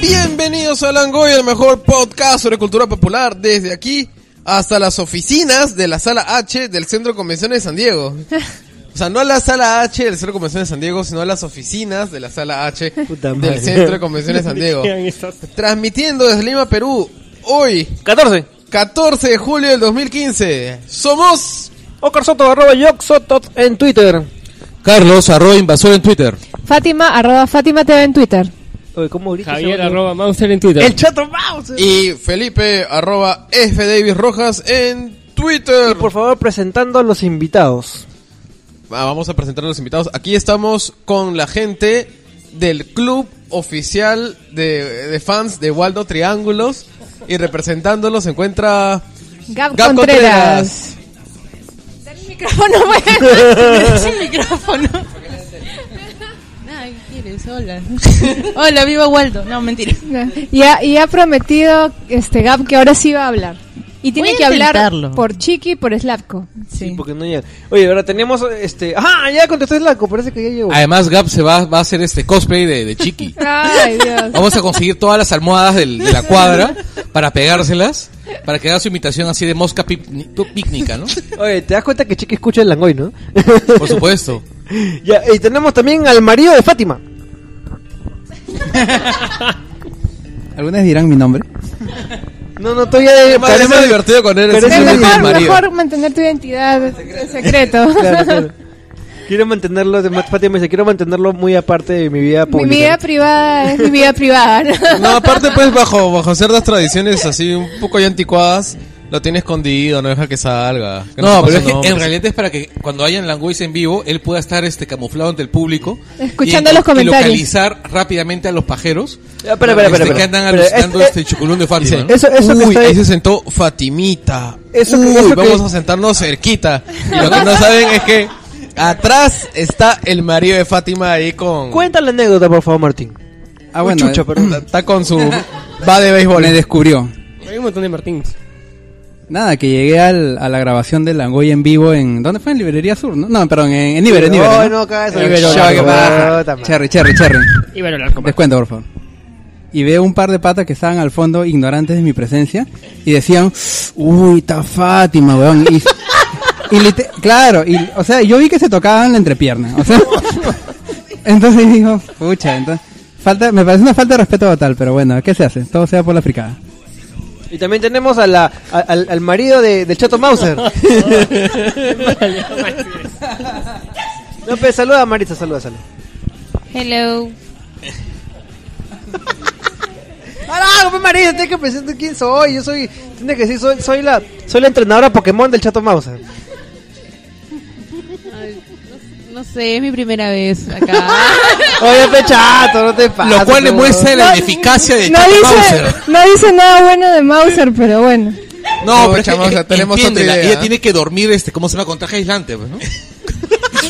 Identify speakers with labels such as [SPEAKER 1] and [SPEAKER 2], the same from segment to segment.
[SPEAKER 1] Bienvenidos a Langoy, el mejor podcast sobre cultura popular desde aquí hasta las oficinas de la sala H del Centro de Convenciones de San Diego. O sea, no a la sala H del Centro de Convenciones de San Diego, sino a las oficinas de la sala H del
[SPEAKER 2] madre.
[SPEAKER 1] Centro de Convenciones de San Diego. Transmitiendo desde Lima, Perú, hoy,
[SPEAKER 2] 14.
[SPEAKER 1] 14 de julio del 2015. Somos
[SPEAKER 2] Ocar Soto, arroba Yoc Soto en Twitter.
[SPEAKER 3] Carlos arroba invasor en Twitter.
[SPEAKER 4] Fátima, arroba Fátima TV en Twitter.
[SPEAKER 2] Oye, ¿cómo grita
[SPEAKER 5] Javier
[SPEAKER 2] ese
[SPEAKER 5] arroba Mauser en Twitter.
[SPEAKER 2] El chato mouse. Y,
[SPEAKER 1] y Felipe arroba F. Davis Rojas en Twitter.
[SPEAKER 2] por favor, presentando a los invitados.
[SPEAKER 1] Ah, vamos a presentar a los invitados. Aquí estamos con la gente del club oficial de, de fans de Waldo Triángulos y representándolos se encuentra
[SPEAKER 4] Gab,
[SPEAKER 1] Gab
[SPEAKER 4] Contreras.
[SPEAKER 1] Contreras.
[SPEAKER 4] Dale el micrófono, pues.
[SPEAKER 6] el micrófono. Nada, ¿qué quieres? Hola. Hola, viva Waldo. No, mentira.
[SPEAKER 4] y, ha, y ha prometido este Gab que ahora sí va a hablar. Y tiene
[SPEAKER 6] Voy a
[SPEAKER 4] que hablar
[SPEAKER 6] intentarlo.
[SPEAKER 4] por Chiqui y por Slavko.
[SPEAKER 2] Sí. porque no llega. Oye, ahora tenemos este. ¡Ah! Ya contestó el laco, parece que ya
[SPEAKER 5] Ah.
[SPEAKER 2] llegó.
[SPEAKER 3] Además, Gab se va, va a hacer este cosplay de, de Chiqui.
[SPEAKER 4] Ay, Dios.
[SPEAKER 3] Vamos a conseguir todas las almohadas del- de la cuadra para pegárselas, para que haga su imitación así de mosca pip- tu- pícnica, ¿no?
[SPEAKER 2] Oye, te das cuenta que Chiqui escucha el langoy, ¿no?
[SPEAKER 3] Por supuesto.
[SPEAKER 2] ya, y tenemos también al marido de Fátima.
[SPEAKER 7] Algunas dirán mi nombre.
[SPEAKER 2] No, no, todavía.
[SPEAKER 1] Además, es más divertido con él.
[SPEAKER 2] Parece
[SPEAKER 1] es
[SPEAKER 4] Es
[SPEAKER 1] un
[SPEAKER 2] que-
[SPEAKER 1] gran
[SPEAKER 4] mejor,
[SPEAKER 1] marido.
[SPEAKER 4] mejor mantener tu identidad en secreto.
[SPEAKER 2] Claro, claro. Quiero mantenerlo, de- Fátima dice, quiero mantenerlo muy aparte de mi vida
[SPEAKER 4] Mi
[SPEAKER 2] pública.
[SPEAKER 4] vida privada es mi vida privada. ¿no?
[SPEAKER 1] No, aparte pues bajo, bajo ciertas tradiciones así un poco ya anticuadas, lo tiene escondido, no deja que salga. que
[SPEAKER 3] No,
[SPEAKER 1] se
[SPEAKER 3] pero
[SPEAKER 1] pase
[SPEAKER 3] es que en
[SPEAKER 1] nombres.
[SPEAKER 3] realidad es para que cuando hayan Langois en vivo, él pueda estar este camuflado ante el público.
[SPEAKER 4] Escuchando
[SPEAKER 3] y-
[SPEAKER 4] los
[SPEAKER 3] y
[SPEAKER 4] comentarios.
[SPEAKER 3] localizar rápidamente a los pajeros.
[SPEAKER 2] Ya, Ah, espera, espera,
[SPEAKER 3] este,
[SPEAKER 2] espera, espera.
[SPEAKER 3] Que andan
[SPEAKER 2] Espera,
[SPEAKER 3] alucinando
[SPEAKER 2] es-
[SPEAKER 3] este chuculón de Fátima.
[SPEAKER 1] Dice,
[SPEAKER 3] ¿no?
[SPEAKER 2] Eso- eso que
[SPEAKER 1] Uy,
[SPEAKER 2] está
[SPEAKER 1] ahí
[SPEAKER 2] ahí-
[SPEAKER 1] se sentó Fatimita.
[SPEAKER 2] Eso que-
[SPEAKER 1] Uy,
[SPEAKER 2] eso que-
[SPEAKER 1] vamos a sentarnos cerquita. Y lo que no saben es que atrás está el marido de Fátima ahí con
[SPEAKER 2] Cuenta la anécdota, por favor, Martín.
[SPEAKER 7] Ah, bueno,
[SPEAKER 2] Chucha,
[SPEAKER 7] eh,
[SPEAKER 2] perdón.
[SPEAKER 1] está con su va de béisbol.
[SPEAKER 7] me descubrió.
[SPEAKER 5] Hay un montón de Martins.
[SPEAKER 7] Nada, que llegué al- a la grabación de Langoy en vivo en... ¿Dónde fue? En Librería Sur, ¿no? No, perdón, en, en Iber, en Iber.
[SPEAKER 2] Ay, no, cae eso.
[SPEAKER 7] Eh,
[SPEAKER 2] Iber,
[SPEAKER 7] chava,
[SPEAKER 2] no,
[SPEAKER 7] qué
[SPEAKER 2] no,
[SPEAKER 7] paja.
[SPEAKER 2] no, no.
[SPEAKER 7] Cherry, cherry, cherry.
[SPEAKER 5] Y bueno, hablar con
[SPEAKER 7] Descuento, por favor. Y veo un par de patas que estaban al fondo, ignorantes de mi presencia, y decían, uy, está Fátima, weón. Y, y lite- claro, y, o sea, yo vi que se tocaban la entrepierna, o sea. entonces digo, pucha, entonces... Falta, me parece una falta de respeto total, pero bueno, ¿qué se hace? Todo sea por la fricada.
[SPEAKER 2] Y también tenemos a la, a- al, al marido de, del Chato Mauser. no, pues saluda Marisa, saluda, saluda.
[SPEAKER 6] Hello.
[SPEAKER 2] ¡Ah, no, Marisa, tienes que presentar quién soy. Yo soy, tiene que decir, soy, soy la soy la entrenadora Pokémon del Chato Mauser.
[SPEAKER 6] No sé, es mi primera vez acá.
[SPEAKER 2] Oye, pe chato, no te pases.
[SPEAKER 3] Lo cual
[SPEAKER 2] pe,
[SPEAKER 3] demuestra
[SPEAKER 2] huevón.
[SPEAKER 3] la
[SPEAKER 4] mm, ah, No-
[SPEAKER 3] ineficacia de
[SPEAKER 4] no
[SPEAKER 3] Chuck Mauser.
[SPEAKER 4] dice, no dice nada bueno de Mauser, pero bueno.
[SPEAKER 3] No,
[SPEAKER 1] No,
[SPEAKER 3] pero
[SPEAKER 1] chamo, o sea, tenemos
[SPEAKER 3] tenemos
[SPEAKER 1] otra idea.
[SPEAKER 3] Ella tiene que dormir, este, ¿cómo se llama? Con traje aislante, pues, ¿no?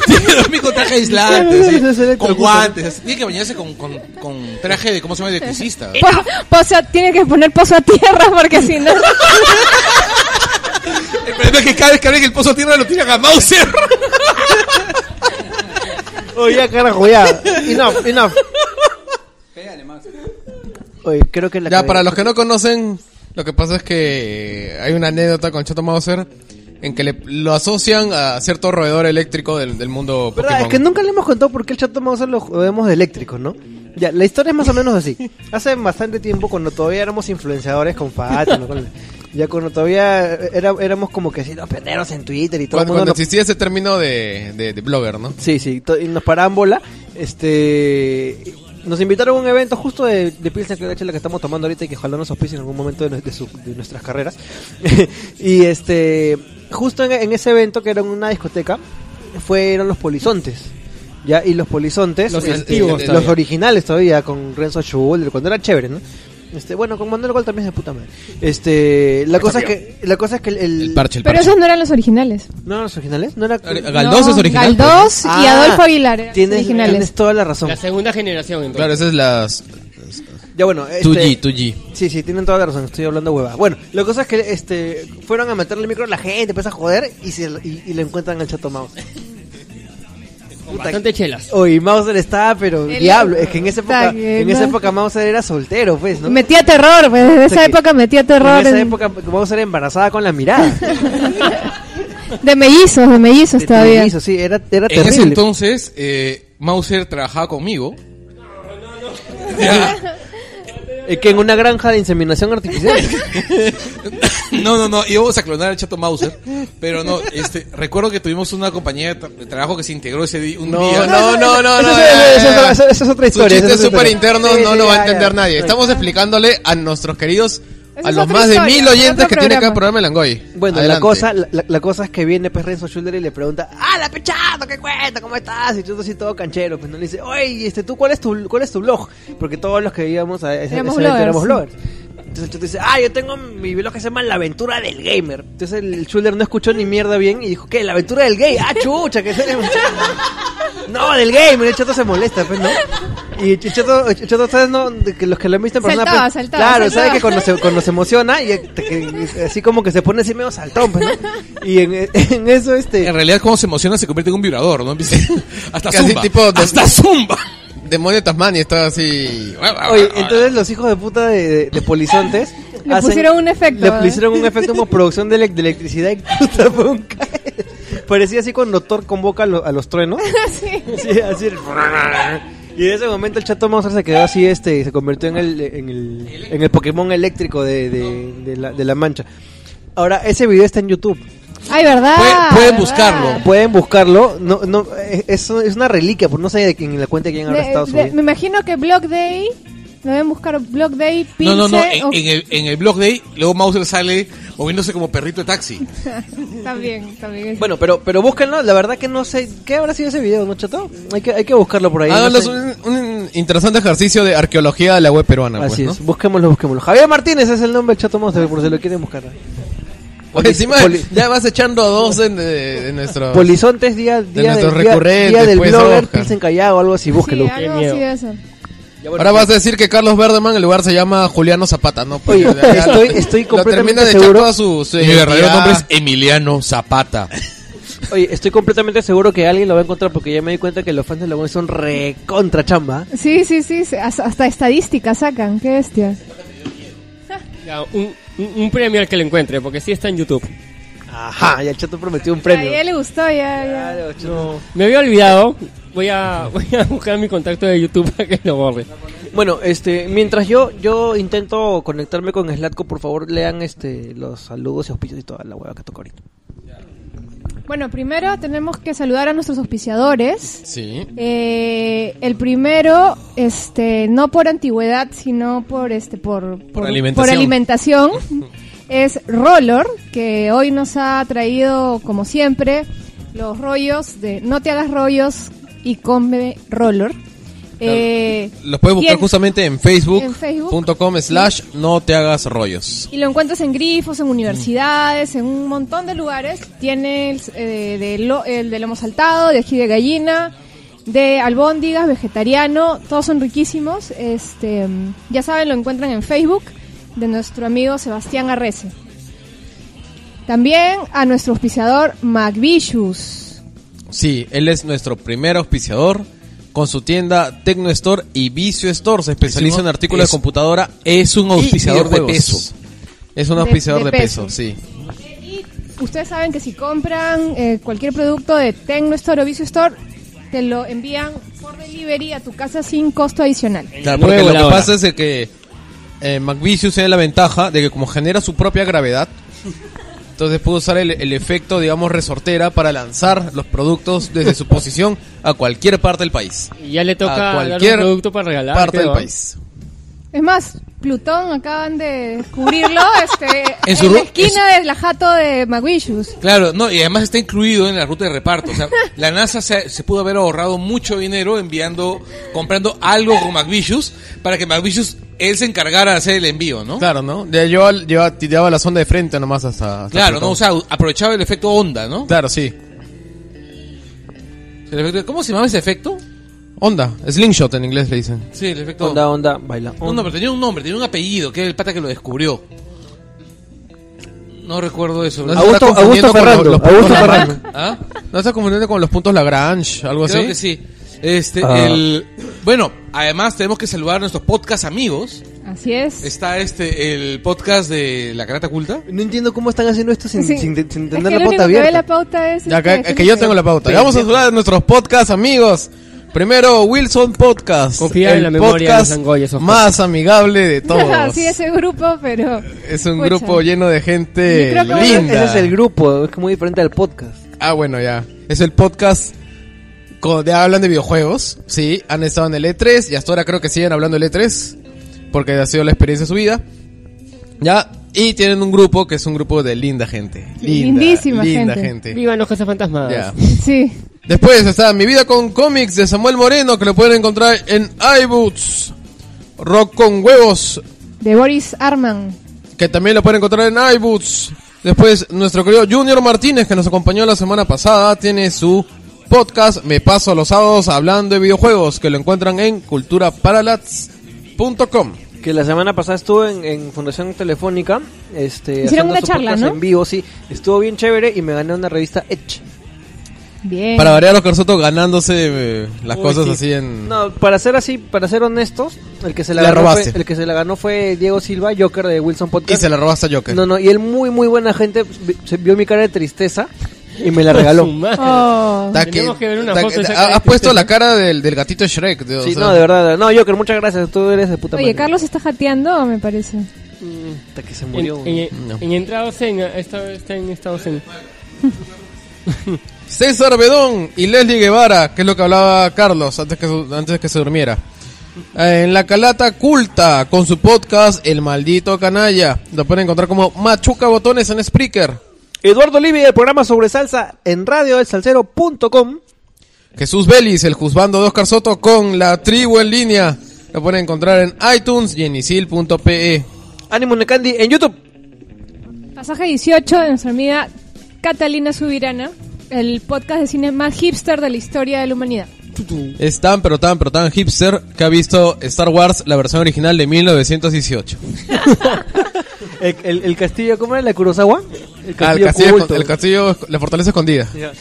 [SPEAKER 3] tiene que dormir con traje aislante,
[SPEAKER 2] Claro,
[SPEAKER 3] así,
[SPEAKER 2] eso se le
[SPEAKER 3] con
[SPEAKER 2] preocupa.
[SPEAKER 3] guantes. así, Tiene que bañarse con, con, con traje de, ¿cómo se llama? De electricista.
[SPEAKER 4] Po- pozo, tiene que poner pozo a tierra porque si no.
[SPEAKER 3] El problema es que cada vez que abren el pozo tierra lo tiran a Mauser.
[SPEAKER 2] Oye, carajo, Oh, ya. Enough, enough. Oye, creo que la
[SPEAKER 1] Ya,
[SPEAKER 2] cagué.
[SPEAKER 1] para los que no conocen, lo que pasa es que hay una anécdota con Chato Mauser en que le- lo asocian a cierto roedor eléctrico del, del mundo
[SPEAKER 2] ¿Verdad?
[SPEAKER 1] Pokémon.
[SPEAKER 2] Es que nunca le hemos contado por qué el Chato Mauser lo jodemos de eléctrico, ¿no? Ya, la historia es más o menos así. Hace bastante tiempo, cuando todavía éramos influenciadores con Fátima, con- ya cuando todavía era- éramos como que así los pioneros en Twitter y todo el
[SPEAKER 1] cuando,
[SPEAKER 2] mundo.
[SPEAKER 1] cuando
[SPEAKER 2] nos-
[SPEAKER 1] existía ese término de, de- de blogger, ¿no?
[SPEAKER 2] Sí, sí, to- y nos paraban bola. Este. Nos invitaron a un evento justo de, de Pilsen Clara Chela que estamos tomando ahorita y que ojalá nos auspicien en algún momento de, nu- de su- de nuestras carreras. y este. Justo en, en ese evento, que era en una discoteca, fueron los polizontes. ¿Ya? Y los polizontes.
[SPEAKER 5] Los
[SPEAKER 2] este,
[SPEAKER 5] antiguos
[SPEAKER 2] Los
[SPEAKER 5] todavía.
[SPEAKER 2] originales todavía, con Renzo Schubel, cuando era chévere, ¿no? Este, bueno, con Manuel Gol también es de puta madre. Este, la cosa es que la cosa es que el, el-
[SPEAKER 1] El parche, el
[SPEAKER 4] Pero
[SPEAKER 1] parche.
[SPEAKER 4] esos no eran los originales.
[SPEAKER 2] no eran los originales, no era
[SPEAKER 1] Galdós es original. pues.
[SPEAKER 4] Galdós y
[SPEAKER 2] Ah,
[SPEAKER 4] Adolfo Aguilar eran los
[SPEAKER 2] Tienes,
[SPEAKER 4] originales.
[SPEAKER 2] tienes toda la razón.
[SPEAKER 5] La segunda generación, entonces.
[SPEAKER 1] Claro,
[SPEAKER 2] Este-
[SPEAKER 1] esas es las...
[SPEAKER 2] Ya bueno, este,
[SPEAKER 3] 2G, 2G.
[SPEAKER 2] Sí, sí, tienen toda la razón, estoy hablando hueva. Bueno, la cosa es que este fueron a meterle el micro a la gente, empieza a joder y, se, y, y le encuentran al chato Mouse. Puta,
[SPEAKER 5] Bastante chelas.
[SPEAKER 2] Oye, Mauser estaba, pero
[SPEAKER 4] El
[SPEAKER 2] diablo,
[SPEAKER 4] loco.
[SPEAKER 2] es que en esa época,
[SPEAKER 4] Está que
[SPEAKER 2] en esa
[SPEAKER 4] no.
[SPEAKER 2] época Mauser era soltero, pues, ¿no?
[SPEAKER 4] Metía terror, pues desde
[SPEAKER 2] O sea
[SPEAKER 4] esa
[SPEAKER 2] que-
[SPEAKER 4] época metía terror.
[SPEAKER 2] En esa
[SPEAKER 4] en-
[SPEAKER 2] época Mauser era embarazada con la mirada.
[SPEAKER 4] De mellizos, de mellizos
[SPEAKER 2] De
[SPEAKER 4] todavía.
[SPEAKER 2] Televisa, sí, era, era
[SPEAKER 3] En
[SPEAKER 2] terrible.
[SPEAKER 3] ese entonces, eh, Mauser trabajaba conmigo. Ya.
[SPEAKER 2] Eh, que en una granja de inseminación artificial.
[SPEAKER 3] No, no, no, íbamos a clonar al chato Mauser. Pero no, este, recuerdo que tuvimos una compañía de, tra- de trabajo que se integró ese día. Un
[SPEAKER 1] No,
[SPEAKER 3] día.
[SPEAKER 1] no, no, no, no.
[SPEAKER 2] Eso es-
[SPEAKER 1] ya,
[SPEAKER 2] eso es
[SPEAKER 1] ya,
[SPEAKER 2] otra-
[SPEAKER 1] ya.
[SPEAKER 2] eso- eso es otra historia,
[SPEAKER 1] Su chiste
[SPEAKER 2] eso es otra
[SPEAKER 1] súper
[SPEAKER 2] historia.
[SPEAKER 1] interno,
[SPEAKER 2] Sí,
[SPEAKER 1] no
[SPEAKER 2] sí,
[SPEAKER 1] lo va
[SPEAKER 2] ya,
[SPEAKER 1] a entender
[SPEAKER 2] ya.
[SPEAKER 1] nadie. Estamos explicándole a nuestros queridos,
[SPEAKER 4] Esa
[SPEAKER 1] a
[SPEAKER 4] es
[SPEAKER 1] los
[SPEAKER 4] otra
[SPEAKER 1] más de
[SPEAKER 4] historia,
[SPEAKER 1] mil
[SPEAKER 4] otro
[SPEAKER 1] oyentes que tiene
[SPEAKER 4] programa.
[SPEAKER 1] cada programa de Langoy.
[SPEAKER 2] Bueno, la
[SPEAKER 1] Adelante.
[SPEAKER 2] cosa, la, la- la cosa es que viene pues Renzo Schulder y le pregunta, ¡Ah, la pechato, qué cuenta! ¿Cómo estás? Y tú así todo canchero, pues no le dice, oye, este, ¿tú cuál es tu cuál es tu blog? Porque todos los que íbamos a ese,
[SPEAKER 4] Éramos
[SPEAKER 2] ese evento
[SPEAKER 4] bloggers.
[SPEAKER 2] éramos bloggers. Entonces el Schulder dice, ah, yo tengo mi blog que se llama La Aventura del Gamer. Entonces el Schulder no escuchó ni mierda bien y dijo, ¿qué? ¿La Aventura del Gay? ¡Ah, chucha! que se le- No, del gamer, el chato se molesta, pues, ¿no? Y el chato, el chato ¿sabes, no? De que los que lo han visto en persona,
[SPEAKER 4] Saltaba,
[SPEAKER 2] pues,
[SPEAKER 4] saltaba,
[SPEAKER 2] Claro,
[SPEAKER 4] saltaba.
[SPEAKER 2] ¿sabes que cuando se, cuando se emociona, y te- que- así como que se pone así medio saltón, pues, ¿no? Y en, en eso, este...
[SPEAKER 3] En realidad, cuando se emociona, se convierte en un vibrador, ¿no? Empieza- Hasta
[SPEAKER 1] Casi
[SPEAKER 3] zumba.
[SPEAKER 1] tipo de-
[SPEAKER 3] Hasta zumba.
[SPEAKER 1] Demonio de Tasmania está así.
[SPEAKER 2] Oye, entonces los hijos de puta de, de, de Polizontes
[SPEAKER 4] Le pusieron un efecto,
[SPEAKER 2] Le
[SPEAKER 4] ¿eh?
[SPEAKER 2] pusieron un efecto como producción de, elec- de electricidad y puta fue un ca- Parecía así cuando Thor convoca a, lo- a los truenos. Sí, así el- Y en ese momento el chato Monster se quedó así, este, y se convirtió en el, en el, en el Pokémon eléctrico de, de, de la, de la mancha. Ahora, ese video está en YouTube.
[SPEAKER 4] Ay, ¿verdad? Ah,
[SPEAKER 3] Pueden- pueden
[SPEAKER 4] ¿verdad?
[SPEAKER 3] buscarlo.
[SPEAKER 2] Pueden buscarlo. No, no, eh, es, es una reliquia, porque no sé de quién la cuenta de quién habrá
[SPEAKER 4] De-
[SPEAKER 2] estado
[SPEAKER 4] de-
[SPEAKER 2] subiendo.
[SPEAKER 4] me imagino que Block Day, lo deben buscar Block Day,
[SPEAKER 3] No,
[SPEAKER 4] Pince,
[SPEAKER 3] no, no. En,
[SPEAKER 4] o-
[SPEAKER 3] en el, en el blog day, luego Mauser sale moviéndose como perrito de taxi.
[SPEAKER 4] También, también. es-
[SPEAKER 2] Bueno, pero, pero búsquenlo, la verdad que no sé, ¿qué habrá sido ese video, no chato? Hay que, hay que buscarlo por ahí. no
[SPEAKER 1] Háganos
[SPEAKER 2] sé.
[SPEAKER 1] Ah, un, un interesante ejercicio de arqueología de la web peruana, pues,
[SPEAKER 2] Así
[SPEAKER 1] ¿no?
[SPEAKER 2] es, busquémoslo, busquémoslo. Javier Martínez es el nombre del chato monster, por si lo quieren buscar.
[SPEAKER 1] Oye, Pues encima
[SPEAKER 2] Poli-
[SPEAKER 1] ya vas echando dos en, de, de nuestro...
[SPEAKER 2] Polizontes día, día,
[SPEAKER 1] nuestros
[SPEAKER 2] día,
[SPEAKER 1] recurrentes,
[SPEAKER 2] día del
[SPEAKER 1] pues,
[SPEAKER 2] blogger,
[SPEAKER 1] Oscar.
[SPEAKER 2] Pilsen Callao, algo así, búsquelo.
[SPEAKER 4] Sí, algo así de eso.
[SPEAKER 1] Ahora vas a decir que Carlos Verdeman, el lugar se llama Juliano Zapata, ¿no?
[SPEAKER 2] Oye,
[SPEAKER 1] ya- ya
[SPEAKER 2] estoy-
[SPEAKER 1] lo-
[SPEAKER 2] estoy
[SPEAKER 1] lo
[SPEAKER 2] completamente
[SPEAKER 1] termina de echar
[SPEAKER 2] seguro.
[SPEAKER 1] toda su, su
[SPEAKER 3] Mi verdadero
[SPEAKER 1] identidad.
[SPEAKER 3] nombre es Emiliano Zapata.
[SPEAKER 2] Oye, estoy completamente seguro que alguien lo va a encontrar porque ya me di cuenta que los fans de la web son recontra chamba.
[SPEAKER 4] Sí, sí, sí, se- as- hasta estadísticas sacan, qué bestia.
[SPEAKER 5] Ya, un, un- un premio al que lo encuentre, porque sí está en YouTube.
[SPEAKER 2] Ajá, y el chato prometió un
[SPEAKER 4] A
[SPEAKER 2] premio.
[SPEAKER 4] ella le gustó, ya, ya.
[SPEAKER 2] Claro, chato.
[SPEAKER 5] Me había olvidado. Voy a, voy a buscar mi contacto de YouTube para que lo borre.
[SPEAKER 2] Bueno, este, mientras yo yo intento conectarme con Slatko, por favor lean este los saludos y auspicios y toda la hueva que toca ahorita.
[SPEAKER 4] Bueno, primero tenemos que saludar a nuestros auspiciadores.
[SPEAKER 1] Sí.
[SPEAKER 4] Eh, el primero, este, no por antigüedad, sino por este, por, por,
[SPEAKER 1] alimentación.
[SPEAKER 4] por alimentación, es Roller, que hoy nos ha traído, como siempre, los rollos de no te hagas rollos y come Roller. Eh,
[SPEAKER 1] Los puedes buscar
[SPEAKER 4] tien-
[SPEAKER 1] justamente en
[SPEAKER 4] En Facebook.
[SPEAKER 1] facebook.com slash no te hagas rollos.
[SPEAKER 4] Y lo encuentras en grifos, en universidades, en un montón de lugares. Tiene el, eh, de lo- el de lomo saltado, de ají de gallina, de albóndigas, vegetariano. Todos son riquísimos. Este, mm, ya saben, lo encuentran en Facebook de nuestro amigo Sebastián Arrece. También a nuestro auspiciador McVicious.
[SPEAKER 1] Sí, él es nuestro primer auspiciador con su tienda Tecno Store y Vicio Store. Se especializa en artículos
[SPEAKER 3] Es-
[SPEAKER 1] de computadora.
[SPEAKER 3] Es un
[SPEAKER 1] y
[SPEAKER 3] auspiciador de
[SPEAKER 1] videojuegos.
[SPEAKER 3] peso.
[SPEAKER 1] Es un
[SPEAKER 4] De-
[SPEAKER 1] auspiciador
[SPEAKER 4] de
[SPEAKER 1] de,
[SPEAKER 4] peso.
[SPEAKER 1] peso. sí.
[SPEAKER 4] Y ustedes saben que si compran eh, cualquier producto de Tecno Store o Vicio Store, te lo envían por delivery a tu casa sin costo adicional.
[SPEAKER 1] Claro,
[SPEAKER 5] Nuevo
[SPEAKER 1] porque lo
[SPEAKER 5] la
[SPEAKER 1] que
[SPEAKER 5] hora.
[SPEAKER 1] pasa es de que eh, McVicious tiene la ventaja de que como genera su propia gravedad, entonces puede usar el, el efecto, digamos, resortera para lanzar los productos desde su posición a cualquier parte del país.
[SPEAKER 5] Y ya le toca
[SPEAKER 1] a
[SPEAKER 5] dar un
[SPEAKER 1] cualquier
[SPEAKER 5] producto para regalar.
[SPEAKER 1] parte del
[SPEAKER 5] creo, ¿eh?
[SPEAKER 1] país.
[SPEAKER 4] Es más, Plutón acaban de descubrirlo este,
[SPEAKER 3] En
[SPEAKER 4] en,
[SPEAKER 3] su
[SPEAKER 4] la
[SPEAKER 3] ru-
[SPEAKER 4] esquina del jato de Maguishus.
[SPEAKER 3] Claro, no, y además está incluido en la ruta de reparto. O sea, la NASA se, se pudo haber ahorrado mucho dinero enviando, comprando algo con McVicious para que McVicious él se encargara de hacer el envío, ¿no? Claro,
[SPEAKER 1] Claro, ¿no? De- Yo al- yo tiraba la sonda de frente nomás hasta... hasta
[SPEAKER 3] ¿no?
[SPEAKER 1] Plutón.
[SPEAKER 3] O sea, aprovechaba el efecto onda, ¿no?
[SPEAKER 1] Claro, sí.
[SPEAKER 3] El efecto- ¿Cómo se llama ese efecto?
[SPEAKER 1] Onda, slingshot en inglés le dicen.
[SPEAKER 3] Sí, el efecto.
[SPEAKER 2] Onda, onda, baila.
[SPEAKER 3] No, no, pero tenía un nombre, tenía un apellido, que era el pata que lo descubrió. No recuerdo eso.
[SPEAKER 1] No
[SPEAKER 3] ¿Ah?
[SPEAKER 1] se está
[SPEAKER 2] Augusto-
[SPEAKER 1] confundiendo
[SPEAKER 2] Augusto
[SPEAKER 1] con
[SPEAKER 2] Ferrando,
[SPEAKER 1] los- los
[SPEAKER 2] Augusto
[SPEAKER 1] puntos
[SPEAKER 2] Ferrando.
[SPEAKER 1] Lagrange.
[SPEAKER 2] ¿Ah,
[SPEAKER 1] ¿No estás confundiendo con los puntos Lagrange? ¿Algo
[SPEAKER 3] Creo
[SPEAKER 1] así?
[SPEAKER 3] que sí. Este,
[SPEAKER 2] Ah.
[SPEAKER 3] el... Bueno, además tenemos que saludar a nuestros podcast amigos.
[SPEAKER 4] Así es.
[SPEAKER 3] Está este, el podcast de La Carata Culta.
[SPEAKER 2] No entiendo cómo están haciendo esto sin,
[SPEAKER 4] Sí.
[SPEAKER 2] sin- sin
[SPEAKER 4] Es
[SPEAKER 2] tener
[SPEAKER 4] que
[SPEAKER 2] la
[SPEAKER 4] lo único
[SPEAKER 2] pauta
[SPEAKER 4] que ve
[SPEAKER 2] abierta.
[SPEAKER 4] la pauta es.
[SPEAKER 1] Ya,
[SPEAKER 4] este,
[SPEAKER 1] que, que yo tengo la pauta. Ya vamos a saludar a nuestros podcast amigos. Primero, Wilson Podcast.
[SPEAKER 5] Confía en la memoria de los Langoyes, ojo.
[SPEAKER 1] más amigable de todos.
[SPEAKER 4] sí, ese grupo, pero.
[SPEAKER 1] Es un
[SPEAKER 4] Pucha.
[SPEAKER 1] grupo lleno de gente
[SPEAKER 4] Yo creo que voy a-
[SPEAKER 1] linda.
[SPEAKER 2] Ese es el grupo, es que muy diferente al podcast.
[SPEAKER 1] Ah, bueno, ya. Es el podcast co- de hablan de videojuegos. Sí, han estado en el E3 y hasta ahora creo que siguen hablando del E3 porque ha sido la experiencia de su vida. Ya, y tienen un grupo que es un grupo de linda gente. Linda,
[SPEAKER 4] Lindísima
[SPEAKER 1] linda
[SPEAKER 4] gente.
[SPEAKER 1] gente.
[SPEAKER 5] Vivan los casas fantasmas.
[SPEAKER 1] Ya.
[SPEAKER 4] Sí.
[SPEAKER 1] Después está Mi vida con cómics de Samuel Moreno que lo pueden encontrar en iBoots. Rock con huevos
[SPEAKER 4] De Boris Arman.
[SPEAKER 1] que también lo pueden encontrar en iBoots. Después, nuestro querido Junior Martínez, que nos acompañó la semana pasada, tiene su podcast Me Paso los Sábados Hablando de Videojuegos, que lo encuentran en culturaparalats.com.
[SPEAKER 2] Que la semana pasada estuve en, en Fundación Telefónica. Este,
[SPEAKER 4] Hicieron
[SPEAKER 2] haciendo
[SPEAKER 4] una
[SPEAKER 2] su
[SPEAKER 4] charla,
[SPEAKER 2] podcast
[SPEAKER 4] ¿no?
[SPEAKER 2] En vivo, sí. Estuvo bien chévere y me gané una revista Edge.
[SPEAKER 4] Bien.
[SPEAKER 1] Para variar los Carzotos ganándose eh, las
[SPEAKER 2] Uy,
[SPEAKER 1] cosas
[SPEAKER 2] sí.
[SPEAKER 1] así en...
[SPEAKER 2] No, para ser así, para ser honestos, el que se la,
[SPEAKER 1] Le
[SPEAKER 2] ganó
[SPEAKER 1] robaste.
[SPEAKER 2] Fue, el que se la ganó fue Diego Silva, Joker de Wilson
[SPEAKER 1] Y
[SPEAKER 2] Podcast.
[SPEAKER 1] se la robaste a Joker.
[SPEAKER 2] No, no, y él muy muy buena gente vi- se vio mi cara de tristeza y me la
[SPEAKER 5] Su
[SPEAKER 2] regaló.
[SPEAKER 5] madre.
[SPEAKER 4] Oh.
[SPEAKER 1] Está
[SPEAKER 5] Tenemos que ver una
[SPEAKER 1] está
[SPEAKER 5] foto de esa
[SPEAKER 1] ha-
[SPEAKER 5] cara de
[SPEAKER 1] Has puesto la cara del, del gatito Shrek. de- o
[SPEAKER 2] Sí,
[SPEAKER 1] sea,
[SPEAKER 2] no, de verdad. No, Joker, muchas gracias. Tú eres de puta
[SPEAKER 4] Oye,
[SPEAKER 2] madre.
[SPEAKER 4] Carlos está jateando, me parece.
[SPEAKER 2] Mm, Hasta que se
[SPEAKER 5] En,
[SPEAKER 2] murió.
[SPEAKER 5] en, en,
[SPEAKER 1] No.
[SPEAKER 5] en entrados en, esta- está en estados en.
[SPEAKER 1] César Bedón y Leslie Guevara, que es lo que hablaba Carlos antes que, su- antes que se durmiera. Eh, En La Calata Culta, con su podcast El Maldito Canalla. Lo pueden encontrar como Machuca Botones en Spreaker.
[SPEAKER 2] Eduardo Olivia, el programa sobre salsa en radio el salsero.com.
[SPEAKER 1] Jesús Vélez, el juzbando de Oscar Soto con La Tribu en Línea. Lo pueden encontrar en iTunes y en isil.pe.
[SPEAKER 2] Ánimo Necandi en YouTube.
[SPEAKER 4] Pasaje 18 de nuestra amiga Catalina Subirana. El podcast de cine más hipster de la historia de la humanidad.
[SPEAKER 1] Es tan, pero tan, pero tan hipster que ha visto Star Wars, la versión original de 1918.
[SPEAKER 2] El, el- el castillo, ¿cómo era? ¿La Kurosawa? El
[SPEAKER 1] Ah, el, castillo,
[SPEAKER 2] Kubolto.
[SPEAKER 1] escon- el castillo, la fortaleza escondida.
[SPEAKER 2] Ya.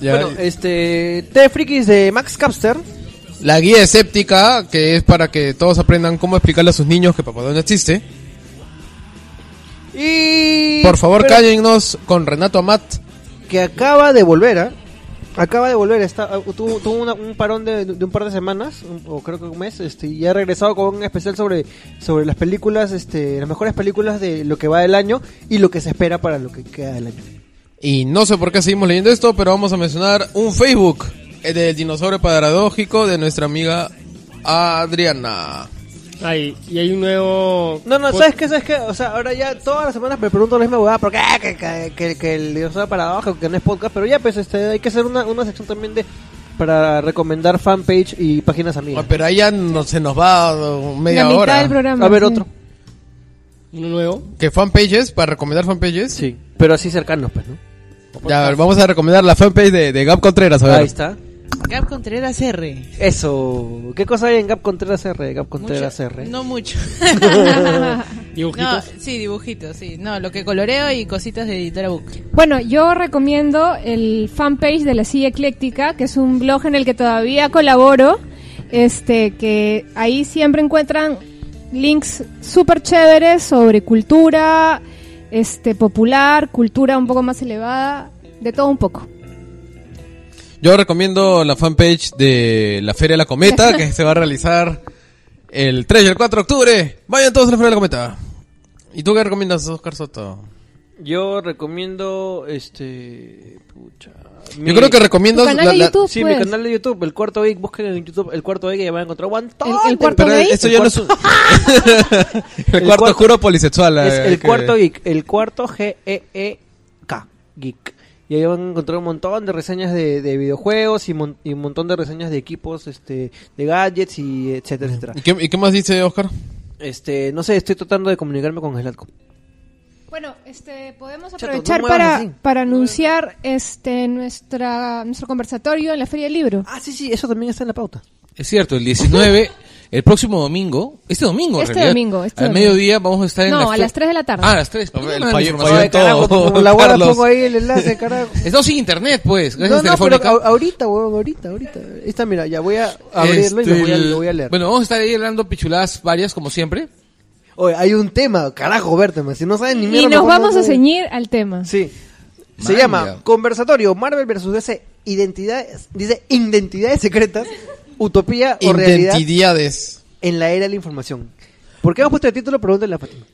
[SPEAKER 1] Ya.
[SPEAKER 2] Bueno, este. Te Frikis de Max Capster.
[SPEAKER 1] La guía escéptica, que es para que todos aprendan cómo explicarle a sus niños que Papá Noel no existe.
[SPEAKER 2] Y.
[SPEAKER 1] Por favor,
[SPEAKER 2] pero-
[SPEAKER 1] cállennos con Renato Amat.
[SPEAKER 2] Que acaba de volver, ¿ah? Acaba de volver, está, ah, tuvo, tuvo una- un parón de, de un par de semanas, un- o creo que un mes, este, y ha regresado con un especial sobre, sobre las películas, este, las mejores películas de lo que va del año y lo que se espera para lo que queda del año.
[SPEAKER 1] Y no sé por qué seguimos leyendo esto, pero vamos a mencionar un Facebook eh, del dinosaurio paradójico de nuestra amiga Adriana.
[SPEAKER 5] Ay, y hay un nuevo.
[SPEAKER 2] No, no,
[SPEAKER 5] pod-
[SPEAKER 2] ¿sabes qué? ¿Sabes qué? O sea, ahora ya todas las semanas me pregunto la misma huevada, ¿por qué? Que, que, que, que el Dios sea para abajo, que no es podcast, pero ya, pues, este, hay que hacer una, una sección también de, para recomendar fanpage y páginas
[SPEAKER 1] Ah,
[SPEAKER 2] amigas.
[SPEAKER 1] Pero ahí ya no, se nos va uh,
[SPEAKER 4] la
[SPEAKER 1] media
[SPEAKER 4] mitad
[SPEAKER 1] hora.
[SPEAKER 4] del programa.
[SPEAKER 2] A ver,
[SPEAKER 4] sí.
[SPEAKER 2] otro.
[SPEAKER 5] Uno nuevo.
[SPEAKER 1] ¿Que fanpages? ¿Para recomendar fanpages?
[SPEAKER 2] Sí. Pero así cercanos, pues, ¿no?
[SPEAKER 1] Ya, a ver, vamos a recomendar la fanpage de, de Gab Contreras, a ver.
[SPEAKER 2] Ahí está.
[SPEAKER 6] Gab Contreras R.
[SPEAKER 2] Eso. ¿Qué cosa hay en Gap Contreras R? Gap
[SPEAKER 6] Mucho-
[SPEAKER 2] Contreras R.
[SPEAKER 6] No mucho. no,
[SPEAKER 5] Dibujitos.
[SPEAKER 6] sí, dibujitos, sí. No, lo que coloreo y cositas de editora Book.
[SPEAKER 4] Bueno, yo recomiendo el fanpage de La Silla Ecléctica, que es un blog en el que todavía colaboro, este, que ahí siempre encuentran links súper chéveres sobre cultura este, popular, cultura un poco más elevada, de todo un poco.
[SPEAKER 1] Yo recomiendo la fanpage de la Feria de la Cometa, que se va a realizar el 3 y el 4 de octubre. Vayan todos a la Feria de la Cometa. ¿Y tú qué recomiendas, Oscar Soto?
[SPEAKER 2] Yo recomiendo este. Pucha. mi-
[SPEAKER 1] Yo creo que recomiendo...
[SPEAKER 4] Tu canal de YouTube,
[SPEAKER 2] Sí,
[SPEAKER 4] pues.
[SPEAKER 2] mi canal de YouTube, el cuarto Geek. Busquen en YouTube el cuarto Geek y van a encontrar un montón
[SPEAKER 4] El- el
[SPEAKER 2] de-
[SPEAKER 4] cuarto
[SPEAKER 1] Pero
[SPEAKER 4] ¿Gay?
[SPEAKER 1] esto
[SPEAKER 2] El
[SPEAKER 1] ya no es
[SPEAKER 2] cuarto-
[SPEAKER 1] un... el, cuarto
[SPEAKER 2] cuarto-
[SPEAKER 1] oscuro polisexual.
[SPEAKER 2] es
[SPEAKER 1] eh,
[SPEAKER 2] el
[SPEAKER 1] que-
[SPEAKER 2] cuarto Geek. El cuarto G-E-E-K. Geek. Y ahí van a encontrar un montón de reseñas de, de videojuegos y, mon- y un montón de reseñas de equipos, este, de gadgets y etcétera, etcétera.
[SPEAKER 1] ¿Y qué, y qué más dice Oscar?
[SPEAKER 2] Este, no sé, estoy tratando de comunicarme con Gelatco.
[SPEAKER 4] Bueno, este, podemos
[SPEAKER 2] Chato,
[SPEAKER 4] aprovechar
[SPEAKER 2] no muevas así.
[SPEAKER 4] para, para anunciar este nuestra nuestro conversatorio en la Feria del Libro.
[SPEAKER 2] Ah, sí, sí, eso también está en la pauta.
[SPEAKER 3] Es cierto, el 19, el próximo domingo, este domingo, en
[SPEAKER 4] Este
[SPEAKER 3] realidad,
[SPEAKER 4] domingo, este
[SPEAKER 3] al
[SPEAKER 4] domingo.
[SPEAKER 3] mediodía vamos a estar en
[SPEAKER 4] No,
[SPEAKER 3] la
[SPEAKER 4] a
[SPEAKER 3] fe-
[SPEAKER 4] las 3 de la tarde.
[SPEAKER 3] Ah, a las 3.
[SPEAKER 1] Hombre, el
[SPEAKER 3] Dame la
[SPEAKER 1] fallo-
[SPEAKER 3] información.
[SPEAKER 1] fallo-
[SPEAKER 2] carajo,
[SPEAKER 1] todo,
[SPEAKER 2] como la guarda
[SPEAKER 1] Carlos.
[SPEAKER 2] pongo ahí el enlace, carajo.
[SPEAKER 3] Estamos sin internet, pues,
[SPEAKER 2] No,
[SPEAKER 3] gracias
[SPEAKER 2] no, pero
[SPEAKER 3] Telefónica.
[SPEAKER 2] a- ahorita, huevón, ahorita, ahorita. Esta, mira, ya voy a abrirlo y
[SPEAKER 3] Este,
[SPEAKER 2] lo voy a, lo voy a
[SPEAKER 3] el-
[SPEAKER 2] leer.
[SPEAKER 3] Bueno, vamos a estar ahí hablando pichuladas varias, como siempre.
[SPEAKER 2] Oye, hay un tema, carajo, Berteman, si no saben ni mierda.
[SPEAKER 4] y nos
[SPEAKER 2] mejor no
[SPEAKER 4] vamos a
[SPEAKER 2] saben.
[SPEAKER 4] ceñir al tema.
[SPEAKER 2] Sí. Se
[SPEAKER 3] Manja.
[SPEAKER 2] llama Conversatorio Marvel versus DC Identidades, dice Identidades secretas, Utopía o realidad
[SPEAKER 1] Identidades.
[SPEAKER 2] en la era de la información. ¿Por qué hemos puesto el título? Pregúntale a Fátima.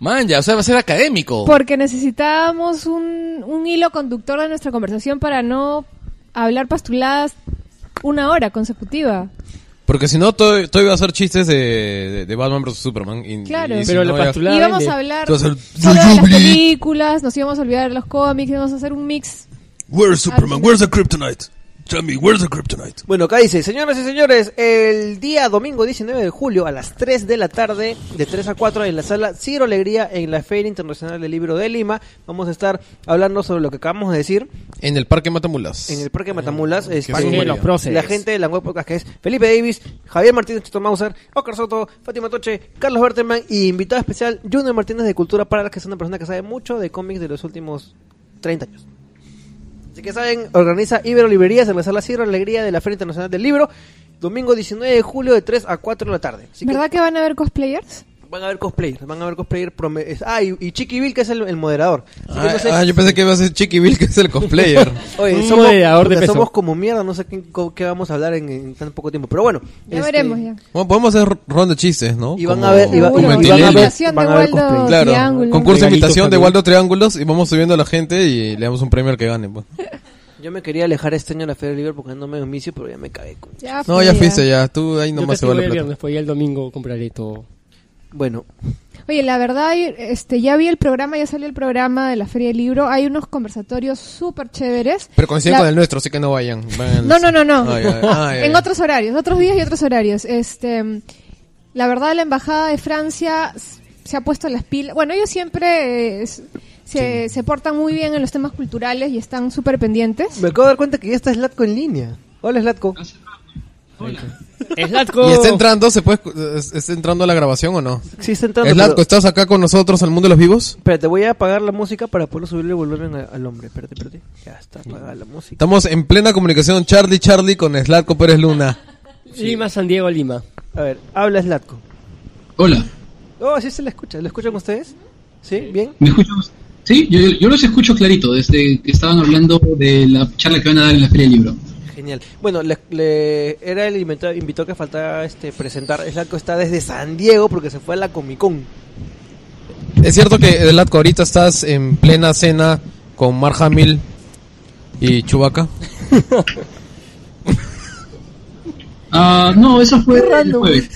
[SPEAKER 3] Man, ya, o sea, va a ser académico.
[SPEAKER 4] Porque necesitábamos un, un hilo conductor de nuestra conversación para no hablar pastuladas una hora consecutiva.
[SPEAKER 1] Porque si no, todo, todo iba a ser chistes de, de, de Batman vs Superman. y-
[SPEAKER 4] Claro.
[SPEAKER 1] y si
[SPEAKER 5] Pero
[SPEAKER 1] no,
[SPEAKER 5] la
[SPEAKER 1] ya-
[SPEAKER 5] pastula- Claro,
[SPEAKER 4] Y íbamos
[SPEAKER 5] vende.
[SPEAKER 4] a hablar
[SPEAKER 1] Entonces,
[SPEAKER 4] solo de las
[SPEAKER 1] Jubilee.
[SPEAKER 4] películas, nos íbamos a olvidar de los cómics, íbamos a hacer un mix.
[SPEAKER 8] Where's Superman?
[SPEAKER 4] Absolutely.
[SPEAKER 8] Where's the kryptonite? Tell me, where's the kryptonite?
[SPEAKER 2] Bueno, acá dice, señoras y señores, el día domingo 19 de julio a las 3 de la tarde, de 3 a 4 en la sala Ciro Alegría en la Feria Internacional del Libro de Lima, vamos a estar hablando sobre lo que acabamos de decir
[SPEAKER 1] En el Parque Matamulas. Ah,
[SPEAKER 2] en el Parque Matamulas.
[SPEAKER 1] Eh,
[SPEAKER 2] este,
[SPEAKER 5] Parque de los Próceres.
[SPEAKER 2] La gente de la web podcast que es Felipe Davis, Javier Martínez Tito Mauser, Oscar Soto, Fátima Toche, Carlos Berteman y invitado especial Junior Martínez de Cultura para las que es una persona que sabe mucho de cómics de los últimos 30 años. Así que saben, organiza Ibero Librerías en la sala Cierra Alegría de la Feria Internacional del Libro, domingo 19 de julio de 3 a 4 de la tarde. Así que
[SPEAKER 4] ¿Verdad que van a haber cosplayers?
[SPEAKER 2] van a ver cosplayers, van a ver cosplayers. prome- es- Ah, y, y Chiqui Bill, que es el, el moderador. Así que
[SPEAKER 1] Ah,
[SPEAKER 2] no sé-
[SPEAKER 1] ah, yo pensé que iba a ser Chiqui Bill, que es el cosplayer.
[SPEAKER 2] Oye,
[SPEAKER 5] Un
[SPEAKER 2] somos,
[SPEAKER 5] moderador de
[SPEAKER 2] puta,
[SPEAKER 5] peso.
[SPEAKER 2] somos como mierda, no sé qué, co- qué vamos a hablar en, en tan poco tiempo. Pero bueno,
[SPEAKER 4] Ya
[SPEAKER 2] este,
[SPEAKER 4] veremos ya.
[SPEAKER 1] Bueno, podemos hacer ronda de chistes, ¿no?
[SPEAKER 2] Y van
[SPEAKER 1] Como-
[SPEAKER 2] a ver, y va-
[SPEAKER 1] como
[SPEAKER 2] y
[SPEAKER 1] en
[SPEAKER 2] van a
[SPEAKER 1] Tinelli.
[SPEAKER 2] ver-
[SPEAKER 4] Invitación
[SPEAKER 2] van
[SPEAKER 4] de
[SPEAKER 2] a ver
[SPEAKER 4] Waldo
[SPEAKER 2] cosplay.
[SPEAKER 1] Claro,
[SPEAKER 4] Triángulo.
[SPEAKER 1] concurso de
[SPEAKER 5] Regalitos
[SPEAKER 1] invitación de
[SPEAKER 5] también.
[SPEAKER 1] Waldo Triángulos y vamos subiendo a la gente y le damos un premio al que gane. pues.
[SPEAKER 2] yo me quería alejar este año de la Feria del Libro porque no me inicio, pero ya me cagué. con-
[SPEAKER 4] Ya
[SPEAKER 1] No,
[SPEAKER 4] fue,
[SPEAKER 1] ya fuiste, ya. Tú ahí nomás se va
[SPEAKER 5] voy
[SPEAKER 1] la
[SPEAKER 5] el
[SPEAKER 1] plata.
[SPEAKER 5] viernes, pues ya el domingo compraré todo.
[SPEAKER 2] Bueno,
[SPEAKER 4] Oye, la verdad, este, ya vi el programa, ya salió el programa de la Feria del Libro. Hay unos conversatorios súper chéveres.
[SPEAKER 1] Pero coinciden
[SPEAKER 4] La-
[SPEAKER 1] con el nuestro, así que no vayan. Vayan.
[SPEAKER 4] No, no, no, no.
[SPEAKER 1] Ay, ay, ay,
[SPEAKER 4] en
[SPEAKER 1] ay.
[SPEAKER 4] otros horarios, otros días y otros horarios. Este, la verdad, la embajada de Francia s- se ha puesto las pilas. Bueno, ellos siempre eh, s- se, se portan muy bien en los temas culturales y están súper pendientes.
[SPEAKER 2] me acabo de dar cuenta que ya está Slatko en línea. Hola Slatko.
[SPEAKER 5] ¡Slatko!
[SPEAKER 1] ¿Y está entrando? ¿Se puede, escu- es- ¿Está entrando a la grabación o no?
[SPEAKER 2] Sí, está entrando.
[SPEAKER 1] Eslatko,
[SPEAKER 2] pero-
[SPEAKER 1] ¿estás acá con nosotros al mundo de los vivos?
[SPEAKER 2] Espérate, voy a apagar la música para poder subirle el volumen a- al hombre. Espérate, espérate. Ya está apagada la música.
[SPEAKER 1] Estamos en plena comunicación Charlie Charlie con Slatko Pérez Luna.
[SPEAKER 5] Lima, San Diego, Lima.
[SPEAKER 2] A ver, habla Slatko.
[SPEAKER 9] Hola,
[SPEAKER 2] Oh, sí se la escucha. ¿Lo escuchan ustedes? ¿Sí? ¿Bien?
[SPEAKER 9] ¿me escuchan? Sí, yo, yo los escucho clarito desde que estaban hablando de la charla que van a dar en la Feria del Libro.
[SPEAKER 2] Genial. Bueno, le, le- era el invitado, invitado que faltaba este, presentar. Slatko está desde San Diego porque se fue a la Comic Con.
[SPEAKER 1] Es cierto que Slatko, ahorita estás en plena cena con Mar Hamill y Chubaca.
[SPEAKER 9] Ah, no, eso fue el jueves.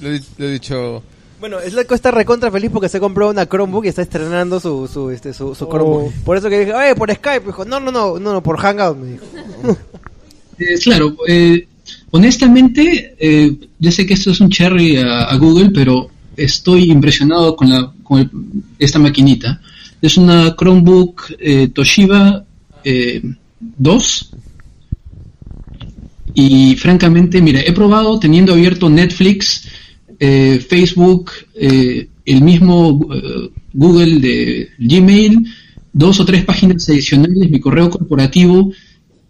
[SPEAKER 1] Lo he, lo he dicho.
[SPEAKER 2] Bueno, Slatko está recontra feliz porque se compró una Chromebook y está estrenando su, su, este, su, su
[SPEAKER 5] Oh.
[SPEAKER 2] Chromebook. Por eso que dije, oye, por Skype. Dijo, no, no, no, no, no por Hangout. Me dijo.
[SPEAKER 9] Eh, claro, eh, honestamente, eh, yo sé que esto es un cherry a, a Google, pero estoy impresionado con, la, con el- esta maquinita. Es una Chromebook eh, Toshiba eh, 2. Y francamente, mira, he probado teniendo abierto Netflix, eh, Facebook, eh, el mismo eh, Google de Gmail, dos o tres páginas adicionales, mi correo corporativo,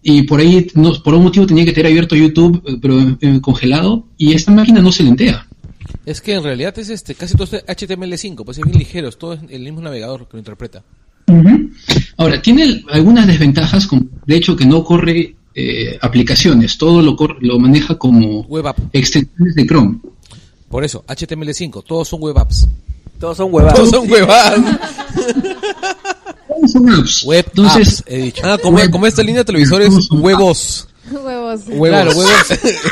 [SPEAKER 9] y por ahí, no, por un motivo tenía que tener abierto YouTube, eh, pero eh, congelado, y esta máquina no se lentea.
[SPEAKER 3] Es que en realidad es este, casi todo es HTML5, pues es bien ligero, es todo es el mismo navegador que lo interpreta.
[SPEAKER 9] Ahora, tiene el- algunas desventajas, como de hecho que no corre eh, aplicaciones, todo lo, cor- lo maneja como
[SPEAKER 3] Web app.
[SPEAKER 9] extensiones de Chrome.
[SPEAKER 3] Por eso, HTML5, todos son web apps.
[SPEAKER 2] Todos son huevados.
[SPEAKER 1] Todos son huevadas.
[SPEAKER 9] Todos son apps.
[SPEAKER 3] Web
[SPEAKER 9] Entonces,
[SPEAKER 3] apps, he dicho.
[SPEAKER 1] Ah, como, como esta línea de televisores, huevos.
[SPEAKER 4] Huevos.
[SPEAKER 1] Huevos.
[SPEAKER 3] Claro,
[SPEAKER 1] huevos.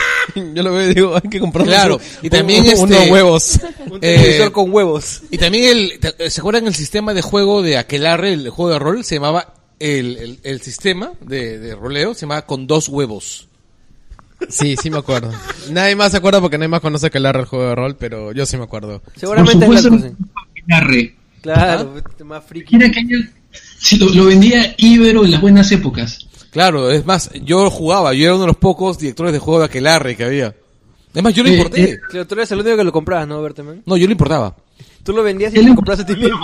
[SPEAKER 1] Yo lo veo y digo, hay que comprar
[SPEAKER 3] Claro, y también este-
[SPEAKER 1] unos huevos.
[SPEAKER 2] Un
[SPEAKER 3] Eh,
[SPEAKER 2] televisor con huevos.
[SPEAKER 3] Y también el, te- ¿se acuerdan el sistema de juego de Aquelarre, el juego de rol? Se llamaba, el, el- el sistema de, de roleo se llamaba con dos huevos.
[SPEAKER 1] Sí, sí me acuerdo. Nadie más se acuerda porque nadie más conoce que Larry el juego de rol, pero yo sí me acuerdo.
[SPEAKER 2] Seguramente
[SPEAKER 9] Por
[SPEAKER 2] es
[SPEAKER 9] supuesto,
[SPEAKER 2] blanco, sí.
[SPEAKER 9] Aquelarre.
[SPEAKER 2] Claro, más friki.
[SPEAKER 9] Era aquello- sí, lo, lo vendía Ibero en las buenas épocas.
[SPEAKER 3] Claro, es más, yo jugaba, yo era uno de los pocos directores de juego de aquelarre que había. Es más, yo lo
[SPEAKER 9] Eh,
[SPEAKER 3] importé.
[SPEAKER 9] eh.
[SPEAKER 2] Claro, tú eres el único que lo comprabas, ¿no, Berteman?
[SPEAKER 3] No, yo lo importaba.
[SPEAKER 2] Tú lo vendías y lo compras a ti mismo.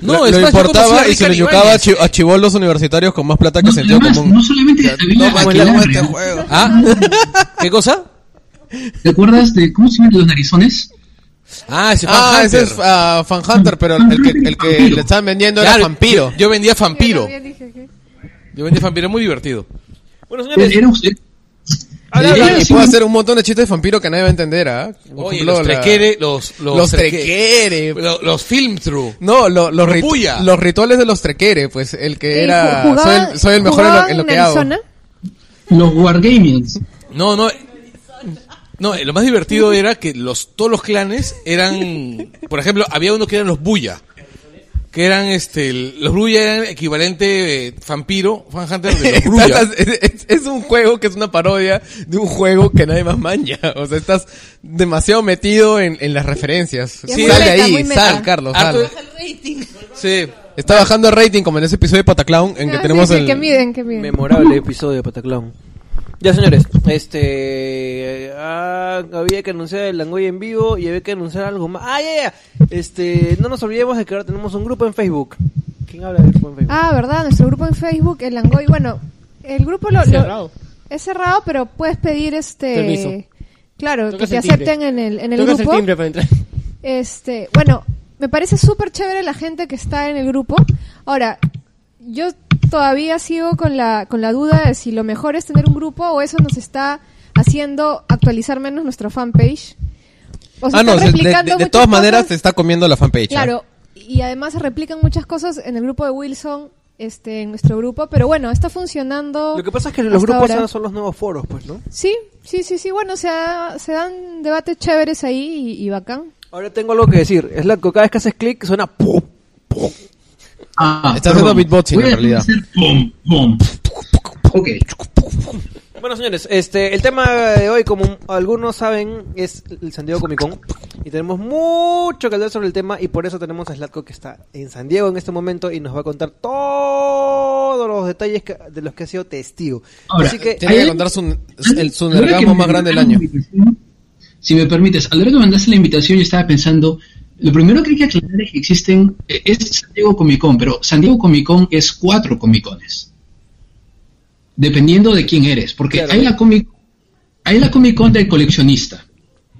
[SPEAKER 3] No,
[SPEAKER 1] lo,
[SPEAKER 3] es
[SPEAKER 1] lo
[SPEAKER 3] más, yo conocí
[SPEAKER 1] importaba
[SPEAKER 3] a
[SPEAKER 1] y se
[SPEAKER 3] Ricardo
[SPEAKER 1] le yucaba a,
[SPEAKER 3] Ibáñez.
[SPEAKER 1] chi- a chivolos universitarios con más plata que
[SPEAKER 9] No,
[SPEAKER 1] sentido
[SPEAKER 9] además,
[SPEAKER 1] común.
[SPEAKER 9] no solamente había
[SPEAKER 1] Toma,
[SPEAKER 9] aquelarre.
[SPEAKER 1] toma este juego.
[SPEAKER 3] ¿Ah? ¿Qué cosa?
[SPEAKER 9] ¿Te acuerdas de cómo se llaman los narizones?
[SPEAKER 3] Ah, ese Fan
[SPEAKER 1] Ah, ese
[SPEAKER 3] Hunter.
[SPEAKER 1] es ah, Fan Hunter, pero el, el que, el que le estaban vendiendo
[SPEAKER 3] Claro,
[SPEAKER 1] era Vampiro.
[SPEAKER 3] Yo, yo vendía Vampiro.
[SPEAKER 4] también dije que-
[SPEAKER 3] Yo vendía Vampiro, muy divertido.
[SPEAKER 2] Bueno, señores,
[SPEAKER 9] Era, era-
[SPEAKER 1] Y-
[SPEAKER 9] habla,
[SPEAKER 1] y
[SPEAKER 9] sí.
[SPEAKER 1] puedo hacer un montón de chistes de vampiro que nadie va a entender, ¿ah? Por
[SPEAKER 3] Oye,
[SPEAKER 1] ejemplo,
[SPEAKER 3] los
[SPEAKER 1] la-
[SPEAKER 3] trequere, los... Los,
[SPEAKER 1] Los
[SPEAKER 3] treque-
[SPEAKER 1] trequere.
[SPEAKER 3] Lo- los film through.
[SPEAKER 1] No, lo- los, rit-
[SPEAKER 3] Puya.
[SPEAKER 1] los rituales de los trequere, pues el que
[SPEAKER 4] Eh,
[SPEAKER 1] era...
[SPEAKER 4] ju- jugaban-
[SPEAKER 1] soy, el, soy el mejor en lo,
[SPEAKER 4] jugaban
[SPEAKER 1] en lo que
[SPEAKER 4] en
[SPEAKER 1] hago.
[SPEAKER 4] Arizona.
[SPEAKER 9] los Wargamers.
[SPEAKER 3] No, no. No, eh, lo más divertido era que los todos los clanes eran, por ejemplo, había uno que eran los Buya, que eran este, el- los Buya eran equivalente eh, vampiro, fan hunter de los Bruya.
[SPEAKER 1] Estás- es, es- es un juego que es una parodia de un juego que nadie más manja. O sea, estás demasiado metido en, en las referencias.
[SPEAKER 4] es
[SPEAKER 1] Sí,
[SPEAKER 4] muy
[SPEAKER 1] sal de
[SPEAKER 4] meta,
[SPEAKER 1] ahí,
[SPEAKER 4] muy meta.
[SPEAKER 1] sal, Carlos,
[SPEAKER 3] Harto-
[SPEAKER 1] sal.
[SPEAKER 3] Sí.
[SPEAKER 1] Está bajando el rating como en ese episodio de Pataclown en que
[SPEAKER 4] Ah,
[SPEAKER 1] tenemos
[SPEAKER 4] sí, sí,
[SPEAKER 1] el...
[SPEAKER 4] que miden, que miden.
[SPEAKER 2] Memorable episodio de Pataclown. Ya, señores, este. eh, ah, había que anunciar el Langoy en vivo y había que anunciar algo más. ¡Ah, ya, ya! Este, no nos olvidemos de que ahora tenemos un grupo en Facebook. ¿Quién habla del grupo en Facebook?
[SPEAKER 4] Ah, verdad, nuestro grupo en Facebook, el Langoy. Bueno, el grupo lo,
[SPEAKER 5] Es
[SPEAKER 4] lo-
[SPEAKER 5] cerrado.
[SPEAKER 4] es cerrado, pero puedes pedir este
[SPEAKER 5] Permiso.
[SPEAKER 4] Claro,
[SPEAKER 5] Tocas
[SPEAKER 4] que te
[SPEAKER 5] el timbre.
[SPEAKER 4] acepten en el en el
[SPEAKER 5] Tocas
[SPEAKER 4] grupo.
[SPEAKER 5] el timbre para entrar.
[SPEAKER 4] Este, bueno, me parece súper chévere la gente que está en el grupo. Ahora, yo todavía sigo con la, con la duda de si lo mejor es tener un grupo o eso nos está haciendo actualizar menos nuestra fanpage. O se
[SPEAKER 1] Ah, no,
[SPEAKER 4] está
[SPEAKER 1] de, de-
[SPEAKER 4] replicando
[SPEAKER 1] de
[SPEAKER 4] muchas
[SPEAKER 1] todas maneras
[SPEAKER 4] cosas.
[SPEAKER 1] te está comiendo la fanpage. ¿ah?
[SPEAKER 4] Claro, y además se replican muchas cosas en el grupo de Wilson, este, en nuestro grupo, pero bueno, está funcionando.
[SPEAKER 2] Lo que pasa es que los
[SPEAKER 4] hasta
[SPEAKER 2] grupos
[SPEAKER 4] ahora.
[SPEAKER 2] son los nuevos foros, pues, ¿no?
[SPEAKER 4] Sí, sí, sí, sí, bueno, se, da- se dan debates chéveres ahí y, y bacán.
[SPEAKER 2] Ahora tengo algo que decir. Es la que cada vez que haces clic suena ¡pum! ¡pum!
[SPEAKER 9] Ah,
[SPEAKER 1] Está haciendo
[SPEAKER 9] perdón.
[SPEAKER 1] beatboxing,
[SPEAKER 9] Voy
[SPEAKER 1] en
[SPEAKER 9] a
[SPEAKER 1] realidad.
[SPEAKER 9] hacer pom, pom. Ok.
[SPEAKER 2] Bueno, señores, este, el tema de hoy, como algunos saben, es el San Diego Comic Con. Y tenemos mucho que hablar sobre el tema. Y por eso tenemos a Slatko que está en San Diego en este momento. Y nos va a contar todos los detalles que- de los que ha sido testigo.
[SPEAKER 9] Ahora,
[SPEAKER 2] Así que,
[SPEAKER 1] Tiene que
[SPEAKER 9] Ahí-
[SPEAKER 1] contar su, el, su
[SPEAKER 9] A la hora que
[SPEAKER 1] nergasmo
[SPEAKER 9] me
[SPEAKER 1] más grande del año.
[SPEAKER 9] mandaste la invitación, Si me permites, a la hora que mandaste la invitación yo estaba pensando, lo primero que hay que aclarar es que existen, eh, es San Diego Comic Con, pero San Diego Comic Con es cuatro Comic Cones. Dependiendo de quién eres, porque
[SPEAKER 2] Claro.
[SPEAKER 9] hay la Comic hay la Comic Con del coleccionista,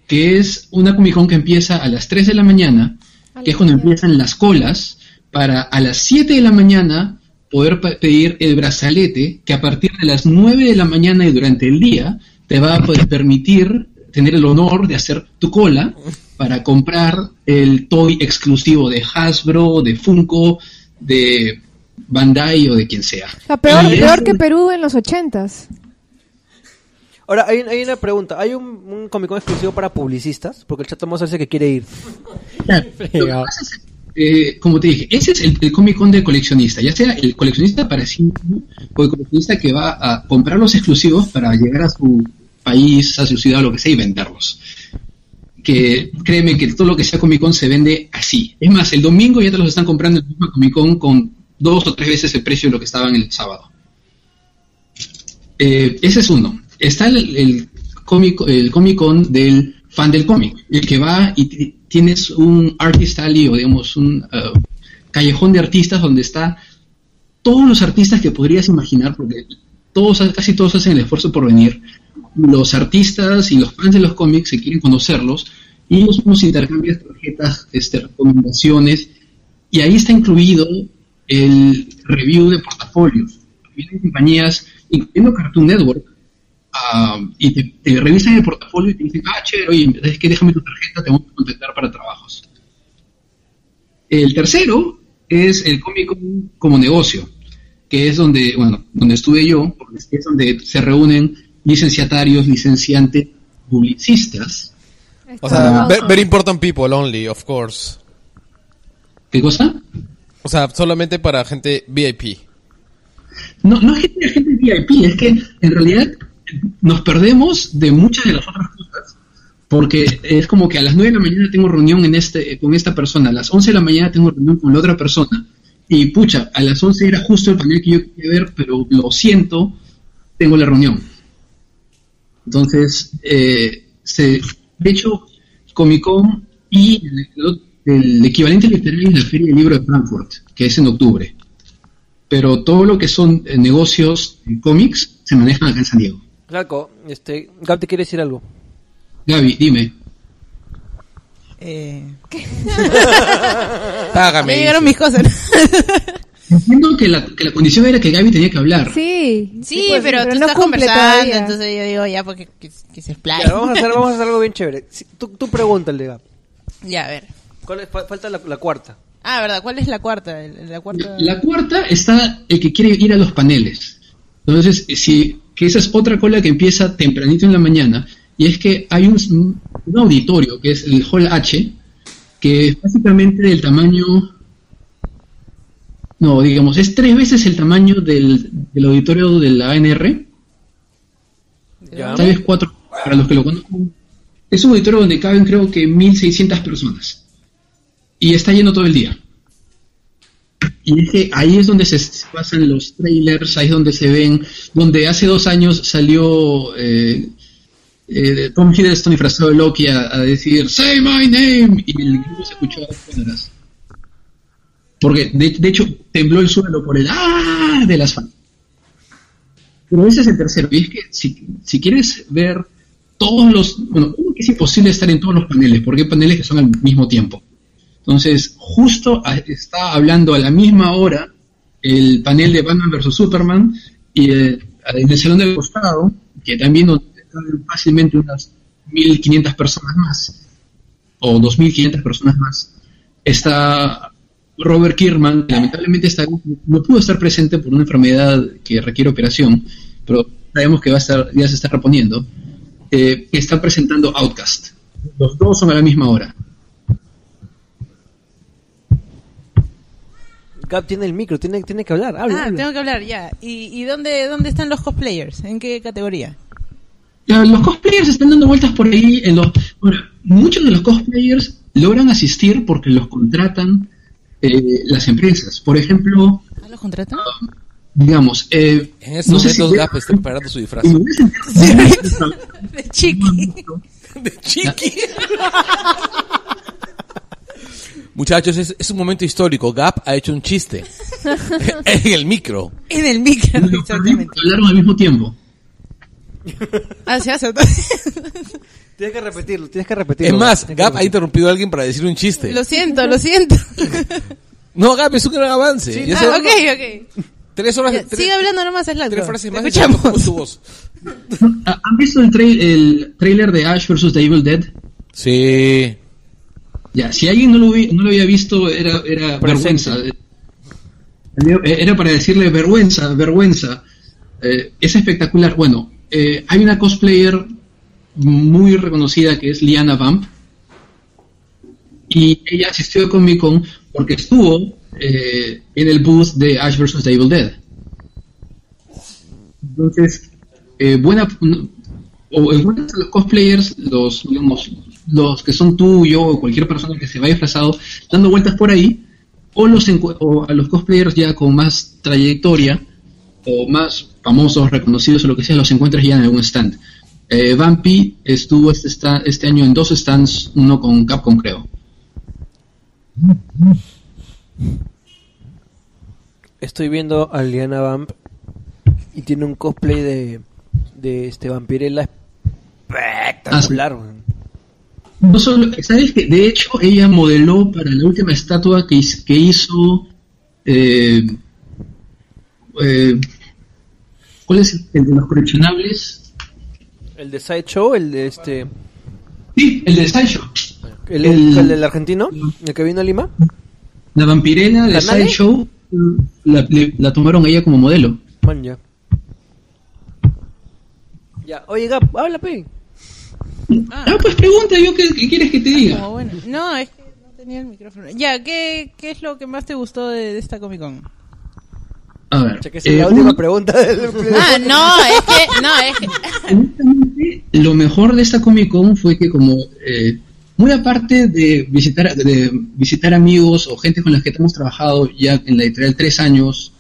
[SPEAKER 9] que es una Comic Con que empieza a las 3 de la mañana,
[SPEAKER 4] A
[SPEAKER 9] que
[SPEAKER 4] la
[SPEAKER 9] es cuando
[SPEAKER 4] mañana.
[SPEAKER 9] empiezan las colas, para a las 7 de la mañana poder pa- pedir el brazalete, que a partir de las 9 de la mañana y durante el día te va a poder permitir tener el honor de hacer tu cola para comprar el toy exclusivo de Hasbro, de Funko, de Bandai o de quien sea.
[SPEAKER 4] La peor,
[SPEAKER 9] Y
[SPEAKER 4] peor
[SPEAKER 9] es-
[SPEAKER 4] que Perú en los ochentas.
[SPEAKER 2] ahora, hay, hay una pregunta. ¿Hay un, un Comic Con exclusivo para publicistas? Porque el chat Mozo dice que quiere ir.
[SPEAKER 9] Lo que pasa es, eh, como te dije, ese es el, el Comic Con del coleccionista, ya sea el coleccionista para sí mismo o el coleccionista que va a comprar los exclusivos para llegar a su país, a su ciudad, lo que sea, y venderlos. Que créeme que todo lo que sea Comic Con se vende así. Es más, el domingo ya te los están comprando en la misma Comic Con con dos o tres veces el precio de lo que estaban el sábado. Eh, ese es uno. Está el, el cómic el Comic Con del fan del cómic, el que va y ti- tienes un artist alley o digamos un eh, callejón de artistas donde está todos los artistas que podrías imaginar, porque todos casi todos hacen el esfuerzo por venir. Los artistas y los fans de los cómics se quieren conocerlos y ellos mismos intercambian tarjetas, este, recomendaciones y ahí está incluido el review de portafolios. Vienen compañías, incluyendo Cartoon Network, ah, y te, te revisan el portafolio y te dicen, ah, chévere, oye, es que déjame tu tarjeta, te vamos a contactar para trabajos. El tercero es el cómico como negocio, que es donde, bueno, donde estuve yo, porque es donde se reúnen licenciatarios, licenciantes, publicistas.
[SPEAKER 1] O
[SPEAKER 4] Ah,
[SPEAKER 1] sea, ve- very important people only, of course.
[SPEAKER 9] ¿Qué cosa?
[SPEAKER 1] O sea, solamente para gente VIP.
[SPEAKER 9] No, no es gente, gente VIP, es que en realidad nos perdemos de muchas de las otras cosas. Porque es como que a las 9 de la mañana tengo reunión en este, con esta persona, a las 11 de la mañana tengo reunión con la otra persona. Y pucha, a las 11 era justo el panel que yo quería ver, pero lo siento, tengo la reunión. Entonces, eh, se, de hecho, Comic Con y el, el equivalente literario es la Feria del Libro de Frankfurt, que es en octubre. Pero todo lo que son eh, negocios en cómics se manejan acá en San Diego.
[SPEAKER 2] Claro, este, Gab te quiere decir algo.
[SPEAKER 9] Gaby, dime.
[SPEAKER 6] Eh,
[SPEAKER 1] Ah,
[SPEAKER 3] Págame.
[SPEAKER 6] me
[SPEAKER 3] dice.
[SPEAKER 6] llegaron mis cosas.
[SPEAKER 9] Entiendo que la, que la condición era que Gaby tenía que hablar.
[SPEAKER 4] Sí,
[SPEAKER 6] Sí,
[SPEAKER 4] pues,
[SPEAKER 6] pero, tú
[SPEAKER 4] no
[SPEAKER 6] estás
[SPEAKER 4] cumple
[SPEAKER 6] conversando,
[SPEAKER 4] todavía.
[SPEAKER 6] entonces yo digo ya porque que, que se explaye.
[SPEAKER 2] Claro, vamos, a hacer, vamos a hacer algo bien chévere. Si- tú, tú pregúntale, Gab.
[SPEAKER 6] Ya, a ver.
[SPEAKER 2] ¿Cuál es- fa- falta la, la cuarta.
[SPEAKER 6] Ah, verdad, ¿cuál es la cuarta? El- La cuarta.
[SPEAKER 9] La cuarta está el que quiere ir a los paneles. Entonces, si, que esa es otra cola que empieza tempranito en la mañana, y es que hay un, un auditorio, que es el Hall H, que es básicamente del tamaño, no, digamos, es tres veces el tamaño del, del auditorio de la ANR,
[SPEAKER 2] Ya.
[SPEAKER 9] tal vez cuatro, para los que lo conozcan. Es un auditorio donde caben creo que 1.600 personas, y está lleno todo el día. Y es que ahí es donde se s- pasan los trailers, ahí es donde se ven, donde hace dos años salió eh, eh, Tom Hiddleston disfrazado de Loki a, a decir Say my name y el grupo se escuchó a las cuadras. Porque de, de hecho tembló el suelo por el ¡ah! de las fans. Pero ese es el tercero. Y es que si, si quieres ver todos los... Bueno, uno que es imposible estar en todos los paneles, porque hay paneles que son al mismo tiempo. Entonces, justo a- está hablando a la misma hora el panel de Batman vs. Superman y eh, en el salón del costado, que también donde caben fácilmente unas 1.500 personas más, o 2.500 personas más, está Robert Kierman, que lamentablemente está, no pudo estar presente por una enfermedad que requiere operación, pero sabemos que va a estar, ya se está reponiendo, eh, que está presentando Outcast. Los dos son a la misma hora.
[SPEAKER 2] Gab tiene el micro, tiene, tiene que hablar. Habla,
[SPEAKER 6] Ah,
[SPEAKER 2] habla.
[SPEAKER 6] tengo que hablar, ya. ¿Y, y dónde, dónde están los cosplayers? ¿En qué categoría?
[SPEAKER 9] Ya, Los cosplayers están dando vueltas por ahí. En los, ahora, muchos de los cosplayers logran asistir porque los contratan eh, las empresas. Por ejemplo,
[SPEAKER 6] ¿Ah, los contratan?
[SPEAKER 9] digamos, eh,
[SPEAKER 3] En estos
[SPEAKER 9] no sé
[SPEAKER 3] momentos
[SPEAKER 9] si-
[SPEAKER 3] Gap está preparando su disfraz.
[SPEAKER 9] en ese-
[SPEAKER 6] De chiqui.
[SPEAKER 3] De chiqui. Muchachos, es, es un momento histórico. Gap ha hecho un chiste. en el micro.
[SPEAKER 6] En el micro,
[SPEAKER 9] los cosplayers
[SPEAKER 6] exactamente.
[SPEAKER 9] hablaron al mismo tiempo.
[SPEAKER 6] Ah, se hace.
[SPEAKER 2] Tienes que repetirlo, tienes que repetirlo.
[SPEAKER 3] Es más,
[SPEAKER 2] Tienes que
[SPEAKER 3] Gap ha
[SPEAKER 2] repetirlo.
[SPEAKER 3] interrumpido a alguien para decir un chiste.
[SPEAKER 6] Lo siento, lo siento.
[SPEAKER 3] No, Gap, es un gran avance. Ya
[SPEAKER 6] Ah,
[SPEAKER 3] son
[SPEAKER 6] ok, ok.
[SPEAKER 3] Tres horas,
[SPEAKER 6] Ya,
[SPEAKER 3] tres,
[SPEAKER 6] Sigue hablando nomás, es la
[SPEAKER 3] tres frases más. y
[SPEAKER 6] Escuchamos.
[SPEAKER 3] sacamos tu voz.
[SPEAKER 9] Ah, ¿Han visto el, trai- el trailer de Ash vs. The Evil Dead?
[SPEAKER 3] Sí.
[SPEAKER 9] Ya, si alguien no lo, vi- no lo había visto, era, era
[SPEAKER 2] Presente.
[SPEAKER 9] vergüenza. Eh, Era para decirle vergüenza, vergüenza. Eh, es espectacular. Bueno, eh, hay una cosplayer muy reconocida que es Liana Vamp. Y ella asistió a Comic Con porque estuvo eh, en el booth de Ash vs. The Evil Dead. Entonces, eh, buena, o en buenas a los cosplayers, los, digamos, los que son tú, yo o cualquier persona que se vaya disfrazado, dando vueltas por ahí, o, los encu- o a los cosplayers ya con más trayectoria, o más famosos, reconocidos o lo que sea, los encuentras ya en algún stand. Eh, Vampi estuvo este, sta- este año en dos stands, uno con Capcom creo.
[SPEAKER 2] Estoy viendo a Liana Vamp y tiene un cosplay de, de este Vampirella espectacular.
[SPEAKER 9] Ah,
[SPEAKER 2] weón.
[SPEAKER 9] No solo, ¿sabes que De hecho, ella modeló para la última estatua que, his- que hizo. eh, eh, ¿Cuál es el- el de los coleccionables?
[SPEAKER 2] El de Sideshow, el de este.
[SPEAKER 9] Sí, el de Sideshow.
[SPEAKER 2] El,
[SPEAKER 9] El-
[SPEAKER 2] el del argentino, el que vino a Lima.
[SPEAKER 9] La vampirena de
[SPEAKER 2] ¿La nave?
[SPEAKER 9] Sideshow mm, la, le- la tomaron a ella como modelo.
[SPEAKER 2] Man, ya. Ya, oye Gap, habla, pe.
[SPEAKER 9] Ah, pues pregunta, yo ¿qué, qué quieres que te
[SPEAKER 6] Como
[SPEAKER 9] diga?
[SPEAKER 6] Ah, bueno. No, es que no tenía el micrófono. Ya, ¿qué, qué es lo que más te gustó de, de esta Comic Con?
[SPEAKER 9] A ver.
[SPEAKER 2] Che, que esa es
[SPEAKER 9] eh,
[SPEAKER 2] la última
[SPEAKER 9] uno-
[SPEAKER 2] pregunta del
[SPEAKER 6] Ah, no, es que, no, es que.
[SPEAKER 9] Honestamente, lo mejor de esta Comic Con fue que como eh, muy aparte de visitar de visitar amigos o gente con la que hemos trabajado ya en la editorial tres años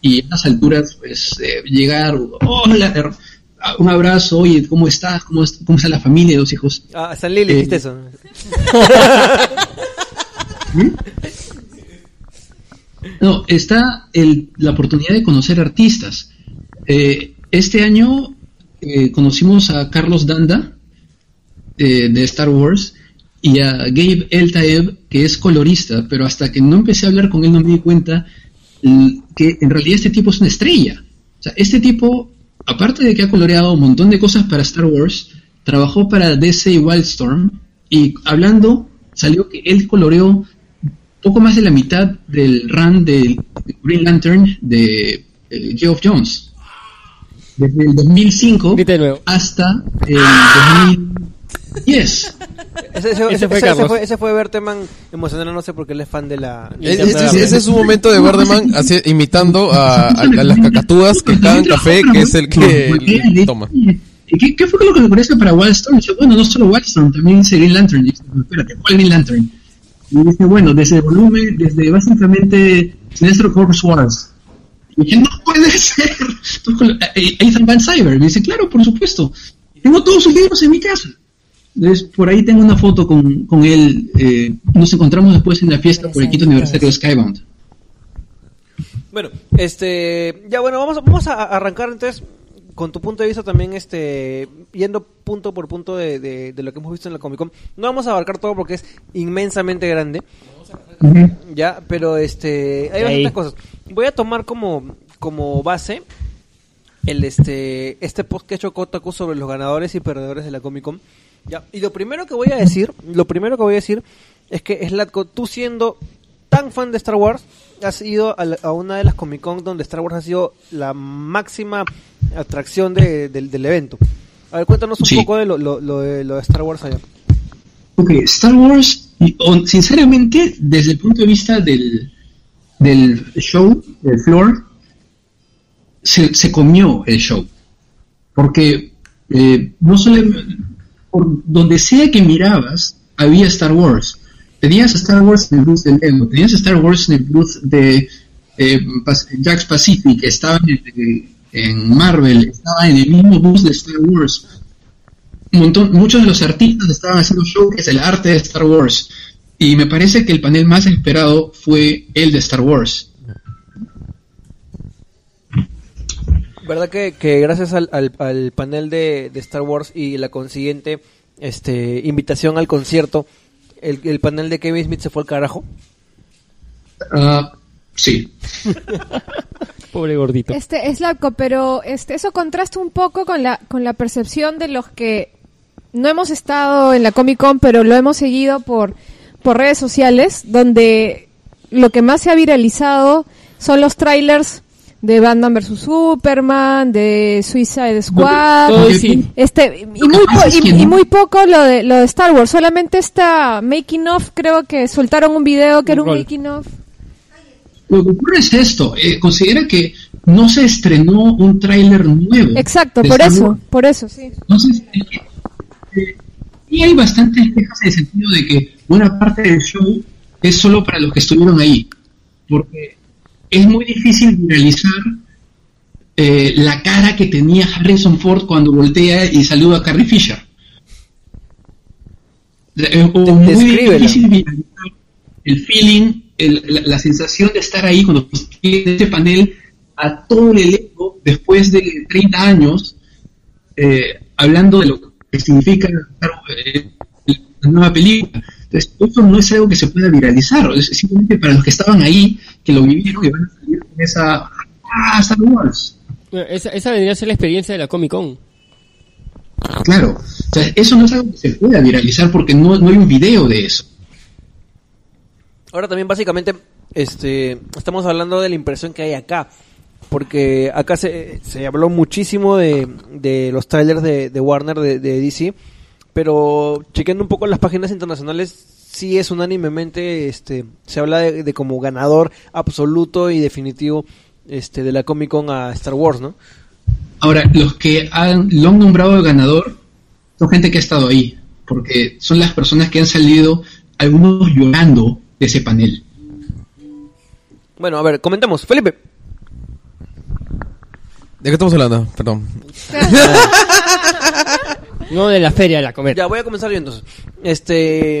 [SPEAKER 9] y a estas alturas pues eh, llegar hola her- ah, un abrazo oye cómo estás cómo es- cómo está la familia los hijos
[SPEAKER 2] Ah, San Lili,
[SPEAKER 9] Eh,
[SPEAKER 2] dijiste eso.
[SPEAKER 9] No, está el- la oportunidad de conocer artistas. Eh, este año eh, conocimos a Carlos Danda eh, de Star Wars y a Gabe Eltaeb, que es colorista, pero hasta que no empecé a hablar con él no me di cuenta l- que en realidad este tipo es una estrella. O sea, este tipo, aparte de que ha coloreado un montón de cosas para Star Wars, trabajó para DC y Wildstorm y hablando salió que él coloreó poco más de la mitad del run del Green Lantern de eh, Geoff Jones. Desde el 2005
[SPEAKER 5] Grita de nuevo.
[SPEAKER 9] hasta el 2010.
[SPEAKER 2] Ese, ese-
[SPEAKER 5] Ese
[SPEAKER 2] ese-
[SPEAKER 5] fue
[SPEAKER 2] ese- ese
[SPEAKER 5] Carlos.
[SPEAKER 2] fue, ese fue Berteman emocionándose porque él es fan de la...
[SPEAKER 1] Ese,
[SPEAKER 5] Intentaba.
[SPEAKER 1] ese- ese es un momento de Birdman así, imitando a, a- a las cacatúas que cagan café, que es el que toma.
[SPEAKER 9] ¿Y ¿Qué, qué fue lo que le parece para Wildstorm? Dice, bueno, no solo Wildstorm, también dice Green Lantern. Y dice, espérate, ¿cuál Green Lantern? Y dice, bueno, desde volumen, desde básicamente Sinestro Corps Wars. Y dije, no puede ser. Tú con- eh, Ethan Van Cyber. Me dice, claro, por supuesto. Tengo todos sus libros en mi casa. Entonces, por ahí tengo una foto con, con él. eh, nos encontramos después en la fiesta por el quinto aniversario de Skybound.
[SPEAKER 2] Bueno, este, ya bueno, vamos, vamos a a arrancar entonces con tu punto de vista también, este, yendo punto por punto de, de- de lo que hemos visto en la Comic Con. No vamos a abarcar todo porque es inmensamente grande, ya, pero este, hay
[SPEAKER 5] Ahí.
[SPEAKER 2] bastantes cosas. Voy a tomar como, como base el este, este post que ha hecho Kotaku sobre los ganadores y perdedores de la Comic Con. Ya, y lo primero que voy a decir, lo primero que voy a decir es que Slatko, tú siendo tan fan de Star Wars, has ido a, la- a una de las Comic Con donde Star Wars ha sido la máxima atracción de- del- del evento. A ver, cuéntanos un
[SPEAKER 9] Sí.
[SPEAKER 2] poco de lo, lo- lo de lo de Star Wars allá.
[SPEAKER 9] Ok, Star Wars, y- on- sinceramente, desde el punto de vista del, del show, del floor, se, se comió el show. Porque eh, no solo por donde sea que mirabas, había Star Wars. Tenías Star Wars en el booth de Lego, tenías Star Wars en el booth de eh, Pas- Jax Pacific, estaba en, el- en Marvel, estaba en el mismo booth de Star Wars un montón, muchos de los artistas estaban haciendo showcase del arte de Star Wars. Y me parece que el panel más esperado fue el de Star Wars.
[SPEAKER 2] ¿Verdad que, que gracias al, al- al panel de, de Star Wars y la consiguiente este, invitación al concierto, el, el panel de Kevin Smith se fue al carajo?
[SPEAKER 9] Ah, sí.
[SPEAKER 5] Pobre gordito.
[SPEAKER 4] Este, Slavko, pero este, eso contrasta un poco con la, con la percepción de los que no hemos estado en la Comic Con, pero lo hemos seguido por, por redes sociales, donde lo que más se ha viralizado son los trailers de Batman vs. Superman, de Suicide Squad.
[SPEAKER 5] Todo
[SPEAKER 9] Yo-
[SPEAKER 5] sí.
[SPEAKER 4] Este, y
[SPEAKER 9] Lo que
[SPEAKER 4] muy, po-
[SPEAKER 9] pasa es
[SPEAKER 4] y-
[SPEAKER 9] que
[SPEAKER 4] y
[SPEAKER 9] no-
[SPEAKER 4] muy poco lo de, lo de Star Wars. Solamente esta making of, creo que soltaron un video que
[SPEAKER 5] Un
[SPEAKER 4] era un
[SPEAKER 5] roll.
[SPEAKER 4] making of.
[SPEAKER 9] Lo que ocurre es esto. eh, considera que no se estrenó un tráiler nuevo.
[SPEAKER 4] Exacto,
[SPEAKER 9] de
[SPEAKER 4] por
[SPEAKER 9] Star
[SPEAKER 4] eso,
[SPEAKER 9] Wars.
[SPEAKER 4] por eso, sí.
[SPEAKER 9] Entonces, eh, eh, y hay bastantes quejas en el sentido de que buena parte del show es solo para los que estuvieron ahí, porque es muy difícil viralizar eh, la cara que tenía Harrison Ford cuando voltea y saluda a Carrie Fisher. Eh, o
[SPEAKER 2] Te-
[SPEAKER 9] muy
[SPEAKER 2] descríbela.
[SPEAKER 9] difícil viralizar el feeling, el- la, la sensación de estar ahí cuando tiene este panel a todo el elenco después de 30 años eh, hablando de lo que significa claro, eh, la nueva película. Entonces, eso no es algo que se pueda viralizar, es simplemente para los que estaban ahí, que lo vivieron y van a salir con esa. ¡Ah, Star Wars!
[SPEAKER 5] Bueno, esa, esa vendría a ser la experiencia de la Comic Con.
[SPEAKER 9] Claro, o sea, eso no es algo que se pueda viralizar porque no, no hay un video de eso.
[SPEAKER 2] Ahora también básicamente este estamos hablando de la impresión que hay acá. Porque acá se, se habló muchísimo de, de los trailers de, de Warner, de, de DC. Pero chequeando un poco las páginas internacionales, sí es unánimemente, este, se habla de, de como ganador absoluto y definitivo este, de la Comic Con a Star Wars, ¿no?
[SPEAKER 9] Ahora, los que han, lo han nombrado el ganador son gente que ha estado ahí, porque son las personas que han salido, algunos llorando de ese panel.
[SPEAKER 2] Bueno, a ver, comentemos. Felipe.
[SPEAKER 1] ¿De qué estamos hablando? Perdón.
[SPEAKER 5] No de la feria, de la comer.
[SPEAKER 2] Ya, voy a comenzar yo entonces. Este,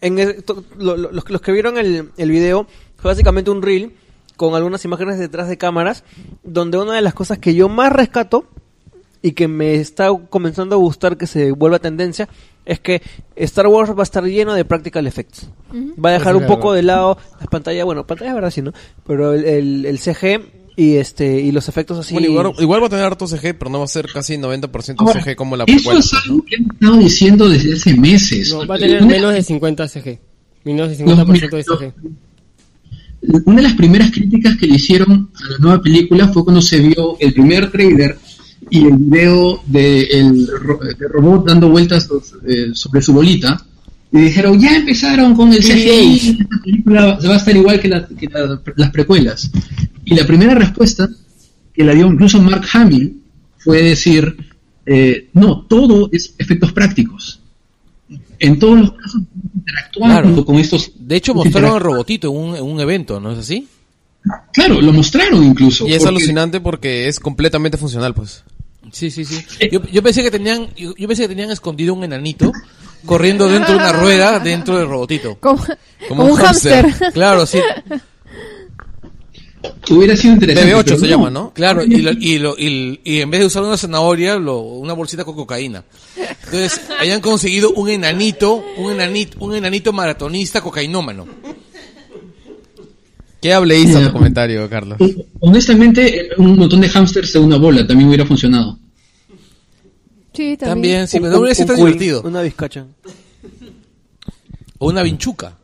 [SPEAKER 2] en el- to- lo- lo- los, que- los que vieron el, el video fue básicamente un reel con algunas imágenes detrás de cámaras, donde una de las cosas que yo más rescato y que me está comenzando a gustar que se vuelva tendencia es que Star Wars va a estar lleno de practical effects. Va a dejar
[SPEAKER 5] Eso
[SPEAKER 2] un
[SPEAKER 5] es
[SPEAKER 2] poco
[SPEAKER 5] verdad.
[SPEAKER 2] de lado las pantallas, bueno, pantallas verdad sí, ¿no? Pero el, el, el CG y este y los efectos así.
[SPEAKER 1] Bueno, igual, igual va a tener harto CG, pero no va a ser casi 90%
[SPEAKER 9] Ahora,
[SPEAKER 1] CG como la
[SPEAKER 9] Eso
[SPEAKER 1] cual-
[SPEAKER 9] es algo que han estado diciendo desde hace meses.
[SPEAKER 5] No, va a tener
[SPEAKER 9] Una-
[SPEAKER 5] menos de 50 CG. Menos de 50% de CG.
[SPEAKER 9] Una de las primeras críticas que le hicieron a la nueva película fue cuando se vio el primer trailer y el video del robot dando vueltas eh, sobre su bolita. Y dijeron, ya empezaron con el CGI, la película va a estar igual que, la- que la- las precuelas. Y la primera respuesta que la dio incluso Mark Hamill fue decir, eh, no, todo es efectos prácticos. En todos los casos interactuando
[SPEAKER 3] Claro.
[SPEAKER 9] con estos...
[SPEAKER 3] De hecho, mostraron al robotito en un, en un evento, ¿no es así?
[SPEAKER 9] Claro, lo mostraron incluso.
[SPEAKER 1] Y es
[SPEAKER 9] porque-
[SPEAKER 1] alucinante porque es completamente funcional, pues.
[SPEAKER 3] Sí, sí, sí. Yo, yo pensé que tenían, yo, yo pensé que tenían escondido un enanito corriendo dentro de una rueda dentro del robotito.
[SPEAKER 4] Como,
[SPEAKER 1] Como
[SPEAKER 4] como
[SPEAKER 1] un
[SPEAKER 4] un hámster.
[SPEAKER 3] Claro, sí.
[SPEAKER 9] Hubiera sido interesante.
[SPEAKER 1] BB8
[SPEAKER 9] pero
[SPEAKER 1] se llama, ¿no?
[SPEAKER 3] Claro, y, lo- y, lo- y- y en vez de usar una zanahoria, lo- una bolsita con cocaína. Entonces, hayan conseguido un enanito, un enanito, un enanito maratonista cocainómano.
[SPEAKER 1] ¿Qué hable hizo
[SPEAKER 9] Ya.
[SPEAKER 1] tu comentario, Carlos?
[SPEAKER 9] Eh, Honestamente, eh, un montón de hamsters de una bola también hubiera funcionado.
[SPEAKER 4] Sí, también.
[SPEAKER 3] También, sí,
[SPEAKER 2] Un-
[SPEAKER 3] pero no hubiera
[SPEAKER 2] un-
[SPEAKER 3] sido tan
[SPEAKER 2] un cuy,
[SPEAKER 3] divertido.
[SPEAKER 2] Una bizcacha.
[SPEAKER 3] O una vinchuca.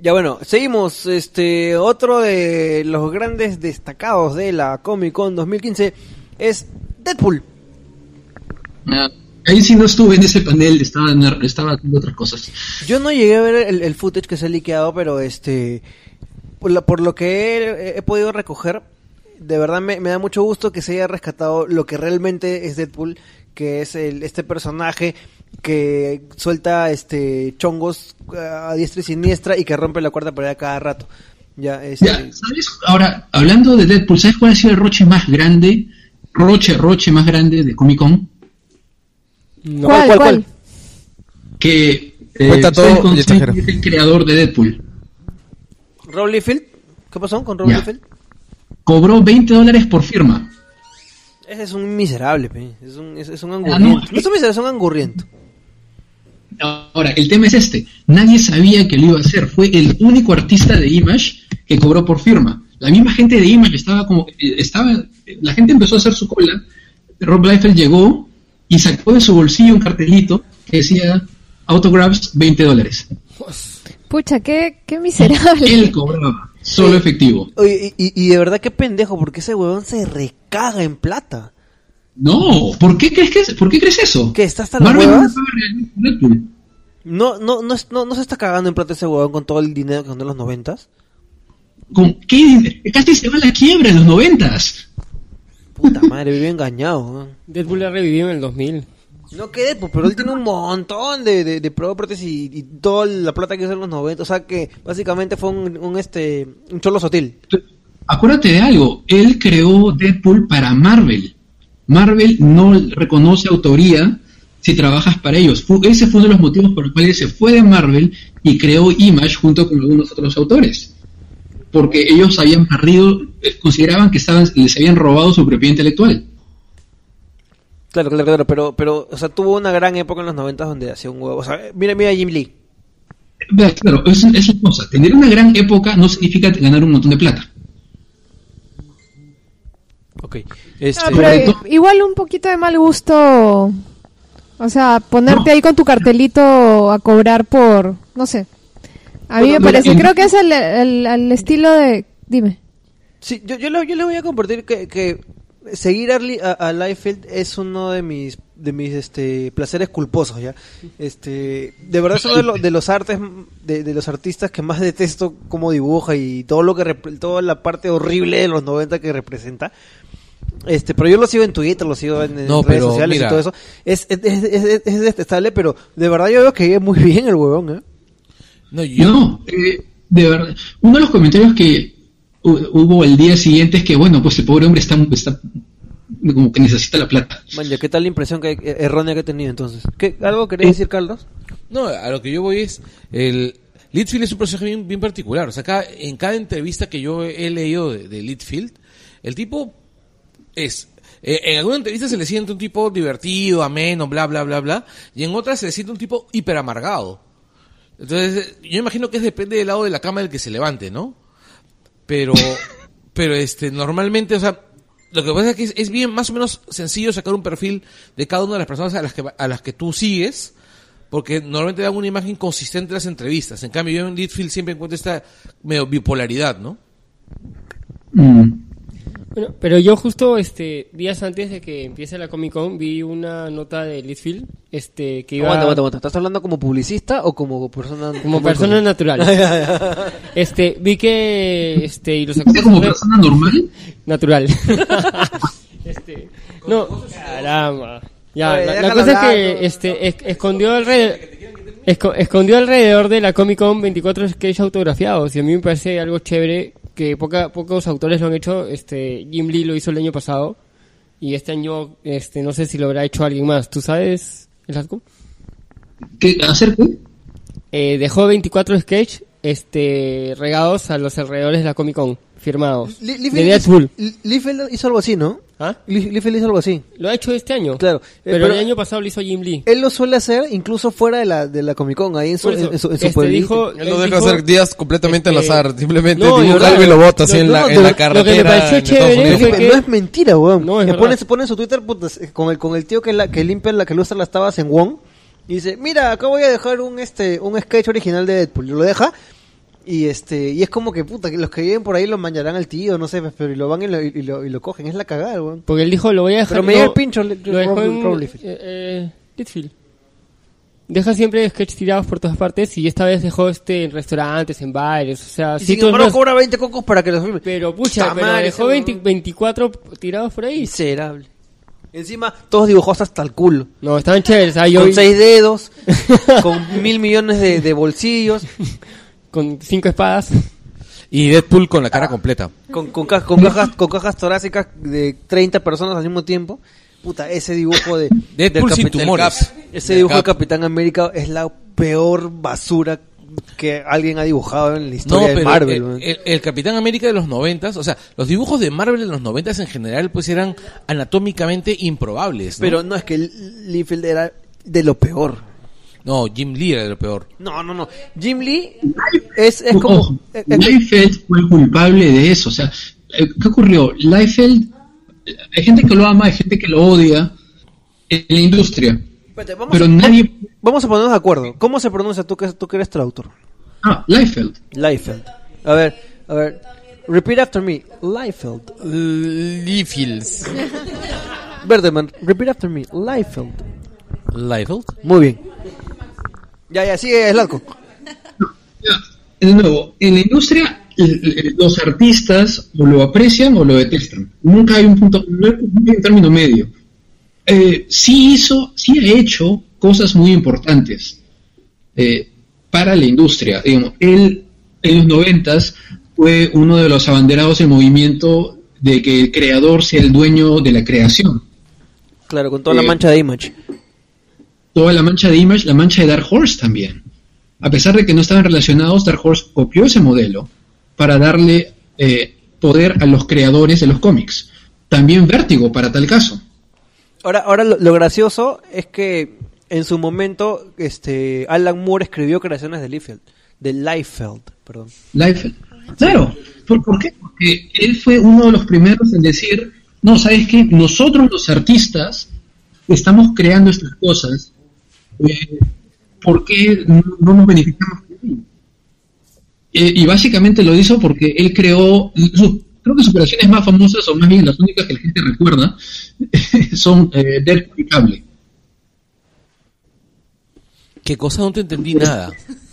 [SPEAKER 2] Ya bueno, seguimos. Este otro de los grandes destacados de la Comic Con 2015 es Deadpool.
[SPEAKER 9] Ah, Ahí sí no estuve en ese panel, estaba, en- estaba haciendo otras cosas.
[SPEAKER 2] Yo no llegué a ver el, el footage que se ha liqueado, pero este por, la- por lo que he, he podido recoger, de verdad me, me da mucho gusto que se haya rescatado lo que realmente es Deadpool, que es el, este personaje que suelta este chongos a diestra y siniestra y que rompe la cuarta pared a cada rato. Ya, este,
[SPEAKER 9] Ya, ¿sabes? Ahora, hablando de Deadpool, ¿sabes cuál ha sido el roche más grande? Roche, roche más grande de Comic Con.
[SPEAKER 5] No.
[SPEAKER 4] ¿Cuál,
[SPEAKER 2] ¿Cuál,
[SPEAKER 4] cuál?
[SPEAKER 2] cuál?
[SPEAKER 9] Que eh,
[SPEAKER 1] Cuenta todo
[SPEAKER 9] Simon
[SPEAKER 1] y
[SPEAKER 9] Stein
[SPEAKER 1] exagera.
[SPEAKER 9] es el creador de Deadpool.
[SPEAKER 2] Rob Liefeld, ¿qué pasó con Rob
[SPEAKER 9] Ya.
[SPEAKER 2] Liefeld?
[SPEAKER 9] Cobró 20 dólares por firma.
[SPEAKER 2] Ese es un miserable, pe. Es un, es, es un
[SPEAKER 9] no.
[SPEAKER 2] angurriento. no. es un miserable, es un angurriento.
[SPEAKER 9] Ahora, el tema es este. Nadie sabía que lo iba a hacer. Fue el único artista de Image que cobró por firma. La misma gente de Image estaba como... eh, estaba La gente empezó a hacer su cola. Rob Liefeld llegó y sacó de su bolsillo un cartelito que decía autographs 20 dólares.
[SPEAKER 4] Pucha, qué, qué miserable.
[SPEAKER 9] Él cobraba, solo efectivo.
[SPEAKER 2] Oye, y, y- y de verdad qué pendejo, porque ese huevón se recaga en plata.
[SPEAKER 9] No, ¿por qué crees, que es- ¿por qué crees eso?
[SPEAKER 2] ¿Qué, está hasta las
[SPEAKER 9] Marvel no
[SPEAKER 2] huevas?
[SPEAKER 9] paga realmente a Deadpool.
[SPEAKER 2] No, no, no, es- no, no se está cagando en plata ese huevón con todo el dinero que ganó en los noventas.
[SPEAKER 9] ¿Con qué? Casi se va a la quiebra en los noventas.
[SPEAKER 2] Puta madre, vive engañado. huevón.
[SPEAKER 5] Deadpool la revivió en el 2000.
[SPEAKER 2] No quede, pues, pero él tiene un montón de, de, de prótesis y, y toda la plata que hizo en los noventas. O sea que básicamente fue un, un, este, un cholo sotil.
[SPEAKER 9] Acuérdate de algo, él creó Deadpool para Marvel. Marvel no reconoce autoría si trabajas para ellos. Fu- Ese fue uno de los motivos por los cuales se fue de Marvel y creó Image junto con algunos otros autores. Porque ellos habían perdido, eh, consideraban que estaban, les habían robado su propiedad intelectual.
[SPEAKER 2] Claro, claro, claro, pero, pero, o sea, tuvo una gran época en los noventas donde hacía un huevo. O sea, mira, mira a Jim Lee.
[SPEAKER 9] Vea, Claro, es, es la cosa. Tener una gran época no significa ganar un montón de plata.
[SPEAKER 2] Ok.
[SPEAKER 4] No, pero eh, igual un poquito de mal gusto. O sea, ponerte ahí con tu cartelito a cobrar por. No sé. A mí me
[SPEAKER 9] Bueno,
[SPEAKER 4] parece.
[SPEAKER 9] en-
[SPEAKER 4] Creo que es el, el- el estilo de. Dime.
[SPEAKER 2] Sí, yo, yo, le, yo le voy a compartir que, que seguir a, Li- a, a Liefeld es uno de mis de mis este, placeres culposos, ¿ya? Este, de verdad es uno de, lo- de los artes, de, de los artistas que más detesto cómo dibuja y todo lo que, rep- toda la parte horrible de los 90 que representa. Este, pero yo lo sigo en Twitter, lo sigo en, en
[SPEAKER 3] No,
[SPEAKER 2] redes
[SPEAKER 3] pero
[SPEAKER 2] sociales
[SPEAKER 3] mira.
[SPEAKER 2] y todo eso. Es, es, es- es- es detestable, pero de verdad yo veo que es muy bien el huevón, ¿eh?
[SPEAKER 3] No, yo,
[SPEAKER 9] No, eh, de verdad. Uno de los comentarios que hu- hubo el día siguiente es que, bueno, pues el pobre hombre está, está como que necesita la plata.
[SPEAKER 2] Man, ya, ¿qué tal la impresión que, eh, errónea que he tenido entonces? ¿Qué, ¿Algo quería
[SPEAKER 3] Eh,
[SPEAKER 2] decir, Carlos?
[SPEAKER 3] No, a lo que yo voy es. El, Litfield es un personaje bien, bien particular. O sea, cada- en cada entrevista que yo he leído de, de Litfield, el tipo es. eh, en algunas entrevistas se le siente un tipo divertido, ameno, bla, bla, bla, bla. Y en otras se le siente un tipo hiper amargado. Entonces, eh, yo imagino que es depende del lado de la cama del que se levante, ¿no? Pero, pero este, normalmente, o sea, lo que pasa es que es, es bien más o menos sencillo sacar un perfil de cada una de las personas a las que, va- a las que tú sigues, porque normalmente dan una imagen consistente de las entrevistas. En cambio, yo en Litfield siempre encuentro esta medio bipolaridad, ¿no?
[SPEAKER 9] Mm.
[SPEAKER 5] Bueno, pero yo justo este días antes de que empiece la Comic Con vi una nota de Litfield este que iba
[SPEAKER 2] Aguanta, aguanta, aguanta. ¿Estás hablando como publicista o como persona
[SPEAKER 5] como persona natural. este vi que este y lo sacó
[SPEAKER 9] ¿Está como
[SPEAKER 5] por-
[SPEAKER 9] persona normal?
[SPEAKER 5] natural. este, no, caramba. Ya,
[SPEAKER 2] Oye,
[SPEAKER 5] la- la,
[SPEAKER 2] déjalo
[SPEAKER 5] cosa es
[SPEAKER 2] hablar,
[SPEAKER 5] que
[SPEAKER 2] no,
[SPEAKER 5] este, es- escondió alrededor, esco- escondió alrededor de la Comic Con 24 sketches autografiados y a mí me parece algo chévere que poca, pocos autores lo han hecho. Este, Jim Lee lo hizo el año pasado y este año este, no sé si lo habrá hecho alguien más. ¿Tú sabes, Elasco?
[SPEAKER 9] ¿Qué, ¿Hacer qué?
[SPEAKER 5] Eh, dejó 24 sketches este, regados a los alrededores de la Comic Con, firmados.
[SPEAKER 2] Li-
[SPEAKER 5] de
[SPEAKER 2] Liefeld-
[SPEAKER 5] Deadpool.
[SPEAKER 2] Li- Liefeld hizo algo así, ¿no?
[SPEAKER 5] ¿Ah?
[SPEAKER 2] Li- Liefeld hizo algo así.
[SPEAKER 5] Lo ha hecho este año.
[SPEAKER 2] Claro, eh,
[SPEAKER 5] pero,
[SPEAKER 2] pero-
[SPEAKER 5] el año pasado lo hizo Jim Lee.
[SPEAKER 2] Él lo suele hacer incluso fuera de la, de la Comic Con, ahí en su,
[SPEAKER 5] Por eso,
[SPEAKER 2] en su, en su
[SPEAKER 5] este,
[SPEAKER 2] pueblito.
[SPEAKER 5] dijo-
[SPEAKER 1] Él no
[SPEAKER 5] él
[SPEAKER 1] deja
[SPEAKER 5] dijo-
[SPEAKER 1] hacer días completamente al
[SPEAKER 5] este,
[SPEAKER 1] azar, simplemente
[SPEAKER 5] no,
[SPEAKER 1] dibuja
[SPEAKER 5] yo-
[SPEAKER 1] algo y lo bota así
[SPEAKER 5] lo-
[SPEAKER 1] en,
[SPEAKER 5] no,
[SPEAKER 1] la,
[SPEAKER 5] lo-
[SPEAKER 1] en
[SPEAKER 5] lo
[SPEAKER 1] la
[SPEAKER 5] que me
[SPEAKER 1] carretera.
[SPEAKER 5] pareció
[SPEAKER 1] en Estados
[SPEAKER 5] chévere
[SPEAKER 2] No,
[SPEAKER 1] Unidos.
[SPEAKER 5] fue
[SPEAKER 2] pe-
[SPEAKER 5] que-
[SPEAKER 2] no es mentira, weón.
[SPEAKER 5] No, es
[SPEAKER 2] Le
[SPEAKER 5] verdad.
[SPEAKER 2] pone, se pone en su Twitter puta, se- con, el, con el tío que, la, que limpia, la que lustra las tabas en Wong. Y dice, mira, acá voy a dejar un este un sketch original de Deadpool. Lo deja. Y este y es como que, puta, que los que viven por ahí lo mañarán al tío, no sé, pues, pero y lo van y lo, y lo, y lo cogen. Es la cagada, weón.
[SPEAKER 5] Porque él dijo, lo voy a dejar.
[SPEAKER 2] Pero me
[SPEAKER 5] lo-
[SPEAKER 2] llega el pincho, le-
[SPEAKER 5] Lo dejó
[SPEAKER 2] Rob-
[SPEAKER 5] en.
[SPEAKER 2] Rob Liefeld.
[SPEAKER 5] eh, eh, Liefeld. Deja siempre sketches tirados por todas partes y esta vez dejó este en restaurantes, en bares, o sea,
[SPEAKER 2] Y
[SPEAKER 5] sí,
[SPEAKER 2] sin
[SPEAKER 5] todos
[SPEAKER 2] embargo
[SPEAKER 5] los-
[SPEAKER 2] cobra 20 cocos para que los filme.
[SPEAKER 5] Pero pucha,
[SPEAKER 2] Está
[SPEAKER 5] pero
[SPEAKER 2] mal
[SPEAKER 5] dejó
[SPEAKER 2] ese
[SPEAKER 5] 20
[SPEAKER 2] huevón.
[SPEAKER 5] 24 tirados por ahí.
[SPEAKER 2] Miserable. Encima, todos dibujados hasta el culo.
[SPEAKER 5] No, estaban chéveres. ah, yo
[SPEAKER 2] Con
[SPEAKER 5] vi-
[SPEAKER 2] seis dedos, con mil millones de, de bolsillos,
[SPEAKER 5] con cinco espadas.
[SPEAKER 3] Y Deadpool con la cara completa.
[SPEAKER 2] con, con, ca- con cajas, con cajas torácicas de 30 personas al mismo tiempo. Puta, ese dibujo de...
[SPEAKER 3] Deadpool
[SPEAKER 2] del
[SPEAKER 3] sin
[SPEAKER 2] Capitán-
[SPEAKER 3] tumores.
[SPEAKER 2] Ese dibujo de
[SPEAKER 1] Cap.
[SPEAKER 2] Capitán América es la peor basura que alguien ha dibujado en la
[SPEAKER 3] No,
[SPEAKER 2] historia de
[SPEAKER 3] pero
[SPEAKER 2] Marvel.
[SPEAKER 3] el,
[SPEAKER 2] man.
[SPEAKER 3] el- el Capitán América de los noventas, o sea, los dibujos de Marvel en los noventas en general, pues eran anatómicamente improbables. ¿no?
[SPEAKER 2] pero no, es que Liefeld era de lo peor.
[SPEAKER 3] no, Jim Lee era lo peor.
[SPEAKER 2] No, no, no. Jim Lee es, es
[SPEAKER 9] Ojo,
[SPEAKER 2] como... eh, es- es-
[SPEAKER 9] Liefeld fue el culpable de eso. O sea, eh, ¿qué ocurrió? Liefeld, eh, hay gente que lo ama, hay gente que lo odia en la industria.
[SPEAKER 2] Espérate, vamos
[SPEAKER 9] Pero
[SPEAKER 2] a-
[SPEAKER 9] nadie.
[SPEAKER 2] Vamos a ponernos de acuerdo. ¿Cómo se pronuncia tú que, tú que eres traductor?
[SPEAKER 9] Ah, Liefeld.
[SPEAKER 2] Liefeld. A ver, a ver. Repeat after me. Liefeld.
[SPEAKER 1] Liefels.
[SPEAKER 2] Verdeman, repeat after me. Liefeld.
[SPEAKER 3] Liefeld.
[SPEAKER 2] Muy bien. Ya, ya, sigue el arco.
[SPEAKER 9] Ya, De nuevo, en la industria l- l- los artistas o lo aprecian o lo detestan. Nunca hay un punto, no hay un término medio. Eh, sí hizo, sí ha hecho cosas muy importantes eh, para la industria. Digamos, él en los noventas fue uno de los abanderados del movimiento de que el creador sea el dueño de la creación.
[SPEAKER 2] Claro, con
[SPEAKER 9] Eh,
[SPEAKER 2] toda la mancha de Image.
[SPEAKER 9] toda la mancha de Image, la mancha de Dark Horse también. A pesar de que no estaban relacionados, Dark Horse copió ese modelo para darle eh, poder a los creadores de los cómics. También Vértigo para tal caso.
[SPEAKER 2] Ahora, ahora lo, lo gracioso es que en su momento este, Alan Moore escribió creaciones de Liefeld. De Liefeld, perdón.
[SPEAKER 9] Liefeld. Claro. ¿Por, por qué? Porque él fue uno de los primeros en decir, no, ¿sabes qué? Nosotros los artistas estamos creando estas cosas. eh, ¿Por qué no, no nos beneficiamos? de ello?". Eh, y básicamente lo hizo porque él creó, su- creo que sus creaciones más famosas, o más bien las únicas que la gente recuerda, son eh, Deadpool y Cable.
[SPEAKER 3] ¿Qué cosa? No te entendí nada.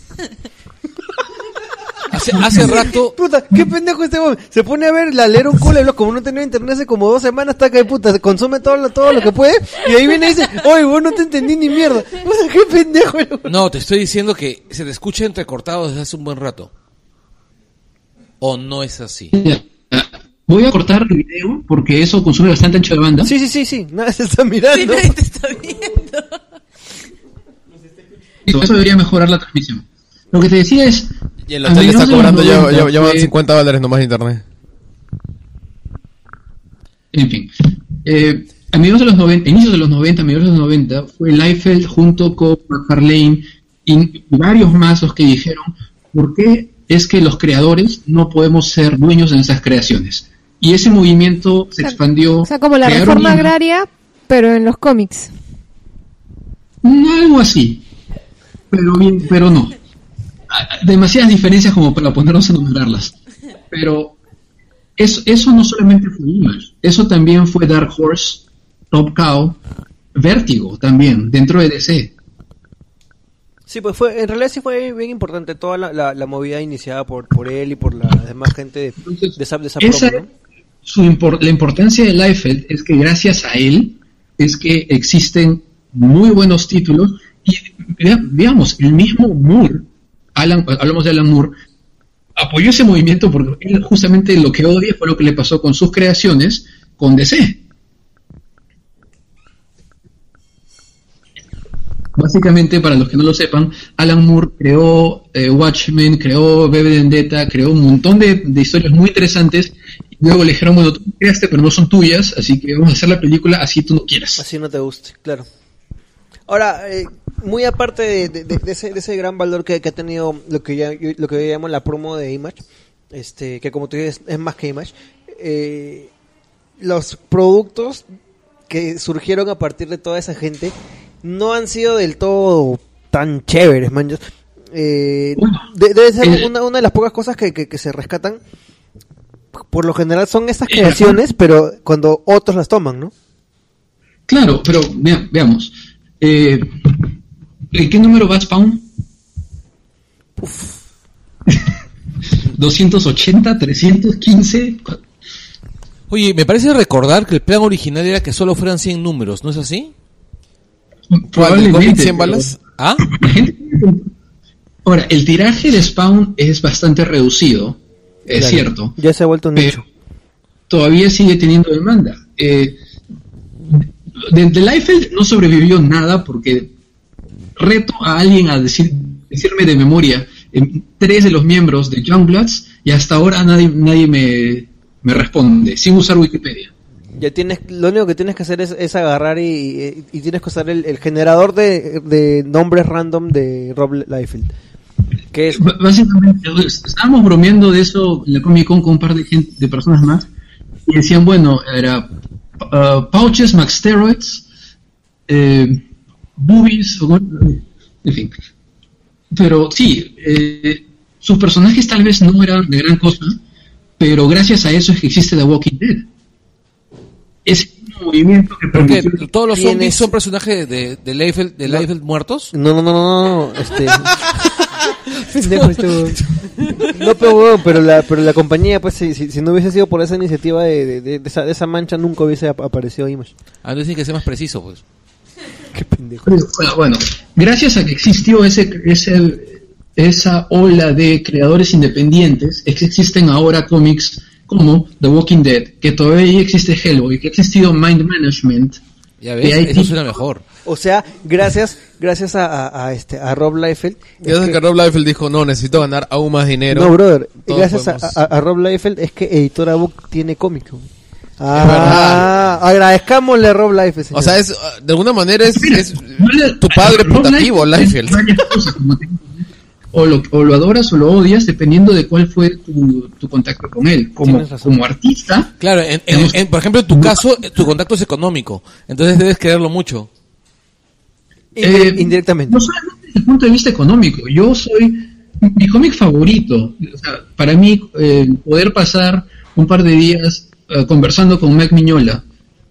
[SPEAKER 3] Hace, hace rato...
[SPEAKER 2] Puta, qué pendejo este weón. Se pone a ver, la leer un culo y luego, como no tenía internet hace como dos semanas, está acá de puta, se consume todo lo, todo lo que puede. Y ahí viene y dice, oye, vos no te entendí ni mierda. Puta, qué pendejo el weón.
[SPEAKER 3] No, te estoy diciendo que se te escucha entrecortado desde hace un buen rato. ¿O no es así?
[SPEAKER 9] Ya. Voy a cortar el video porque eso consume bastante ancho de banda.
[SPEAKER 2] Sí, sí, sí, sí. Nada, se está mirando.
[SPEAKER 6] nadie te está viendo.
[SPEAKER 9] Eso debería mejorar la transmisión. Lo que te decía es...
[SPEAKER 1] Y el
[SPEAKER 9] a
[SPEAKER 1] hotel
[SPEAKER 9] mediados
[SPEAKER 1] está
[SPEAKER 9] de los eh,
[SPEAKER 1] cobrando ya,
[SPEAKER 9] 90
[SPEAKER 1] ya, ya van
[SPEAKER 9] fue-
[SPEAKER 1] 50 dólares nomás de internet.
[SPEAKER 9] En fin. Eh, a mediados de los 90, inicios de los 90, mediados de los 90, fue Liefeld junto con McFarlane y varios más los que dijeron por qué es que los creadores no podemos ser dueños de nuestras creaciones. Y ese movimiento se expandió.
[SPEAKER 4] O sea, como la
[SPEAKER 9] crearon
[SPEAKER 4] reforma
[SPEAKER 9] una-
[SPEAKER 4] agraria, pero en los cómics.
[SPEAKER 9] Algo así. Pero, bien, pero no. Ah, Demasiadas diferencias como para ponernos a enumerarlas. Pero eso, eso no solamente fue Image, eso también fue Dark Horse, Top Cow, Vértigo también, dentro de DC.
[SPEAKER 2] Sí, pues fue, en realidad sí fue bien importante toda la, la, la movida iniciada por, por él y por la demás gente de,
[SPEAKER 9] Entonces,
[SPEAKER 2] de esa, de esa
[SPEAKER 9] Esa-
[SPEAKER 2] promo, ¿no?
[SPEAKER 9] su impor- la importancia de Liefeld es que gracias a él es que existen muy buenos títulos y vea- veamos, el mismo Moore, Alan, hablamos de Alan Moore, apoyó ese movimiento porque él justamente lo que odia fue lo que le pasó con sus creaciones con DC. Básicamente, para los que no lo sepan, Alan Moore creó eh, Watchmen, creó Bebe Vendetta, creó un montón de, de historias muy interesantes. Y luego le dijeron, bueno, tú creaste, pero no son tuyas, así que vamos a hacer la película así tú no quieras.
[SPEAKER 2] Así no te guste, claro. Ahora, eh, muy aparte de, de- de- de ese, de ese gran valor que, que ha tenido lo que, ya, yo- lo que yo llamo la promo de Image, este, que como tú dices es más que Image, eh, los productos que surgieron a partir de toda esa gente no han sido del todo tan chéveres, man. Yo- eh, de- debe ser
[SPEAKER 9] Eh.
[SPEAKER 2] una, una de las pocas cosas que, que- que se rescatan. Por lo general son estas creaciones, pero cuando otros las toman, ¿no?
[SPEAKER 9] Claro, pero vea- veamos. Eh, ¿En qué número va Spawn? 280, 315. cu-
[SPEAKER 3] Oye, me parece recordar que el plan original era que solo fueran 100 números, ¿no es así?
[SPEAKER 1] ¿Cuál? ¿El cómic 100
[SPEAKER 9] pero-
[SPEAKER 1] balas?
[SPEAKER 3] ¿Ah?
[SPEAKER 9] La gente- Ahora, el tiraje de Spawn es bastante reducido, es
[SPEAKER 2] Claro.
[SPEAKER 9] cierto,
[SPEAKER 2] Ya se ha vuelto un nicho.
[SPEAKER 9] pero todavía sigue teniendo demanda. Eh, de, de Liefeld no sobrevivió nada porque reto a alguien a decir, decirme de memoria em, tres de los miembros de Youngbloods y hasta ahora nadie, nadie me, me responde, sin usar Wikipedia.
[SPEAKER 2] Ya tienes, lo único que tienes que hacer es, es agarrar y, y- y tienes que usar el, el generador de, de nombres random de Rob Liefeld. Que es
[SPEAKER 9] B- básicamente pues, estábamos bromeando de eso en la Comic Con con un par de gente, de personas más y decían bueno era uh, pouches max steroids eh, boobies o con- en fin pero sí eh, sus personajes tal vez no eran de gran cosa pero gracias a eso es que existe The Walking Dead es un movimiento que
[SPEAKER 3] Porque
[SPEAKER 9] permitió-
[SPEAKER 3] todos los
[SPEAKER 2] ¿Quién
[SPEAKER 3] zombies
[SPEAKER 2] es?
[SPEAKER 3] son personajes de, de, Liefeld, de Liefeld muertos.
[SPEAKER 2] No, no, no, no, no, este... Pendejo este huevón. No, pero, huevón, pero, la, pero la compañía, pues, si, si, si no hubiese sido por esa iniciativa de, de- de- de esa, de esa mancha, nunca hubiese ap- aparecido Image.
[SPEAKER 3] Ah, no dicen que sea más preciso, pues.
[SPEAKER 2] Qué pendejo.
[SPEAKER 9] Bueno, Ah, bueno, gracias a que existió ese, ese- esa ola de creadores independientes, es que existen ahora cómics como The Walking Dead, que todavía existe Hellboy, que ha existido Mind Management.
[SPEAKER 3] Ya
[SPEAKER 9] Y
[SPEAKER 3] ves,
[SPEAKER 9] ahí
[SPEAKER 3] eso
[SPEAKER 9] sí.
[SPEAKER 3] suena mejor.
[SPEAKER 2] O sea, gracias, gracias a, a- a este, a Rob Liefeld.
[SPEAKER 1] Gracias a que Rob Liefeld dijo, no, necesito ganar aún más dinero.
[SPEAKER 2] No, brother.
[SPEAKER 1] Todos
[SPEAKER 2] Gracias a,
[SPEAKER 1] podemos-
[SPEAKER 2] a- a Rob Liefeld es que Editora Book tiene cómic. güey.
[SPEAKER 1] verdad.
[SPEAKER 2] Ah, agradezcámosle a Rob Liefeld.
[SPEAKER 1] O
[SPEAKER 2] señor.
[SPEAKER 1] sea, es, ah, de alguna manera es, es
[SPEAKER 9] No le-
[SPEAKER 1] tu padre
[SPEAKER 9] no,
[SPEAKER 1] putativo,
[SPEAKER 9] Life-
[SPEAKER 1] Liefeld.
[SPEAKER 9] varias cosas, como te- O lo, o lo adoras o lo odias, dependiendo de cuál fue tu, tu contacto con él. Como,
[SPEAKER 2] Tienes razón.
[SPEAKER 9] como artista,
[SPEAKER 3] Claro, en, en- en- por ejemplo, en tu caso, eh, tu contacto es económico. Entonces debes quererlo mucho.
[SPEAKER 2] Inde-
[SPEAKER 9] Eh,
[SPEAKER 2] indirectamente.
[SPEAKER 9] No solamente desde el punto de vista económico. Yo soy mi cómic favorito. O sea, para mí, eh, poder pasar un par de días eh, conversando con Mac Miñola,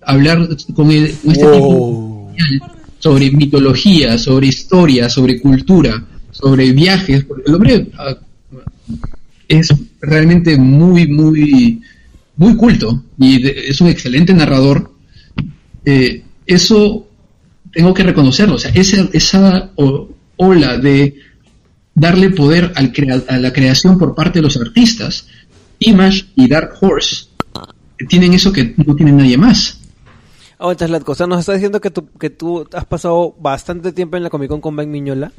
[SPEAKER 9] hablar con él, con este tipo, genial, sobre mitología, sobre historia, sobre cultura, sobre viajes. porque El hombre ah, es realmente muy, muy, muy culto y de- es un excelente narrador. Eh, eso tengo que reconocerlo. O sea, esa, esa o- ola de darle poder al crea- a la creación por parte de los artistas, Image y Dark Horse, tienen eso que no tiene nadie más.
[SPEAKER 2] Aguanta, Slatko, o sea, nos está diciendo que tú, que tú has pasado bastante tiempo en la Comic Con con Ben Miñola.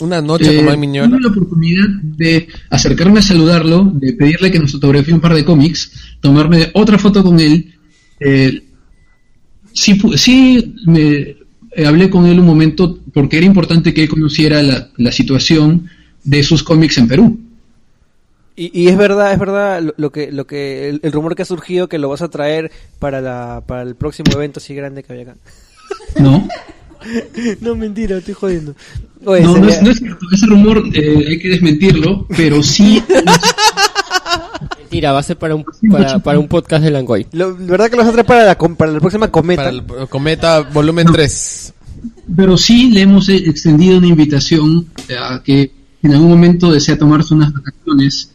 [SPEAKER 1] Una noche con
[SPEAKER 9] Eh,
[SPEAKER 1] Mike Miñola.
[SPEAKER 9] Tuve la oportunidad de acercarme a saludarlo, de pedirle que nos autografíe un par de cómics, tomarme otra foto con él. eh, sí, pu- sí me eh, hablé con él un momento porque era importante que él conociera la, la situación de sus cómics en Perú.
[SPEAKER 2] Y, y es verdad, es verdad lo, lo que, lo que, el, el rumor que ha surgido que lo vas a traer para la, para el próximo evento así grande que había acá.
[SPEAKER 9] ¿No?
[SPEAKER 2] no, mentira, estoy jodiendo. Oye,
[SPEAKER 9] no, no
[SPEAKER 2] sería-
[SPEAKER 9] es, no es cierto. Ese rumor eh, hay que desmentirlo, pero sí
[SPEAKER 5] Mentira, va a ser para un, para, para un podcast de Langoy.
[SPEAKER 2] lo- la verdad que lo vas a traer para la, com- para la próxima cometa.
[SPEAKER 1] Para el eh, Cometa Volumen 3.
[SPEAKER 9] pero sí le hemos eh, extendido una invitación eh, a que en algún momento desea tomarse unas vacaciones.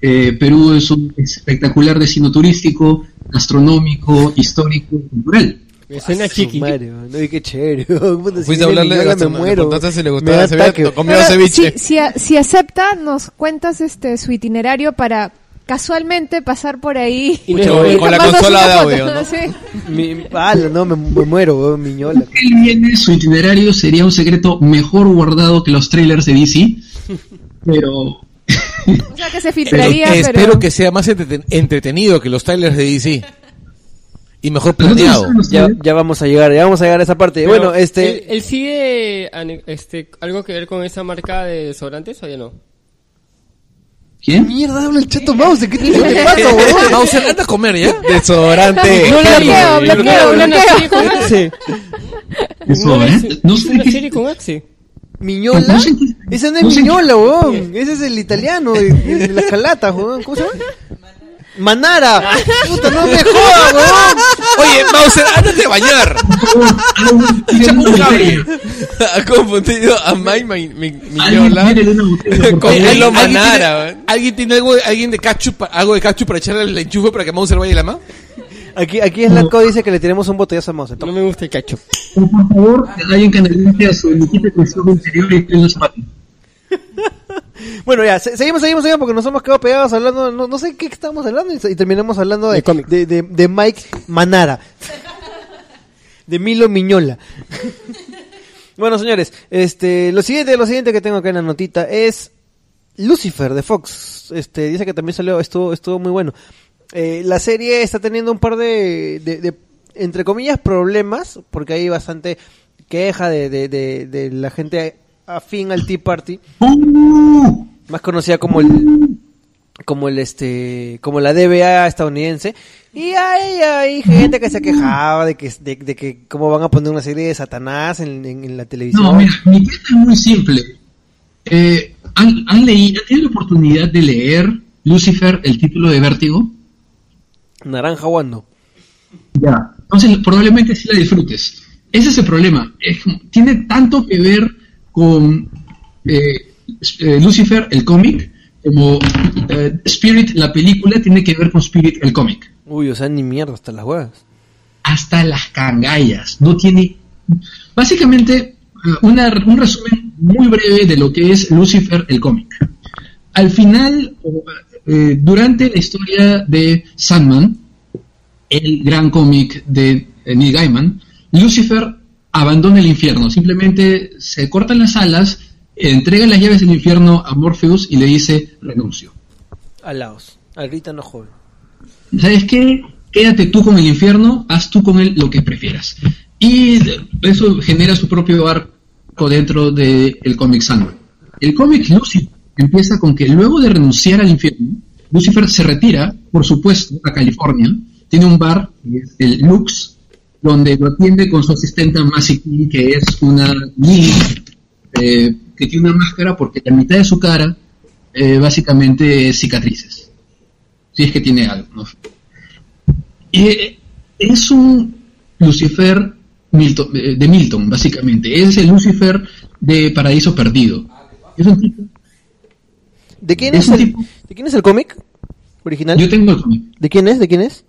[SPEAKER 9] Eh, Perú es un espectacular destino turístico, gastronómico, histórico y cultural.
[SPEAKER 5] Me suena
[SPEAKER 2] Ah, su
[SPEAKER 5] chiqui.
[SPEAKER 2] madre, no, y qué chévere. Puta, si
[SPEAKER 1] Fuiste a
[SPEAKER 2] viene
[SPEAKER 1] hablarle de
[SPEAKER 2] Miñola, me
[SPEAKER 1] gastronomía,
[SPEAKER 2] muero.
[SPEAKER 1] preguntaste si le
[SPEAKER 2] Me
[SPEAKER 1] gustaba
[SPEAKER 2] da
[SPEAKER 1] el ceviche,
[SPEAKER 2] ataque.
[SPEAKER 1] comió ceviche.
[SPEAKER 4] Si, si, a- si acepta, nos cuentas este su itinerario para casualmente pasar por ahí.
[SPEAKER 5] Y
[SPEAKER 4] Y
[SPEAKER 5] no,
[SPEAKER 1] con- con la
[SPEAKER 4] tomarnos
[SPEAKER 1] consola
[SPEAKER 4] una
[SPEAKER 1] de
[SPEAKER 4] foto,
[SPEAKER 1] audio, ¿no?
[SPEAKER 4] Sí.
[SPEAKER 2] Mi- ala, no, me, me muero, weón, Miñola.
[SPEAKER 9] Él viene, su itinerario sería un secreto mejor guardado que los trailers de DC, pero
[SPEAKER 4] O sea, que se filtraría, pero...
[SPEAKER 3] Espero que sea más entreten- entretenido que los trailers de DC. Y mejor planeado.
[SPEAKER 9] Nosotros
[SPEAKER 2] Ya,
[SPEAKER 9] sabemos-
[SPEAKER 2] ya vamos a llegar, ya vamos a llegar a esa parte.
[SPEAKER 5] Pero,
[SPEAKER 2] bueno, este,
[SPEAKER 1] eh,
[SPEAKER 5] ¿él, él sigue ane- este, algo que ver con esa marca de desodorantes o ya no?
[SPEAKER 9] ¿Quién?
[SPEAKER 2] Mierda, habla el chato mouse, ¿qué te
[SPEAKER 3] Mouse, anda a comer ¿eh? ya.
[SPEAKER 1] Desodorante.
[SPEAKER 5] No la
[SPEAKER 4] Bloqueo,
[SPEAKER 5] vi.
[SPEAKER 4] bloqueo,
[SPEAKER 5] Una- una
[SPEAKER 4] bloqueo.
[SPEAKER 5] serie con Axe.
[SPEAKER 9] Eso, ¿eh? No sé
[SPEAKER 5] una
[SPEAKER 9] qué-
[SPEAKER 5] serie con Axe.
[SPEAKER 2] Miñola?
[SPEAKER 9] No sé-
[SPEAKER 2] Ese no es
[SPEAKER 9] no sé-
[SPEAKER 2] Miñola, weón. Ese es el italiano de, de- de las calatas, weón. ¿Cómo se llama? Manara. Puta, no me jodas, weón.
[SPEAKER 1] Oye, Mauser, ándate a bañar. ha confundido a Mike Mi- Mi- Miñola
[SPEAKER 9] Alguien tiene una botella, por
[SPEAKER 1] con
[SPEAKER 9] favor.
[SPEAKER 1] Elo
[SPEAKER 3] ¿Alguien
[SPEAKER 1] Manara.
[SPEAKER 3] tiene,
[SPEAKER 1] weón.
[SPEAKER 3] ¿alguien tiene algo, alguien de ketchup, pa- algo de ketchup para echarle al enchufe para que Mauser vaya y la mano?
[SPEAKER 2] Aquí, aquí Slatko dice que le tiremos un botellazo a Mouse.
[SPEAKER 5] No me gusta el cacho.
[SPEAKER 9] O, por favor, alguien que analice a su equipo con su interior y que los patos.
[SPEAKER 2] Bueno, ya, se- seguimos, seguimos, seguimos, porque nos hemos quedado pegados hablando, no, no sé qué estábamos hablando y, se- y terminamos hablando de,
[SPEAKER 5] De cómics.
[SPEAKER 2] de, de- de Mike Manara. De Milo Miñola. bueno, señores, este, lo siguiente, lo siguiente que tengo acá en la notita es Lucifer de Fox. Este, dice que también salió, estuvo, estuvo muy bueno. Eh, la serie está teniendo un par de, de- de, entre comillas, problemas, porque hay bastante queja de, de- de- de la gente afín al Tea Party más conocida como el como el este como la DBA estadounidense y hay, hay gente que se quejaba de que de, de que cómo van a poner una serie de Satanás en, en- en la televisión
[SPEAKER 9] No, mira, mi tema es muy simple. Eh, ¿han, han leído, han tenido la oportunidad de leer Lucifer, el título de Vértigo?
[SPEAKER 2] naranja guando
[SPEAKER 9] Ya. Entonces, probablemente sí la disfrutes. Ese es el problema. Es como- tiene tanto que ver con eh, eh, Lucifer, el cómic, como eh, Spirit, la película, tiene que ver con Spirit, el cómic.
[SPEAKER 2] uy o sea ni mierda hasta las huevas
[SPEAKER 9] hasta las cangallas. No tiene. Básicamente, eh, una- un resumen muy breve de lo que es Lucifer el cómic. Al final, o, eh, durante la historia de Sandman, el gran cómic de eh, Neil Gaiman, Lucifer abandona el infierno. Simplemente se cortan las alas, entrega las llaves del infierno a Morpheus y le dice: renuncio.
[SPEAKER 2] alaos al grita no joven
[SPEAKER 9] ¿sabes qué? Quédate tú con el infierno, haz tú con él lo que prefieras. Y eso genera su propio arco dentro del cómic Sandman. El cómic Lucifer empieza con que luego de renunciar al infierno, Lucifer se retira, por supuesto, a California. Tiene un bar, que es el Lux, donde lo atiende con su asistenta Masi King, que es una niña eh, que tiene una máscara porque la mitad de su cara eh, básicamente es cicatrices si es que tiene algo. ¿no? Y eh, es un Lucifer Milton, eh, de Milton, básicamente. Es el Lucifer de Paraíso Perdido. Es un tipo-
[SPEAKER 2] ¿De quién
[SPEAKER 9] Es
[SPEAKER 2] es
[SPEAKER 9] un
[SPEAKER 2] el,
[SPEAKER 9] tipo-
[SPEAKER 2] ¿de quién es el cómic original?
[SPEAKER 9] Yo tengo el cómic.
[SPEAKER 2] ¿De quién es? ¿De quién es?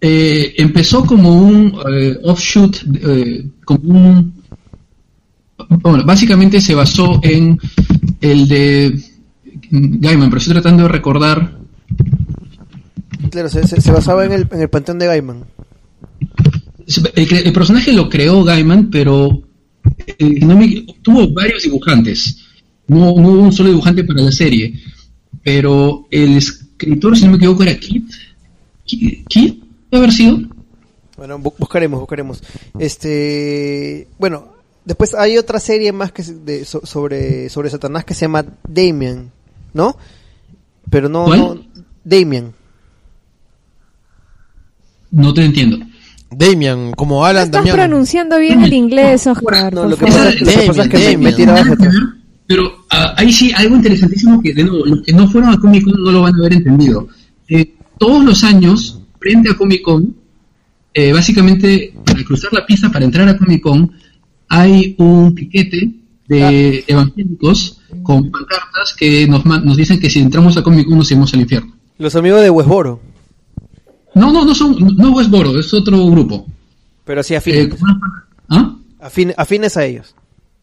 [SPEAKER 9] Eh, empezó como un eh, offshoot, eh, como un... Bueno, básicamente se basó en el de Gaiman, pero estoy tratando de recordar...
[SPEAKER 2] Claro, se, se- se basaba en el, en el panteón de Gaiman.
[SPEAKER 9] El, cre- el personaje lo creó Gaiman, pero eh, no me- tuvo varios dibujantes. No, no hubo un solo dibujante para la serie. Pero el escritor, si no me equivoco, era Kit. Ki- ¿Kit? ¿Puede haber sido?
[SPEAKER 2] Bueno, bu- buscaremos, buscaremos. Este, bueno, después hay otra serie más que se- de- so- sobre sobre Satanás que se llama Damien, ¿no? Pero no,
[SPEAKER 9] ¿Cuál?
[SPEAKER 2] no Damien.
[SPEAKER 9] No te entiendo.
[SPEAKER 1] Damian, como
[SPEAKER 4] No
[SPEAKER 1] Alan
[SPEAKER 4] estás
[SPEAKER 1] Damian.
[SPEAKER 4] pronunciando bien el inglés, Oscar.
[SPEAKER 2] No,
[SPEAKER 4] por
[SPEAKER 2] lo que
[SPEAKER 4] favor.
[SPEAKER 2] pasa, es que- lo que pasa es que me- me
[SPEAKER 1] Damien,
[SPEAKER 2] tira abajo.
[SPEAKER 9] Pero ah, ahí sí, algo interesantísimo que de nuevo, los que no fueron a Comic Con no lo van a haber entendido. Eh, todos los años, frente a Comic Con, eh, básicamente, al cruzar la pista para entrar a Comic Con, hay un piquete de evangélicos con pancartas que nos, man- nos dicen que si entramos a Comic Con nos iremos al infierno.
[SPEAKER 2] Los amigos de Westboro,
[SPEAKER 9] No, no, no son, no Westboro, es otro grupo.
[SPEAKER 2] pero sí
[SPEAKER 9] Eh,
[SPEAKER 2] afines,
[SPEAKER 9] con unas pancartas- ¿Ah?
[SPEAKER 2] afine- afines a ellos.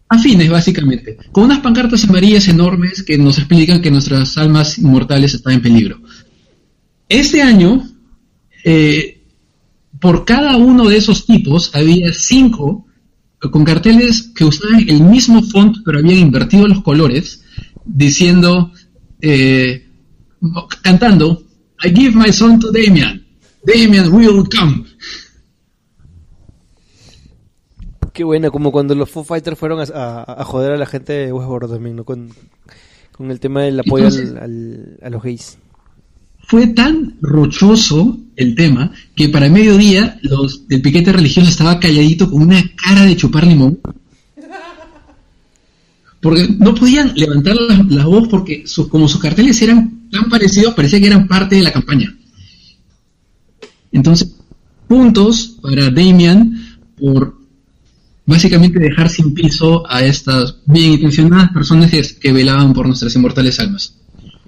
[SPEAKER 9] afines básicamente, con unas pancartas amarillas enormes que nos explican que nuestras almas inmortales están en peligro. Este año, eh, por cada uno de esos tipos había cinco con carteles que usaban el mismo font pero habían invertido los colores, diciendo, eh, mo- cantando, I give my son to Damian, Damian will come.
[SPEAKER 2] Qué buena, como cuando los Foo Fighters fueron a, a- a joder a la gente de Westboro también, ¿no? Con, con el tema del apoyo al, al- a los gays.
[SPEAKER 9] fue tan rochoso el tema que para mediodía los del piquete religioso estaba calladito con una cara de chupar limón. Porque no podían levantar la, la voz porque sus- como sus carteles eran tan parecidos, parecía que eran parte de la campaña. Entonces, puntos para Damian por básicamente dejar sin piso a estas bien intencionadas personas que, que velaban por nuestras inmortales almas.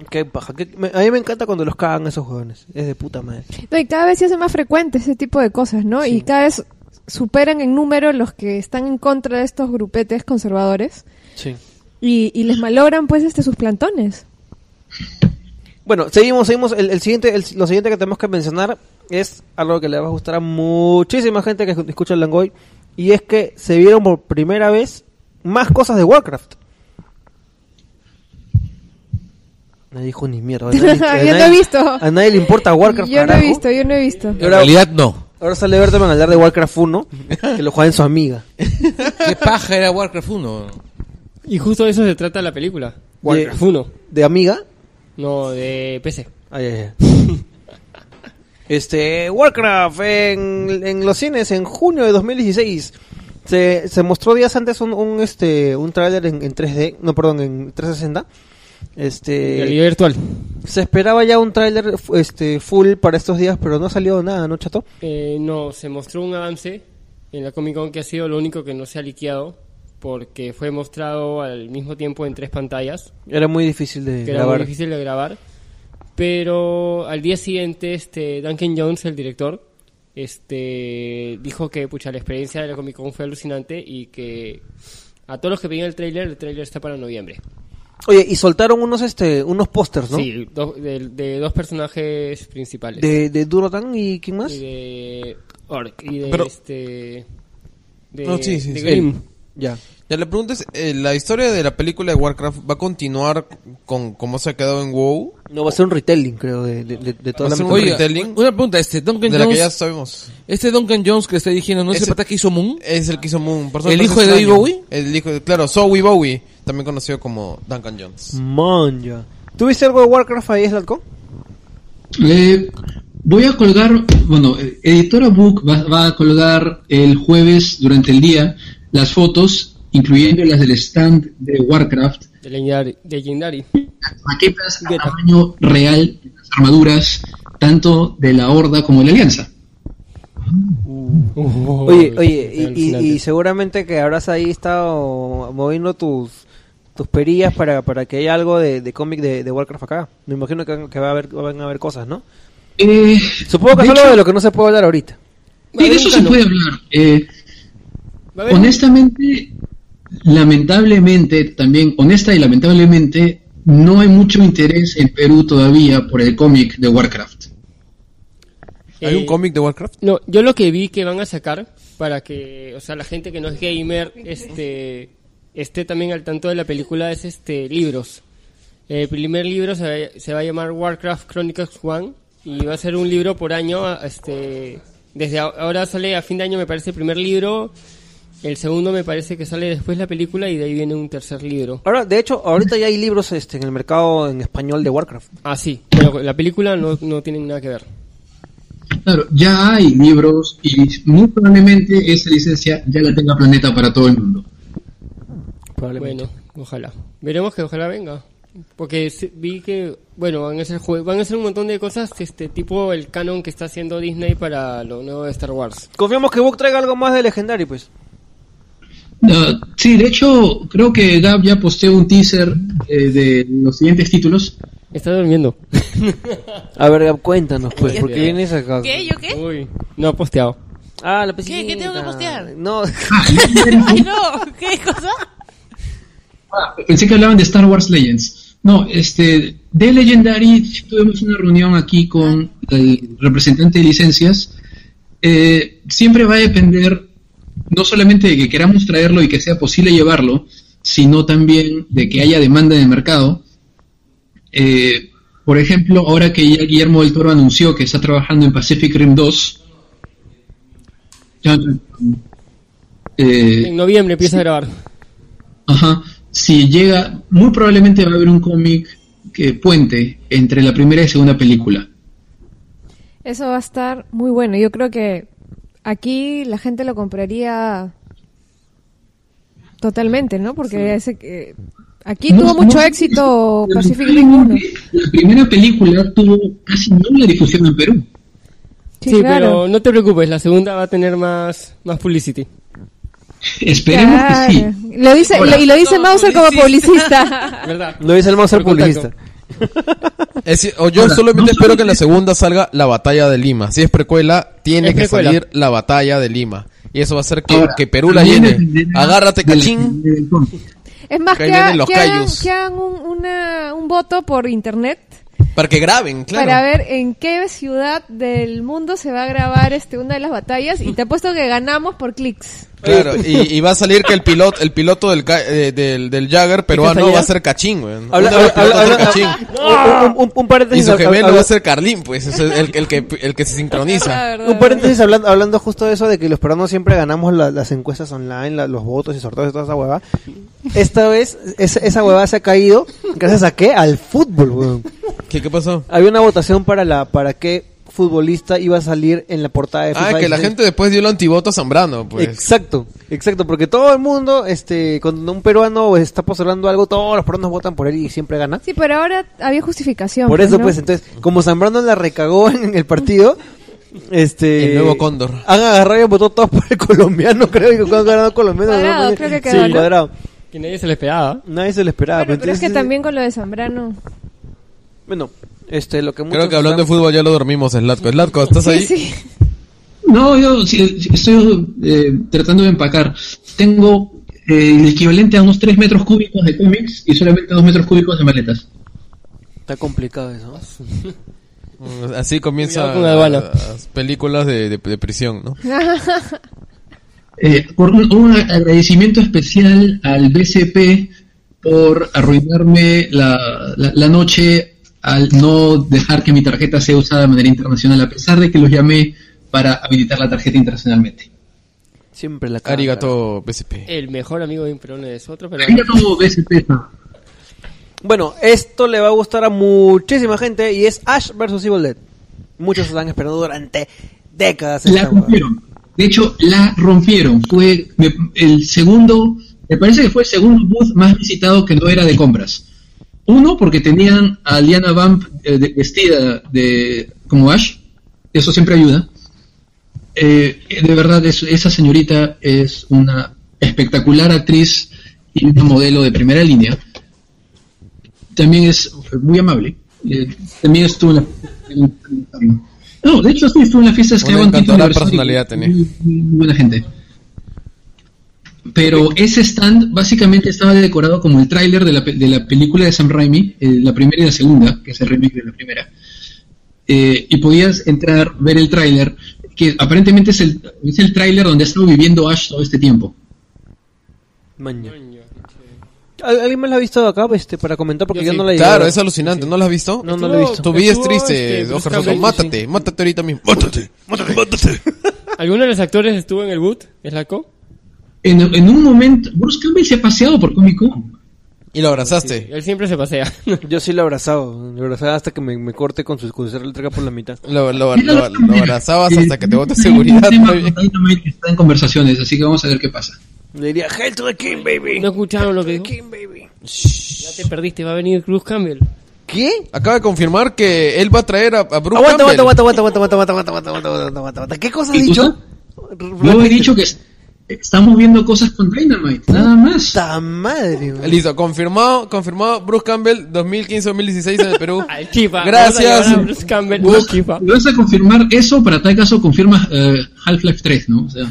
[SPEAKER 2] Qué paja. qué- me- a mí me encanta cuando los cagan esos jóvenes. Es de puta madre.
[SPEAKER 4] No, y cada vez se hace más frecuente ese tipo de cosas, ¿no? Y cada vez superan en número los que están en contra de estos grupetes conservadores
[SPEAKER 2] Sí.
[SPEAKER 4] y, y les malogran, pues, este, sus plantones.
[SPEAKER 2] Bueno, seguimos, seguimos. El, el siguiente, el- lo siguiente que tenemos que mencionar es algo que le va a gustar a muchísima gente que escu- escucha el Langoy. Y es que se vieron por primera vez más cosas de Warcraft. Nadie dijo ni mierda. A
[SPEAKER 4] Yo
[SPEAKER 2] nadie- a
[SPEAKER 4] no he
[SPEAKER 2] nadie-
[SPEAKER 4] visto.
[SPEAKER 2] A nadie le importa Warcraft.
[SPEAKER 4] Yo no he
[SPEAKER 2] carajo.
[SPEAKER 4] visto, yo no he visto.
[SPEAKER 2] Y
[SPEAKER 3] En
[SPEAKER 2] ahora,
[SPEAKER 3] realidad no.
[SPEAKER 2] ahora sale Bertman a hablar de Warcraft 1, que lo juega en su amiga.
[SPEAKER 3] ¿Qué paja era Warcraft 1?
[SPEAKER 5] Y justo de eso se trata la película.
[SPEAKER 2] Warcraft. Eh.
[SPEAKER 5] Warcraft 1.
[SPEAKER 2] ¿De amiga?
[SPEAKER 5] No, de PC.
[SPEAKER 2] Ay, ay, ay. Este, Warcraft en, en los cines en junio de 2016. Se, se mostró días antes un, un, este un tráiler en, en 3D, no perdón, en 360.
[SPEAKER 5] Realidad
[SPEAKER 2] Este
[SPEAKER 5] virtual.
[SPEAKER 2] se esperaba ya un tráiler f- este full para estos días, pero no salió nada, no chato.
[SPEAKER 5] Eh, no, se mostró un avance en la Comic Con que ha sido lo único que no se ha liqueado porque fue mostrado al mismo tiempo en tres pantallas,
[SPEAKER 2] Era muy difícil de
[SPEAKER 5] que era muy
[SPEAKER 2] grabar.
[SPEAKER 5] difícil de grabar. Pero al día siguiente, este Duncan Jones, el director, este dijo que pucha, la experiencia de la Comic Con fue alucinante y que a todos los que veían el tráiler, el tráiler está para noviembre.
[SPEAKER 2] Oye, y soltaron unos este unos pósters, ¿no?
[SPEAKER 5] Sí, do- de, de dos personajes principales.
[SPEAKER 2] De, de Durotan y quién más?
[SPEAKER 5] Y de Orc. Y de
[SPEAKER 1] Pero-
[SPEAKER 5] este. De,
[SPEAKER 1] No, sí, sí,
[SPEAKER 5] de
[SPEAKER 1] sí.
[SPEAKER 5] Grimm.
[SPEAKER 2] Ya.
[SPEAKER 1] Ya le preguntas, eh, ¿la historia de la película de Warcraft va a continuar con cómo se ha quedado en WoW?
[SPEAKER 2] No va a ser un retelling, creo, de, de, de- de
[SPEAKER 1] Va
[SPEAKER 2] toda la
[SPEAKER 1] a ser un
[SPEAKER 2] mitología.
[SPEAKER 3] Oiga,
[SPEAKER 1] retelling.
[SPEAKER 3] una pregunta, este Duncan
[SPEAKER 1] De la que ya
[SPEAKER 3] Jones,
[SPEAKER 1] sabemos.
[SPEAKER 3] este Duncan Jones que está diciendo, ¿no es el
[SPEAKER 1] Ese-
[SPEAKER 3] pata que hizo Moon?
[SPEAKER 1] Es el que hizo Moon. por eso
[SPEAKER 3] ¿El
[SPEAKER 1] me
[SPEAKER 3] hijo
[SPEAKER 1] parece
[SPEAKER 3] de David
[SPEAKER 1] extraño.
[SPEAKER 3] Bowie?
[SPEAKER 1] El hijo, de- claro, Zoe Bowie, también conocido como Duncan Jones.
[SPEAKER 2] Man, ya. ¿Tuviste algo de Warcraft ahí, Slatko?
[SPEAKER 9] Eh, voy a colgar, bueno, eh, Editora Book va, va a colgar el jueves durante el día las fotos, incluyendo las del stand de Warcraft,
[SPEAKER 5] De Legendary. de Legendary.
[SPEAKER 9] las maquetas a tamaño real, las armaduras, tanto de la Horda como de la Alianza.
[SPEAKER 5] Oh,
[SPEAKER 2] Oye, oye, y- y, y seguramente que habrás ahí estado moviendo tus tus perillas para, para que haya algo de, de cómic de, de Warcraft acá. Me imagino que, van- que va a haber, van a haber cosas, ¿no?
[SPEAKER 9] Eh,
[SPEAKER 2] Supongo que
[SPEAKER 9] de
[SPEAKER 2] es algo
[SPEAKER 9] hecho-
[SPEAKER 2] de lo que no se puede hablar ahorita.
[SPEAKER 9] Sí, de eso se puede hablar. Eh, honestamente, lamentablemente, también, honesta y lamentablemente, no hay mucho interés en Perú todavía por el cómic de Warcraft.
[SPEAKER 3] Mm.
[SPEAKER 1] ¿Hay
[SPEAKER 5] Eh,
[SPEAKER 1] un cómic de Warcraft?
[SPEAKER 5] No, yo lo que vi que van a sacar para que, o sea, la gente que no es gamer este, esté también al tanto de la película es este libros. El primer libro se va, se va a llamar Warcraft Chronicles 1 y va a ser un libro por año. a- este Desde a- ahora sale a fin de año, me parece, el primer libro. El segundo me parece que sale después la película y de ahí viene un tercer libro.
[SPEAKER 2] Ahora, de hecho, ahorita ya hay libros este, en el mercado en español de Warcraft.
[SPEAKER 5] Ah, sí, pero la película no, no tiene nada que ver.
[SPEAKER 9] Claro, ya hay libros y muy probablemente esa licencia ya la tenga Planeta para todo el mundo.
[SPEAKER 2] Probablemente.
[SPEAKER 5] Bueno, ojalá. Veremos que ojalá venga. Porque se- vi que, bueno, van a ser jue- van a ser un montón de cosas este tipo el canon que está haciendo Disney para lo nuevo de Star Wars.
[SPEAKER 2] Confiamos que Book traiga algo más de Legendary, pues.
[SPEAKER 9] Ah, sí, de hecho, creo que Gab ya posteó un teaser eh, de los siguientes títulos.
[SPEAKER 5] Está durmiendo.
[SPEAKER 2] A ver, Gab, cuéntanos, pues, porque vienes acá.
[SPEAKER 6] ¿Qué? ¿Yo qué?
[SPEAKER 5] Uy, no ha posteado.
[SPEAKER 2] Ah, la
[SPEAKER 6] ¿Qué? ¿Qué tengo que
[SPEAKER 2] pesita.
[SPEAKER 6] postear?
[SPEAKER 2] No,
[SPEAKER 6] Ay, no. ¿Qué cosa?
[SPEAKER 9] Ah, pensé que hablaban de Star Wars Legends. No, este, de Legendary tuvimos una reunión aquí con el representante de licencias. Eh, siempre va a depender no solamente de que queramos traerlo y que sea posible llevarlo, sino también de que haya demanda en el mercado. Eh, por ejemplo, ahora que ya Guillermo del Toro anunció que está trabajando en Pacific Rim 2, ya- eh,
[SPEAKER 5] En noviembre empieza a grabar.
[SPEAKER 9] Ajá. Si llega, muy probablemente va a haber un cómic que puente entre la primera y segunda película.
[SPEAKER 4] Eso va a estar muy bueno. Yo creo que aquí la gente lo compraría totalmente, ¿no? Porque ese que- aquí
[SPEAKER 9] No,
[SPEAKER 4] tuvo mucho
[SPEAKER 9] no,
[SPEAKER 4] éxito Pacific Rim 1.
[SPEAKER 9] Lamentablemente, La primera película tuvo casi nula difusión en Perú.
[SPEAKER 5] Sí,
[SPEAKER 4] Sí, claro.
[SPEAKER 5] pero no te preocupes, la segunda va a tener más más publicity.
[SPEAKER 9] Esperemos que sí.
[SPEAKER 4] Claro. Lo dice,
[SPEAKER 9] Hola.
[SPEAKER 4] y lo dice
[SPEAKER 6] Como
[SPEAKER 4] Mauser como
[SPEAKER 6] publicista.
[SPEAKER 4] publicista.
[SPEAKER 5] ¿Verdad?
[SPEAKER 2] lo dice el Mouser
[SPEAKER 5] Por contacto.
[SPEAKER 2] publicista.
[SPEAKER 1] Es decir, o yo
[SPEAKER 9] Ahora,
[SPEAKER 1] solamente
[SPEAKER 9] no
[SPEAKER 1] espero que en
[SPEAKER 9] solamente-
[SPEAKER 1] la segunda salga la batalla de Lima. Si es precuela, tiene
[SPEAKER 5] Es
[SPEAKER 1] que
[SPEAKER 5] precuela.
[SPEAKER 1] salir la batalla de Lima. Y eso va a hacer que,
[SPEAKER 9] Ahora,
[SPEAKER 1] que Perú la
[SPEAKER 9] también
[SPEAKER 1] llene.
[SPEAKER 9] dependerá
[SPEAKER 1] Agárrate,
[SPEAKER 9] de la
[SPEAKER 1] cachín.
[SPEAKER 9] calidad del cómic.
[SPEAKER 4] es más,
[SPEAKER 1] Que
[SPEAKER 4] que,
[SPEAKER 1] vienen
[SPEAKER 4] ha-
[SPEAKER 1] los
[SPEAKER 4] que hagan,
[SPEAKER 1] callos.
[SPEAKER 4] que hagan un, una- un voto por internet
[SPEAKER 1] Para que graben, claro.
[SPEAKER 4] para ver en qué ciudad del mundo se va a grabar este una de las batallas. Y te apuesto que ganamos por clics.
[SPEAKER 1] Claro, y, y va a salir que el piloto, el piloto del, ca- eh, del, del Jagger peruano
[SPEAKER 2] Castañeda?
[SPEAKER 1] va a ser cachín, weón.
[SPEAKER 2] Habla-
[SPEAKER 1] Uno de los
[SPEAKER 2] habla-
[SPEAKER 1] pilotos va a ser
[SPEAKER 2] habla-
[SPEAKER 1] cachín.
[SPEAKER 2] Un- un- un- Un
[SPEAKER 1] Y
[SPEAKER 2] paréntesis.
[SPEAKER 1] su gemelo
[SPEAKER 2] habla-
[SPEAKER 1] va a ser Carlín, pues, es el, el que, el que se sincroniza.
[SPEAKER 4] La verdad.
[SPEAKER 2] Un
[SPEAKER 1] "Ah".
[SPEAKER 2] paréntesis hablando, hablando justo de eso, de que los peruanos siempre ganamos la- las encuestas online, la- los votos y sorteos y toda esa hueva. Esta vez esa, esa hueva se ha caído gracias a qué? Al fútbol, weón.
[SPEAKER 1] ¿Qué, qué pasó?
[SPEAKER 2] Había una votación para la para qué futbolista iba a salir en la portada de
[SPEAKER 1] Ah,
[SPEAKER 2] FIFA
[SPEAKER 1] que la
[SPEAKER 2] 16.
[SPEAKER 1] gente después dio el antivoto a Zambrano, pues.
[SPEAKER 2] Exacto, exacto, porque todo el mundo, este, cuando un peruano está postulando algo, todos los peruanos votan por él y siempre gana.
[SPEAKER 4] Sí, pero ahora había justificación.
[SPEAKER 2] Por eso,
[SPEAKER 4] ¿no?
[SPEAKER 2] pues, entonces, como Zambrano la recagó en el partido, este.
[SPEAKER 1] El nuevo cóndor.
[SPEAKER 2] Han agarrado y votado todos por el colombiano, creo que cuando han ganado colombiano.
[SPEAKER 4] Cuadrado,
[SPEAKER 2] ¿no?
[SPEAKER 4] creo que quedó,
[SPEAKER 2] Sí,
[SPEAKER 4] ¿no?
[SPEAKER 2] cuadrado.
[SPEAKER 5] Que nadie se lo esperaba.
[SPEAKER 2] Nadie se lo esperaba. pues,
[SPEAKER 4] Bueno, pero es que
[SPEAKER 2] ah, entonces,
[SPEAKER 4] también con lo de Zambrano.
[SPEAKER 2] Bueno, este, lo que
[SPEAKER 1] Creo que hablando de fútbol ya lo dormimos, Slatko. Slatko, ¿estás ahí?
[SPEAKER 4] Sí, sí.
[SPEAKER 9] No, yo sí, sí, estoy eh, tratando de empacar. Tengo eh, el equivalente a unos 3 metros cúbicos de cómics y solamente 2 metros cúbicos de maletas.
[SPEAKER 2] Está complicado eso.
[SPEAKER 1] Mm, Así comienza
[SPEAKER 5] Cuidado con la aduana.
[SPEAKER 1] las películas de, de- de prisión, ¿no?
[SPEAKER 9] Eh, por un, un agradecimiento especial al BCP por arruinarme la, la- la noche al no dejar que mi tarjeta sea usada de manera internacional, a pesar de que los llamé para habilitar la tarjeta internacionalmente.
[SPEAKER 2] Siempre la cara.
[SPEAKER 1] Arigato, BCP.
[SPEAKER 5] El mejor amigo de un peruano es otro, pero
[SPEAKER 9] Mira cómo BCP está.
[SPEAKER 2] Bueno, esto le va a gustar a muchísima gente y es Ash vs Evil Dead. Muchos están esperando durante décadas.
[SPEAKER 9] La
[SPEAKER 2] esta hueva.
[SPEAKER 9] rompieron. De hecho, la rompieron. Fue me- el segundo, me parece que fue el segundo booth más visitado que no era de compras. Uno, porque tenían a Liana Vamp eh, de- vestida de, como Ash. Eso siempre ayuda. eh, de verdad, es- esa señorita es una espectacular actriz y una modelo de primera línea. También es muy amable. Eh, también estuvo en la. en- no, de hecho, sí, estuvo en la fiesta de
[SPEAKER 1] Una
[SPEAKER 9] Esclavón,
[SPEAKER 1] encantadora
[SPEAKER 9] Tito Universal,
[SPEAKER 1] personalidad tenía.
[SPEAKER 9] muy- muy buena gente. Pero ese stand básicamente estaba decorado como el tráiler de la, pe- de la película de Sam Raimi, eh, la primera y la segunda, que es el remake de la primera. Eh, y podías entrar, ver el tráiler, que aparentemente es el, es el tráiler donde ha estado viviendo Ash todo este tiempo.
[SPEAKER 2] Maña. ¿Al- ¿Alguien más la ha visto acá este, para comentar? Porque yo, no la he
[SPEAKER 1] Claro,
[SPEAKER 2] llegado.
[SPEAKER 1] es alucinante. ¿No lo has visto?
[SPEAKER 2] No, no la he visto.
[SPEAKER 1] Tu vida es
[SPEAKER 5] Estuvo,
[SPEAKER 1] triste,
[SPEAKER 5] este,
[SPEAKER 1] Oscar
[SPEAKER 5] Bruce
[SPEAKER 1] Soto.
[SPEAKER 5] Campbell,
[SPEAKER 1] Mátate, mátate ahorita mismo.
[SPEAKER 8] Mátate, mátate, mátate.
[SPEAKER 5] ¿Alguno de los actores estuvo en el boot? ¿Es la co?
[SPEAKER 9] En, en un momento, Bruce Campbell se ha paseado por Comic Con.
[SPEAKER 1] Y lo abrazaste.
[SPEAKER 5] Él siempre se pasea.
[SPEAKER 2] Yo sí la he abrazado. La he abrazado hasta que me, me corte con su, con su cerrada por la mitad.
[SPEAKER 1] Lo, lo- lo- lo abrazabas hasta que te botas seguridad.
[SPEAKER 9] Hay un tema
[SPEAKER 1] muy bien.
[SPEAKER 9] con Dynamite que está en conversaciones, así que vamos a ver qué pasa.
[SPEAKER 2] Le diría, Hell to the King, baby.
[SPEAKER 5] No escucharon lo que dijo. Ya te perdiste, va a venir Bruce Campbell.
[SPEAKER 2] ¿Qué?
[SPEAKER 1] Acaba de confirmar que él va a traer a, a Bruce
[SPEAKER 2] Aguanta,
[SPEAKER 1] Campbell.
[SPEAKER 2] aguanta, aguanta, aguanta, aguanta, aguanta, aguanta, aguanta, aguanta, aguanta, aguanta, aguanta. ¿Qué cosa has
[SPEAKER 9] ¿Y tú?
[SPEAKER 2] dicho?
[SPEAKER 9] Yo he dicho que es- estamos viendo cosas con Dynamite, nada más.
[SPEAKER 2] ¡Puta madre, güey!
[SPEAKER 1] Listo, confirmado, confirmado Bruce Campbell 2015-2016 en el Perú.
[SPEAKER 5] Al chifa.
[SPEAKER 1] Gracias.
[SPEAKER 5] Vamos a llevar a Bruce Campbell
[SPEAKER 9] Vos-
[SPEAKER 5] al chifa.
[SPEAKER 9] Lo vas a confirmar eso, para tal caso confirmas eh, Half-Life 3, ¿no? O sea,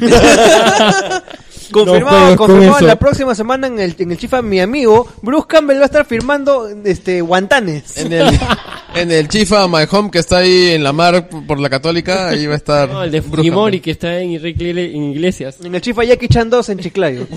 [SPEAKER 5] No
[SPEAKER 2] Confirmado,
[SPEAKER 5] juegues con
[SPEAKER 2] confirmado.
[SPEAKER 5] eso.
[SPEAKER 2] La próxima semana en el, en el Chifa, mi amigo Bruce Campbell va a estar firmando este, guantanes.
[SPEAKER 1] En el, en el Chifa My Home que está ahí en la mar por la católica, ahí va a estar.
[SPEAKER 5] No, el de
[SPEAKER 1] Bruce
[SPEAKER 5] Fujimori
[SPEAKER 1] Campbell.
[SPEAKER 5] que está en, Enrique- en Iglesias.
[SPEAKER 2] En el Chifa Jackie Chan 2 en Chiclayo.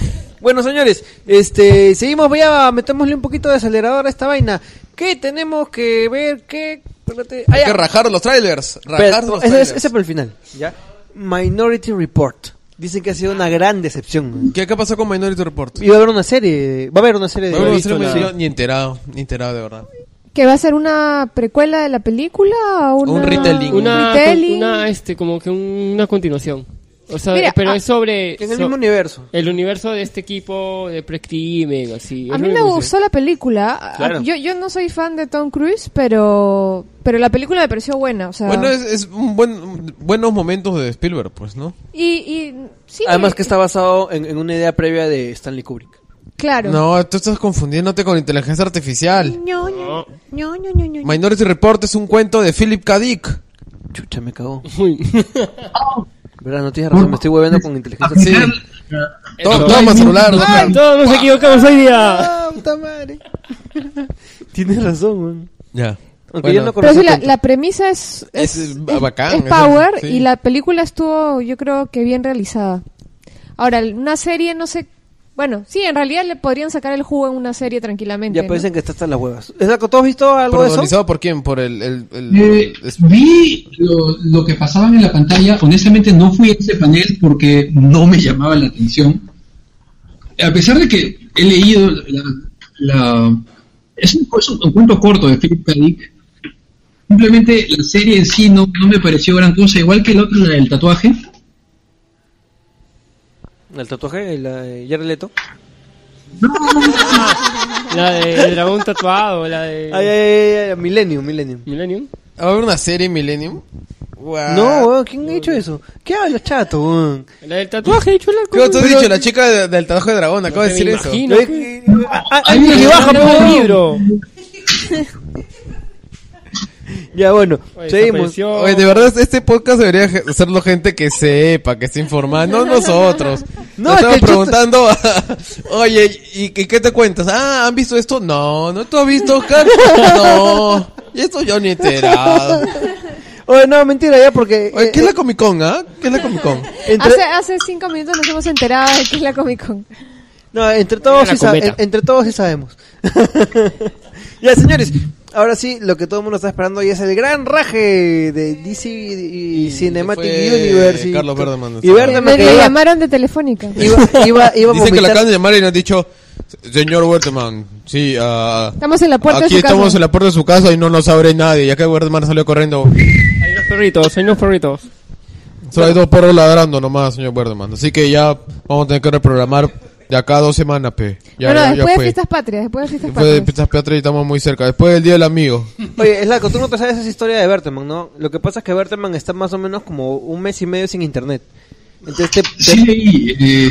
[SPEAKER 2] bueno, señores, este, seguimos, ya metémosle un poquito de acelerador a esta vaina. ¿Qué tenemos que ver? ¿Qué? Espérate. Ah,
[SPEAKER 1] Hay
[SPEAKER 2] ya.
[SPEAKER 1] que rajar los trailers.
[SPEAKER 2] Pero-
[SPEAKER 1] Rajar los
[SPEAKER 2] ese,
[SPEAKER 1] trailers.
[SPEAKER 2] ese- ese para el final. ¿ya? Minority Report. Dicen que ha sido una gran decepción.
[SPEAKER 1] ¿Qué, ¿Qué pasó con Minority Report?
[SPEAKER 2] Y va a haber una serie. Va a haber una serie. de-
[SPEAKER 1] Bueno,
[SPEAKER 5] he
[SPEAKER 1] en serio,
[SPEAKER 5] visto
[SPEAKER 1] me-
[SPEAKER 5] la-
[SPEAKER 1] yo ni enterado, ni enterado de verdad.
[SPEAKER 4] ¿Que va a ser una precuela de la película o una,
[SPEAKER 1] Un retelling.
[SPEAKER 4] un
[SPEAKER 5] Una,
[SPEAKER 4] retelling?
[SPEAKER 5] una este, como que un- una continuación. O sea,
[SPEAKER 4] Mira, ah,
[SPEAKER 5] pero
[SPEAKER 4] a-
[SPEAKER 5] es sobre
[SPEAKER 2] En el
[SPEAKER 5] so-
[SPEAKER 2] mismo universo.
[SPEAKER 5] el universo de este equipo de precrimen, así.
[SPEAKER 4] A
[SPEAKER 5] es
[SPEAKER 4] mí
[SPEAKER 5] lo
[SPEAKER 4] me
[SPEAKER 5] que sé.
[SPEAKER 4] gustó la película. A-
[SPEAKER 2] Claro.
[SPEAKER 4] Yo, yo no soy fan de Tom Cruise, pero pero la película me pareció buena.
[SPEAKER 2] Ah.
[SPEAKER 4] O sea,
[SPEAKER 1] Bueno, es, es un buen, buenos momentos de Spielberg, pues, ¿no?
[SPEAKER 4] y, y sí,
[SPEAKER 2] Además que está basado en, en una idea previa de Stanley Kubrick.
[SPEAKER 4] claro.
[SPEAKER 1] No, tú estás confundiéndote con inteligencia artificial.
[SPEAKER 4] Ño, ño, ño, ño, ño, ño.
[SPEAKER 1] Minority Report es un cuento de Philip K. Dick.
[SPEAKER 2] Chucha, me cagó.
[SPEAKER 5] Uy.
[SPEAKER 2] Verdad, no tienes razón, me estoy hueveando con inteligencia
[SPEAKER 1] Sí.
[SPEAKER 2] artificial.
[SPEAKER 1] Toma, toma celular, toma.
[SPEAKER 5] Todos nos equivocamos hoy día.
[SPEAKER 2] Ah, puta madre. Tienes razón, man.
[SPEAKER 1] Ya.
[SPEAKER 2] Aunque
[SPEAKER 1] Bueno,
[SPEAKER 2] yo no
[SPEAKER 4] Pero
[SPEAKER 2] conozco
[SPEAKER 4] sí, la,
[SPEAKER 2] tanto.
[SPEAKER 4] la premisa es,
[SPEAKER 1] Es, eh, bacán,
[SPEAKER 4] es
[SPEAKER 1] es-
[SPEAKER 4] power
[SPEAKER 1] sí.
[SPEAKER 4] y la película estuvo, yo creo que bien realizada. Ahora, el- una serie, no sé. Bueno, sí, en realidad le podrían sacar el jugo en una serie tranquilamente.
[SPEAKER 2] Ya pues,
[SPEAKER 4] ¿no?
[SPEAKER 2] parecen que está hasta las huevas. ¿Exacto? ¿Tú has visto algo de eso?
[SPEAKER 1] ¿Protagonizado por quién? Por el... el, el-
[SPEAKER 9] Eh,
[SPEAKER 1] es-
[SPEAKER 9] vi lo, lo que pasaban en la pantalla. Honestamente, no fui a ese panel porque no me llamaba la atención. A pesar de que he leído la. la- es, un, es un cuento corto de Philip K. Dick. Simplemente la serie en sí no, no me pareció gran cosa, igual que la otra, la del tatuaje.
[SPEAKER 2] El tatuaje, el eh, Jared Leto.
[SPEAKER 5] La de el dragón tatuado, la de
[SPEAKER 2] Ay, ay, ay, ay, Millennium, Millennium.
[SPEAKER 5] Millennium.
[SPEAKER 1] ¿Va a haber una serie Millennium? What?
[SPEAKER 2] No, weón, ¿quién ha hecho eso? ¿Qué habla, chato, weón?
[SPEAKER 5] La del tatuaje, hecho
[SPEAKER 1] ¿Qué tú has dicho? La chica de- del trabajo de dragón acaba de decir eso.
[SPEAKER 5] imagino.
[SPEAKER 2] Ay,
[SPEAKER 5] pues.
[SPEAKER 2] eh, ah, ah,
[SPEAKER 9] Ay,
[SPEAKER 2] ay,
[SPEAKER 9] mira,
[SPEAKER 2] que baja,
[SPEAKER 5] Anda,
[SPEAKER 1] pues,
[SPEAKER 2] po.
[SPEAKER 5] un libro.
[SPEAKER 2] Ya, bueno,
[SPEAKER 5] Oye,
[SPEAKER 2] seguimos.
[SPEAKER 5] desapareció.
[SPEAKER 1] Oye, de verdad, este podcast debería ge- hacerlo gente que sepa, que esté informada, no nosotros.
[SPEAKER 2] No,
[SPEAKER 1] No,
[SPEAKER 2] es
[SPEAKER 1] estamos
[SPEAKER 2] que el chiste-
[SPEAKER 1] preguntando, oye, ¿y, y qué te cuentas? Ah, ¿han visto esto? No, ¿no tú has visto, Oscar? No, y esto yo ni enterado.
[SPEAKER 2] Oye, Oh, no, mentira, ya, porque...
[SPEAKER 1] Oye,
[SPEAKER 2] eh,
[SPEAKER 1] ¿qué es la
[SPEAKER 2] eh,
[SPEAKER 1] Comic Con, ah? ¿Qué es la Comic Con?
[SPEAKER 2] entre-
[SPEAKER 4] Hace, hace cinco minutos nos hemos enterado de que es la Comic Con.
[SPEAKER 2] No, entre todos,
[SPEAKER 5] Era
[SPEAKER 2] sí sa-
[SPEAKER 5] cometa.
[SPEAKER 2] en- entre todos sí sabemos. ya, señores, ahora sí, lo que todo el mundo está esperando hoy es el gran raje de DC y, Cinematic
[SPEAKER 1] fue
[SPEAKER 2] Universe. y-
[SPEAKER 1] Carlos Verdeman.
[SPEAKER 2] Y Verdeman
[SPEAKER 4] Me
[SPEAKER 2] que iba,
[SPEAKER 4] llamaron de Telefónica.
[SPEAKER 2] iba, iba, iba a
[SPEAKER 1] Dicen que la
[SPEAKER 2] vomitar.
[SPEAKER 1] acaban de llamar y nos han dicho, señor Werteman, sí, ah,
[SPEAKER 4] Estamos en la puerta
[SPEAKER 1] aquí
[SPEAKER 4] de su
[SPEAKER 1] estamos
[SPEAKER 4] casa.
[SPEAKER 1] en la puerta de su casa y no nos abre nadie, ya que Werteman salió corriendo.
[SPEAKER 5] Hay unos perritos, hay unos perritos.
[SPEAKER 1] Solo hay dos perros ladrando nomás, señor Werdeman. Así que ya vamos a tener que reprogramar De acá a dos semanas, pe. Ya,
[SPEAKER 4] bueno,
[SPEAKER 1] ya- ya
[SPEAKER 4] después de
[SPEAKER 1] fue.
[SPEAKER 4] fiestas patrias, después de fiestas
[SPEAKER 1] Después de
[SPEAKER 4] patrias.
[SPEAKER 1] Pistas Patrias estamos muy cerca. Después del Día del Amigo.
[SPEAKER 2] Oye, es la tú no te sabes esa historia de Berteman, ¿no? Lo que pasa es que Berteman está más o menos como un mes y medio sin internet. Entonces te, te-
[SPEAKER 9] Sí, leí, eh,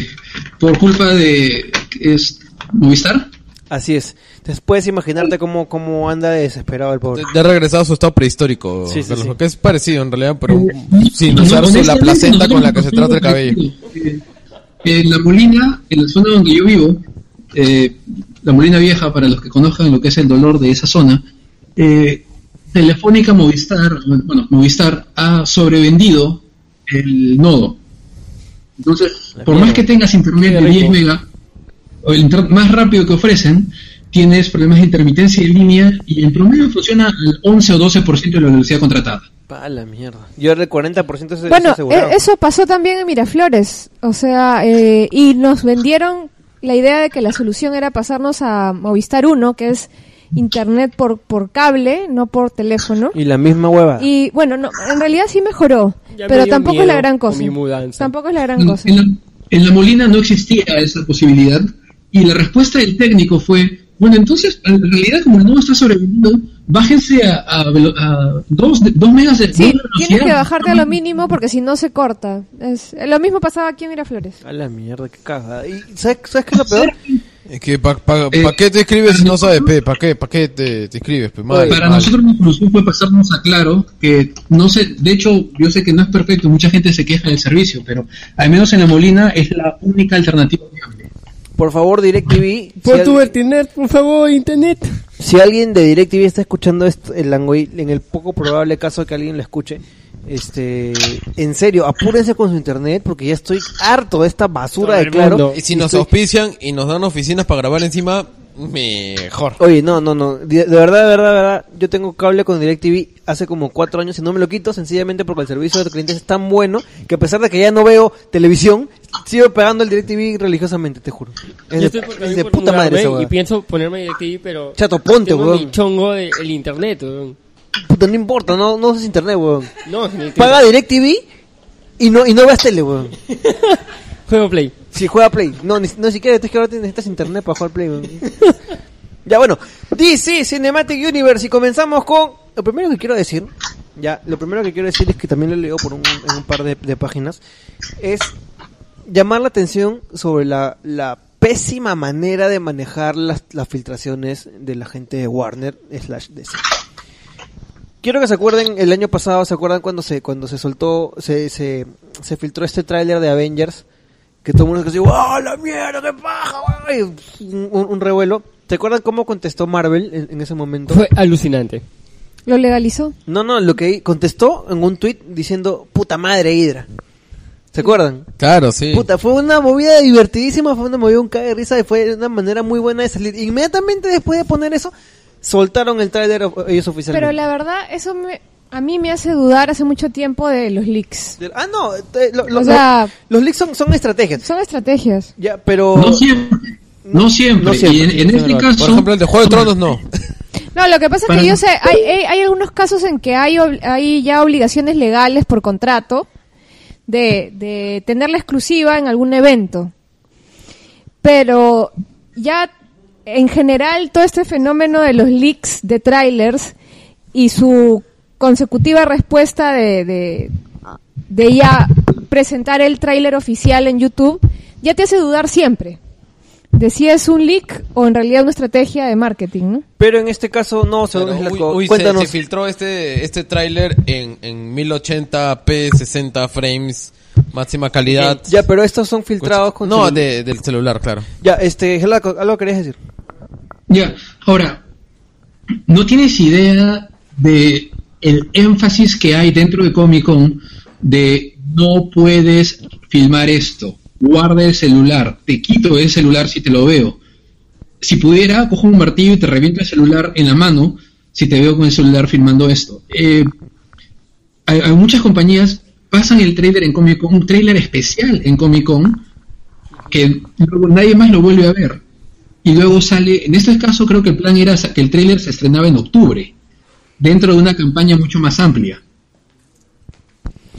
[SPEAKER 9] por culpa de es Movistar.
[SPEAKER 2] Así es. Entonces puedes imaginarte cómo, cómo anda de desesperado el pobre.
[SPEAKER 1] Ya ha regresado a su estado prehistórico.
[SPEAKER 2] Sí, sí,
[SPEAKER 1] Carlos,
[SPEAKER 2] sí.
[SPEAKER 1] Que es parecido en realidad, pero
[SPEAKER 9] Eh,
[SPEAKER 1] sin
[SPEAKER 9] No,
[SPEAKER 1] usar su- la
[SPEAKER 9] honestamente,
[SPEAKER 1] placenta
[SPEAKER 9] este nosotros
[SPEAKER 1] con la que se
[SPEAKER 9] nos
[SPEAKER 1] trata el
[SPEAKER 9] fuimos
[SPEAKER 1] cabello.
[SPEAKER 9] creciendo. Eh, En la Molina, en la zona donde yo vivo, eh, la Molina Vieja, para los que conozcan lo que es el dolor de esa zona, eh, Telefónica Movistar, bueno, Movistar ha sobrevendido el nodo. Entonces, por más que tengas internet de 10 mega, o el internet más rápido que ofrecen, tienes problemas de intermitencia en línea y en promedio funciona al 11 o 12% de la velocidad contratada.
[SPEAKER 2] Pa' la mierda. Yo era el 40% es
[SPEAKER 4] Bueno,
[SPEAKER 2] asegurado.
[SPEAKER 4] eh, eso pasó también en Miraflores. O sea, eh, y nos vendieron la idea de que la solución era pasarnos a Movistar 1, que es internet por, por cable, no por teléfono.
[SPEAKER 2] Y la misma hueva.
[SPEAKER 4] Y bueno, no, en realidad sí mejoró,
[SPEAKER 5] Ya me
[SPEAKER 4] pero
[SPEAKER 5] dio
[SPEAKER 4] tampoco es la
[SPEAKER 5] miedo
[SPEAKER 4] gran
[SPEAKER 5] con
[SPEAKER 4] cosa.
[SPEAKER 5] mi mudanza.
[SPEAKER 4] Tampoco es la gran
[SPEAKER 9] En,
[SPEAKER 4] cosa.
[SPEAKER 9] en la, en la Molina no existía esa posibilidad y la respuesta del técnico fue, bueno, entonces en realidad como el nodo está sobreviviendo, bájense a, a velo- a dos, de- dos megas de dos
[SPEAKER 4] Sí,
[SPEAKER 9] de velocidad.
[SPEAKER 4] tienes que bajarte a lo mínimo porque si no se corta. Es, lo mismo pasaba aquí en Miraflores.
[SPEAKER 2] A la mierda, qué caga. ¿Y sabes, sabes qué es lo peor?
[SPEAKER 1] Es que, ¿para pa,
[SPEAKER 9] Eh,
[SPEAKER 1] pa qué te escribes si no sabes, pe? ¿Para qué, pa qué te, te escribes, pe? Mal,
[SPEAKER 9] Para
[SPEAKER 1] mal.
[SPEAKER 9] nosotros la solución fue pasarnos a Claro, que no sé, de hecho yo sé que no es perfecto, mucha gente se queja del servicio, pero al menos en la Molina es la única alternativa viable.
[SPEAKER 2] Por favor, DirecTV. si
[SPEAKER 5] Por
[SPEAKER 2] al-
[SPEAKER 5] tu internet, por favor, internet.
[SPEAKER 2] Si alguien de DirecTV está escuchando esto, el Langoy, en el poco probable caso de que alguien lo escuche, este, en serio, apúrense con su internet porque ya estoy harto de esta basura
[SPEAKER 5] Todo
[SPEAKER 2] de
[SPEAKER 5] el
[SPEAKER 2] claro.
[SPEAKER 5] mundo.
[SPEAKER 1] Y si nos
[SPEAKER 2] Estoy-
[SPEAKER 1] auspician y nos dan oficinas para grabar encima, mejor.
[SPEAKER 2] Oye, no, no, no, de de verdad, de verdad, de verdad, yo tengo cable con DirecTV hace como cuatro años y no me lo quito sencillamente porque el servicio de clientes es tan bueno que a pesar de que ya no veo televisión, sigo pagando el DirecTV religiosamente, te juro. Es
[SPEAKER 5] Yo
[SPEAKER 2] de,
[SPEAKER 5] estoy por-
[SPEAKER 2] es
[SPEAKER 5] también
[SPEAKER 2] de
[SPEAKER 5] por
[SPEAKER 2] puta madre
[SPEAKER 5] mudarme
[SPEAKER 2] esa
[SPEAKER 5] Y
[SPEAKER 2] huevada.
[SPEAKER 5] pienso ponerme DirecTV, pero.
[SPEAKER 2] Chato, ponte,
[SPEAKER 5] tengo
[SPEAKER 2] weón.
[SPEAKER 5] mi chongo del internet, weón.
[SPEAKER 2] Puta, no importa, no, no uses internet, weón.
[SPEAKER 5] No, en el
[SPEAKER 2] Paga DirecTV y no, y no veas tele, weón.
[SPEAKER 5] Juego Play.
[SPEAKER 2] Si juega Play. No, ni, no siquiera, es que ahora te- necesitas internet para jugar Play. weón. ya bueno, DC Cinematic Universe y comenzamos con... Lo primero que quiero decir, ya, lo primero que quiero decir es que también lo leo por un, en un par de, de páginas, es llamar la atención sobre la, la pésima manera de manejar las, las filtraciones de la gente de Warner slash DC. Quiero que se acuerden, el año pasado, ¿se acuerdan cuando se, cuando se soltó, se, se, se filtró este tráiler de Avengers? Que todo el mundo decía, ¡oh, la mierda, qué paja! weón", y Un, un- un revuelo. ¿Te acuerdan cómo contestó Marvel en, en ese momento?
[SPEAKER 5] Fue alucinante.
[SPEAKER 4] Lo legalizó.
[SPEAKER 2] No, no, lo que contestó en un tuit diciendo, puta madre, Hydra. ¿Se acuerdan?
[SPEAKER 1] Claro, sí.
[SPEAKER 2] Puta, fue una movida divertidísima, fue una movida un cae de risa y fue una manera muy buena de salir. Inmediatamente después de poner eso, soltaron el tráiler of- ellos oficialmente.
[SPEAKER 4] Pero la verdad, eso me- a mí me hace dudar hace mucho tiempo de los leaks.
[SPEAKER 2] Ah, no, te- lo- lo-
[SPEAKER 4] O sea-
[SPEAKER 2] lo- los leaks son, son estrategias.
[SPEAKER 4] Son estrategias.
[SPEAKER 2] Ya,
[SPEAKER 4] Oh.
[SPEAKER 2] pero...
[SPEAKER 9] No siempre. No siempre.
[SPEAKER 2] no siempre,
[SPEAKER 9] y en-
[SPEAKER 2] sí,
[SPEAKER 9] en,
[SPEAKER 2] es
[SPEAKER 9] este
[SPEAKER 2] verdad.
[SPEAKER 9] caso...
[SPEAKER 1] Por ejemplo, el de Juego de Tronos no.
[SPEAKER 4] No, lo que pasa es
[SPEAKER 9] Para-
[SPEAKER 4] que yo sé, hay, hay, hay algunos casos en que hay, ob- hay ya obligaciones legales por contrato de, de tener la exclusiva en algún evento. Pero ya en general todo este fenómeno de los leaks de trailers y su consecutiva respuesta de, de, de ya presentar el tráiler oficial en YouTube, ya te hace dudar siempre de si es un leak o en realidad una estrategia de marketing, ¿no?
[SPEAKER 2] Pero en este caso no, según
[SPEAKER 1] Pero,
[SPEAKER 2] es la
[SPEAKER 1] uy,
[SPEAKER 2] co-
[SPEAKER 1] uy, se-
[SPEAKER 2] Cuéntanos.
[SPEAKER 1] se, filtró este este tráiler en, en 1080p, 60 frames, máxima calidad.
[SPEAKER 2] ya, pero estos son filtrados con
[SPEAKER 1] No,
[SPEAKER 2] celu-
[SPEAKER 1] de- del celular, claro.
[SPEAKER 2] Ya, este, Gelaco, algo querías decir.
[SPEAKER 9] Ya, ahora, ¿no tienes idea de el énfasis que hay dentro de Comic Con de no puedes filmar esto? Guarda el celular, te quito el celular si te lo veo. Si pudiera, cojo un martillo y te reviento el celular en la mano si te veo con el celular filmando esto. Eh, hay, hay muchas compañías pasan el trailer en Comic Con, un trailer especial en Comic Con que luego nadie más lo vuelve a ver y luego sale, en este caso creo que el plan era sa- que el tráiler se estrenaba en octubre, dentro de una campaña mucho más amplia.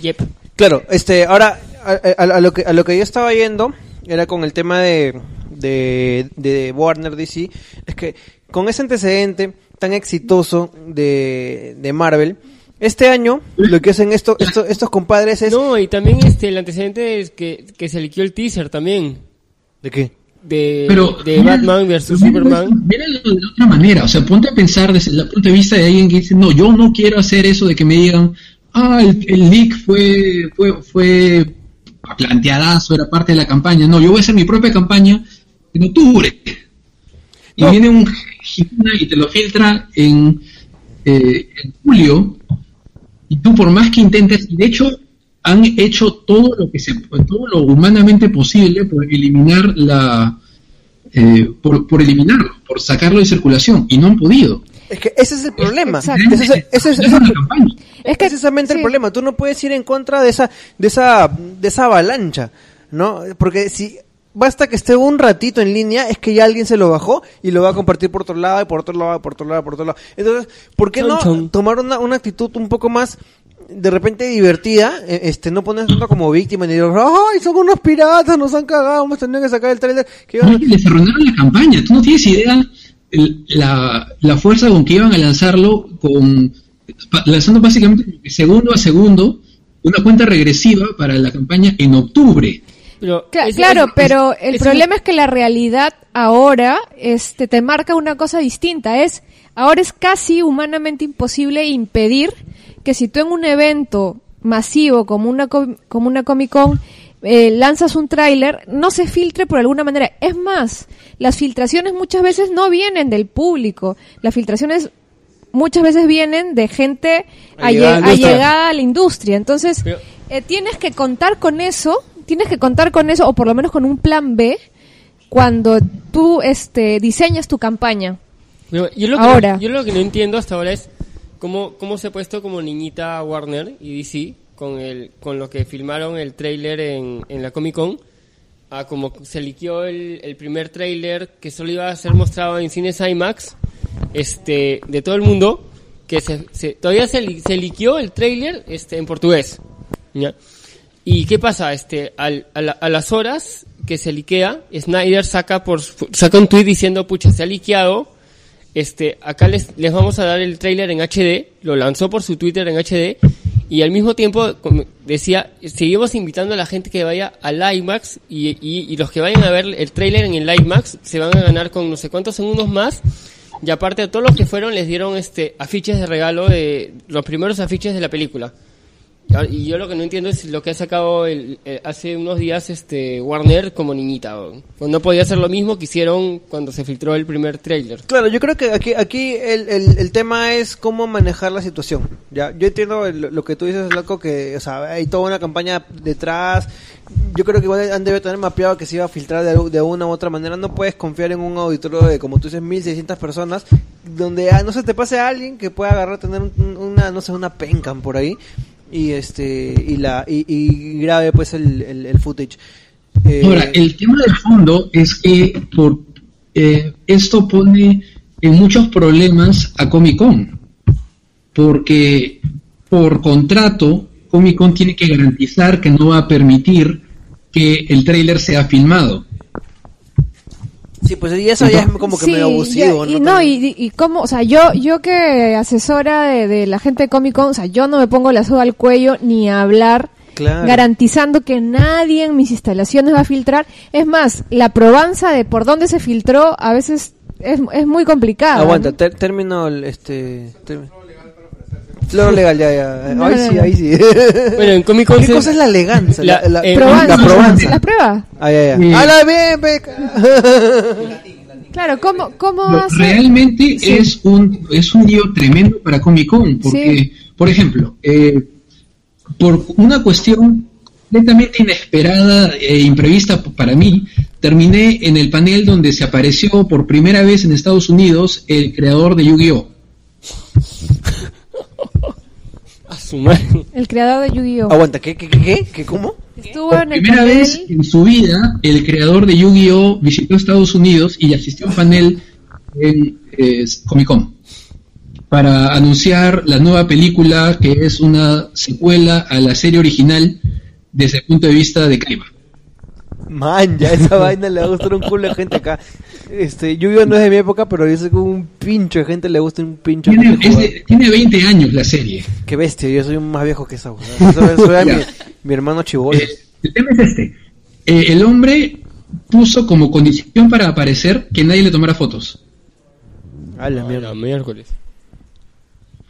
[SPEAKER 5] Yep.
[SPEAKER 2] Claro, este, ahora a, a- a lo que a lo que yo estaba yendo era con el tema de, de, de Warner DC es que con ese antecedente tan exitoso de, de Marvel, este año lo que hacen esto, esto- estos compadres es...
[SPEAKER 5] No, y también este, el antecedente es que, que se liquidó el teaser también
[SPEAKER 2] ¿De qué?
[SPEAKER 5] de,
[SPEAKER 9] Pero
[SPEAKER 5] de
[SPEAKER 9] mira-
[SPEAKER 5] Batman versus
[SPEAKER 9] mira-
[SPEAKER 5] Superman.
[SPEAKER 9] Míralo de otra manera, o sea, ponte a pensar desde el punto de vista de alguien que dice, no, yo no quiero hacer eso de que me digan, ah, el, el leak fue, fue, fue planteadazo, era parte de la campaña. No, yo voy a hacer mi propia campaña en octubre. Y
[SPEAKER 2] No.
[SPEAKER 9] viene un gitana y te lo filtra en, eh, en julio. Y tú por más que intentes, y de hecho han hecho todo lo que se, todo lo humanamente posible por eliminar la, eh, por, por eliminarlo, por sacarlo de circulación, y no han podido.
[SPEAKER 2] Es que ese es el problema.
[SPEAKER 4] Exacto.
[SPEAKER 2] Ese es- ese es-
[SPEAKER 9] Esa
[SPEAKER 2] ese es-
[SPEAKER 9] la campaña.
[SPEAKER 4] Es
[SPEAKER 2] Es
[SPEAKER 4] que-
[SPEAKER 2] precisamente
[SPEAKER 4] sí.
[SPEAKER 2] el problema. Tú no puedes ir en contra de esa, de esa, de esa avalancha, ¿no? Porque si basta que esté un ratito en línea, es que ya alguien se lo bajó y lo va a compartir por otro lado, y por otro lado, y por otro lado, por otro lado. Entonces, ¿por qué
[SPEAKER 5] Chon,
[SPEAKER 2] no
[SPEAKER 5] chon.
[SPEAKER 2] tomar una, una actitud un poco más de repente divertida, eh, este, no poner tanto como víctima ni digo, ay, son unos piratas, nos han cagado, hemos tenido que sacar el trailer. Que iban a-
[SPEAKER 9] Oye, Les arruinaron la campaña. Tú no tienes idea el- la, la fuerza con que iban a lanzarlo, con pa- lanzando básicamente segundo a segundo una cuenta regresiva para la campaña en octubre.
[SPEAKER 5] Pero
[SPEAKER 4] Cla-
[SPEAKER 5] es-
[SPEAKER 4] claro,
[SPEAKER 5] es-
[SPEAKER 4] pero el
[SPEAKER 5] es-
[SPEAKER 4] problema es que la realidad ahora este, te marca una cosa distinta. Es ahora es casi humanamente imposible impedir que si tú en un evento masivo como una com- como una Comic Con eh, lanzas un tráiler, no se filtre por alguna manera. Es más, las filtraciones muchas veces no vienen del público. Las filtraciones muchas veces vienen de gente
[SPEAKER 5] Allegada a la
[SPEAKER 4] alle-
[SPEAKER 5] industria.
[SPEAKER 4] allegada a la industria. Entonces,
[SPEAKER 5] Pero-
[SPEAKER 4] eh, tienes que contar con eso, tienes que contar con eso, o por lo menos con un plan B, cuando tú este, diseñas tu campaña.
[SPEAKER 5] Pero yo lo que
[SPEAKER 4] Ahora.
[SPEAKER 5] No, yo lo que no entiendo hasta ahora es cómo, cómo se ha puesto como niñita Warner y DC con el con lo que filmaron el tráiler en, en la Comic Con a como se liqueó el, el primer tráiler que solo iba a ser mostrado en cines IMAX este de todo el mundo que se, se- todavía se, li- se liqueó el tráiler este en portugués ¿ya? ¿Y qué pasa? Este, al- a, la- a las horas que se liquea, Snyder saca por su- saca un tuit diciendo, pucha, se ha liqueado. Este, acá les, les vamos a dar el tráiler en HD. Lo lanzó por su Twitter en HD. Y al mismo tiempo com- decía, seguimos invitando a la gente que vaya al IMAX y, y, y los que vayan a ver el tráiler en el IMAX se van a ganar con no sé cuántos segundos más. Y aparte a todos los que fueron les dieron este afiches de regalo de los primeros afiches de la película. Ah, Y yo lo que no entiendo es lo que ha sacado el, eh, hace unos días este Warner como niñita. weón. No podía hacer lo mismo que hicieron cuando se filtró el primer tráiler.
[SPEAKER 2] Claro, yo creo que aquí, aquí el, el- el tema es cómo manejar la situación. Ya, yo entiendo el- lo que tú dices, loco, que o sea, hay toda una campaña detrás. Yo creo que igual han debe tener mapeado que se iba a filtrar de, al- de una u otra manera. No puedes confiar en un auditorio de, como tú dices, 1600 personas, donde ah, no se te pase a alguien que pueda agarrar, tener un- un- una, no sé, una pencan por ahí y este y la y, y grabe pues el, el, el footage. Eh,
[SPEAKER 9] Ahora, el tema de fondo es que por eh, esto pone en muchos problemas a Comic Con, porque por contrato Comic Con tiene que garantizar que no va a permitir que el tráiler sea filmado.
[SPEAKER 2] Sí, pues y eso ya es como que
[SPEAKER 4] Sí,
[SPEAKER 2] medio abusivo.
[SPEAKER 4] ya- y no, y, y cómo, o sea, yo, yo que asesora de, de la gente de Comic Con, o sea, yo no me pongo la soga al cuello ni a hablar.
[SPEAKER 2] Claro.
[SPEAKER 4] garantizando que nadie en mis instalaciones va a filtrar. Es más, la probanza de por dónde se filtró a veces es, es muy complicada.
[SPEAKER 2] Aguanta,
[SPEAKER 4] ¿no?
[SPEAKER 2] ter- término el, este. término. Flor legal, ya, ya.
[SPEAKER 4] No,
[SPEAKER 2] ahí
[SPEAKER 4] no,
[SPEAKER 2] sí,
[SPEAKER 4] no.
[SPEAKER 2] ahí sí.
[SPEAKER 5] Bueno, en Comic Con
[SPEAKER 2] ¿Qué
[SPEAKER 5] se-
[SPEAKER 2] cosa es la elegancia? La,
[SPEAKER 5] La-
[SPEAKER 2] la-
[SPEAKER 5] eh,
[SPEAKER 4] Probanza.
[SPEAKER 2] la probanza.
[SPEAKER 4] La prueba.
[SPEAKER 2] Ah, ya,
[SPEAKER 9] Sí.
[SPEAKER 2] ya. ¡Hala, bien, beca!
[SPEAKER 4] Claro, ¿cómo, cómo
[SPEAKER 9] Lo-
[SPEAKER 4] hace?
[SPEAKER 9] realmente
[SPEAKER 4] Sí.
[SPEAKER 9] es un es un lío tremendo para Comic Con porque
[SPEAKER 4] Sí.
[SPEAKER 9] por ejemplo eh, por una cuestión completamente inesperada e imprevista p- para mí terminé en el panel donde se apareció por primera vez en Estados Unidos el creador de Yu-Gi-Oh
[SPEAKER 5] A su madre.
[SPEAKER 4] El creador de Yu-Gi-Oh!
[SPEAKER 2] Aguanta, ¿qué, qué, qué, qué? ¿Qué, cómo?
[SPEAKER 4] Estuvo
[SPEAKER 9] por
[SPEAKER 4] en el
[SPEAKER 9] primera
[SPEAKER 4] panel.
[SPEAKER 9] vez en su vida el creador de Yu-Gi-Oh visitó Estados Unidos y asistió a un panel en eh, Comic Con para anunciar la nueva película que es una secuela a la serie original desde el punto de vista de Kaiba.
[SPEAKER 2] Man, ya esa vaina le va a gustar un culo de gente acá. Este, Yu-Gi-Oh no es de mi época, pero dice que un pincho de gente le gusta un pincho. de
[SPEAKER 9] Tiene,
[SPEAKER 2] gente
[SPEAKER 9] es
[SPEAKER 2] jugar.
[SPEAKER 9] de- tiene 20 años la serie.
[SPEAKER 2] Qué bestia, yo soy más viejo que esa. weón. Eso- eso era mi, mi hermano chivolo.
[SPEAKER 9] Eh, el tema es este. Eh, el hombre puso como condición para aparecer que nadie le tomara fotos.
[SPEAKER 2] A la
[SPEAKER 5] A la
[SPEAKER 2] mierda.
[SPEAKER 5] miércoles.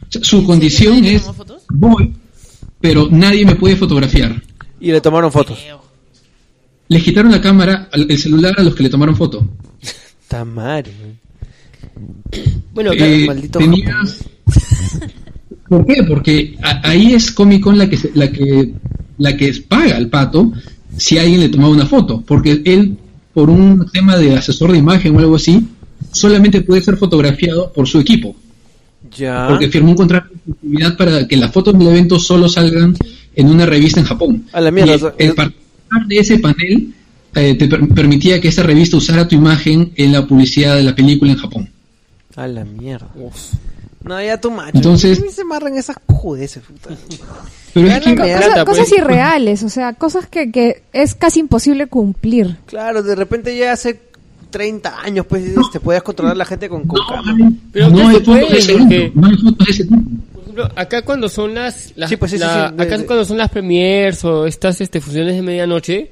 [SPEAKER 9] O sea, su condición
[SPEAKER 6] nadie le
[SPEAKER 9] es
[SPEAKER 6] tomó fotos?
[SPEAKER 9] voy, pero nadie me puede fotografiar.
[SPEAKER 2] Y le tomaron fotos.
[SPEAKER 9] Les quitaron la cámara, al- el celular a los que le tomaron foto.
[SPEAKER 2] Está mal, weón.
[SPEAKER 5] Bueno,
[SPEAKER 9] Eh,
[SPEAKER 5] claro,
[SPEAKER 2] maldito
[SPEAKER 9] tenías- ¿Por qué? Porque a- ahí es Comic Con la que, se- la que la que paga al pato si alguien le tomaba una foto, porque él por un tema de asesor de imagen o algo así solamente puede ser fotografiado por su equipo,
[SPEAKER 2] Ya.
[SPEAKER 9] porque firmó un contrato de exclusividad para que las fotos del evento solo salgan en una revista en Japón.
[SPEAKER 2] A la mierda,
[SPEAKER 9] Y
[SPEAKER 2] o sea,
[SPEAKER 9] el
[SPEAKER 2] es-
[SPEAKER 9] participar de ese panel eh, te per- permitía que esa revista usara tu imagen en la publicidad de la película en Japón.
[SPEAKER 2] A la mierda. No, ya tu macho.
[SPEAKER 9] Entonces-
[SPEAKER 2] ¿Por qué se amarran esas cojudeces, puta?
[SPEAKER 9] Pero es
[SPEAKER 2] Ganan
[SPEAKER 9] que-
[SPEAKER 4] Co-
[SPEAKER 2] Me
[SPEAKER 4] cosa-
[SPEAKER 2] encanta,
[SPEAKER 4] cosas
[SPEAKER 2] pues.
[SPEAKER 4] irreales, o sea, cosas que, que es casi imposible cumplir.
[SPEAKER 2] Claro, de repente ya hace 30 años, pues, te podías controlar la gente con, con cámara.
[SPEAKER 5] Pero
[SPEAKER 9] no,
[SPEAKER 5] acá
[SPEAKER 9] hay
[SPEAKER 5] se
[SPEAKER 9] fotos de
[SPEAKER 5] puede,
[SPEAKER 9] ese
[SPEAKER 5] porque-
[SPEAKER 9] tipo, no hay fotos de ese tipo.
[SPEAKER 5] Por ejemplo, acá cuando son las, las-
[SPEAKER 2] Sí, pues, sí, sí,
[SPEAKER 5] la-
[SPEAKER 2] sí, de-
[SPEAKER 5] acá
[SPEAKER 2] de-
[SPEAKER 5] cuando son las premiers o estas este, funciones de medianoche,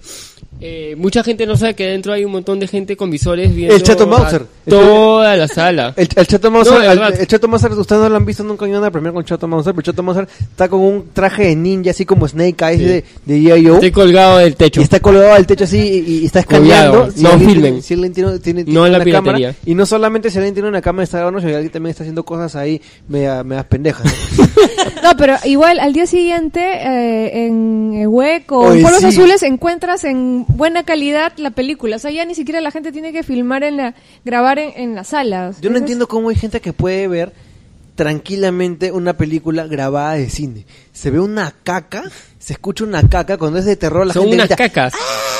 [SPEAKER 5] eh, mucha gente no sabe que adentro hay un montón de gente con visores viendo
[SPEAKER 2] El Chato
[SPEAKER 5] a
[SPEAKER 2] Mauser.
[SPEAKER 5] toda la sala.
[SPEAKER 2] El, el Chato Mauser,
[SPEAKER 5] No, de
[SPEAKER 2] al-
[SPEAKER 5] verdad.
[SPEAKER 2] el Chato Mauser, ustedes no lo han visto nunca en una premier con Chato Mauser, pero Chato Mauser está con un traje de ninja, así como Snake Eyes
[SPEAKER 5] Sí.
[SPEAKER 2] de, de G.I.O.
[SPEAKER 5] Estoy colgado del techo.
[SPEAKER 2] Y está colgado al techo así y, y está escaneando.
[SPEAKER 5] Colgado, no
[SPEAKER 2] alguien
[SPEAKER 5] filmen.
[SPEAKER 2] tiene- Si alguien tiene, tiene- tiene
[SPEAKER 5] No en la
[SPEAKER 2] una
[SPEAKER 5] piratería.
[SPEAKER 2] cámara, y no solamente si alguien tiene una cámara está grabando, sino que alguien también está haciendo cosas ahí media, medias pendejas. ¿no?
[SPEAKER 4] No, pero igual al día siguiente eh, en el hueco,
[SPEAKER 2] Oye,
[SPEAKER 4] en Pueblos
[SPEAKER 2] sí.
[SPEAKER 4] Azules encuentras en buena calidad la película. O sea, ya ni siquiera la gente tiene que filmar en la, grabar en, en la sala.
[SPEAKER 2] Yo no
[SPEAKER 4] Entonces,
[SPEAKER 2] entiendo cómo hay gente que puede ver tranquilamente una película grabada de cine. Se ve una caca, se escucha una caca, cuando es de terror la
[SPEAKER 5] son
[SPEAKER 2] gente Ah,
[SPEAKER 5] unas
[SPEAKER 2] grita,
[SPEAKER 5] cacas.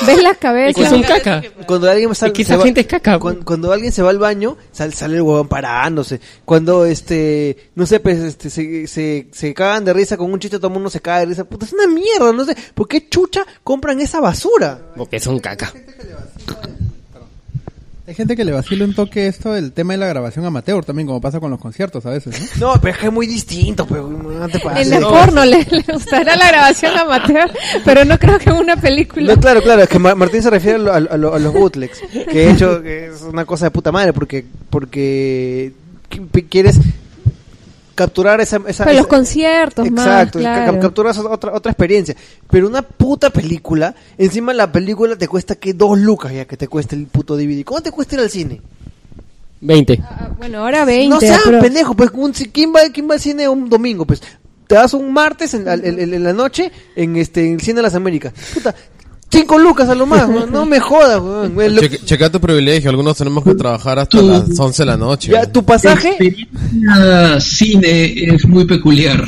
[SPEAKER 4] Ves las
[SPEAKER 5] Es que
[SPEAKER 4] cabezas.
[SPEAKER 5] son cacas.
[SPEAKER 2] Cuando alguien sal-
[SPEAKER 5] Es que
[SPEAKER 2] se
[SPEAKER 5] esa
[SPEAKER 2] va-
[SPEAKER 5] gente es caca,
[SPEAKER 2] cuan- Cuando,
[SPEAKER 5] pues.
[SPEAKER 2] alguien se va al baño, sal- sale el huevón parándose. Cuando, este, no sé, pues, este, se, se, se cagan de risa con un chiste, todo el mundo se caga de risa. Puta, es una mierda, no sé. ¿Por qué chucha compran esa basura?
[SPEAKER 5] Porque son cacas.
[SPEAKER 7] Hay gente que le vacila un toque esto del tema de la grabación amateur también, como pasa con los conciertos a veces, ¿no?
[SPEAKER 2] No, pero es que es muy distinto, pero no te pases.
[SPEAKER 4] En el porno le, le gustará la grabación amateur, pero no creo que en una película.
[SPEAKER 2] No, claro, claro, es que Ma- Martín se refiere a, lo- a lo- a lo- a los bootlegs, que he hecho que es una cosa de puta madre, porque porque qui- pi- quieres capturar esa... esa
[SPEAKER 4] Pero los
[SPEAKER 2] esa-
[SPEAKER 4] conciertos, más,
[SPEAKER 2] Exacto, ca-
[SPEAKER 4] claro.
[SPEAKER 2] capturas otra, otra experiencia. Pero una puta película, encima la película te cuesta que dos lucas ya que te cuesta el puto DVD. ¿Cómo te cuesta ir al cine?
[SPEAKER 5] 20.
[SPEAKER 4] Ah, Bueno, ahora 20.
[SPEAKER 2] no seas
[SPEAKER 4] pero-
[SPEAKER 2] pendejo, pues un, ci- ¿quién, va, ¿quién va al cine un domingo? Pues te das un martes en, al- en- en- en la noche en este en el Cine de las Américas. Puta, cinco lucas a lo más, weón, no me jodas, weón. Weón, lo-
[SPEAKER 1] Checa, checa tu privilegio, algunos tenemos que trabajar hasta las 11 de la noche.
[SPEAKER 2] ya, tu pasaje,
[SPEAKER 9] experiencia cine es muy peculiar.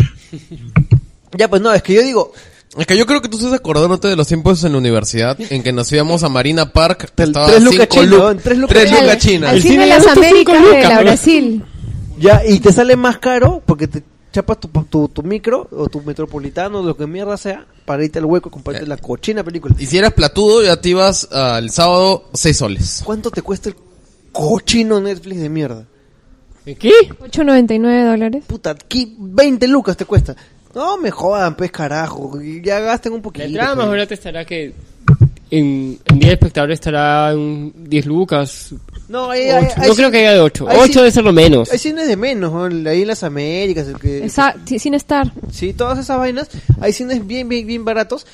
[SPEAKER 2] ya pues no, es que yo digo,
[SPEAKER 1] Es que yo creo que tú estás acordándote de los tiempos en la universidad en que nos íbamos a Marina Park, que
[SPEAKER 2] Tres
[SPEAKER 1] estaba
[SPEAKER 2] lucas
[SPEAKER 1] cinco
[SPEAKER 2] chino,
[SPEAKER 1] lu-
[SPEAKER 2] tres lucas
[SPEAKER 1] tres
[SPEAKER 4] Al-
[SPEAKER 1] lucas chinas.
[SPEAKER 4] Al
[SPEAKER 5] El
[SPEAKER 4] cine
[SPEAKER 5] cine
[SPEAKER 4] de
[SPEAKER 5] ya
[SPEAKER 4] las
[SPEAKER 5] costó cinco
[SPEAKER 4] Américas de
[SPEAKER 5] lucas,
[SPEAKER 4] la
[SPEAKER 5] ¿no?
[SPEAKER 4] Brasil.
[SPEAKER 2] ya, y te sale más caro porque te chapas tu, tu, tu micro o tu metropolitano, lo que mierda sea, para irte al hueco y comprarte la cochina película.
[SPEAKER 1] Y si eras platudo, ya te ibas ah, el sábado 6 soles.
[SPEAKER 2] ¿Cuánto te cuesta el cochino Netflix de mierda?
[SPEAKER 5] ¿Qué?
[SPEAKER 4] 8.99 dólares.
[SPEAKER 2] Puta, aquí 20 lucas te cuesta. No me jodan, pues carajo. Ya gasten un
[SPEAKER 5] La
[SPEAKER 2] poquito.
[SPEAKER 5] entrada más
[SPEAKER 2] pues.
[SPEAKER 5] barata estará que en, en 10 espectadores estará en 10 lucas.
[SPEAKER 2] No, ahí-
[SPEAKER 5] Ocho.
[SPEAKER 2] ahí- ahí
[SPEAKER 5] no
[SPEAKER 2] sí-
[SPEAKER 5] creo que haya de 8.
[SPEAKER 2] ahí
[SPEAKER 5] 8
[SPEAKER 2] sí-
[SPEAKER 5] debe ser lo menos.
[SPEAKER 2] Hay cines de menos, ¿no? ahí en las Américas. el que-
[SPEAKER 4] Esa- sí, sin estar.
[SPEAKER 2] Sí, todas esas vainas. Hay cines bien, bien, bien baratos.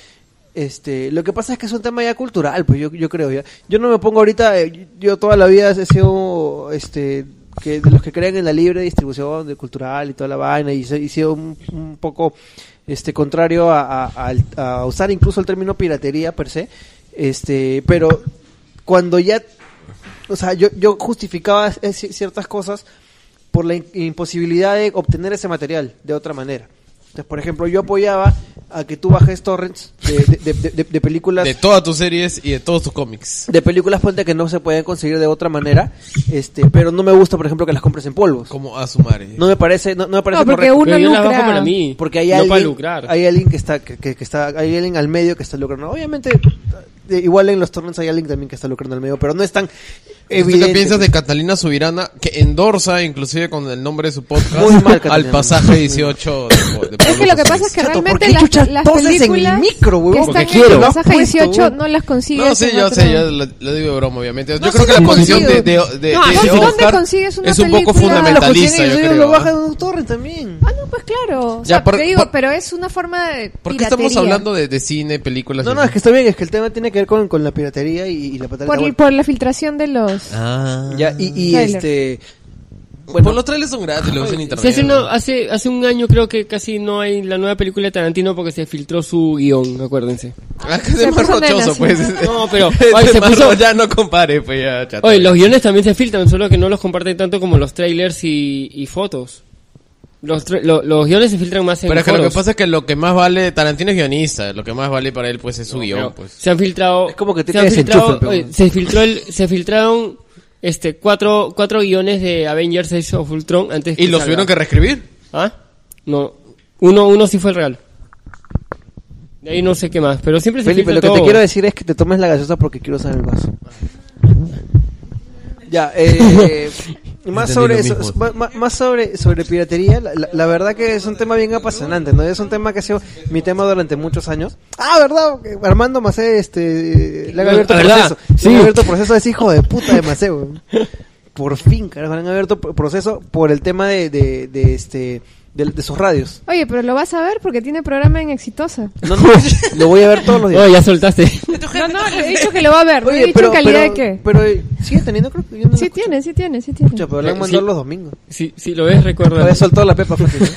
[SPEAKER 2] Este, lo que pasa es que es un tema ya cultural, pues yo, yo creo ya. Yo no me pongo ahorita, eh, yo toda la vida he sido, este, que de los que creen en la libre distribución de cultural y toda la vaina y, se- y he sido un, un poco, este, contrario a, a- al- a usar incluso el término piratería per se, este, pero cuando ya, o sea, yo, yo justificaba eh, ci- ciertas cosas por la in- imposibilidad de obtener ese material de otra manera. Entonces, por ejemplo, yo apoyaba a que tú bajes torrents de, de- de- de- de películas
[SPEAKER 1] De todas tus series y de todos tus cómics.
[SPEAKER 2] de películas ponte que no se pueden conseguir de otra manera, este, pero no me gusta, por ejemplo, que las compres en polvos.
[SPEAKER 1] Como a su madre.
[SPEAKER 2] No me parece, no, no me parece
[SPEAKER 4] No, porque
[SPEAKER 2] correcto.
[SPEAKER 4] uno
[SPEAKER 5] Pero yo las
[SPEAKER 4] lucra.
[SPEAKER 5] bajo para mí.
[SPEAKER 2] Porque hay
[SPEAKER 5] no
[SPEAKER 2] alguien,
[SPEAKER 5] para lucrar.
[SPEAKER 2] hay alguien que está, que, que- que está, hay alguien al medio que está lucrando. Obviamente, eh, igual en los torrents hay alguien también que está lucrando al medio, pero no es tan
[SPEAKER 1] ¿Tú
[SPEAKER 2] evidente.
[SPEAKER 1] qué piensas de Catalina Subirana, que endorsa inclusive con el nombre de su podcast
[SPEAKER 2] Muy mal, Catalina.
[SPEAKER 1] al pasaje 18 de, po- de
[SPEAKER 4] Es que lo que pasa es que
[SPEAKER 2] pues, Chato, ¿por
[SPEAKER 4] realmente
[SPEAKER 2] qué
[SPEAKER 4] las,
[SPEAKER 2] chuchas
[SPEAKER 4] las
[SPEAKER 2] toses en mi
[SPEAKER 4] películas
[SPEAKER 2] micro, huevón?
[SPEAKER 4] que
[SPEAKER 2] Porque
[SPEAKER 4] están
[SPEAKER 2] quiero.
[SPEAKER 4] en
[SPEAKER 2] Lo
[SPEAKER 4] el
[SPEAKER 2] has
[SPEAKER 4] pasaje
[SPEAKER 2] puesto,
[SPEAKER 4] 18
[SPEAKER 2] huevón.
[SPEAKER 4] no las consigues.
[SPEAKER 1] No, sí,
[SPEAKER 4] en
[SPEAKER 1] yo
[SPEAKER 4] otro-
[SPEAKER 1] sé, yo lo, lo digo de broma, obviamente.
[SPEAKER 4] No,
[SPEAKER 1] yo creo
[SPEAKER 4] sí
[SPEAKER 1] que la
[SPEAKER 4] lo
[SPEAKER 1] posición de,
[SPEAKER 4] consigo.
[SPEAKER 1] de, de,
[SPEAKER 4] No,
[SPEAKER 1] de-
[SPEAKER 4] ¿dónde-
[SPEAKER 1] de
[SPEAKER 4] dónde
[SPEAKER 1] Oscar
[SPEAKER 4] consigues una
[SPEAKER 1] es un poco
[SPEAKER 4] película?
[SPEAKER 2] Pues
[SPEAKER 1] fundamentalista, yo creo.
[SPEAKER 2] lo
[SPEAKER 1] ¿ah?
[SPEAKER 2] bajan en un torrent también.
[SPEAKER 4] Ah, no, pues claro. O
[SPEAKER 1] Ya,
[SPEAKER 4] sea,
[SPEAKER 1] por-
[SPEAKER 4] te digo,
[SPEAKER 1] por-
[SPEAKER 4] pero es una forma de.
[SPEAKER 1] ¿Por qué estamos
[SPEAKER 4] piratería.
[SPEAKER 1] hablando de, de cine, películas?
[SPEAKER 2] No,
[SPEAKER 1] y
[SPEAKER 2] no,
[SPEAKER 1] eso?
[SPEAKER 2] es que está bien, es que el tema tiene que ver con, con la piratería y, y la patada
[SPEAKER 4] Por, por la filtración de los.
[SPEAKER 1] Ah.
[SPEAKER 2] Ya, y, y
[SPEAKER 4] Trailer.
[SPEAKER 2] este...
[SPEAKER 1] Bueno, pues los trailers son gratis, lo ves en
[SPEAKER 5] Se
[SPEAKER 1] internet.
[SPEAKER 5] hace, una- hace, hace un año creo que casi no hay la nueva película de Tarantino porque se filtró su guión, acuérdense.
[SPEAKER 1] Ah, que es más
[SPEAKER 4] puso nenas,
[SPEAKER 1] rochoso,
[SPEAKER 4] sí.
[SPEAKER 1] pues.
[SPEAKER 5] No, pero,
[SPEAKER 1] Ese
[SPEAKER 5] oye, se
[SPEAKER 1] más
[SPEAKER 5] puso-
[SPEAKER 1] ro- Ya no compare, pues ya, chato.
[SPEAKER 5] Oye, los guiones también se filtran, solo que no los comparten tanto como los trailers y, y fotos. Los, tra- lo- los guiones se filtran más en
[SPEAKER 1] Pero es que lo
[SPEAKER 5] foros.
[SPEAKER 1] que pasa es que lo que más vale, Tarantino es guionista, lo que más vale para él pues es su guión,
[SPEAKER 5] Pero
[SPEAKER 1] pues.
[SPEAKER 5] Se han filtrado.
[SPEAKER 2] Es como que te
[SPEAKER 5] se han
[SPEAKER 2] quedes
[SPEAKER 5] filtrado,
[SPEAKER 2] enchufe, pero-
[SPEAKER 5] oye, se filtró el, se filtraron este cuatro, cuatro guiones de Avengers Age of Ultron antes
[SPEAKER 1] Y los
[SPEAKER 5] salga.
[SPEAKER 1] tuvieron que reescribir.
[SPEAKER 5] ¿Ah? No. Uno, uno sí fue el real. De ahí no sé qué más, pero siempre se
[SPEAKER 2] Felipe,
[SPEAKER 5] filtra
[SPEAKER 2] lo que te
[SPEAKER 5] todo.
[SPEAKER 2] quiero decir es que te tomes la gaseosa porque quiero usar el vaso. Ya, eh, más
[SPEAKER 1] Entendí
[SPEAKER 2] sobre
[SPEAKER 1] lo
[SPEAKER 2] eso,
[SPEAKER 1] mismo.
[SPEAKER 2] ma- ma- más sobre sobre piratería, la, la- la verdad que es un tema bien apasionante, ¿no? Es un tema que ha sido mi tema durante muchos años. Ah, ¿verdad? Que Armando Macé, este, le han
[SPEAKER 5] La
[SPEAKER 2] abierto
[SPEAKER 5] verdad,
[SPEAKER 2] proceso. Le
[SPEAKER 5] sí.
[SPEAKER 2] han abierto proceso a ese hijo de puta de Macé, weón. Por fin, carajo, le han abierto pro- proceso por el tema de, de, de, este, de, de sus radios.
[SPEAKER 4] Oye, pero lo vas a ver porque tiene programa en Exitosa.
[SPEAKER 2] No, no, lo voy a ver todos los días.
[SPEAKER 5] Oh, ya soltaste.
[SPEAKER 4] No, no, le he dicho que lo va a ver. no
[SPEAKER 2] Oye,
[SPEAKER 4] he dicho en calidad de qué.
[SPEAKER 2] Pero eh, sigue teniendo, creo que yo no
[SPEAKER 4] Sí
[SPEAKER 2] lo escucho.
[SPEAKER 4] tiene, sí tiene, sí tiene.
[SPEAKER 2] Escucha, pero le han
[SPEAKER 5] Sí.
[SPEAKER 2] mandado los domingos.
[SPEAKER 5] Si, si lo ves, recuerda.
[SPEAKER 2] Había soltado la pepa fácil.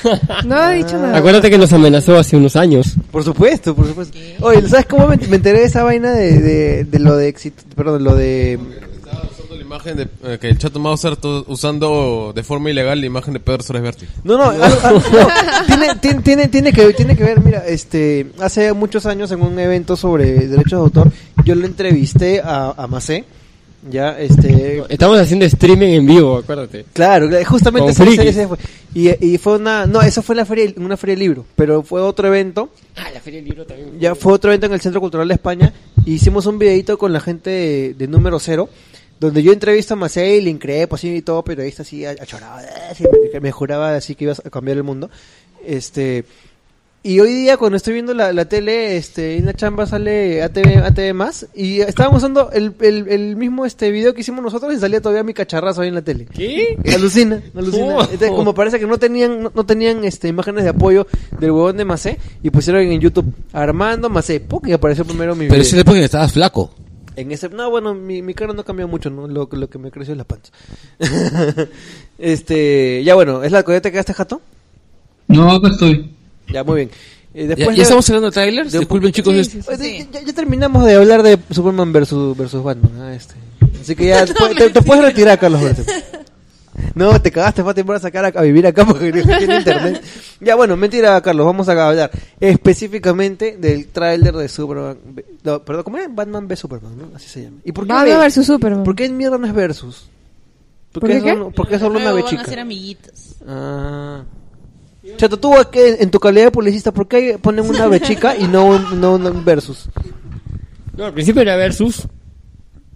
[SPEAKER 2] ¿no?
[SPEAKER 4] No he
[SPEAKER 2] Ah.
[SPEAKER 4] dicho nada.
[SPEAKER 5] Acuérdate que nos amenazó hace unos años.
[SPEAKER 2] por supuesto, por supuesto. Oye, ¿sabes cómo me, me enteré de esa vaina de, de, de lo de éxito? Perdón, lo de.
[SPEAKER 1] Estaba usando la imagen de eh, que el Chato Mauser to- usando de forma ilegal la imagen de Pedro Suárez Berti.
[SPEAKER 2] No, no, algo- algo- no. Tiene, tiene, tiene, tiene que, tiene que ver, mira, este, hace muchos años en un evento sobre derechos de autor, yo lo entrevisté a, a Macé, ya, este,
[SPEAKER 5] Estamos haciendo streaming en vivo, acuérdate.
[SPEAKER 2] Claro, claro, justamente
[SPEAKER 5] Con
[SPEAKER 2] ese- ese-
[SPEAKER 5] frikis.
[SPEAKER 2] ese fue. Y, y fue una, no, eso fue en la feria, en una feria del libro, pero fue otro evento.
[SPEAKER 5] Ah, la Feria del Libro también.
[SPEAKER 2] Ya fue otro evento en el Centro Cultural de España. y hicimos un videito con la gente de, de número cero, donde yo entrevisto a Macei, le increíble, pues y todo, periodista así, achorado, así, que me juraba así que ibas a cambiar el mundo. Este, y hoy día cuando estoy viendo la, la tele, este, en la chamba sale ATV, ATV más, y estábamos usando el, el, el mismo este video que hicimos nosotros y salía todavía mi cacharrazo ahí en la tele.
[SPEAKER 5] ¿Qué?
[SPEAKER 2] Alucina, alucina.
[SPEAKER 5] Oh.
[SPEAKER 2] Entonces, como parece que no tenían, no, no tenían este imágenes de apoyo del huevón de Macé y pusieron en YouTube Armando Macé, ¡pum! y apareció primero mi
[SPEAKER 3] Pero
[SPEAKER 2] video.
[SPEAKER 3] ese le que estabas flaco.
[SPEAKER 2] En ese, no, bueno, mi, mi cara no cambió mucho, ¿no? Lo, lo que me creció es la panza. este, ya bueno, ¿es la que te quedaste jato?
[SPEAKER 9] No, acá estoy.
[SPEAKER 2] Ya, muy bien. Eh,
[SPEAKER 3] Ya,
[SPEAKER 2] después
[SPEAKER 3] ya
[SPEAKER 2] de-
[SPEAKER 3] estamos hablando de trailers.
[SPEAKER 2] de un
[SPEAKER 3] Disculpen, chicos.
[SPEAKER 4] Sí,
[SPEAKER 3] es-
[SPEAKER 4] sí, sí.
[SPEAKER 2] Oye, ya, ya- ya terminamos de hablar de Superman versus, versus Batman. ah, este. Así que ya pu- te, te puedes retirar, Carlos. Berti. No, te cagaste, Fati, por sacar a, a vivir acá porque no tiene internet. Ya, bueno, mentira, Carlos. Vamos a hablar específicamente del tráiler de Superman. v- no, perdón, ¿cómo era? Batman v Superman, ¿no? Así se llama. ¿Y por qué,
[SPEAKER 4] Batman
[SPEAKER 2] ve-
[SPEAKER 4] versus Superman.
[SPEAKER 2] ¿por qué en mierda no es versus? ¿Por
[SPEAKER 4] ¿Por
[SPEAKER 2] qué,
[SPEAKER 4] qué qué?
[SPEAKER 2] solo- por qué solo una
[SPEAKER 6] Luego
[SPEAKER 2] vez
[SPEAKER 6] van a ser
[SPEAKER 2] chica?
[SPEAKER 6] amiguitos.
[SPEAKER 2] Ah. Chato, tú ¿a qué- en tu calidad de publicista, ¿por qué ponen una bechica y no un- no un versus?
[SPEAKER 5] No, al principio era Versus.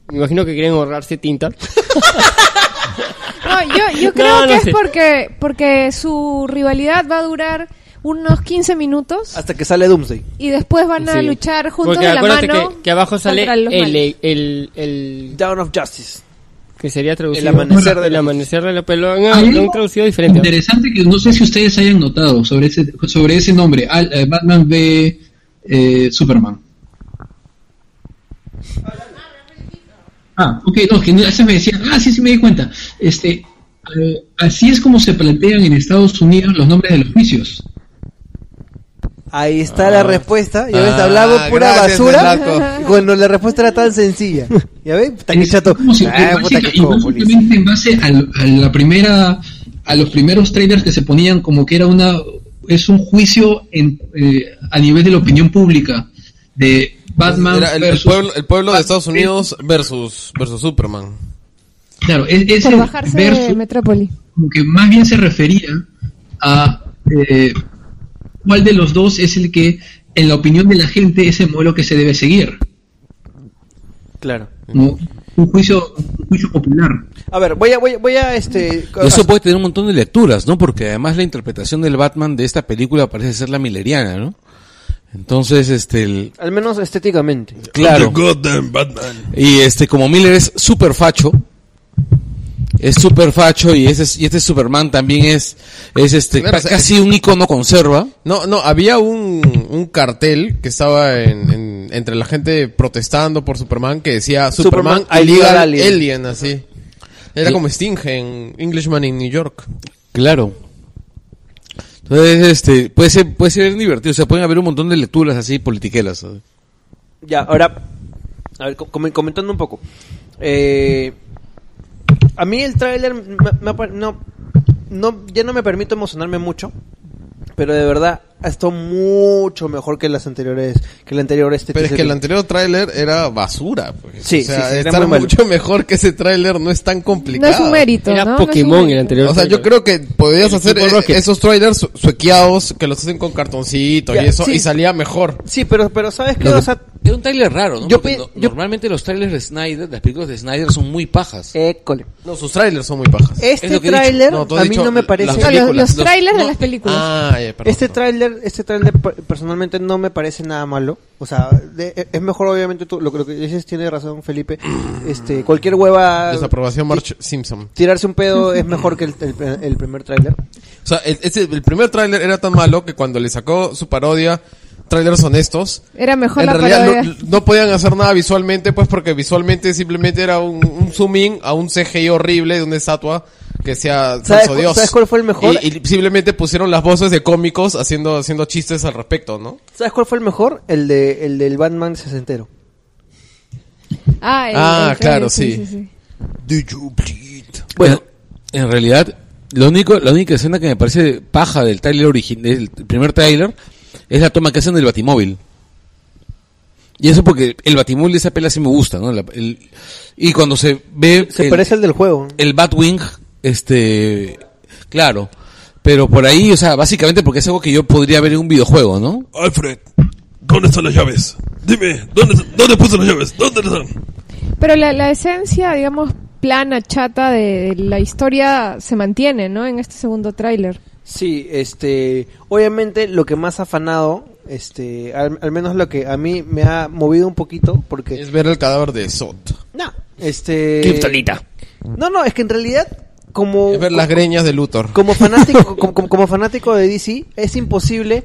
[SPEAKER 5] Me imagino que quieren ahorrarse tinta.
[SPEAKER 4] No, yo, yo
[SPEAKER 5] No,
[SPEAKER 4] creo
[SPEAKER 5] no
[SPEAKER 4] que es
[SPEAKER 5] sé.
[SPEAKER 4] porque, porque su rivalidad va a durar unos 15 minutos
[SPEAKER 2] Hasta que sale Doomsday.
[SPEAKER 4] y después van a
[SPEAKER 5] Sí.
[SPEAKER 4] luchar juntos
[SPEAKER 5] Porque
[SPEAKER 4] de la
[SPEAKER 5] acuérdate
[SPEAKER 4] mano.
[SPEAKER 5] Que, que abajo sale
[SPEAKER 4] contra los
[SPEAKER 5] el,
[SPEAKER 4] malos.
[SPEAKER 5] el, el, el-
[SPEAKER 2] Dawn of Justice.
[SPEAKER 5] que sería traducido.
[SPEAKER 2] El amanecer de
[SPEAKER 5] el
[SPEAKER 2] la- ¿Ah?
[SPEAKER 5] amanecer de la pelo. No,
[SPEAKER 9] Hay
[SPEAKER 5] no,
[SPEAKER 9] algo
[SPEAKER 5] un traducido diferente.
[SPEAKER 9] Interesante que no sé si ustedes hayan notado sobre ese, sobre ese nombre, al- eh, Batman v eh, Superman. Ah, ok, no, que no- a veces me decían, ah, sí, sí me di cuenta. Este, eh, así es como se plantean en Estados Unidos los nombres de los juicios.
[SPEAKER 2] Ahí está la respuesta. Ya ves,
[SPEAKER 1] Ah,
[SPEAKER 2] hablamos pura
[SPEAKER 1] gracias,
[SPEAKER 2] basura.
[SPEAKER 1] Blanco.
[SPEAKER 2] Cuando la respuesta era tan sencilla. ¿Ya ves? Puta, qué
[SPEAKER 9] Es
[SPEAKER 2] chato.
[SPEAKER 9] como si-
[SPEAKER 2] Ah,
[SPEAKER 9] en
[SPEAKER 2] puta,
[SPEAKER 9] base-
[SPEAKER 2] qué
[SPEAKER 9] y
[SPEAKER 2] como policía.
[SPEAKER 9] básicamente en base al- a, la primera, a los primeros trailers que se ponían como que era una es un juicio en, eh, a nivel de la opinión pública de Batman
[SPEAKER 1] Era el, el
[SPEAKER 9] versus-
[SPEAKER 1] pueblo, el pueblo de Estados Unidos versus, versus Superman.
[SPEAKER 9] claro es, ese
[SPEAKER 4] Por bajarse de
[SPEAKER 9] versus
[SPEAKER 4] Metrópoli.
[SPEAKER 9] como que más bien se refería a eh, cuál de los dos es el que en la opinión de la gente es el modelo que se debe seguir
[SPEAKER 2] Claro.
[SPEAKER 9] Como un juicio, un juicio popular.
[SPEAKER 2] A ver, voy a, voy a, voy a este.
[SPEAKER 3] Y eso puede tener un montón de lecturas, ¿no? Porque además la interpretación del Batman de esta película parece ser la mileriana, ¿no? Entonces, este, el-
[SPEAKER 2] Al menos estéticamente.
[SPEAKER 3] claro.
[SPEAKER 8] The goddamn Batman.
[SPEAKER 3] Y este, como Miller es súper facho, es súper facho y, ese, es- y este Superman también es, es este,
[SPEAKER 1] Claro, o sea,
[SPEAKER 3] casi un icono conserva.
[SPEAKER 1] No, no, había un, un cartel que estaba en, en- entre la gente protestando por Superman que decía Superman,
[SPEAKER 2] Superman
[SPEAKER 1] Illegal
[SPEAKER 2] Illegal Alien".
[SPEAKER 1] Alien. así. Era
[SPEAKER 3] Sí.
[SPEAKER 1] como Sting en Englishman in New York.
[SPEAKER 3] Claro. Entonces, este, puede ser, puede ser divertido, o sea, pueden haber un montón de lecturas así politiquelas. ¿sabes?
[SPEAKER 2] Ya, ahora, a ver, com- com- comentando un poco. Eh, a mí el tráiler me- me ha pa- no, no, ya no me permito emocionarme mucho, pero de verdad ha estado mucho mejor que las anteriores, que el anterior este.
[SPEAKER 1] Pero es que el
[SPEAKER 2] se-
[SPEAKER 1] anterior tráiler era basura. pues.
[SPEAKER 2] Sí,
[SPEAKER 1] o sea,
[SPEAKER 2] sí, sí, era
[SPEAKER 1] estar
[SPEAKER 2] muy malo.
[SPEAKER 1] mucho mejor que ese tráiler no es tan
[SPEAKER 4] No
[SPEAKER 1] complicado.
[SPEAKER 4] es un mérito,
[SPEAKER 5] Era
[SPEAKER 4] ¿no? No es un
[SPEAKER 5] Pokémon el
[SPEAKER 4] mérito.
[SPEAKER 5] anterior.
[SPEAKER 1] O sea, yo creo que podías
[SPEAKER 5] El
[SPEAKER 1] hacer
[SPEAKER 5] tipo
[SPEAKER 1] eh,
[SPEAKER 5] Rocket.
[SPEAKER 1] esos trailers su- suequeados que los hacen con cartoncito
[SPEAKER 2] Ya,
[SPEAKER 1] y eso
[SPEAKER 2] sí.
[SPEAKER 1] y salía mejor.
[SPEAKER 2] Sí, pero, pero sabes qué,
[SPEAKER 3] Lo que-
[SPEAKER 2] o sea,
[SPEAKER 3] Era un tráiler raro, ¿no?
[SPEAKER 2] Yo
[SPEAKER 3] Porque
[SPEAKER 2] pe-
[SPEAKER 3] no-
[SPEAKER 2] yo-
[SPEAKER 3] Normalmente los trailers de Snyder, las películas de Snyder son muy pajas.
[SPEAKER 2] école.
[SPEAKER 1] No, sus trailers son muy pajas.
[SPEAKER 3] Es
[SPEAKER 2] Este
[SPEAKER 3] lo que he dicho.
[SPEAKER 2] tráiler
[SPEAKER 1] No, tú has
[SPEAKER 2] a mí
[SPEAKER 1] dicho
[SPEAKER 2] no me
[SPEAKER 1] las
[SPEAKER 2] parece.
[SPEAKER 4] No, los, los
[SPEAKER 3] Los-
[SPEAKER 4] trailers de
[SPEAKER 3] no.
[SPEAKER 4] las películas.
[SPEAKER 1] Ah, ya, perdón.
[SPEAKER 2] Este
[SPEAKER 1] perdón.
[SPEAKER 2] tráiler, este tráiler per- personalmente no me parece nada malo. O sea, de- e, es mejor obviamente tú, lo, que- lo que dices tiene razón Felipe. Este, cualquier hueva
[SPEAKER 1] Desaprobación March Simpson.
[SPEAKER 2] tirarse un pedo es mejor que el, el- el primer tráiler.
[SPEAKER 1] O sea, el, ese- el primer tráiler era tan malo que cuando le sacó su parodia, trailers honestos,
[SPEAKER 4] Era mejor
[SPEAKER 1] en
[SPEAKER 4] la
[SPEAKER 1] realidad no-
[SPEAKER 4] parodia.
[SPEAKER 1] no, podían hacer nada visualmente, pues porque visualmente simplemente era un, un zoom in a un CGI horrible de una estatua que sea
[SPEAKER 2] ¿Sabes
[SPEAKER 1] falso
[SPEAKER 2] cu-
[SPEAKER 1] Dios.
[SPEAKER 2] sabes cuál fue el mejor?
[SPEAKER 1] Y, y simplemente pusieron las voces de cómicos haciendo, haciendo chistes al respecto, ¿no?
[SPEAKER 2] ¿Sabes cuál fue el mejor? El de el del Batman sesentero.
[SPEAKER 4] Ah, el-
[SPEAKER 1] Ah,
[SPEAKER 4] el trailer,
[SPEAKER 1] claro, sí.
[SPEAKER 8] Did you bleed?
[SPEAKER 3] Bueno, en realidad, lo único, la única escena que me parece paja del tráiler origi- del primer tráiler, es la toma que hacen del batimóvil. Y eso porque el batimóvil de esa pela sí me gusta, ¿no? La- el- y cuando se ve
[SPEAKER 2] Se
[SPEAKER 3] el,
[SPEAKER 2] parece al del juego.
[SPEAKER 3] el Batwing, este, claro. Pero por ahí, o sea, básicamente porque es algo que yo podría ver en un videojuego, ¿no?
[SPEAKER 8] Alfred, ¿dónde están las llaves? Dime, ¿dónde, dónde puse las llaves? ¿Dónde están?
[SPEAKER 4] Pero la, la esencia, digamos, plana, chata de, de la historia se mantiene, ¿no? En este segundo tráiler.
[SPEAKER 2] Sí, este, obviamente lo que más afanado, este, al, al menos lo que a mí me ha movido un poquito porque
[SPEAKER 1] Es ver el cadáver de Sot.
[SPEAKER 2] no,
[SPEAKER 5] Eh,
[SPEAKER 2] este
[SPEAKER 5] Kryptonita.
[SPEAKER 2] No, no, es que en realidad como
[SPEAKER 1] Es ver las greñas de Luthor.
[SPEAKER 2] como fanático como, como- como fanático de DC es imposible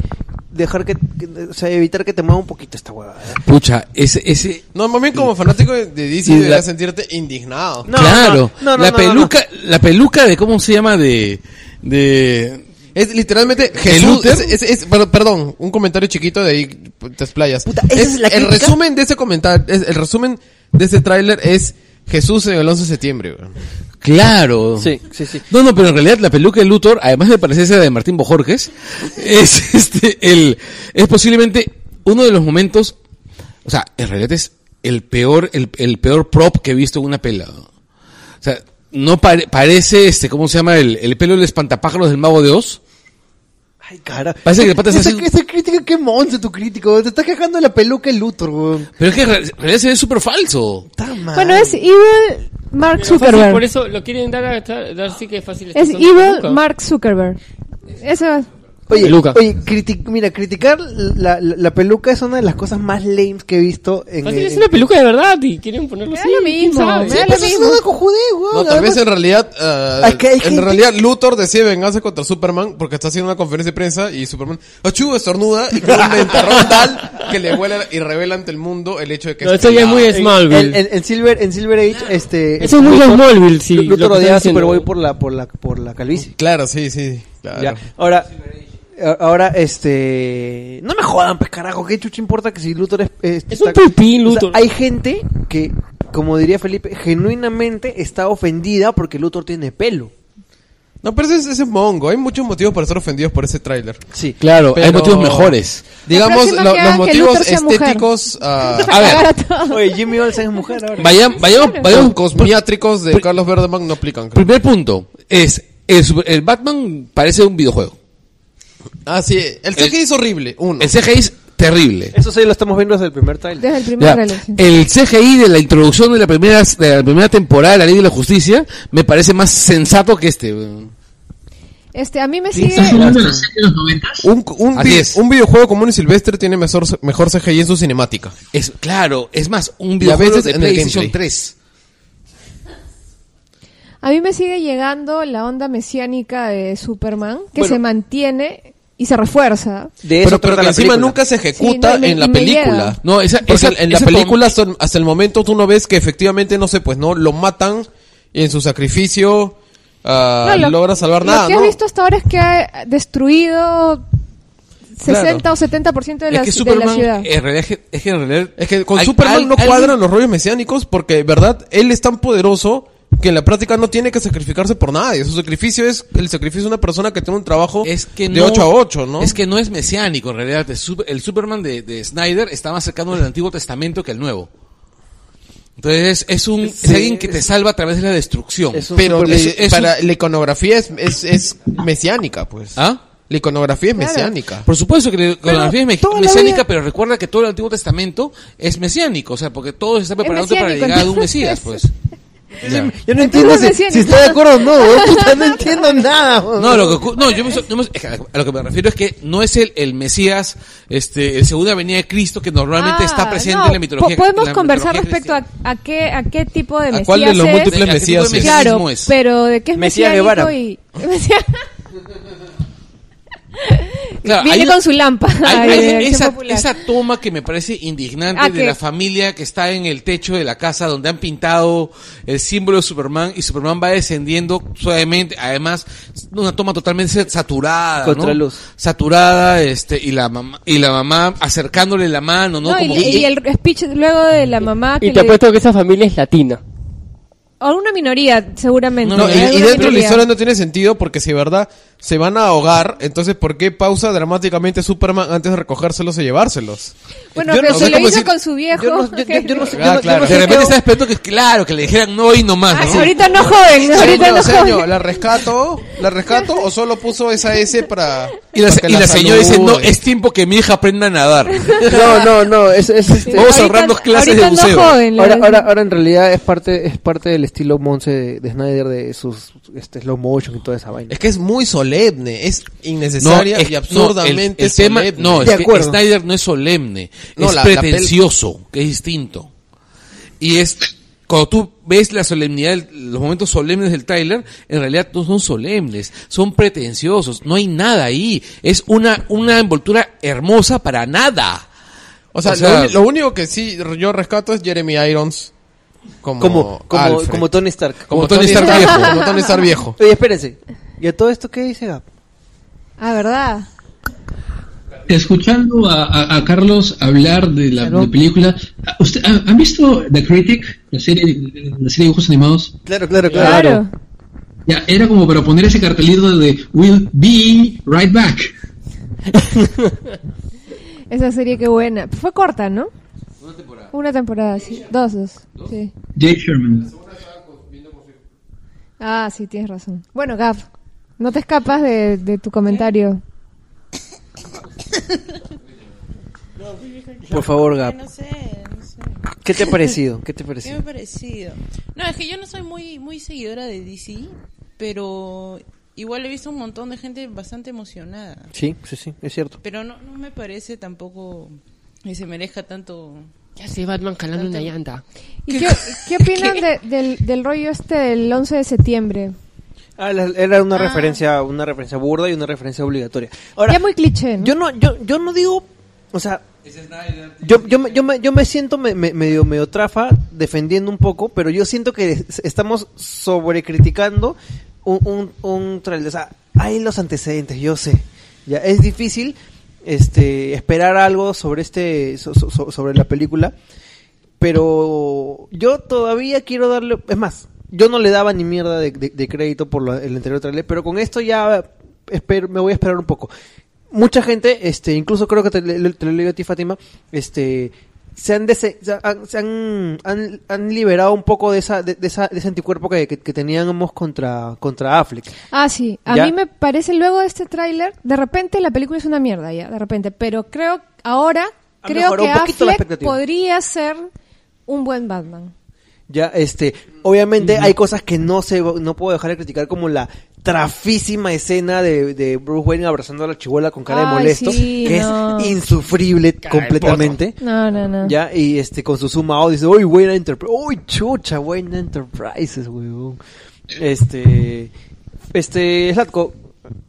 [SPEAKER 2] dejar que, que- o sea, evitar que te mueva un poquito esta huevada. ¿eh?
[SPEAKER 3] Pucha, ese, ese,
[SPEAKER 1] No, más bien como fanático de de DC
[SPEAKER 3] Y la-
[SPEAKER 1] deberías sentirte indignado.
[SPEAKER 2] No,
[SPEAKER 3] claro,
[SPEAKER 2] no, no, no,
[SPEAKER 3] la
[SPEAKER 2] no, no,
[SPEAKER 3] peluca, la peluca de cómo se llama de, de,
[SPEAKER 1] Es literalmente Jesús.
[SPEAKER 3] Luther?
[SPEAKER 1] Es, es- es- per- perdón, un comentario chiquito de ahí te explayas.
[SPEAKER 2] Puta, esa es la
[SPEAKER 1] el
[SPEAKER 2] crítica.
[SPEAKER 1] resumen de ese comentario, es- el resumen de ese tráiler es Jesús en el 11 de septiembre. güey.
[SPEAKER 3] Claro.
[SPEAKER 2] Sí, sí, sí.
[SPEAKER 3] No, no, pero en realidad la peluca de Luthor, además de parecerse a la de Martín Bojorges, es este el es posiblemente uno de los momentos, o sea, en realidad es el peor el, el peor prop que he visto en una pela. O sea, no pare- parece este cómo se llama el, el pelo del espantapájaros del mago de Oz.
[SPEAKER 2] Ay, cara.
[SPEAKER 3] Parece que el pata está
[SPEAKER 2] esa,
[SPEAKER 3] haciendo-
[SPEAKER 2] esa crítica, qué monce tu crítico. weón. Te estás quejando de la peluca el Luthor, weón.
[SPEAKER 3] Pero es que en real- en realidad se ve súper falso.
[SPEAKER 2] Está mal.
[SPEAKER 4] Bueno, es Evil Mark
[SPEAKER 5] Ah. Fácil, por
[SPEAKER 4] Zuckerberg.
[SPEAKER 5] eso lo quieren dar a tra- dar sí que es fácil.
[SPEAKER 4] Es
[SPEAKER 5] está usando
[SPEAKER 4] Evil
[SPEAKER 5] peluca.
[SPEAKER 4] Mark Zuckerberg. Eso es.
[SPEAKER 2] Oye,
[SPEAKER 5] Peluca.
[SPEAKER 2] oye criti- mira, criticar la, la- la peluca es una de las cosas más lames que he visto en.
[SPEAKER 5] Fácil,
[SPEAKER 2] en-
[SPEAKER 5] Pues es una peluca de verdad y quieren ponerlo
[SPEAKER 4] Me da
[SPEAKER 5] así.
[SPEAKER 4] lo
[SPEAKER 5] ¿quién
[SPEAKER 4] mismo,
[SPEAKER 5] sabe?
[SPEAKER 4] me da
[SPEAKER 2] Pues
[SPEAKER 4] lo
[SPEAKER 2] es
[SPEAKER 4] mismo.
[SPEAKER 2] una cojudez, weón.
[SPEAKER 1] No, tal
[SPEAKER 2] Además-
[SPEAKER 1] vez en realidad, ah,
[SPEAKER 2] Hay que- hay
[SPEAKER 1] en
[SPEAKER 2] gente-
[SPEAKER 1] realidad Luthor decide venganza contra Superman porque está haciendo una conferencia de prensa y Superman, achú, estornuda y con un ventarrón tal que le vuela y revela ante el mundo el hecho de que
[SPEAKER 5] No, esto ya es muy
[SPEAKER 2] en- En,
[SPEAKER 5] Smallville.
[SPEAKER 2] en- en Silver, en Silver Age, este.
[SPEAKER 5] Eso es muy
[SPEAKER 2] Luthor-
[SPEAKER 5] Smallville, sí, lo que
[SPEAKER 2] Luthor
[SPEAKER 5] estás
[SPEAKER 2] odiaba a
[SPEAKER 5] diciendo.
[SPEAKER 2] Superboy por la, por la, por la calvicie.
[SPEAKER 1] Claro, sí, sí, claro.
[SPEAKER 2] Ya. Ahora, a- ahora, este. No me jodan, pues carajo, ¿qué chucha importa que si Luthor es. es-
[SPEAKER 5] Es un
[SPEAKER 2] está-
[SPEAKER 5] pipín,
[SPEAKER 2] O sea,
[SPEAKER 5] Luthor.
[SPEAKER 2] hay gente que, como diría Felipe, genuinamente está ofendida porque Luthor tiene pelo.
[SPEAKER 1] No, pero ese, es- ese es mongo. Hay muchos motivos para ser ofendidos por ese tráiler.
[SPEAKER 2] Sí.
[SPEAKER 3] Claro, hay
[SPEAKER 1] Pero-
[SPEAKER 3] motivos mejores.
[SPEAKER 1] Digamos,
[SPEAKER 4] próxima
[SPEAKER 1] lo-
[SPEAKER 4] que
[SPEAKER 1] los
[SPEAKER 4] hagan que
[SPEAKER 1] motivos
[SPEAKER 4] Luthor sea mujer.
[SPEAKER 1] estéticos... ah,
[SPEAKER 3] A ver,
[SPEAKER 2] Oye, Jimmy Olsen es mujer ahora.
[SPEAKER 3] vayan, vayan,
[SPEAKER 1] Los
[SPEAKER 3] vayan,
[SPEAKER 1] cosmiátricos de Carlos Verdeman no aplican. creo.
[SPEAKER 3] Primer punto es el, super- el Batman parece un videojuego.
[SPEAKER 1] Ah, sí. El CGI es horrible. Uno.
[SPEAKER 3] El CGI es terrible.
[SPEAKER 2] Eso sí lo estamos viendo desde el primer trailer.
[SPEAKER 4] Desde el primer
[SPEAKER 3] Ya, Eh.
[SPEAKER 4] reloj, sí.
[SPEAKER 3] el CGI de la introducción de la primera de la primera temporada de la Ley de la Justicia me parece más sensato que este. weón.
[SPEAKER 4] Este, a mí me
[SPEAKER 9] ¿Estás
[SPEAKER 4] sigue...
[SPEAKER 9] hablando de la serie de los noventas?
[SPEAKER 1] Un, un
[SPEAKER 3] Así
[SPEAKER 1] vi-
[SPEAKER 3] es.
[SPEAKER 1] un videojuego común y silvestre tiene mejor, mejor CGI en su cinemática.
[SPEAKER 3] Es claro, es más un
[SPEAKER 1] Y a
[SPEAKER 3] videojuego
[SPEAKER 1] veces
[SPEAKER 3] de
[SPEAKER 1] en el
[SPEAKER 3] PlayStation
[SPEAKER 1] gameplay.
[SPEAKER 3] 3.
[SPEAKER 4] A mí me sigue llegando la onda mesiánica de Superman, que
[SPEAKER 2] Bueno.
[SPEAKER 4] se mantiene y se refuerza.
[SPEAKER 2] De
[SPEAKER 1] Pero,
[SPEAKER 2] eso
[SPEAKER 1] pero
[SPEAKER 2] trata
[SPEAKER 1] que
[SPEAKER 2] la
[SPEAKER 1] encima
[SPEAKER 2] película.
[SPEAKER 1] nunca se ejecuta
[SPEAKER 4] Sí, no, y me-
[SPEAKER 1] en la
[SPEAKER 4] y me
[SPEAKER 1] película.
[SPEAKER 4] llega.
[SPEAKER 3] No, esa-
[SPEAKER 1] Porque
[SPEAKER 3] esa-
[SPEAKER 1] en la
[SPEAKER 3] esa
[SPEAKER 1] película hasta, hasta el momento tú no ves que efectivamente, no sé, pues no, lo matan y en su sacrificio ah,
[SPEAKER 4] No, lo-
[SPEAKER 1] logra salvar
[SPEAKER 4] Lo
[SPEAKER 1] nada,
[SPEAKER 4] que has
[SPEAKER 1] ¿no?
[SPEAKER 4] visto hasta ahora es que ha destruido 60 o 70% de la,
[SPEAKER 3] es que
[SPEAKER 4] ci- de la
[SPEAKER 3] Superman eh,
[SPEAKER 4] ciudad.
[SPEAKER 3] en realidad es que- es que en realidad
[SPEAKER 1] Es que con
[SPEAKER 3] hay-
[SPEAKER 1] Superman
[SPEAKER 3] hay-
[SPEAKER 1] no
[SPEAKER 3] hay-
[SPEAKER 1] cuadran los rollos mesiánicos porque, en verdad, él es tan poderoso que en la práctica no tiene que sacrificarse por nadie. Su sacrificio es el sacrificio de una persona que tiene un trabajo
[SPEAKER 3] es que
[SPEAKER 1] de
[SPEAKER 3] no-
[SPEAKER 1] 8 a 8, ¿no?
[SPEAKER 3] Es que no es mesiánico en realidad. Es sup- El Superman de, de Snyder está más cercano al Antiguo Testamento que al Nuevo. Entonces es un es
[SPEAKER 2] Sí,
[SPEAKER 3] alguien que te
[SPEAKER 2] es-
[SPEAKER 3] salva a través de la destrucción.
[SPEAKER 2] es un
[SPEAKER 1] Pero
[SPEAKER 2] Superman.
[SPEAKER 1] le-
[SPEAKER 3] es- es
[SPEAKER 1] para la iconografía es, es, es mesiánica, pues.
[SPEAKER 3] ¿Ah?
[SPEAKER 1] La iconografía es
[SPEAKER 4] Claro.
[SPEAKER 1] mesiánica.
[SPEAKER 3] Por supuesto que la iconografía es me-
[SPEAKER 4] toda la
[SPEAKER 3] mesiánica,
[SPEAKER 4] vida-
[SPEAKER 3] pero recuerda que todo el Antiguo Testamento es mesiánico, o sea, porque todo se está preparando para
[SPEAKER 4] mesiánico,
[SPEAKER 3] llegar a un
[SPEAKER 4] entonces.
[SPEAKER 3] Mesías, pues. Ya.
[SPEAKER 2] Yo no
[SPEAKER 4] entiendo
[SPEAKER 2] entiendo
[SPEAKER 4] Entonces,
[SPEAKER 2] si,
[SPEAKER 4] si- recién- si
[SPEAKER 2] está de acuerdo o no, puta, no entiendo nada.
[SPEAKER 3] No, lo que ocu- no, yo me so- yo me so- es que a lo que me refiero es que no es el, el Mesías, este, el segunda venida de Cristo que normalmente
[SPEAKER 4] Ah,
[SPEAKER 3] está presente
[SPEAKER 4] no,
[SPEAKER 3] en la mitología.
[SPEAKER 4] po- Podemos
[SPEAKER 3] la
[SPEAKER 4] conversar
[SPEAKER 3] mitología
[SPEAKER 4] respecto a,
[SPEAKER 3] cristiana.
[SPEAKER 4] a qué, a qué tipo de
[SPEAKER 1] ¿A
[SPEAKER 4] mesías
[SPEAKER 1] cuál de los
[SPEAKER 4] es.
[SPEAKER 1] múltiples
[SPEAKER 3] ¿A qué tipo de
[SPEAKER 1] mesías es?
[SPEAKER 3] mesías
[SPEAKER 4] Claro,
[SPEAKER 3] es?
[SPEAKER 4] pero de qué es
[SPEAKER 2] Mesías
[SPEAKER 4] mesiánico
[SPEAKER 2] Guevara.
[SPEAKER 4] y... Mesías-
[SPEAKER 3] Claro, hay
[SPEAKER 4] Viene
[SPEAKER 3] una-
[SPEAKER 4] con su lámpara.
[SPEAKER 3] Hay-
[SPEAKER 4] de
[SPEAKER 3] hay
[SPEAKER 4] acción
[SPEAKER 3] esa,
[SPEAKER 4] popular.
[SPEAKER 3] esa toma que me parece indignante
[SPEAKER 4] Ah,
[SPEAKER 3] de
[SPEAKER 4] que-
[SPEAKER 3] la familia que está en el techo de la casa donde han pintado el símbolo de Superman y Superman va descendiendo suavemente, además una toma totalmente saturada, ¿no?
[SPEAKER 2] Contraluz.
[SPEAKER 3] saturada, este y la mamá y la mamá acercándole la mano, ¿no?
[SPEAKER 4] No, y,
[SPEAKER 3] Como-
[SPEAKER 4] y- y el speech luego de la mamá Ah, que
[SPEAKER 5] Y te
[SPEAKER 4] le-
[SPEAKER 5] apuesto que esa familia es latina.
[SPEAKER 4] o una minoría seguramente.
[SPEAKER 1] No, y,
[SPEAKER 4] alguna
[SPEAKER 1] y dentro de la
[SPEAKER 4] minoría.
[SPEAKER 1] historia no tiene sentido porque si verdad se van a ahogar, entonces ¿por qué pausa dramáticamente Superman antes de recogérselos y llevárselos?
[SPEAKER 4] Bueno,
[SPEAKER 1] Yo
[SPEAKER 4] pero
[SPEAKER 1] no
[SPEAKER 4] se
[SPEAKER 1] sé
[SPEAKER 4] lo
[SPEAKER 1] cómo
[SPEAKER 4] hizo
[SPEAKER 1] decir-
[SPEAKER 4] con su viejo.
[SPEAKER 2] Yo no- yo- yo- yo no sé-
[SPEAKER 1] Ah, claro.
[SPEAKER 3] de repente
[SPEAKER 2] creo-
[SPEAKER 3] está esperando que claro que le dijeran no y no más,
[SPEAKER 4] Ah,
[SPEAKER 3] ¿no?
[SPEAKER 4] sí, ahorita no joven, ahorita
[SPEAKER 1] Señor,
[SPEAKER 4] no
[SPEAKER 1] señor,
[SPEAKER 4] joven.
[SPEAKER 1] ¿la rescato? ¿La rescato o solo puso esa S para
[SPEAKER 3] Y la,
[SPEAKER 1] para que
[SPEAKER 3] y la señora dice, no,
[SPEAKER 1] salude?
[SPEAKER 3] es tiempo que mi hija aprenda a nadar.
[SPEAKER 2] No, no, no, es, es este-
[SPEAKER 4] Sí,
[SPEAKER 3] Vamos a
[SPEAKER 4] ahorita-
[SPEAKER 3] ahorrarnos clases de
[SPEAKER 4] ahorita
[SPEAKER 3] buceo.
[SPEAKER 4] no joven. le
[SPEAKER 2] Ahora,
[SPEAKER 4] decía.
[SPEAKER 2] ahora, ahora en realidad es parte, es parte del estilo Monse de, de Snyder de sus este, slow motion y toda esa vaina.
[SPEAKER 1] Es que es muy solemne, es innecesaria
[SPEAKER 3] es-
[SPEAKER 1] y absurdamente
[SPEAKER 3] no, el- el tema-
[SPEAKER 1] solemne.
[SPEAKER 3] no, es
[SPEAKER 2] De
[SPEAKER 3] que
[SPEAKER 2] acuerdo.
[SPEAKER 3] Snyder no es solemne,
[SPEAKER 1] No,
[SPEAKER 3] es
[SPEAKER 1] la- la pel-
[SPEAKER 3] pretencioso, que es distinto. Y es cuando tú ves la solemnidad, del- los momentos solemnes del tráiler, en realidad no son solemnes, son pretenciosos, no hay nada ahí, es una una envoltura hermosa para nada.
[SPEAKER 1] o sea,
[SPEAKER 3] o sea-
[SPEAKER 1] lo, uni- lo único que sí yo rescato es Jeremy Irons como
[SPEAKER 2] como, como,
[SPEAKER 1] Alfred.
[SPEAKER 2] como Tony Stark.
[SPEAKER 1] Como Tony Stark viejo, como Tony Stark viejo.
[SPEAKER 2] Oye, espérense. ¿Y a todo esto qué dice Gap?
[SPEAKER 4] Ah, ¿verdad?
[SPEAKER 9] Escuchando a, a- a Carlos hablar de la
[SPEAKER 2] Claro.
[SPEAKER 9] de película, ¿usted, ha- ¿han visto The Critic, la serie, la serie de dibujos animados?
[SPEAKER 2] Claro, claro,
[SPEAKER 4] Claro.
[SPEAKER 9] Ya, era como para poner ese cartelito de We'll be right back.
[SPEAKER 4] Esa serie qué buena. Fue corta, ¿no? Una temporada. sí. Dos, dos. Sí.
[SPEAKER 9] Jake Sherman.
[SPEAKER 4] Ah, sí, tienes razón. Bueno, Gab, no te escapas de, de tu comentario.
[SPEAKER 2] Por favor, Gap.
[SPEAKER 6] No sé, no sé.
[SPEAKER 2] ¿Qué te ha parecido? ¿Qué te ha
[SPEAKER 6] ¿Qué
[SPEAKER 2] parecido?
[SPEAKER 6] me ha parecido? No, es que yo no soy muy, muy seguidora de DC, pero igual he visto un montón de gente bastante emocionada.
[SPEAKER 2] Sí, sí, sí, es cierto.
[SPEAKER 6] Pero no, no me parece tampoco que se merezca tanto...
[SPEAKER 5] Ya se Batman calando una llanta.
[SPEAKER 4] ¿Y qué, qué opinan de- del, del rollo este del 11 de septiembre?
[SPEAKER 2] Ah, la- era una referencia, una referencia burda y una referencia obligatoria. Ahora,
[SPEAKER 4] ya muy cliché, ¿no?
[SPEAKER 2] yo no, yo, yo no digo, o sea, yo, yo, me- yo, me, yo me siento me- me- medio, medio trafa defendiendo un poco, pero yo siento que es- estamos sobrecriticando un, un, un trailer. O sea, hay los antecedentes, yo sé. Ya es difícil este, esperar algo sobre este, so- so- so- sobre la película. Pero yo todavía quiero darle. Es más, yo no le daba ni mierda de, de- de crédito por la- el anterior trailer, pero con esto ya espero, me voy a esperar un poco. Mucha gente, este, incluso creo que te, le- te lo leí a ti, Fátima, este, se han, dese- se han, se han, han- han liberado un poco de, esa, de, de esa- de ese anticuerpo que, que- que teníamos contra, contra Affleck.
[SPEAKER 4] Ah, sí. A
[SPEAKER 2] Ya.
[SPEAKER 4] mí me parece luego de este tráiler, de repente la película es una mierda ya, de repente. Pero creo, ahora,
[SPEAKER 2] Ha
[SPEAKER 4] creo
[SPEAKER 2] mejorado
[SPEAKER 4] que
[SPEAKER 2] un poquito la
[SPEAKER 4] Affleck
[SPEAKER 2] expectativa.
[SPEAKER 4] podría ser un buen Batman.
[SPEAKER 2] Ya, este, obviamente hay cosas que no se no puedo dejar de criticar como la trafísima escena de, de Bruce Wayne abrazando a la chibola con cara de
[SPEAKER 4] Ay,
[SPEAKER 2] molesto,
[SPEAKER 4] sí,
[SPEAKER 2] que
[SPEAKER 4] no. Ah.
[SPEAKER 2] es insufrible completamente.
[SPEAKER 4] No, no, no.
[SPEAKER 2] Ya, y este, con su suma out dice, uy, buena Enterprise, uy, chucha, buena Enterprises, weón. Este, este, Slatko,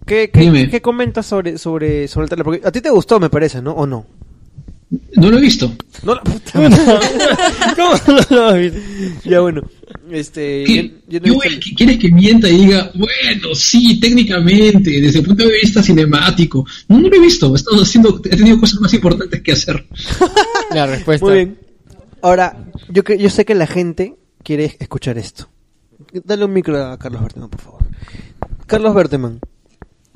[SPEAKER 2] ¿qué, qué,
[SPEAKER 9] Dime.
[SPEAKER 2] qué comentas sobre, sobre, sobre el trailer? Porque a ti te gustó, me parece, ¿no? ¿O no?
[SPEAKER 9] No lo he visto.
[SPEAKER 2] No, la puta madre. ¿Cómo no lo has visto? Ya, bueno, este, yo,
[SPEAKER 9] ¿Qué-
[SPEAKER 2] yo no he visto
[SPEAKER 9] güey,
[SPEAKER 2] el-
[SPEAKER 9] ¿qué ¿Quieres que mienta y diga, bueno, sí, técnicamente, desde el punto de vista cinemático? No, no lo he visto, he, estado haciendo, he tenido cosas más importantes que hacer.
[SPEAKER 5] La respuesta.
[SPEAKER 2] Muy bien. Ahora, yo, que- yo sé que la gente quiere escuchar esto. Dale un micro a Carlos Berteman, por favor. Carlos Berteman,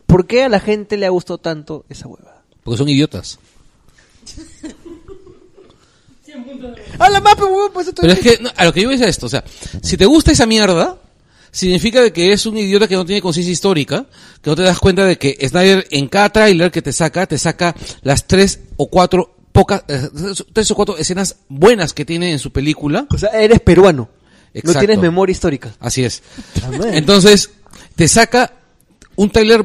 [SPEAKER 2] ¿por qué a la gente le ha gustado tanto esa hueva?
[SPEAKER 3] Porque son idiotas.
[SPEAKER 2] ¡Hala, mape, huevón! Pues esto
[SPEAKER 3] Pero es que no, a lo que yo es esto, o sea, si te gusta esa mierda, significa de que es un idiota que no tiene conciencia histórica, que no te das cuenta de que Snyder en cada tráiler que te saca, te saca las tres o cuatro pocas, eh, tres o cuatro escenas buenas que tiene en su película.
[SPEAKER 2] O sea, eres peruano. No
[SPEAKER 3] Exacto.
[SPEAKER 2] tienes memoria histórica.
[SPEAKER 3] Así es.
[SPEAKER 2] madre.
[SPEAKER 3] Entonces, te saca un tráiler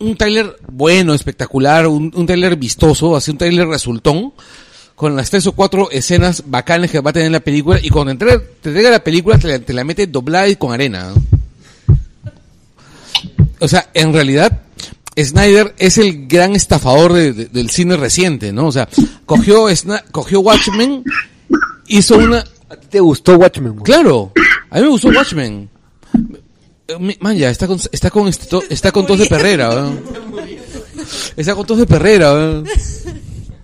[SPEAKER 3] un tráiler bueno, espectacular, un, un tráiler vistoso, así un tráiler resultón, con las tres o cuatro escenas bacanas que va a tener la película, y cuando entre- te llega la película te la, te la mete doblada y con arena. O sea, en realidad, Snyder es el gran estafador de- de- del cine reciente, ¿no? O sea, cogió, Sna- cogió Watchmen, hizo una,
[SPEAKER 2] ¿A ti te gustó Watchmen? huevón?
[SPEAKER 3] Claro, a mí me gustó Watchmen. Eh, mi- Man, ya, está con, está con, este to- está con tos de perrera, weón. Está con tos de perrera, weón.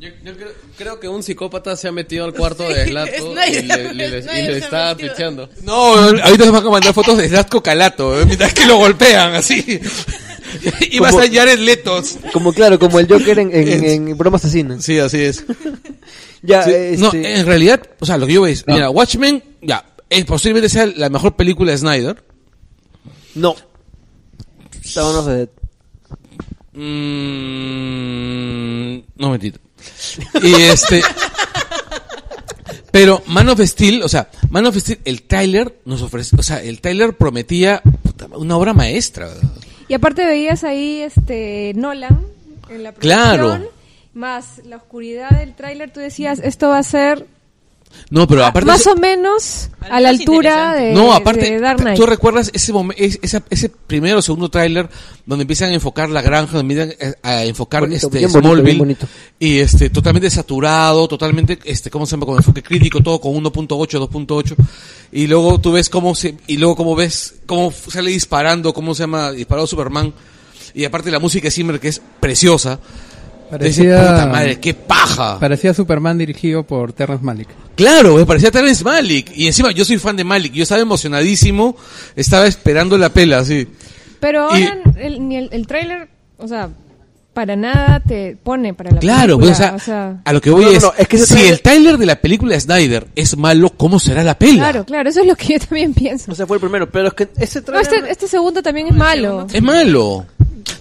[SPEAKER 1] Yo, yo creo, creo que un psicópata se ha metido al cuarto de
[SPEAKER 6] Sí,
[SPEAKER 1] Slatko y le,
[SPEAKER 6] Snyder,
[SPEAKER 1] le- le- y
[SPEAKER 6] Snyder
[SPEAKER 1] le
[SPEAKER 6] se
[SPEAKER 1] está
[SPEAKER 6] metió.
[SPEAKER 1] pichando.
[SPEAKER 3] No, weón, ahorita se van a mandar fotos de Slatko Calato, weón, mientras que lo golpean, así. Y vas a Jared Letos.
[SPEAKER 2] Como claro, como el Joker en, en, en Broma Asesina.
[SPEAKER 3] Sí, así es.
[SPEAKER 2] Ya,
[SPEAKER 3] Sí,
[SPEAKER 2] este...
[SPEAKER 3] No, en realidad, o sea, lo que yo veo es, mira, Watchmen, ya, es posiblemente sea la mejor película de Snyder.
[SPEAKER 2] no. Estábamos eh, de...
[SPEAKER 3] Mm, no mentira. Y este. pero Man of Steel, o sea, Man of Steel, el Tyler nos ofrece, o sea, el Tyler prometía puta, una obra maestra.
[SPEAKER 4] Y aparte veías ahí este Nolan en la
[SPEAKER 3] Claro.
[SPEAKER 4] producción, más la oscuridad del tráiler, tú decías, esto va a ser
[SPEAKER 3] No, pero aparte.
[SPEAKER 4] más
[SPEAKER 3] eso-
[SPEAKER 4] o menos a
[SPEAKER 6] Algo
[SPEAKER 4] la
[SPEAKER 6] más
[SPEAKER 4] altura de,
[SPEAKER 6] interesante.
[SPEAKER 3] no, aparte,
[SPEAKER 4] de Dark
[SPEAKER 3] t-
[SPEAKER 4] Knight.
[SPEAKER 3] ¿tú recuerdas ese, momen- es- esa- ese primero o segundo tráiler donde empiezan a enfocar la granja, donde empiezan a a enfocar
[SPEAKER 2] Bonito,
[SPEAKER 3] este
[SPEAKER 2] bien bonito,
[SPEAKER 3] Smallville
[SPEAKER 2] bien bonito.
[SPEAKER 3] y este totalmente saturado, totalmente este cómo se llama con enfoque crítico, todo con 1.8, 2.8 y luego tú ves cómo se y luego cómo ves cómo f- sale disparando, cómo se llama, disparado Superman y aparte la música de Zimmer que es preciosa. Dices,
[SPEAKER 7] Parecía-
[SPEAKER 3] puta madre, qué paja.
[SPEAKER 7] Parecía Superman dirigido por Terrence Malick.
[SPEAKER 3] Claro, me parecía Terrence Malik. Y encima yo soy fan de Malik. Yo estaba emocionadísimo. Estaba esperando la pela, sí.
[SPEAKER 4] Pero
[SPEAKER 3] Y-
[SPEAKER 4] ahora el, ni el, el tráiler, o sea, para nada te pone para la
[SPEAKER 3] Claro, pues,
[SPEAKER 4] película.
[SPEAKER 3] o, sea,
[SPEAKER 4] o sea,
[SPEAKER 3] a lo que voy
[SPEAKER 2] No, no,
[SPEAKER 3] es,
[SPEAKER 2] no, es que ese
[SPEAKER 3] si
[SPEAKER 2] tráiler-
[SPEAKER 3] el Tyler de la película de Snyder es malo, ¿cómo será la pela?
[SPEAKER 4] claro, claro, eso es lo que yo también pienso.
[SPEAKER 2] O sea, fue el primero, pero es que ese
[SPEAKER 4] No,
[SPEAKER 2] trailer...
[SPEAKER 4] este, este segundo también es malo.
[SPEAKER 3] Es malo.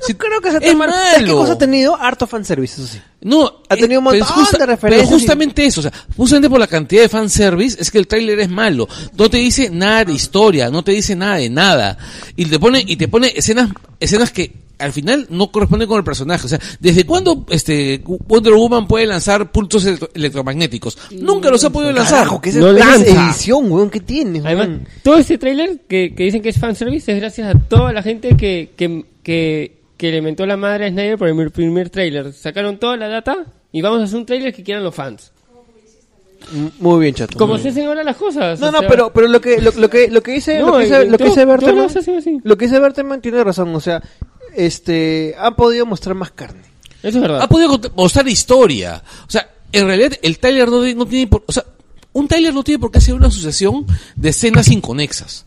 [SPEAKER 3] Sí,
[SPEAKER 2] Creo que se
[SPEAKER 3] es
[SPEAKER 2] toma- ¿Sabes ¿Qué
[SPEAKER 3] malo.
[SPEAKER 2] cosa ha tenido? Harto fanservice, eso sí.
[SPEAKER 3] No,
[SPEAKER 2] Ha
[SPEAKER 3] eh,
[SPEAKER 2] tenido un
[SPEAKER 3] pero
[SPEAKER 2] montón de referencias
[SPEAKER 3] Pero justamente eso, o sea, justamente por la cantidad de fanservice, es que el tráiler es malo. No te dice nada de historia, no te dice nada de nada. Y te pone, y te pone escenas, escenas que al final no corresponden con el personaje. O sea, ¿desde cuándo este Wonder Woman puede lanzar pulsos electro- electromagnéticos? Nunca los ha podido lanzar.
[SPEAKER 2] Carajo, que
[SPEAKER 5] No
[SPEAKER 2] esa esa
[SPEAKER 5] lanza.
[SPEAKER 2] edición, weón, que tiene, weón?
[SPEAKER 5] Además, todo este tráiler que, que dicen que es fanservice es gracias a toda la gente que, que, que, que le mentó la madre a Snyder por el primer, primer tráiler. Sacaron toda la data y vamos a hacer un tráiler que quieran los fans.
[SPEAKER 2] M- Mm, Muy bien, chato.
[SPEAKER 5] Como
[SPEAKER 2] muy
[SPEAKER 5] se
[SPEAKER 2] bien.
[SPEAKER 5] hacen ahora las cosas.
[SPEAKER 2] No,
[SPEAKER 5] o
[SPEAKER 2] no,
[SPEAKER 5] sea,
[SPEAKER 2] pero, pero lo que lo, lo que lo que dice
[SPEAKER 5] No,
[SPEAKER 2] lo que dice,
[SPEAKER 5] eh,
[SPEAKER 2] lo que
[SPEAKER 5] todo-
[SPEAKER 2] dice
[SPEAKER 5] todos
[SPEAKER 2] Berteman,
[SPEAKER 5] los hacen así.
[SPEAKER 2] lo que dice Berteman tiene razón, o sea, este han podido mostrar más carne.
[SPEAKER 5] Eso es verdad.
[SPEAKER 3] ha podido cont- mostrar historia. O sea, en realidad el Tyler no, de- no tiene por, o sea, un Tyler no tiene por qué ser una sucesión de escenas inconexas.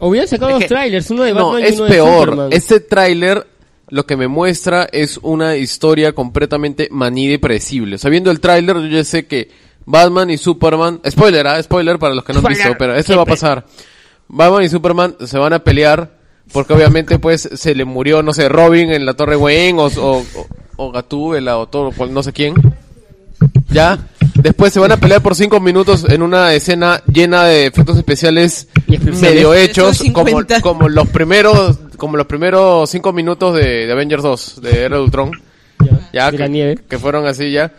[SPEAKER 5] O hubieran sacado
[SPEAKER 1] Es
[SPEAKER 5] dos
[SPEAKER 1] que-
[SPEAKER 5] trailers, uno de
[SPEAKER 1] no,
[SPEAKER 5] Batman y
[SPEAKER 1] es
[SPEAKER 5] uno de
[SPEAKER 1] peor.
[SPEAKER 5] Superman.
[SPEAKER 1] Este tráiler lo que me muestra es una historia completamente maní de predecible. O sea, viendo el tráiler, yo ya sé que Batman y Superman, spoiler, ¿ah? spoiler para los que no han visto, pero eso va a pasar. Batman y Superman se van a pelear porque obviamente pues se le murió, no sé, Robin en la Torre Wayne o, o, o, o Gatúbela o todo, cual- no sé quién. Ya. Después se van a pelear por cinco minutos en una escena llena de efectos especiales
[SPEAKER 5] Y explosiones.
[SPEAKER 1] medio hechos, como,
[SPEAKER 6] 350.
[SPEAKER 1] como los primeros, como los primeros cinco minutos de, de Avengers 2, de Era de Ultron. Ya,
[SPEAKER 5] De
[SPEAKER 1] que,
[SPEAKER 5] la nieve.
[SPEAKER 1] que fueron así ya.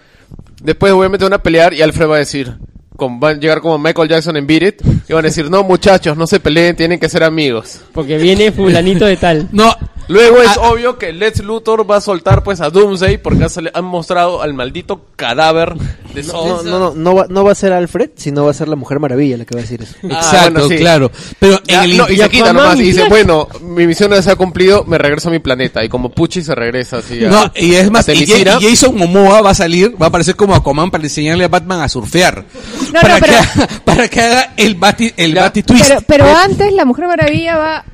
[SPEAKER 1] Después obviamente van a pelear y Alfred va a decir, con, van a llegar como Michael Jackson en Beat It, y van a decir, no muchachos, no se peleen, tienen que ser amigos. Ah,
[SPEAKER 5] Porque viene fulanito de tal.
[SPEAKER 3] No,
[SPEAKER 1] Luego es obvio que Lex Luthor va a soltar pues a Doomsday porque se le han mostrado al maldito cadáver de
[SPEAKER 2] No,
[SPEAKER 1] Saul.
[SPEAKER 2] no, no, no va, no va a ser Alfred, sino va a ser la Mujer Maravilla la que va a decir eso.
[SPEAKER 1] Ah,
[SPEAKER 3] exacto,
[SPEAKER 1] bueno, sí.
[SPEAKER 3] claro. Pero
[SPEAKER 1] Ya,
[SPEAKER 3] en el
[SPEAKER 1] no, y se
[SPEAKER 3] Infinity-
[SPEAKER 1] quita nomás y dice, bueno, mi misión ya se ha cumplido, me regreso a mi planeta. Y como Puchi se regresa así a-
[SPEAKER 3] No, y es más,
[SPEAKER 1] a
[SPEAKER 3] y
[SPEAKER 1] Temisira.
[SPEAKER 3] Ja- y Jason Momoa va a salir, va a aparecer como Aquaman para enseñarle a Batman a surfear.
[SPEAKER 4] No, no,
[SPEAKER 3] para,
[SPEAKER 4] pero-
[SPEAKER 3] que, haga- para que haga el bati, el bati twist.
[SPEAKER 4] Pero, pero antes la Mujer Maravilla va,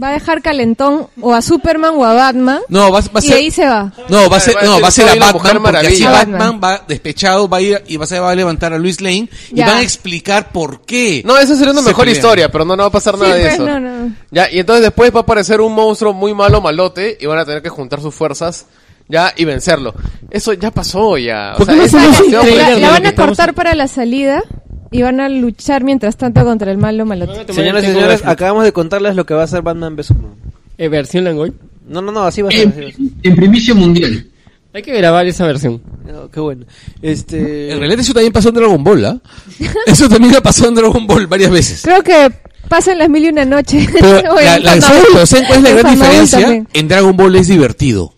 [SPEAKER 4] va a dejar calentón o a Superman o a Batman.
[SPEAKER 3] no, va, va a
[SPEAKER 4] y
[SPEAKER 3] ser.
[SPEAKER 4] ahí se va.
[SPEAKER 3] No, va a ser,
[SPEAKER 1] Claro, va a
[SPEAKER 3] no, va a
[SPEAKER 1] ser
[SPEAKER 3] ser a
[SPEAKER 1] Soy la
[SPEAKER 3] Batman,
[SPEAKER 1] Mujer
[SPEAKER 3] porque así
[SPEAKER 1] Maravilla.
[SPEAKER 3] Batman va despechado, va a ir y va a, ser- va a levantar a Luis Lane y
[SPEAKER 4] Ya.
[SPEAKER 3] van a explicar por qué.
[SPEAKER 1] No, esa sería una
[SPEAKER 3] se
[SPEAKER 1] mejor
[SPEAKER 3] pelean.
[SPEAKER 1] historia, pero no, no va a pasar
[SPEAKER 4] Sí,
[SPEAKER 1] nada de
[SPEAKER 4] pues,
[SPEAKER 1] eso.
[SPEAKER 4] no, no.
[SPEAKER 1] Ya, y entonces después va a aparecer un monstruo muy malo, malote, y van a tener que juntar sus fuerzas, ya, y vencerlo. Eso ya pasó, ya. O
[SPEAKER 5] ¿Por
[SPEAKER 1] sea,
[SPEAKER 5] qué no
[SPEAKER 1] es
[SPEAKER 5] se lo hace
[SPEAKER 1] demasiado
[SPEAKER 5] increíble?
[SPEAKER 4] La,
[SPEAKER 1] predecible.
[SPEAKER 4] la van a
[SPEAKER 5] Estamos-
[SPEAKER 4] cortar para la salida y van a luchar mientras tanto contra el malo malote.
[SPEAKER 2] Señoras y señores, acabamos de contarles lo que va a ser Batman vs. Superman.
[SPEAKER 5] Eh, versión Langoy.
[SPEAKER 2] No, no, no, así va a ser. así va a ser.
[SPEAKER 9] En, en primicia mundial.
[SPEAKER 5] Hay que grabar esa versión.
[SPEAKER 2] No, qué bueno. Este...
[SPEAKER 3] En realidad eso también pasó en Dragon Ball, ¿ah? Eso también ha pasado en Dragon Ball varias veces.
[SPEAKER 4] Creo que pasan las mil y una noche.
[SPEAKER 3] Pero
[SPEAKER 4] O
[SPEAKER 3] la,
[SPEAKER 4] en
[SPEAKER 3] la-
[SPEAKER 4] Fanmabel.
[SPEAKER 3] ¿sabes- pero ¿saben cuál es la
[SPEAKER 4] En
[SPEAKER 3] gran
[SPEAKER 4] Fanmabel
[SPEAKER 3] diferencia?
[SPEAKER 4] también.
[SPEAKER 3] En Dragon Ball es divertido.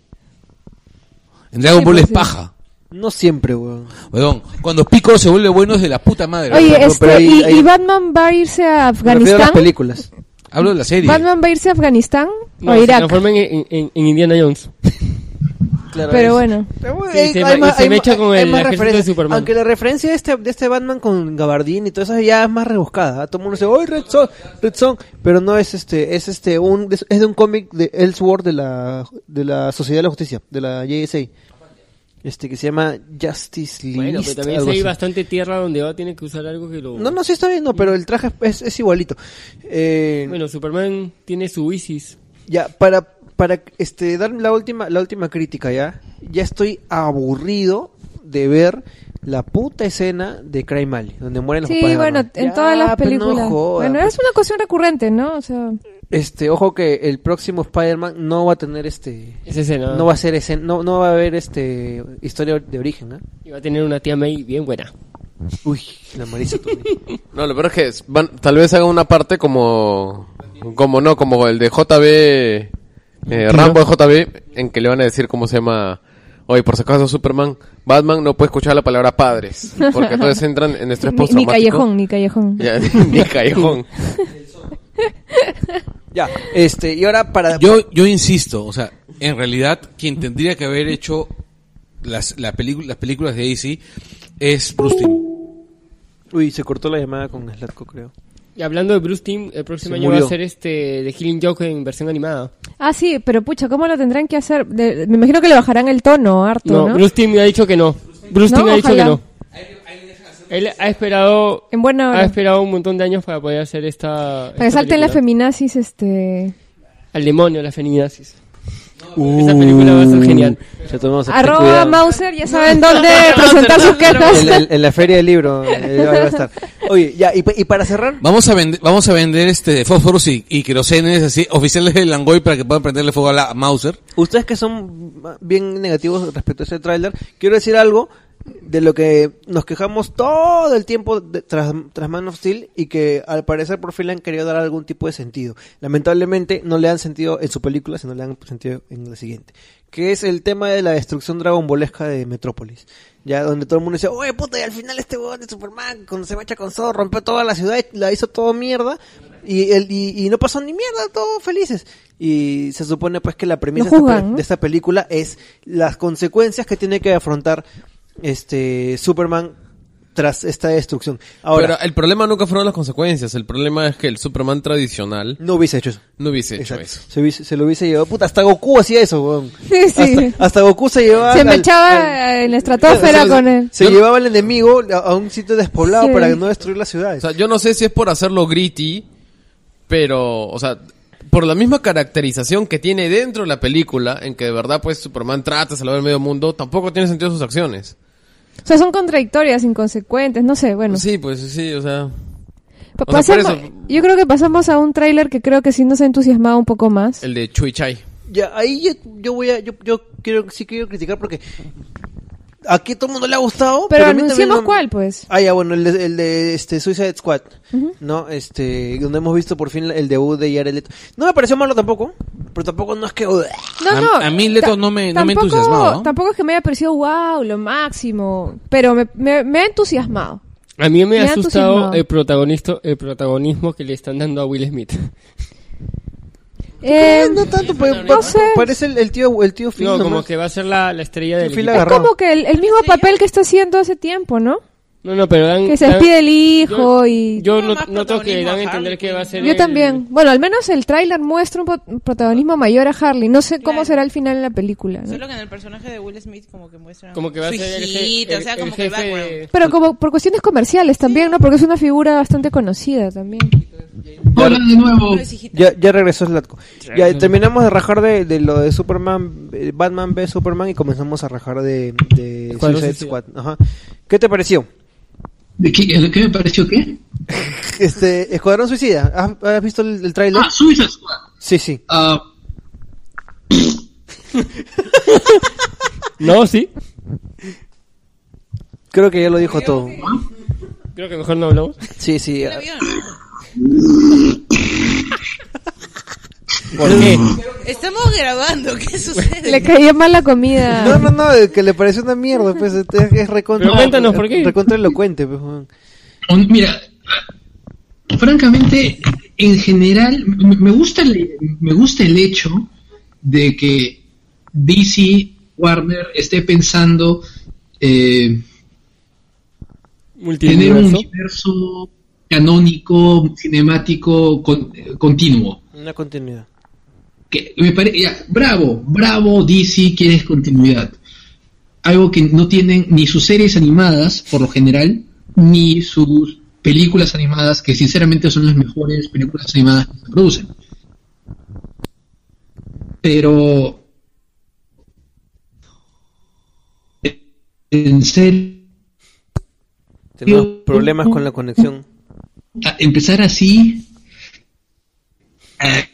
[SPEAKER 3] En Dragon
[SPEAKER 4] Sí,
[SPEAKER 3] Ball
[SPEAKER 4] pues,
[SPEAKER 3] es
[SPEAKER 4] sí.
[SPEAKER 3] paja.
[SPEAKER 2] No siempre, weón.
[SPEAKER 3] Weón, cuando Pico se vuelve bueno es de la puta madre.
[SPEAKER 4] Oye,
[SPEAKER 2] pero
[SPEAKER 4] este,
[SPEAKER 2] ahí-
[SPEAKER 4] y,
[SPEAKER 2] ahí-
[SPEAKER 4] y Batman va a irse
[SPEAKER 2] Me
[SPEAKER 4] a
[SPEAKER 2] refiero a las
[SPEAKER 4] Afganistán?
[SPEAKER 2] películas.
[SPEAKER 3] Hablo de la serie.
[SPEAKER 4] ¿Batman va a irse a Afganistán
[SPEAKER 5] No,
[SPEAKER 4] o
[SPEAKER 5] se
[SPEAKER 4] Irak?
[SPEAKER 5] transforma en, en- en- en Indiana Jones.
[SPEAKER 2] Claro,
[SPEAKER 4] Pero
[SPEAKER 2] es-
[SPEAKER 4] bueno.
[SPEAKER 2] Pero bueno,
[SPEAKER 5] Sí,
[SPEAKER 2] hay-
[SPEAKER 5] se
[SPEAKER 2] hay
[SPEAKER 5] ma-
[SPEAKER 2] más-
[SPEAKER 5] se
[SPEAKER 2] hay
[SPEAKER 5] mecha
[SPEAKER 2] ma-
[SPEAKER 5] con
[SPEAKER 2] hay
[SPEAKER 5] el
[SPEAKER 2] más
[SPEAKER 5] ejército de
[SPEAKER 2] referencias.
[SPEAKER 5] Superman.
[SPEAKER 2] Aunque la referencia de este, de este Batman con Gabardín y todo eso ya es más rebuscada. ¿ah? Todo el mundo dice, ¡Oy, Red Son! Red Son! Pero no es este, es este, un, es de un cómic de Elseworld de la, de la Sociedad de la Justicia, de la JSA. Este, que se llama Justice League.
[SPEAKER 5] Bueno, pero también si
[SPEAKER 2] algo
[SPEAKER 5] hay
[SPEAKER 2] así.
[SPEAKER 5] bastante tierra donde va, tiene que usar algo que lo...
[SPEAKER 2] No, no, sí está bien, no, pero el traje es, es igualito. Eh,
[SPEAKER 5] Bueno, Superman tiene su Isis.
[SPEAKER 2] Ya, para, para este, dar la última, la última crítica ya, ya estoy aburrido de ver la puta escena de Crime Alley, donde mueren los papás
[SPEAKER 4] Sí,
[SPEAKER 2] de
[SPEAKER 4] bueno,
[SPEAKER 2] Batman.
[SPEAKER 4] en
[SPEAKER 2] Ya,
[SPEAKER 4] todas las
[SPEAKER 2] pues, no
[SPEAKER 4] películas.
[SPEAKER 2] joda,
[SPEAKER 4] bueno,
[SPEAKER 2] pues.
[SPEAKER 4] es una cuestión recurrente, ¿no? O sea,
[SPEAKER 2] Este, ojo que el próximo Spider-Man no va a tener este...
[SPEAKER 5] Esa escena.
[SPEAKER 2] No va a ser escena, no, no va a haber este historia de origen, ¿ah?
[SPEAKER 5] Y va a tener una tía May bien buena.
[SPEAKER 2] Uy, la Marisa Tomei.
[SPEAKER 1] No, lo peor es que es- van- tal vez hagan una parte como. Como no, como el de JB. eh, Rambo de JB, en que le van a decir cómo se llama. Oye, por si acaso Superman, Batman no puede escuchar la palabra padres. Porque entonces entran en estrés
[SPEAKER 4] ni, ni
[SPEAKER 1] postraumático.
[SPEAKER 4] callejón, ni callejón.
[SPEAKER 1] Ya, ni callejón.
[SPEAKER 2] Ya, este, y ahora para
[SPEAKER 3] Yo, yo insisto, o sea, en realidad quien tendría que haber hecho las, la pelicu- las películas de AC es Bruce Timm.
[SPEAKER 2] Uy, se cortó la llamada con Slatko, creo.
[SPEAKER 5] Y hablando de Bruce Team, el próximo
[SPEAKER 2] Se
[SPEAKER 5] año va
[SPEAKER 2] murió.
[SPEAKER 5] a ser este The Healing Joke en versión animada.
[SPEAKER 4] Ah, sí, pero pucha, ¿cómo lo tendrán que hacer? De- me imagino que le bajarán el tono harto,
[SPEAKER 5] No,
[SPEAKER 4] ¿no?
[SPEAKER 5] Bruce Team ha dicho que no. Bruce
[SPEAKER 4] No,
[SPEAKER 5] Timm ha dicho
[SPEAKER 4] ojalá.
[SPEAKER 5] que no. Él ha esperado
[SPEAKER 4] En buena hora.
[SPEAKER 5] Ah, ha esperado un montón de años para poder hacer esta.
[SPEAKER 4] Para que
[SPEAKER 5] esta
[SPEAKER 4] salten las
[SPEAKER 5] película.
[SPEAKER 4] feminazis, este...
[SPEAKER 5] Al demonio, la feminazis. Esa película va a ser genial.
[SPEAKER 2] Ya tomamos este
[SPEAKER 4] Arroba Mauser, ya saben dónde presentar sus quejas.
[SPEAKER 2] en, la, en la feria del libro eh, ahí va a estar. Oye, ya, y, pa- y para cerrar,
[SPEAKER 3] Vamos a vender, vamos a vender este fósforos y, y querosenes así, oficiales de Langoy para que puedan prenderle fuego a la a Mauser.
[SPEAKER 2] ustedes que son bien negativos respecto a ese tráiler, quiero decir algo de lo que nos quejamos todo el tiempo de- tras, tras Man of Steel y que al parecer por fin le han querido dar algún tipo de sentido. Lamentablemente no le han sentido en su película, sino le han sentido en la siguiente, que es el tema de la destrucción dragonbolesca de Metrópolis. Ya donde todo el mundo dice, oye puta, y al final este huevón de Superman, cuando se macha con Zorro, rompió toda la ciudad, y la hizo todo mierda, y, el, y, y no pasó ni mierda, todos felices. Y se supone pues que la premisa
[SPEAKER 4] Lo
[SPEAKER 2] de esta
[SPEAKER 4] juzgan,
[SPEAKER 2] pe-
[SPEAKER 4] ¿no?
[SPEAKER 2] de esta película es las consecuencias que tiene que afrontar este Superman tras esta destrucción. Ahora,
[SPEAKER 1] Pero el problema nunca fueron las consecuencias. El problema es que el Superman tradicional
[SPEAKER 2] no hubiese hecho eso.
[SPEAKER 1] no hubiese hecho
[SPEAKER 2] Exacto.
[SPEAKER 1] eso.
[SPEAKER 2] Se, hubiese- se lo hubiese llevado. Puta, hasta Goku hacía eso, weón.
[SPEAKER 4] Sí, sí.
[SPEAKER 2] Hasta, hasta Goku se llevaba.
[SPEAKER 4] Se me
[SPEAKER 2] al-
[SPEAKER 4] echaba en
[SPEAKER 2] se-
[SPEAKER 4] la estratosfera
[SPEAKER 2] se-
[SPEAKER 4] con él.
[SPEAKER 2] Se llevaba al enemigo a- a un sitio despoblado
[SPEAKER 4] Sí.
[SPEAKER 2] para no destruir la ciudad.
[SPEAKER 1] O sea, yo no sé si es por hacerlo gritty, pero, o sea, por la misma caracterización que tiene dentro de la película, en que de verdad, pues, Superman trata de salvar el medio mundo, tampoco tiene sentido sus acciones.
[SPEAKER 4] O sea, son contradictorias, inconsecuentes, no sé, bueno.
[SPEAKER 1] Sí, pues, sí, o sea...
[SPEAKER 4] Pa-
[SPEAKER 1] o sea, por
[SPEAKER 4] pasemos-
[SPEAKER 1] eso-
[SPEAKER 4] Yo creo que pasamos a un tráiler que creo que sí nos ha entusiasmado un poco más.
[SPEAKER 1] El de Chui Chai.
[SPEAKER 2] Ya, ahí yo, yo voy a. Yo, yo quiero, sí quiero criticar porque. Aquí todo el mundo le ha gustado.
[SPEAKER 4] Pero
[SPEAKER 2] a mí también
[SPEAKER 4] anunciemos
[SPEAKER 2] no-
[SPEAKER 4] cuál, pues.
[SPEAKER 2] Ah, ya, bueno, el de, el de, este, Suicide Squad. ¿No? Este, donde hemos visto por fin el debut de Jared Leto. No me pareció malo tampoco. Pero tampoco no es que.
[SPEAKER 4] No,
[SPEAKER 3] A-
[SPEAKER 4] no.
[SPEAKER 3] a mí Leto
[SPEAKER 4] ta-
[SPEAKER 3] no me- no me ha
[SPEAKER 4] tampoco-
[SPEAKER 3] entusiasmado, ¿no?
[SPEAKER 4] Tampoco es que me haya parecido, wow, lo máximo. Pero me, me- me ha entusiasmado.
[SPEAKER 5] A mí me
[SPEAKER 4] Me
[SPEAKER 5] ha
[SPEAKER 4] ha
[SPEAKER 5] asustado
[SPEAKER 4] entusiasmado.
[SPEAKER 5] el, protagonista, el protagonismo que le están dando a Will Smith.
[SPEAKER 4] Eh,
[SPEAKER 2] no tanto, pero
[SPEAKER 4] No sé.
[SPEAKER 2] parece el, el tío, el tío Phil.
[SPEAKER 5] No, como
[SPEAKER 2] nomás.
[SPEAKER 5] que va a ser la, la estrella del
[SPEAKER 2] Phil
[SPEAKER 5] equipo.
[SPEAKER 4] es
[SPEAKER 2] agarrado.
[SPEAKER 4] como que el, el mismo papel que está haciendo hace tiempo, ¿no?
[SPEAKER 5] No, no, pero dan...
[SPEAKER 4] Que se
[SPEAKER 5] dan-
[SPEAKER 4] despide el hijo y... Yo,
[SPEAKER 5] Yo
[SPEAKER 6] No,
[SPEAKER 5] no-
[SPEAKER 6] más
[SPEAKER 5] noto que
[SPEAKER 6] protagonismo
[SPEAKER 5] dan a
[SPEAKER 6] a
[SPEAKER 5] entender
[SPEAKER 6] Harley
[SPEAKER 5] que va a ser... el-
[SPEAKER 4] también. Bueno, al menos el tráiler muestra un po- un protagonismo mayor a Harley. No sé cómo
[SPEAKER 6] Claro.
[SPEAKER 4] será el final en la película, ¿no?
[SPEAKER 6] Solo que en el personaje de Will Smith como que muestra
[SPEAKER 5] Como que va a
[SPEAKER 6] su
[SPEAKER 5] ser el, je-
[SPEAKER 6] hijita,
[SPEAKER 5] el-
[SPEAKER 6] o sea,
[SPEAKER 5] el
[SPEAKER 6] como que
[SPEAKER 5] jefe...
[SPEAKER 6] background.
[SPEAKER 5] de-
[SPEAKER 4] Pero como por cuestiones comerciales también, ¿no? Porque es una figura bastante conocida también.
[SPEAKER 9] Hola de nuevo.
[SPEAKER 6] No es hijita.
[SPEAKER 2] Ya, ya regresó Slatko. Ya terminamos de rajar de, de lo de Superman, eh, Batman v Superman y comenzamos a rajar de, de
[SPEAKER 5] Escuadrón
[SPEAKER 2] Suicide
[SPEAKER 5] Suicida.
[SPEAKER 2] Squad. Ajá. ¿Qué te pareció?
[SPEAKER 9] ¿De qué, de qué me pareció qué?
[SPEAKER 2] Este, Escuadrón Suicida. ¿Has, has visto el, el tráiler?
[SPEAKER 9] Ah, Suicide Squad.
[SPEAKER 2] Sí, sí.
[SPEAKER 9] Ah,
[SPEAKER 5] No, sí.
[SPEAKER 2] Creo que ya lo dijo todo.
[SPEAKER 5] Creo que mejor no hablamos.
[SPEAKER 2] Sí, sí.
[SPEAKER 6] ¿La vieron?
[SPEAKER 5] ¿Por qué?
[SPEAKER 6] Estamos grabando, ¿qué sucede?
[SPEAKER 4] Le caía mal la comida.
[SPEAKER 2] No, no, no, eh, que le pareció una mierda, pues es, es recontra.
[SPEAKER 5] Pero cuéntanos, ¿por qué?
[SPEAKER 2] Recontra elocuente, pues. weón.
[SPEAKER 9] un- mira, francamente, en general, me me gusta el, me gusta el hecho de que DC Warner esté pensando eh, tener un
[SPEAKER 5] Multiverso.
[SPEAKER 9] universo canónico, cinemático, con- eh, continuo.
[SPEAKER 2] Una continuidad.
[SPEAKER 9] que me parece bravo, bravo DC quieres continuidad. Algo que no tienen ni sus series animadas por lo general ni sus películas animadas que sinceramente son las mejores películas animadas que se producen. Pero en serio
[SPEAKER 2] Tenemos problemas con la conexión.
[SPEAKER 9] a- empezar así. eh,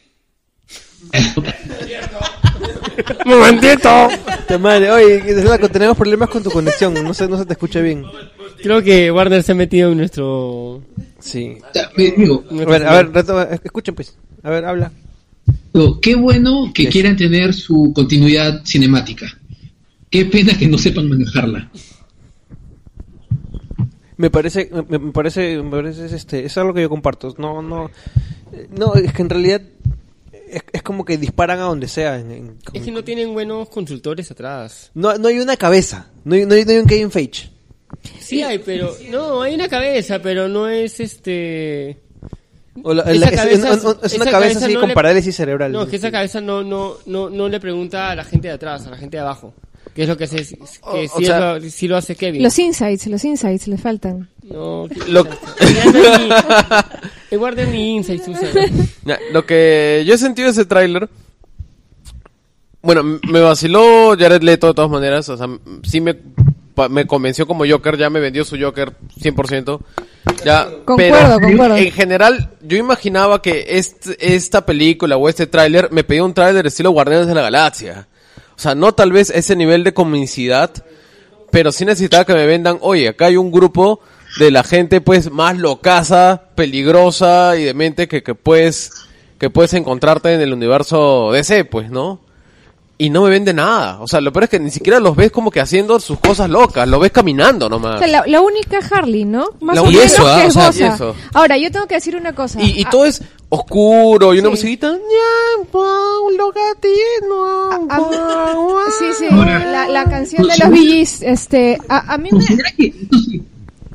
[SPEAKER 5] ¡Momentito!
[SPEAKER 2] Puta madre, oye, Slatko, tenemos problemas con tu conexión. No sé, no se te escucha bien.
[SPEAKER 5] Creo que Warner se ha metido en nuestro...
[SPEAKER 2] Sí.
[SPEAKER 9] Digo,
[SPEAKER 2] A ver, a ver, retoma, escuchen pues. A ver, habla.
[SPEAKER 9] Digo, Oh, qué bueno que
[SPEAKER 2] Sí.
[SPEAKER 9] quieran tener su continuidad cinemática. Qué pena que no sepan manejarla.
[SPEAKER 2] Me parece, me, me parece, me parece este, es algo que yo comparto. No, no, eh, no, es que en realidad es, es como que disparan a donde sea. en- en-
[SPEAKER 5] Es que no tienen buenos consultores atrás.
[SPEAKER 2] no, no hay una cabeza, no hay, no hay, no hay un Kevin Feige.
[SPEAKER 5] Sí hay, pero... No, hay una cabeza, pero no es este...
[SPEAKER 2] O la-
[SPEAKER 5] Esa
[SPEAKER 2] la- es,
[SPEAKER 5] cabeza-
[SPEAKER 2] es- es- es una
[SPEAKER 5] esa
[SPEAKER 2] cabeza,
[SPEAKER 5] cabeza
[SPEAKER 2] así
[SPEAKER 5] no
[SPEAKER 2] con
[SPEAKER 5] le-
[SPEAKER 2] parálisis cerebral.
[SPEAKER 5] No, es que esa cabeza no, no, no, no le pregunta a la gente de atrás, a la gente de abajo. Que es lo que, hace, que
[SPEAKER 2] o
[SPEAKER 5] sí,
[SPEAKER 2] sea-
[SPEAKER 5] lo, sí lo hace Kevin.
[SPEAKER 4] Los insights, los insights le faltan.
[SPEAKER 5] No, que-
[SPEAKER 1] Lo-
[SPEAKER 5] Ya no hay ni- eh, guarden mi insight, Susan.
[SPEAKER 1] Ya, Lo que yo he sentido de ese tráiler... Bueno, m- me vaciló Jared Leto de todas maneras. O sea, m- sí me, pa- me convenció como Joker. Ya me vendió su Joker 100%. Ya,
[SPEAKER 4] Concuerdo,
[SPEAKER 1] pero
[SPEAKER 4] concuerdo.
[SPEAKER 1] En general, yo imaginaba que est- esta película o este tráiler me pedía un tráiler estilo Guardianes de la Galaxia. O sea, no tal vez ese nivel de comicidad, pero sí necesitaba que me vendan, oye, acá hay un grupo de la gente pues más locaza, peligrosa y demente que, que puedes que puedes encontrarte en el universo DC, pues, ¿no? Y no me vende nada. O sea, lo peor es que ni siquiera los ves como que haciendo sus cosas locas, lo ves caminando nomás.
[SPEAKER 4] O sea, la, la única Harley, ¿no? Más
[SPEAKER 1] Ah. La
[SPEAKER 4] o
[SPEAKER 1] única-
[SPEAKER 4] menos
[SPEAKER 1] y eso, ah,
[SPEAKER 4] que
[SPEAKER 1] o sea, y
[SPEAKER 4] esboza.
[SPEAKER 1] eso.
[SPEAKER 4] Ahora, yo tengo que decir una cosa.
[SPEAKER 1] Y, y
[SPEAKER 4] A-
[SPEAKER 1] todo es oscuro y una
[SPEAKER 4] Sí.
[SPEAKER 1] musiquita. "Ña, guau, lo gatino,
[SPEAKER 4] a-
[SPEAKER 1] guau, guau".
[SPEAKER 4] ah, sí, sí,
[SPEAKER 9] Ahora-
[SPEAKER 4] la, la canción de los BGs, este, a, a mí me...
[SPEAKER 9] Considera Pues que esto sí,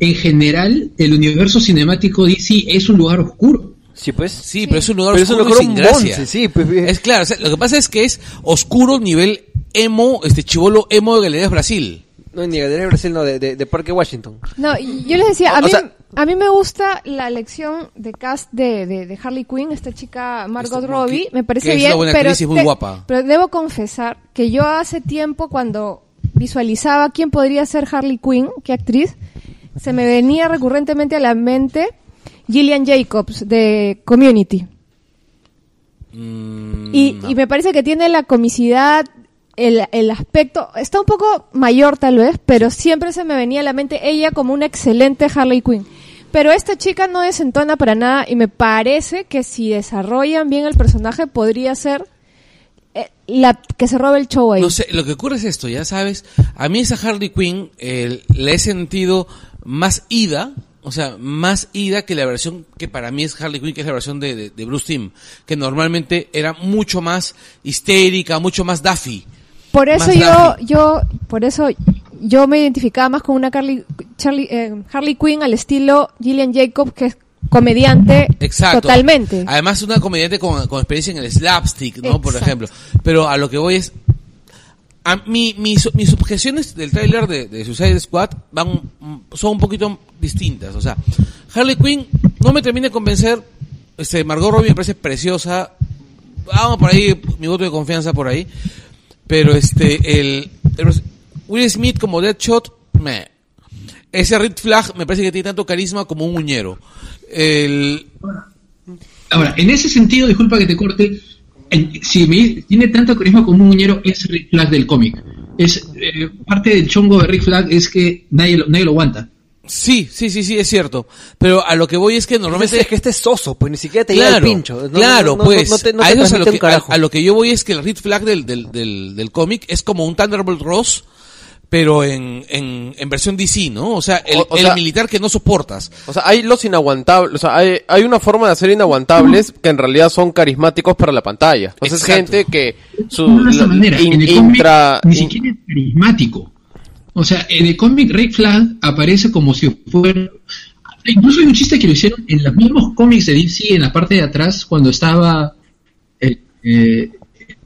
[SPEAKER 9] en general, el universo cinemático DC es un lugar oscuro.
[SPEAKER 2] Sí, pues.
[SPEAKER 3] Sí, pero es un lugar
[SPEAKER 2] Pero es un
[SPEAKER 3] oscuro
[SPEAKER 2] lugar
[SPEAKER 3] sin
[SPEAKER 2] bonce,
[SPEAKER 3] gracia.
[SPEAKER 2] sí, pues, bien.
[SPEAKER 3] es claro, o sea, lo que pasa es que es oscuro nivel emo, este chivolo emo de Galerías Brasil.
[SPEAKER 2] No, ni de Brasil, no, de, de, de Parque Washington.
[SPEAKER 4] No, y yo les decía, a
[SPEAKER 2] O
[SPEAKER 4] mí,
[SPEAKER 2] sea-
[SPEAKER 4] a mí me gusta la elección de cast de, de, de Harley Quinn, esta chica Margot
[SPEAKER 3] Esta-
[SPEAKER 4] Robbie,
[SPEAKER 3] que-
[SPEAKER 4] me parece
[SPEAKER 3] que es
[SPEAKER 4] bien,
[SPEAKER 3] una buena
[SPEAKER 4] pero,
[SPEAKER 3] actriz y muy guapa.
[SPEAKER 4] pero debo confesar que yo hace tiempo cuando visualizaba quién podría ser Harley Quinn, qué actriz, se me venía recurrentemente a la mente Gillian Jacobs de Community.
[SPEAKER 3] Mm,
[SPEAKER 4] Y, y me parece que tiene la comicidad, el, el aspecto, está un poco mayor tal vez, pero siempre se me venía a la mente ella como una excelente Harley Quinn. Pero esta chica no desentona para nada y me parece que si desarrollan bien el personaje podría ser eh, la que se robe el show ahí.
[SPEAKER 3] No sé, lo que ocurre es esto, ya sabes. A mí esa Harley Quinn eh, la he sentido más ida, o sea, más ida que la versión que para mí es Harley Quinn, que es la versión de, de- de Bruce Timm, que normalmente era mucho más histérica, mucho más Daffy.
[SPEAKER 4] Por eso
[SPEAKER 3] Más
[SPEAKER 4] yo,
[SPEAKER 3] Daphne.
[SPEAKER 4] yo, por eso yo me identificaba más con una Carly- Charlie- eh, Harley Quinn al estilo Gillian Jacobs, que es comediante
[SPEAKER 3] Exacto.
[SPEAKER 4] totalmente.
[SPEAKER 3] Además, una comediante con, con experiencia en el slapstick, ¿no? Por
[SPEAKER 4] Exacto.
[SPEAKER 3] ejemplo. Pero a lo que voy es. a mi- mis, mis objeciones del tráiler de, de Suicide Squad van, son un poquito distintas. O sea, Harley Quinn no me termina de convencer. Este, Margot Robbie me parece preciosa. Vamos por ahí, mi voto de confianza por ahí. Pero este, el, el- Will Smith como Deadshot, me. Ese Red Flag me parece que tiene tanto carisma como un muñero. El,
[SPEAKER 9] Ahora, en ese sentido, disculpa que te corte, en- si me- tiene tanto carisma como un muñero, es Rick Flag del cómic. Es eh, parte del chongo de Rick Flag es que nadie lo, nadie lo aguanta.
[SPEAKER 3] Sí, sí, sí, sí, es cierto. Pero a lo que voy es que normalmente
[SPEAKER 2] es que este es soso, pues ni siquiera te llega
[SPEAKER 3] claro,
[SPEAKER 2] el pincho. No,
[SPEAKER 3] claro,
[SPEAKER 2] no, no,
[SPEAKER 3] pues
[SPEAKER 2] No, no te, no
[SPEAKER 3] a
[SPEAKER 2] te
[SPEAKER 3] eso es a lo
[SPEAKER 2] transmite un
[SPEAKER 3] que
[SPEAKER 2] carajo.
[SPEAKER 3] a, a lo que yo voy es que el red flag del del, del, del cómic es como un Thunderbolt Ross, pero en, en, en versión DC, ¿no? O sea, el,
[SPEAKER 1] O- o
[SPEAKER 3] el
[SPEAKER 1] sea-
[SPEAKER 3] militar que no soportas.
[SPEAKER 1] O sea, hay los inaguantables, o sea, hay, hay una forma de hacer inaguantables que en realidad son carismáticos para la pantalla. O sea, es
[SPEAKER 3] Exacto.
[SPEAKER 1] gente que su
[SPEAKER 9] No de esa
[SPEAKER 1] la-
[SPEAKER 9] manera.
[SPEAKER 1] in-
[SPEAKER 9] en el cómic
[SPEAKER 1] intra-
[SPEAKER 9] ni
[SPEAKER 1] in-
[SPEAKER 9] siquiera es carismático. O sea, en el cómic Rick Flag aparece como si fuera. Incluso hay un chiste que lo hicieron en los mismos cómics de DC, en la parte de atrás, cuando estaba. eh, eh,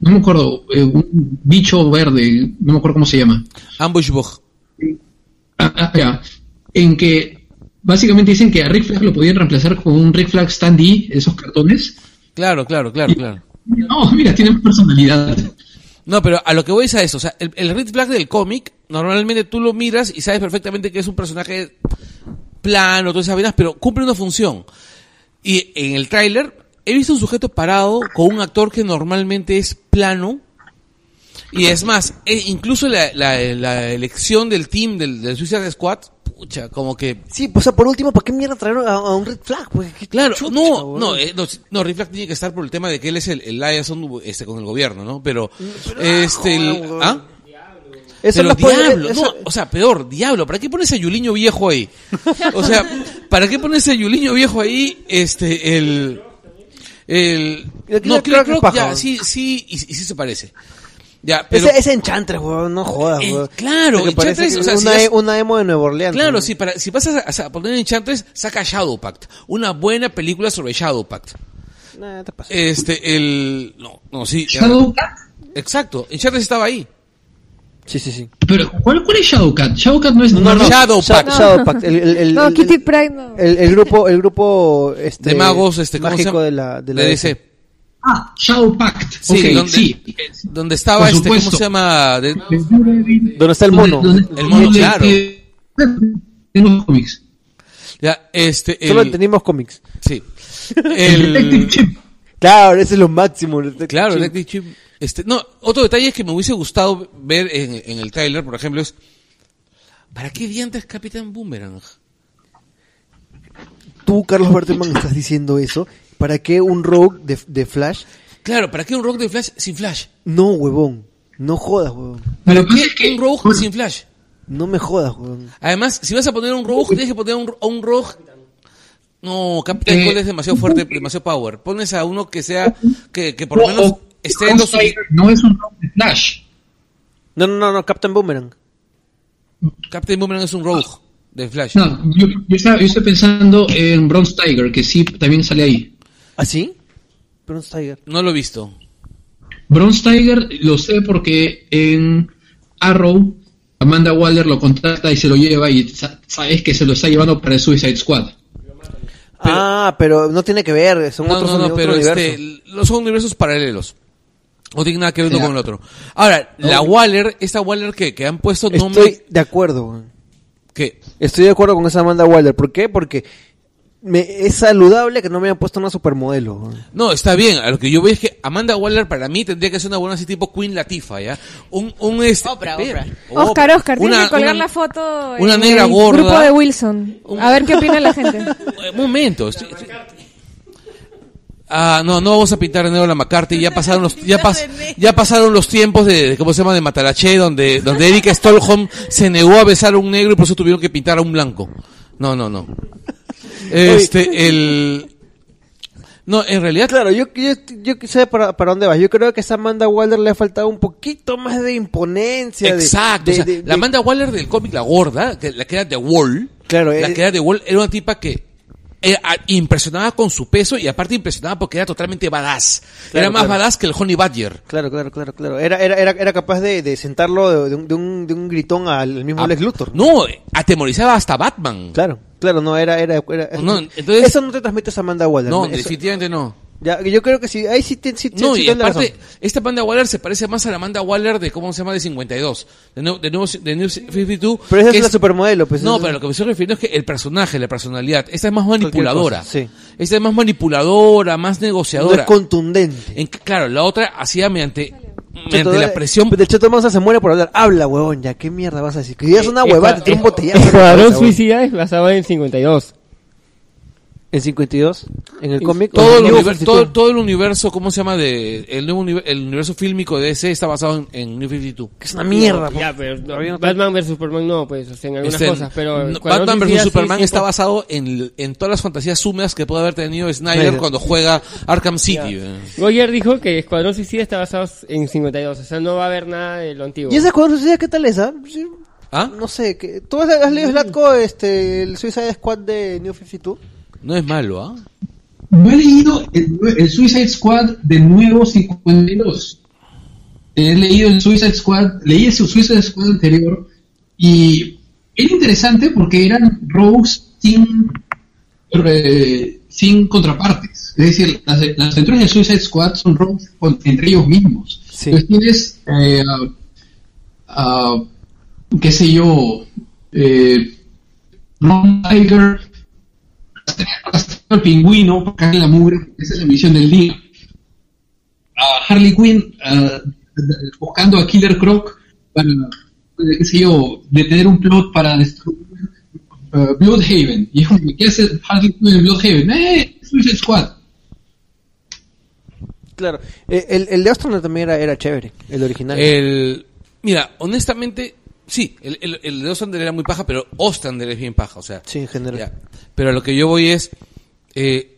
[SPEAKER 9] no me acuerdo, eh, un bicho verde, no me acuerdo cómo se llama.
[SPEAKER 3] Ambush Bug.
[SPEAKER 9] Ah, ah, ya. En que básicamente dicen que a Rick Flag lo podían reemplazar con un Rick Flag standee, esos cartones.
[SPEAKER 3] Claro, claro, claro, claro.
[SPEAKER 9] No, mira, tiene más personalidad.
[SPEAKER 3] No, pero a lo que voy es a eso. O sea, el, el Red Flag del cómic, normalmente tú lo miras y sabes perfectamente que es un personaje plano, todas esas vainas, pero cumple una función. Y en el tráiler he visto un sujeto parado con un actor que normalmente es plano. Y es más, e incluso la, la- la elección del team del, del Suicide Squad, pucha, como que...
[SPEAKER 2] Sí, pues, o sea, por último, ¿para qué mierda trajeron a, a un Red Flag? Pues? ¿Qué
[SPEAKER 3] Claro,
[SPEAKER 2] chucha,
[SPEAKER 3] no,
[SPEAKER 2] weón?
[SPEAKER 3] no, eh, no, sí, no, Red Flag tiene que estar por el tema de que él es el, el liaison, este, con el gobierno, ¿no? Pero, este, el-
[SPEAKER 2] weón.
[SPEAKER 3] ¿ah?
[SPEAKER 2] Eso
[SPEAKER 3] pero
[SPEAKER 2] no puede-
[SPEAKER 3] diablo,
[SPEAKER 2] eso-
[SPEAKER 3] no, o sea, peor, diablo, ¿para qué pones a Yuliño viejo ahí? O sea, ¿para qué pones a Yuliño viejo ahí? Este, el. El.
[SPEAKER 2] Yo creo
[SPEAKER 3] No,
[SPEAKER 2] que
[SPEAKER 3] creo
[SPEAKER 2] es
[SPEAKER 3] que
[SPEAKER 2] paja.
[SPEAKER 3] ya, sí, sí, y, y sí se parece. Ya, pero.
[SPEAKER 2] ese, ese Enchantress, weón, no jodas,
[SPEAKER 3] Eh,
[SPEAKER 2] weón.
[SPEAKER 3] claro,
[SPEAKER 2] Porque parece
[SPEAKER 3] Enchantress,
[SPEAKER 2] que
[SPEAKER 3] o sea, si
[SPEAKER 2] una, e,
[SPEAKER 3] es-
[SPEAKER 2] una emo de Nueva Orleans.
[SPEAKER 3] Claro,
[SPEAKER 2] weón.
[SPEAKER 3] si, para, si pasas a, a poner Enchantress, saca Shadow Pact. Una buena película sobre Shadow Pact.
[SPEAKER 2] Nah, te pasa.
[SPEAKER 3] Este, el. No, no, sí. ya-
[SPEAKER 9] Shadowcat.
[SPEAKER 3] Exacto, Enchantress estaba ahí.
[SPEAKER 2] Sí, sí, sí.
[SPEAKER 9] Pero, ¿cuál, cuál es Shadowcat? Shadowcat no es.
[SPEAKER 3] No, no, Shadow
[SPEAKER 2] Sha-
[SPEAKER 3] Pact.
[SPEAKER 2] Shadow Pact, el- el- el-
[SPEAKER 4] No,
[SPEAKER 2] el-
[SPEAKER 4] Kitty Pryde no.
[SPEAKER 2] El, el grupo, el grupo este,
[SPEAKER 3] De magos, este, ¿cómo se
[SPEAKER 2] mágico
[SPEAKER 3] llama?
[SPEAKER 2] de la, de la
[SPEAKER 3] DC.
[SPEAKER 9] Ah, Shadowpact.
[SPEAKER 3] Sí,
[SPEAKER 9] ok,
[SPEAKER 3] donde,
[SPEAKER 9] sí.
[SPEAKER 3] donde estaba
[SPEAKER 9] Por
[SPEAKER 3] este, ¿cómo
[SPEAKER 9] supuesto.
[SPEAKER 3] se llama? De-
[SPEAKER 2] ¿Dónde está el mono?
[SPEAKER 3] El mono,
[SPEAKER 9] donde-
[SPEAKER 3] claro.
[SPEAKER 9] En los cómics.
[SPEAKER 3] ya, este,
[SPEAKER 2] Solo
[SPEAKER 3] el-
[SPEAKER 2] tenemos cómics.
[SPEAKER 3] Sí.
[SPEAKER 9] El Detective
[SPEAKER 3] El,
[SPEAKER 9] Chimp.
[SPEAKER 2] Claro, ese es lo máximo. el Detective
[SPEAKER 3] claro,
[SPEAKER 2] Chimp.
[SPEAKER 3] Detective Chimp. Este, no, otro detalle que me hubiese gustado ver en, en el tráiler, por ejemplo, es ¿para qué dientes Capitán Boomerang?
[SPEAKER 2] Tú, Carlos Berteman, estás diciendo eso. ¿Para qué un rogue de, de Flash?
[SPEAKER 3] Claro, ¿para qué un Rogue de Flash sin Flash?
[SPEAKER 2] No, huevón. No jodas, huevón.
[SPEAKER 9] Lo
[SPEAKER 3] ¿Para
[SPEAKER 9] que pasa
[SPEAKER 3] qué
[SPEAKER 9] es que-
[SPEAKER 3] un Rogue sin Flash?
[SPEAKER 2] No me jodas, huevón.
[SPEAKER 3] Además, si vas a poner un Rogue, tienes que poner un, a un Rogue. No, Capitán
[SPEAKER 9] Eh,
[SPEAKER 3] Cold es demasiado fuerte, demasiado power. Pones a uno que sea, que, que por lo
[SPEAKER 9] o-
[SPEAKER 3] menos
[SPEAKER 9] o-
[SPEAKER 3] esté en los.
[SPEAKER 9] Tiger No es un rock de Flash.
[SPEAKER 2] No, no, no, no, Captain Boomerang.
[SPEAKER 3] Captain Boomerang es un Rogue. de Flash.
[SPEAKER 9] No, yo, yo estaba, yo estoy pensando en Bronze Tiger, que sí también sale ahí.
[SPEAKER 2] ¿Ah, sí? Bronze Tiger.
[SPEAKER 3] No lo he visto.
[SPEAKER 9] Bronze Tiger lo sé porque en Arrow Amanda Waller lo contrata y se lo lleva y sa- sabes que se lo está llevando para el Suicide Squad.
[SPEAKER 2] ah, pero no tiene que ver, son
[SPEAKER 3] No,
[SPEAKER 2] otros
[SPEAKER 3] no, no,
[SPEAKER 2] otro
[SPEAKER 3] pero
[SPEAKER 2] universo.
[SPEAKER 3] este, los son universos paralelos. No tienen nada que ver uno
[SPEAKER 9] Ya.
[SPEAKER 3] con el otro. Ahora, la Waller, esta Waller que, que han puesto
[SPEAKER 2] Estoy
[SPEAKER 3] nombre
[SPEAKER 2] de acuerdo. güey.
[SPEAKER 3] que
[SPEAKER 2] Estoy de acuerdo con esa Amanda Waller. ¿Por qué? Porque me, es saludable que no me hayan puesto una supermodelo. güey.
[SPEAKER 3] no, está bien, a lo que yo veo es que Amanda Waller para mí tendría que ser una buena así tipo Queen Latifah, ¿ya? Un un este,
[SPEAKER 6] Oprah,
[SPEAKER 3] espera,
[SPEAKER 6] Oprah.
[SPEAKER 2] Oh,
[SPEAKER 4] Oscar, Oscar,
[SPEAKER 3] una-
[SPEAKER 4] tienes que colgar
[SPEAKER 3] una-
[SPEAKER 4] la foto
[SPEAKER 3] una
[SPEAKER 4] en
[SPEAKER 3] negra
[SPEAKER 4] el
[SPEAKER 3] gorda.
[SPEAKER 4] grupo de Wilson. A ver qué opina la gente.
[SPEAKER 3] Eh, Un momento. estoy- estoy- Ah, no, no vamos a pintar de nuevo la McCarthy. Ya pasaron los, ya pas- ya pasaron los tiempos de, de- ¿cómo se llama? De Mataraché, donde, donde Erika Stolholm se negó a besar a un negro y por eso tuvieron que pintar a un blanco. No, no, no. Este, el... No, en realidad,
[SPEAKER 2] Ah, Claro, yo, yo, yo sé para, para dónde vas. Yo creo que a esa Amanda Waller le ha faltado un poquito más de imponencia. de-
[SPEAKER 3] Exacto.
[SPEAKER 2] de-
[SPEAKER 3] o sea,
[SPEAKER 2] de-
[SPEAKER 3] la
[SPEAKER 2] de-
[SPEAKER 3] Amanda Waller del cómic La Gorda, que, la que era The Wall.
[SPEAKER 2] Claro,
[SPEAKER 3] La
[SPEAKER 2] eh,
[SPEAKER 3] que era The Wall era una tipa que era- ah, impresionaba con su peso y aparte impresionaba porque era totalmente badass.
[SPEAKER 2] Claro,
[SPEAKER 3] era más
[SPEAKER 2] claro.
[SPEAKER 3] badass que el Honey Badger.
[SPEAKER 2] Claro, claro, claro, claro. Era, era, era, era capaz de, de sentarlo de, de un, de, un, de un gritón al al mismo
[SPEAKER 3] Ah,
[SPEAKER 2] Lex Luthor.
[SPEAKER 3] No, eh, atemorizaba hasta Batman.
[SPEAKER 2] Claro, claro, no, era... era, era-
[SPEAKER 3] Pues No, entonces-
[SPEAKER 2] eso no te transmite esa Amanda Waller.
[SPEAKER 3] No,
[SPEAKER 2] Eso-
[SPEAKER 3] definitivamente no.
[SPEAKER 2] ya, yo creo que sí, ahí sí, te- sí,
[SPEAKER 3] No,
[SPEAKER 2] sí
[SPEAKER 3] y
[SPEAKER 2] te doy la
[SPEAKER 3] aparte,
[SPEAKER 2] razón.
[SPEAKER 3] esta Amanda Waller se parece más a la Amanda Waller de, ¿cómo se llama? De 52. De, nuevo, de, nuevo, de New 52.
[SPEAKER 2] Pero esa
[SPEAKER 3] que
[SPEAKER 2] es la supermodelo, pues,
[SPEAKER 3] no,
[SPEAKER 2] esa-
[SPEAKER 3] pero lo que me estoy refiriendo es que el personaje, la personalidad, esta es más manipuladora.
[SPEAKER 2] cosa, sí.
[SPEAKER 3] Esta es más manipuladora, más
[SPEAKER 2] No
[SPEAKER 3] negociadora.
[SPEAKER 2] es contundente.
[SPEAKER 3] En que, claro, la otra hacía mediante,
[SPEAKER 2] Cheto,
[SPEAKER 3] mediante
[SPEAKER 2] eh,
[SPEAKER 3] la presión.
[SPEAKER 2] De hecho, Tomasa se muere por hablar. Habla, huevón, ya, ¿qué mierda vas a decir? Que ya es una
[SPEAKER 5] Escua-
[SPEAKER 2] huevada, te tiro un
[SPEAKER 5] es-
[SPEAKER 2] botellazo. en la cabeza,
[SPEAKER 5] Escuadrón
[SPEAKER 2] huevón.
[SPEAKER 5] Suicida es basado en 52.
[SPEAKER 2] ¿En 52? ¿En el cómic?
[SPEAKER 3] Todo el,
[SPEAKER 2] New
[SPEAKER 3] univer-
[SPEAKER 2] 52.
[SPEAKER 3] todo, todo el universo, ¿cómo se llama? De, el, nuevo univer- el universo fílmico de DC está basado en, en New 52.
[SPEAKER 2] Que Es una mierda. po.
[SPEAKER 5] Ya, pero no,
[SPEAKER 2] Todavía no-
[SPEAKER 5] Batman vs Superman no, pues, o sea, en algunas
[SPEAKER 3] Este,
[SPEAKER 5] cosas, pero...
[SPEAKER 3] no,
[SPEAKER 5] Escuadrón
[SPEAKER 3] Batman vs
[SPEAKER 5] Suicida sí,
[SPEAKER 3] Superman
[SPEAKER 5] sí,
[SPEAKER 3] está
[SPEAKER 5] por-
[SPEAKER 3] basado en, en todas las fantasías húmedas que puede haber tenido Snyder
[SPEAKER 2] Snyder.
[SPEAKER 3] cuando juega Arkham City. eh.
[SPEAKER 5] Goyer dijo que Escuadrón Suicida está basado en 52, o sea, no va a haber nada de lo antiguo.
[SPEAKER 2] ¿Y esa Escuadrón Suicida qué tal es? ah? Sí,
[SPEAKER 3] ¿Ah?
[SPEAKER 2] No sé, que ¿tú has, has leído Slatko, este, el Suicide Squad de New 52?
[SPEAKER 3] No es malo, ¿ah?
[SPEAKER 9] No he leído el, el Suicide Squad de nuevo 52. Eh, He leído el Suicide Squad, leí el Suicide Squad anterior y era interesante porque eran rogues sin, eh, sin contrapartes. Es decir, las, las aventuras del Suicide Squad son rogues con- entre ellos mismos.
[SPEAKER 2] Sí.
[SPEAKER 9] Entonces tienes, eh, a- a, qué sé yo, eh, Ron Tiger rastreando al pingüino para caer en la mugre, porque esa es la misión del día. A Harley Quinn ah, buscando a Killer Croc para, eh, qué sé yo, detener un plot para destruir eh, Bloodhaven. Y es como, ¿qué hace Harley Quinn en Bloodhaven? ¡Eh! Suicide Squad.
[SPEAKER 2] Claro. Eh, el, el de Austin también era, era chévere, el original.
[SPEAKER 3] Eh, El, mira, honestamente, sí, el, el, el de Ostrander era muy paja, pero Ostrander es bien paja, o sea.
[SPEAKER 2] Sí, en general.
[SPEAKER 3] ya. Pero a lo que yo voy es, eh,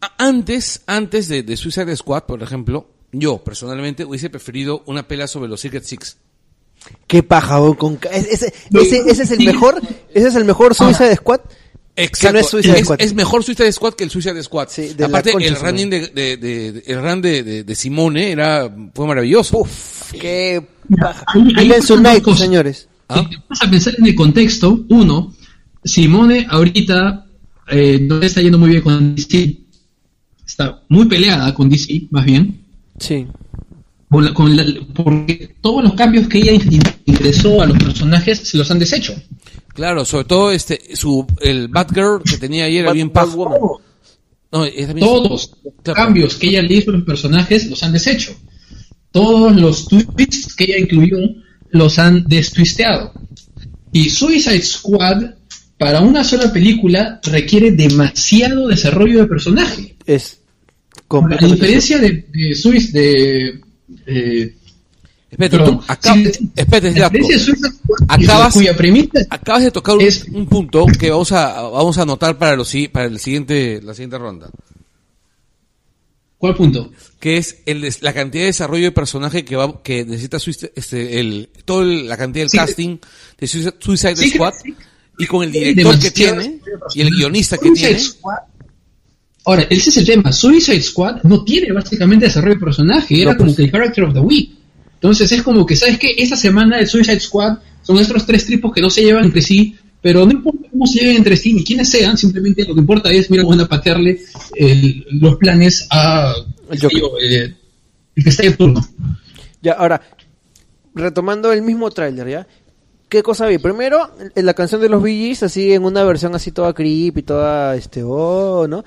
[SPEAKER 3] a- antes, antes de, de Suicide Squad, por ejemplo, yo personalmente hubiese preferido una pela sobre los Secret Six.
[SPEAKER 2] Qué paja, weón, con ca- es- ese, ese, ese es el mejor, ese es el mejor Suicide Squad. Que no es Suicide
[SPEAKER 3] es,
[SPEAKER 2] Squad.
[SPEAKER 3] es mejor Suicide Squad que el Suicide Squad.
[SPEAKER 2] Sí, de la
[SPEAKER 3] Aparte,
[SPEAKER 2] concha
[SPEAKER 3] el
[SPEAKER 2] su madre.
[SPEAKER 3] running de, de- de- de- el run de, de- de Simone era, fue maravilloso.
[SPEAKER 2] Puf, qué paja.
[SPEAKER 9] ahí- ahí
[SPEAKER 2] Miren su
[SPEAKER 9] pasan dos
[SPEAKER 2] Nike,
[SPEAKER 9] cosas.
[SPEAKER 2] señores.
[SPEAKER 3] ¿Ah?
[SPEAKER 9] Si te vas a pensar en el contexto, uno, Simone ahorita eh, no le está yendo muy bien con DC. Está muy peleada con DC, más bien.
[SPEAKER 2] Sí.
[SPEAKER 9] Con la- con la- porque todos los cambios que ella in- ingresó a los personajes se los han deshecho.
[SPEAKER 3] Claro, sobre todo este, su, el Batgirl que tenía ahí era
[SPEAKER 2] Bat-
[SPEAKER 3] bien paja.
[SPEAKER 2] Batwoman.
[SPEAKER 3] No, es también-
[SPEAKER 9] Todos los
[SPEAKER 3] Claro.
[SPEAKER 9] cambios que ella le hizo a los personajes los han deshecho. Todos los twists que ella incluyó los han destwisteado. Y Suicide Squad, para una sola película, requiere demasiado desarrollo de personaje.
[SPEAKER 2] Es
[SPEAKER 9] A
[SPEAKER 2] completamente-
[SPEAKER 9] diferencia de, de Suis- de, eh,
[SPEAKER 3] Espérate,
[SPEAKER 9] perdón,
[SPEAKER 3] tú, acá-
[SPEAKER 9] sí,
[SPEAKER 3] espérate,
[SPEAKER 9] a
[SPEAKER 3] ya, pues,
[SPEAKER 9] diferencia de Suicide Squad,
[SPEAKER 3] Acabas-
[SPEAKER 9] cuya premisa
[SPEAKER 3] Acabas de tocar un,
[SPEAKER 9] Es-
[SPEAKER 3] un punto que vamos a, vamos a anotar para, los, si- para el siguiente, la siguiente ronda.
[SPEAKER 9] ¿Cuál punto?
[SPEAKER 3] que es el des- la cantidad de desarrollo de personaje que va que necesita Suicide- este, el todo el- la cantidad del
[SPEAKER 9] Sí.
[SPEAKER 3] casting de Suicide, Suicide
[SPEAKER 9] Sí,
[SPEAKER 3] Squad
[SPEAKER 9] creo-
[SPEAKER 3] y con el director que
[SPEAKER 9] Demasiado-
[SPEAKER 3] tiene y el guionista que
[SPEAKER 9] Suicide
[SPEAKER 3] tiene.
[SPEAKER 9] Squad- Ahora, ese es el tema. Suicide Squad no tiene básicamente desarrollo de personaje,
[SPEAKER 3] pues.
[SPEAKER 9] era como que el Character of the Week. Entonces es como que, ¿sabes qué? Esta semana el Suicide Squad son estos tres tipos que no se llevan entre sí, pero no importa cómo se lleven entre sí ni quiénes sean, simplemente lo que importa es, mira, vamos a patearle el- los planes a
[SPEAKER 2] El Joker.
[SPEAKER 9] eh, el que está de turno.
[SPEAKER 2] Ya, ahora, retomando el mismo tráiler, ¿ya? ¿Qué cosa vi? Primero, en la canción de los Bee Gees, así en una versión así toda creepy, toda este, oh, ¿no?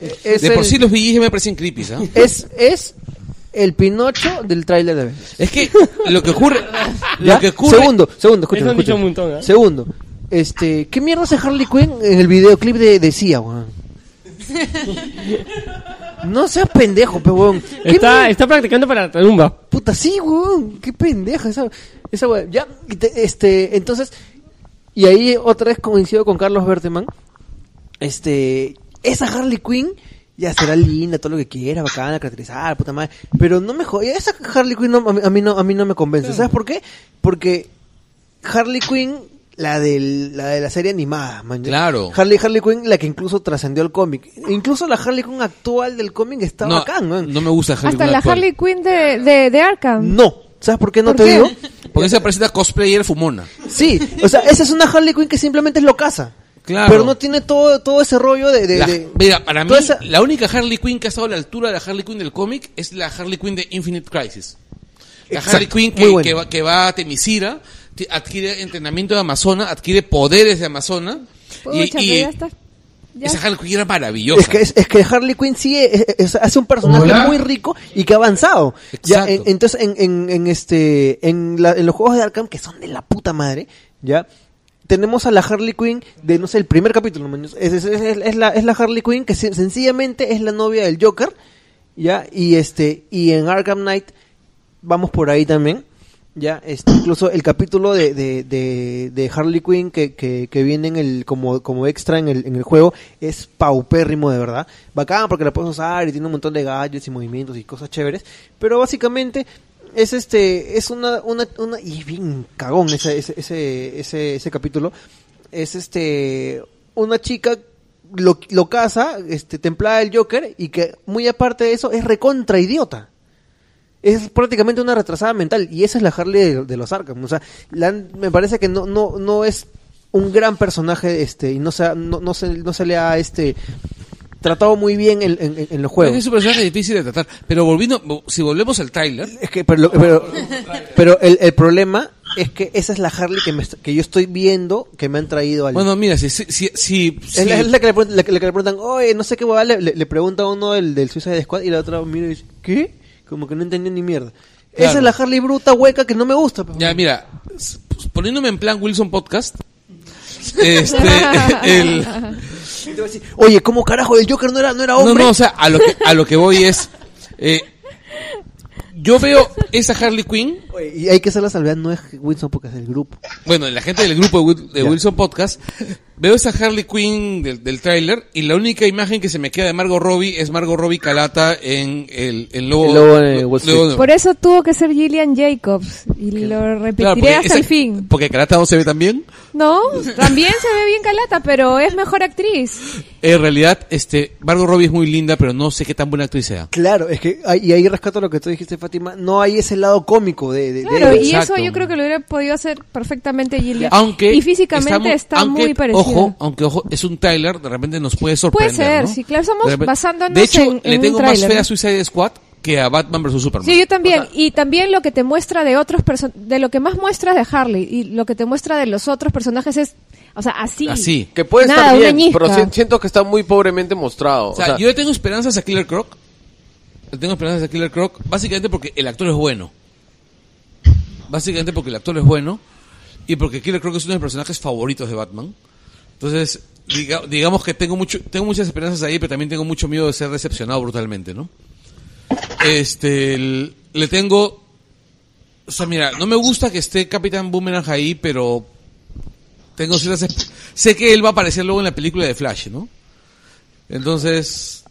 [SPEAKER 2] Eh, Es
[SPEAKER 3] de por
[SPEAKER 2] el-
[SPEAKER 3] sí los VGs me parecen creepy, ¿ah?
[SPEAKER 2] es, es el Pinocho del tráiler de Avengers.
[SPEAKER 3] Es que lo que ocurre,
[SPEAKER 2] ¿ya?
[SPEAKER 3] lo que ocurre,
[SPEAKER 2] Segundo, segundo, escúchame,
[SPEAKER 5] Eso han dicho
[SPEAKER 2] escúchame.
[SPEAKER 5] un montón, ¿eh?
[SPEAKER 2] Segundo, este, ¿qué mierda hace Harley Quinn en el videoclip de, de Sia, weón? No seas pendejo, pe, weón. ¿Qué
[SPEAKER 5] Está,
[SPEAKER 2] mier-
[SPEAKER 5] está practicando para la tumba.
[SPEAKER 2] Puta, sí, weón. Qué pendeja esa, esa weón. Ya, y te- este, entonces, y ahí otra vez coincido con Carlos Berteman. Este, esa Harley Quinn ya será linda, todo lo que quiera, bacana, caracterizada, puta madre. Pero no me jodas. Esa Harley Quinn no- a, mí, a mí no, a mí no me convence. ¿Sabes por qué? Porque Harley Quinn, la, del, la de la serie animada, man.
[SPEAKER 3] Claro.
[SPEAKER 2] Harley, Harley Quinn, la que incluso trascendió el cómic. Incluso la Harley Quinn actual del cómic está
[SPEAKER 3] no,
[SPEAKER 2] bacán, man.
[SPEAKER 3] no me gusta Harley
[SPEAKER 4] Hasta
[SPEAKER 3] Quinn
[SPEAKER 4] la
[SPEAKER 3] actual.
[SPEAKER 4] Harley Quinn de, de, de Arkham.
[SPEAKER 2] No. ¿Sabes por qué no te
[SPEAKER 4] ¿Por qué?
[SPEAKER 2] digo?
[SPEAKER 3] Porque esa parece una cosplayer fumona.
[SPEAKER 2] Sí, o sea, esa es una Harley Quinn que simplemente es locaza.
[SPEAKER 3] Claro.
[SPEAKER 2] Pero no tiene todo, todo ese rollo de... de-
[SPEAKER 3] La-
[SPEAKER 2] de-
[SPEAKER 3] mira, para mí,
[SPEAKER 2] toda esa-
[SPEAKER 3] la única Harley Quinn que ha estado a la altura de la Harley Quinn del cómic es la Harley Quinn de Infinite Crisis. La
[SPEAKER 2] Exacto,
[SPEAKER 3] Harley Quinn que,
[SPEAKER 2] muy buena.
[SPEAKER 3] que va, que va a Temisira, ti- adquiere entrenamiento de Amazona, adquiere poderes de Amazona. y-
[SPEAKER 4] Pucha,
[SPEAKER 3] y
[SPEAKER 4] pero ya está. ya-
[SPEAKER 3] esa Harley Quinn era maravillosa.
[SPEAKER 2] Es que, es, es que Harley Quinn sí es- es- hace un personaje
[SPEAKER 9] Hola.
[SPEAKER 2] muy rico y que ha avanzado. Ya, en-
[SPEAKER 3] Exacto.
[SPEAKER 2] entonces, en, en, en este, en, la- en los juegos de Arkham, que son de la puta madre, ya, tenemos a la Harley Quinn de, no sé, el primer capítulo. man. Es, es- es- es- es la, es la Harley Quinn que sen- sencillamente es la novia del Joker, ya, y este, y en Arkham Knight vamos por ahí también. Ya, este, incluso el capítulo de, de, de, de Harley Quinn que, que, que viene en el, como, como extra en el, en el juego es paupérrimo de verdad. Bacán porque la puedes usar y tiene un montón de gadgets y movimientos y cosas chéveres. Pero básicamente es este, es una, una, una y es bien cagón ese, ese, ese, ese, ese capítulo. Es este, una chica lo, lo casa, este, templada del Joker y que muy aparte de eso es recontra idiota es prácticamente una retrasada mental y esa es la Harley de, de los Arkham o sea la han- me parece que no no no es un gran personaje este y no se ha- no, no se no se le ha este tratado muy bien en, en- en los
[SPEAKER 3] Es que es
[SPEAKER 2] juegos
[SPEAKER 3] un personaje difícil de tratar. Pero volviendo, si volvemos al tráiler,
[SPEAKER 2] es que pero, lo- pero, pero el, el problema es que esa es la Harley que me est- que yo estoy viendo que me han traído al
[SPEAKER 3] bueno, mira, si, si, si, si-
[SPEAKER 2] Es la, es la que le preguntan, la que- la que le preguntan, oye, no sé qué huevada, le, le- le pregunta a uno del, del Suicide Squad y la otra mira y dice, ¿qué? Como que no entendió ni mierda. Esa
[SPEAKER 3] Claro.
[SPEAKER 2] es la Harley bruta hueca que no me gusta. pe.
[SPEAKER 3] Ya, mira, s- poniéndome en plan Wilson Podcast, este, el,
[SPEAKER 2] Y te va a decir, Oye, ¿cómo carajo? El Joker no era, no era
[SPEAKER 3] no,
[SPEAKER 2] hombre.
[SPEAKER 3] no, o sea, a lo que, a lo que voy es, eh, yo veo esa Harley Quinn,
[SPEAKER 2] Oye, y hay que hacer la salvedad, no es Winston porque es el grupo.
[SPEAKER 3] bueno, la gente del grupo de, Wil- de Wilson Podcast, veo esa Harley Quinn del, del tráiler y la única imagen que se me queda de Margot Robbie es Margot Robbie Calata en el, el lobo,
[SPEAKER 2] El lobo de Wall
[SPEAKER 3] lobo de-
[SPEAKER 4] Por eso tuvo que ser Gillian Jacobs. Y lo
[SPEAKER 3] Claro,
[SPEAKER 4] repetiré
[SPEAKER 3] porque
[SPEAKER 4] hasta
[SPEAKER 3] esa-
[SPEAKER 4] el fin.
[SPEAKER 3] Porque Calata no se ve tan bien.
[SPEAKER 4] No, también se ve bien calata, pero es mejor actriz.
[SPEAKER 3] En realidad, este, Margot Robbie es muy linda, pero no sé qué tan buena actriz sea.
[SPEAKER 2] Claro, es que, hay- y ahí rescato lo que tú dijiste, Fátima, no hay ese lado cómico de... de- de
[SPEAKER 4] Claro,
[SPEAKER 2] ella.
[SPEAKER 4] y
[SPEAKER 3] Exacto.
[SPEAKER 4] eso yo creo que lo hubiera podido hacer perfectamente Gillian.
[SPEAKER 3] Aunque
[SPEAKER 4] y físicamente
[SPEAKER 3] mu-
[SPEAKER 4] está
[SPEAKER 3] aunque,
[SPEAKER 4] muy parecida.
[SPEAKER 3] Ojo, aunque ojo, es un Tyler, de repente nos puede sorprender.
[SPEAKER 4] Puede ser,
[SPEAKER 3] ¿no?
[SPEAKER 4] sí, claro, estamos
[SPEAKER 3] De repente-
[SPEAKER 4] basándonos
[SPEAKER 3] De hecho,
[SPEAKER 4] en- en
[SPEAKER 3] le
[SPEAKER 4] un
[SPEAKER 3] tengo más
[SPEAKER 4] tráiler,
[SPEAKER 3] fe a
[SPEAKER 4] ¿no?
[SPEAKER 3] Suicide Squad que a Batman vs Superman.
[SPEAKER 4] Sí, yo también. y también lo que te muestra de otros perso- de lo que más muestra de Harley y lo que te muestra de los otros personajes es, o sea, así.
[SPEAKER 3] Así.
[SPEAKER 1] Que puede
[SPEAKER 4] Nada,
[SPEAKER 1] estar
[SPEAKER 4] una
[SPEAKER 1] bien,
[SPEAKER 4] ñisca.
[SPEAKER 1] pero si- siento que está muy pobremente mostrado.
[SPEAKER 3] o sea, yo le tengo esperanzas a Killer Croc. Le tengo esperanzas a Killer Croc, básicamente porque el actor es bueno. Básicamente porque el actor es bueno y porque Killer Croc es uno de mis personajes favoritos de Batman. Entonces, diga- digamos que tengo mucho tengo muchas esperanzas ahí, pero también tengo mucho miedo de ser decepcionado brutalmente, ¿no? Este, el- le tengo o sea, mira, no me gusta que esté Capitán Boomerang ahí, pero tengo ciertas esp- sé que él va a aparecer luego en la película de Flash, ¿no? Entonces,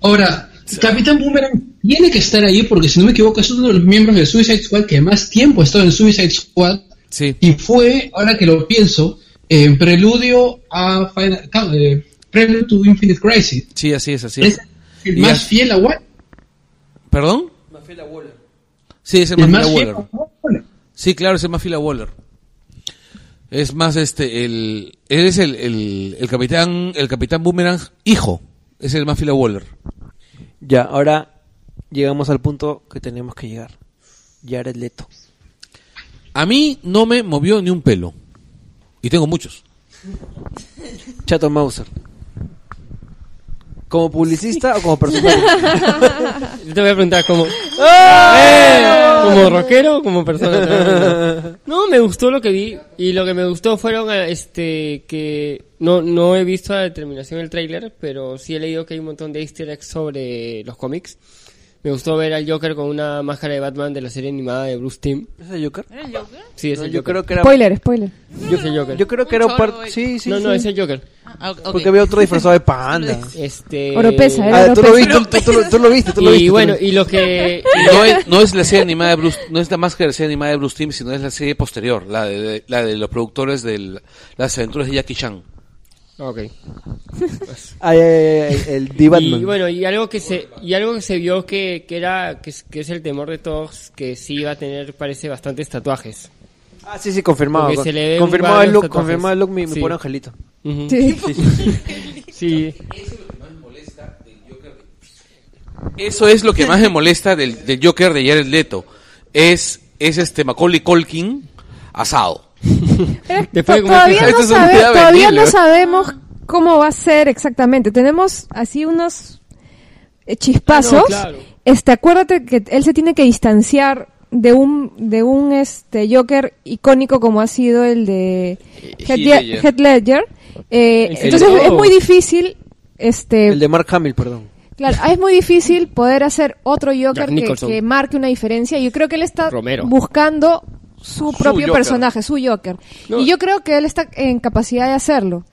[SPEAKER 9] Ahora, Capitán Boomerang tiene que estar ahí porque si no me equivoco es uno de los miembros de Suicide Squad que más tiempo ha estado en Suicide Squad
[SPEAKER 3] Sí.
[SPEAKER 9] y fue, ahora que lo pienso, en preludio a Final- ca- eh, Prelude to Infinite Crisis.
[SPEAKER 3] Sí, así es, así
[SPEAKER 9] Es
[SPEAKER 3] es.
[SPEAKER 9] el
[SPEAKER 3] Y
[SPEAKER 9] más
[SPEAKER 3] as-
[SPEAKER 9] fiel a Waller.
[SPEAKER 3] ¿Perdón? Sí, es el
[SPEAKER 9] El
[SPEAKER 3] más
[SPEAKER 9] más
[SPEAKER 3] fiel a
[SPEAKER 9] fiel
[SPEAKER 3] Waller.
[SPEAKER 9] a Waller.
[SPEAKER 3] Sí, claro, es el más fiel a Waller. Es más, este, el, él es el, el, el capitán, el capitán Boomerang hijo. Es el más fiel a Waller.
[SPEAKER 2] Ya, ahora llegamos al punto que tenemos que llegar. Jared Leto.
[SPEAKER 3] A mí no me movió ni un pelo. Y tengo muchos.
[SPEAKER 2] Chato Mauser. ¿Como publicista o como personaje?
[SPEAKER 5] Yo te voy a preguntar como... ¿Como rockero o como persona? Te voy a preguntar. No, me gustó lo que vi. Y lo que me gustó fueron ah, este que... No, no he visto a determinación el tráiler, pero sí he leído que hay un montón de easter eggs sobre los cómics. Me gustó ver al Joker con una máscara de Batman de la serie animada de Bruce Timm.
[SPEAKER 2] ¿Es el Joker?
[SPEAKER 6] ¿Era el Joker?
[SPEAKER 5] Sí, es
[SPEAKER 2] No,
[SPEAKER 5] el
[SPEAKER 2] yo creo que era...
[SPEAKER 4] Spoiler, spoiler.
[SPEAKER 5] Yo soy Joker.
[SPEAKER 2] Yo creo que
[SPEAKER 6] Un
[SPEAKER 2] era un
[SPEAKER 6] chorro,
[SPEAKER 2] par...
[SPEAKER 6] güey.
[SPEAKER 2] Sí, sí,
[SPEAKER 5] no, no,
[SPEAKER 2] sí.
[SPEAKER 5] es el Joker.
[SPEAKER 6] Ah, ok.
[SPEAKER 2] Porque había otro disfrazado de panda.
[SPEAKER 5] Este...
[SPEAKER 4] Oropesa, era
[SPEAKER 2] Ah, tú lo
[SPEAKER 4] Oropesa.
[SPEAKER 2] viste, tú, tú lo- tú lo viste, tú lo viste.
[SPEAKER 5] Y
[SPEAKER 2] tú lo
[SPEAKER 5] bueno,
[SPEAKER 2] viste.
[SPEAKER 5] y lo que...
[SPEAKER 3] No es, no es la serie animada de Bruce, no es la máscara de la serie animada de Bruce Team, sino es la serie posterior, la de, de- la de los productores de las aventuras de Jackie Chan.
[SPEAKER 5] Ok.
[SPEAKER 2] Ay, ay, ay, ay, el D-Batman.
[SPEAKER 5] Y bueno, y algo que se, y algo que se vio que, que era, que es, que es el temor de todos, que sí iba a tener, parece, bastantes tatuajes.
[SPEAKER 2] Ah, sí, sí, confirmado.
[SPEAKER 5] Porque se le ve
[SPEAKER 2] confirmado,
[SPEAKER 5] varios
[SPEAKER 2] el look,
[SPEAKER 5] tatuajes.
[SPEAKER 2] confirmado el look, mi, mi
[SPEAKER 5] Sí.
[SPEAKER 2] pobre angelito.
[SPEAKER 5] Ujú.
[SPEAKER 4] Sí.
[SPEAKER 5] Sí.
[SPEAKER 3] Eso es lo que más me molesta del, del Joker de Jared Leto. Es, es este Macaulay Colkin asado.
[SPEAKER 4] Pero to-
[SPEAKER 5] Después de comer
[SPEAKER 4] todavía
[SPEAKER 5] pizza.
[SPEAKER 4] no,
[SPEAKER 3] Esto se me
[SPEAKER 4] sabe-
[SPEAKER 3] olvidaba
[SPEAKER 4] todavía
[SPEAKER 3] venirle,
[SPEAKER 4] no
[SPEAKER 3] ¿eh?
[SPEAKER 4] sabemos cómo va a ser exactamente. Tenemos así unos eh, chispazos.
[SPEAKER 5] Ah, no, claro.
[SPEAKER 4] Este, acuérdate que él se tiene que distanciar de un de un este Joker icónico como ha sido el de
[SPEAKER 3] Heath
[SPEAKER 4] Heath
[SPEAKER 3] Ledger.
[SPEAKER 4] Ledger. Heath Ledger. Eh,
[SPEAKER 5] El
[SPEAKER 4] entonces
[SPEAKER 5] de-
[SPEAKER 4] es muy difícil este
[SPEAKER 2] El de Mark Hamill, perdón.
[SPEAKER 4] Claro, ah, es muy difícil poder hacer otro Joker que,
[SPEAKER 5] Nicholson.
[SPEAKER 4] que marque una diferencia. Yo creo que él está
[SPEAKER 5] Romero.
[SPEAKER 4] buscando su propio
[SPEAKER 3] Joker.
[SPEAKER 4] personaje, su Joker.
[SPEAKER 5] No.
[SPEAKER 4] Y yo creo que él está en capacidad de hacerlo.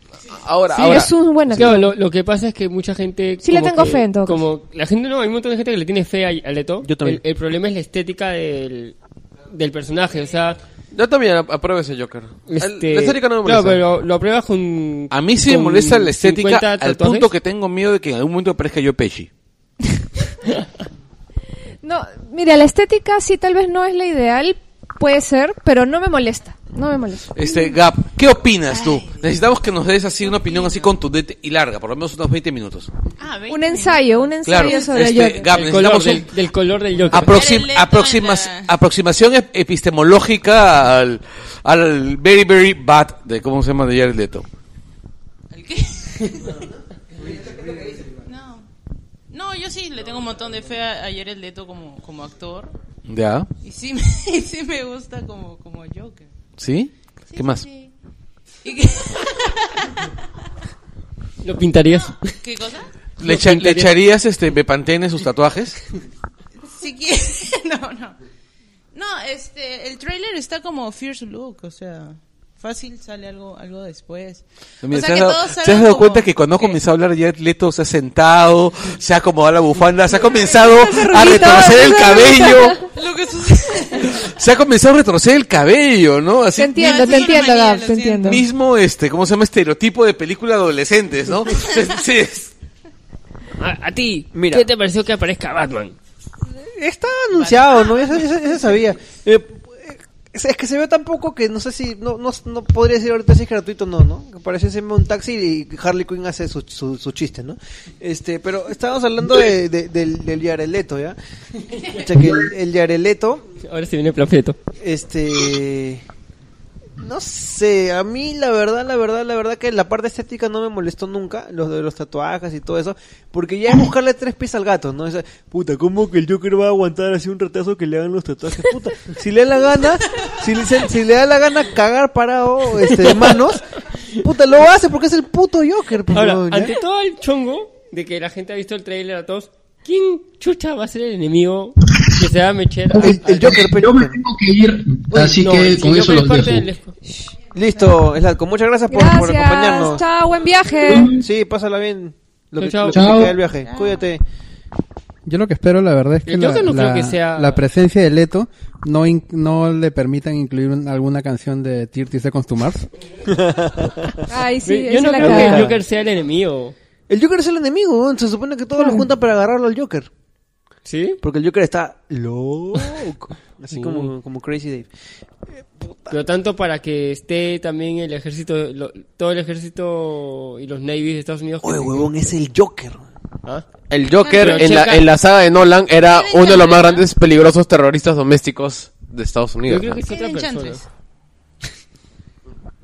[SPEAKER 3] Ahora,
[SPEAKER 4] Sí,
[SPEAKER 3] ahora.
[SPEAKER 4] es un buen actor.
[SPEAKER 5] Claro, lo, lo que pasa es que mucha gente.
[SPEAKER 4] Sí le
[SPEAKER 5] como
[SPEAKER 4] tengo
[SPEAKER 5] que-
[SPEAKER 4] fe en todo
[SPEAKER 5] Como la gente, no, hay un montón de gente que le tiene fe a, a Leto.
[SPEAKER 2] Yo también.
[SPEAKER 5] El, el problema es la estética del, del personaje, o sea.
[SPEAKER 1] Yo también ap- apruebo ese Joker. El-
[SPEAKER 5] Este,
[SPEAKER 1] la estética no me molesta.
[SPEAKER 5] Claro, pero lo apruebas con.
[SPEAKER 3] A mí sí me
[SPEAKER 5] con
[SPEAKER 3] molesta la estética
[SPEAKER 5] 50
[SPEAKER 3] al
[SPEAKER 5] tatuajes.
[SPEAKER 3] punto que tengo miedo de que en algún momento aparezca yo Pesci.
[SPEAKER 4] No, mira, la estética sí tal vez no es la ideal, puede ser, pero no me molesta. No me molesta.
[SPEAKER 3] Este, Gap, ¿qué opinas tú? Necesitamos que nos des así una opinión así contundente y larga, por lo menos unos 20 minutos.
[SPEAKER 6] Ah, veinte
[SPEAKER 4] Un ensayo, un
[SPEAKER 3] Claro,
[SPEAKER 4] ensayo sobre el
[SPEAKER 3] este,
[SPEAKER 4] Joker.
[SPEAKER 3] Gap,
[SPEAKER 5] El color
[SPEAKER 3] necesitamos
[SPEAKER 5] del,
[SPEAKER 3] un-
[SPEAKER 5] del color del Joker.
[SPEAKER 3] aproxim-
[SPEAKER 6] Jared Leto
[SPEAKER 3] aproximas-
[SPEAKER 6] en la-
[SPEAKER 3] aproximación ep- epistemológica al, al very, very bad de cómo se llama de Jared Leto.
[SPEAKER 6] ¿El qué? no. No, yo sí le tengo un montón de fe a, a Jared Leto como, como actor.
[SPEAKER 3] ¿Ya?
[SPEAKER 6] Y sí, me, y sí me gusta como, como Joker.
[SPEAKER 3] ¿Sí?
[SPEAKER 6] Sí,
[SPEAKER 3] ¿Qué
[SPEAKER 6] sí,
[SPEAKER 3] más?
[SPEAKER 6] sí. ¿Y qué?
[SPEAKER 5] ¿Lo pintarías?
[SPEAKER 6] ¿Qué cosa?
[SPEAKER 3] ¿Le, echa- le echarías este Bepantene sus tatuajes?
[SPEAKER 6] Si quiere. No, no. No, este, el trailer está como Fierce Look, o sea, fácil sale algo, algo después.
[SPEAKER 3] Mira,
[SPEAKER 6] o sea,
[SPEAKER 3] ¿Te has,
[SPEAKER 6] que
[SPEAKER 3] dado,
[SPEAKER 6] todos
[SPEAKER 3] te has
[SPEAKER 6] salgan
[SPEAKER 3] dado
[SPEAKER 6] como-
[SPEAKER 3] cuenta que cuando comenzó a hablar Jared Leto se ha sentado, se ha acomodado la bufanda, se ha comenzado a retorcer el cabello?
[SPEAKER 6] Lo que sucede.
[SPEAKER 3] Se ha comenzado a retorcer el cabello, ¿no?
[SPEAKER 4] Te
[SPEAKER 3] Así
[SPEAKER 4] entiendo,
[SPEAKER 6] No,
[SPEAKER 4] te
[SPEAKER 6] eso es una
[SPEAKER 4] entiendo,
[SPEAKER 6] manía,
[SPEAKER 4] Gab,
[SPEAKER 6] lo
[SPEAKER 4] te
[SPEAKER 6] siento.
[SPEAKER 4] entiendo.
[SPEAKER 3] mismo, este, ¿cómo se llama? Estereotipo de película de adolescentes, ¿no? Se- se-
[SPEAKER 5] A, a ti,
[SPEAKER 2] Mira.
[SPEAKER 5] ¿qué te pareció que aparezca Batman?
[SPEAKER 2] Está anunciado, ¿no? Eso, eso- eso sabía. Eh, es, es que se ve tan poco que no sé si. No, no, no podría decir ahorita si es gratuito o no, ¿no? Que parece siempre un taxi y Harley Quinn hace su, su, su chiste, ¿no? este Pero estábamos hablando de, de- del, del Yareleto, ¿ya? O sea, que el, el Yareleto.
[SPEAKER 5] Ahora se viene el plan Prieto.
[SPEAKER 2] Este. No sé, a mí la verdad, la verdad, la verdad que la parte estética no me molestó nunca, los de los tatuajes y todo eso, porque ya es buscarle tres pies al gato, ¿no? O sea, puta, ¿cómo que el Joker va a aguantar así un ratazo que le hagan los tatuajes? Puta, si le da la gana, si le, si le da la gana cagar parado este, de manos, puta, lo hace porque es el puto Joker, pues,
[SPEAKER 5] Ahora,
[SPEAKER 2] weón, ¿ya?
[SPEAKER 5] ante todo el chongo de que la gente ha visto el trailer a todos, ¿quién chucha va a ser el enemigo que se va a mecher? a-
[SPEAKER 2] El, el Joker,
[SPEAKER 9] Yo
[SPEAKER 2] pero...
[SPEAKER 9] me tengo que ir, así
[SPEAKER 5] Pues No,
[SPEAKER 9] que
[SPEAKER 5] el
[SPEAKER 9] con
[SPEAKER 5] Joker
[SPEAKER 9] eso
[SPEAKER 5] es
[SPEAKER 9] los
[SPEAKER 5] parte
[SPEAKER 9] dejo.
[SPEAKER 5] del-
[SPEAKER 2] Listo, Eslatco, muchas gracias por, por
[SPEAKER 4] Gracias,
[SPEAKER 2] acompañarnos.
[SPEAKER 4] chao, buen viaje.
[SPEAKER 2] Sí, pásala bien. Lo que,
[SPEAKER 5] Chao,
[SPEAKER 2] lo
[SPEAKER 5] chao.
[SPEAKER 2] que te
[SPEAKER 9] Chao.
[SPEAKER 2] queda del viaje. Cuídate.
[SPEAKER 7] Yo lo que espero, la verdad, es que,
[SPEAKER 5] El
[SPEAKER 7] la,
[SPEAKER 5] Joker no creo
[SPEAKER 7] la-
[SPEAKER 5] que sea-
[SPEAKER 7] la presencia de Leto no, in- no le permitan incluir un- alguna canción de 30 Seconds to Mars.
[SPEAKER 4] Ay, sí,
[SPEAKER 5] Yo
[SPEAKER 4] esa
[SPEAKER 5] no
[SPEAKER 4] la
[SPEAKER 5] creo que
[SPEAKER 4] cagada.
[SPEAKER 5] el Joker sea el enemigo.
[SPEAKER 2] El Joker es el enemigo, weón. se supone que todos lo juntan para agarrarlo al Joker.
[SPEAKER 5] ¿Sí?
[SPEAKER 2] Porque el Joker está loco. Así como, como Crazy Dave.
[SPEAKER 5] Pero tanto para que esté también el ejército, lo- todo el ejército y los navies de Estados Unidos.
[SPEAKER 2] Oye, huevón, es el Joker.
[SPEAKER 5] ¿Ah?
[SPEAKER 1] El Joker
[SPEAKER 5] Pero
[SPEAKER 1] en, la,
[SPEAKER 5] checa-
[SPEAKER 1] en la saga de Nolan era
[SPEAKER 6] Tiene
[SPEAKER 1] uno de los más
[SPEAKER 6] Chandler,
[SPEAKER 1] grandes peligrosos terroristas domésticos de Estados
[SPEAKER 5] Yo
[SPEAKER 1] Unidos.
[SPEAKER 5] creo que es otra
[SPEAKER 6] Tiene
[SPEAKER 5] persona.
[SPEAKER 6] Enchantress.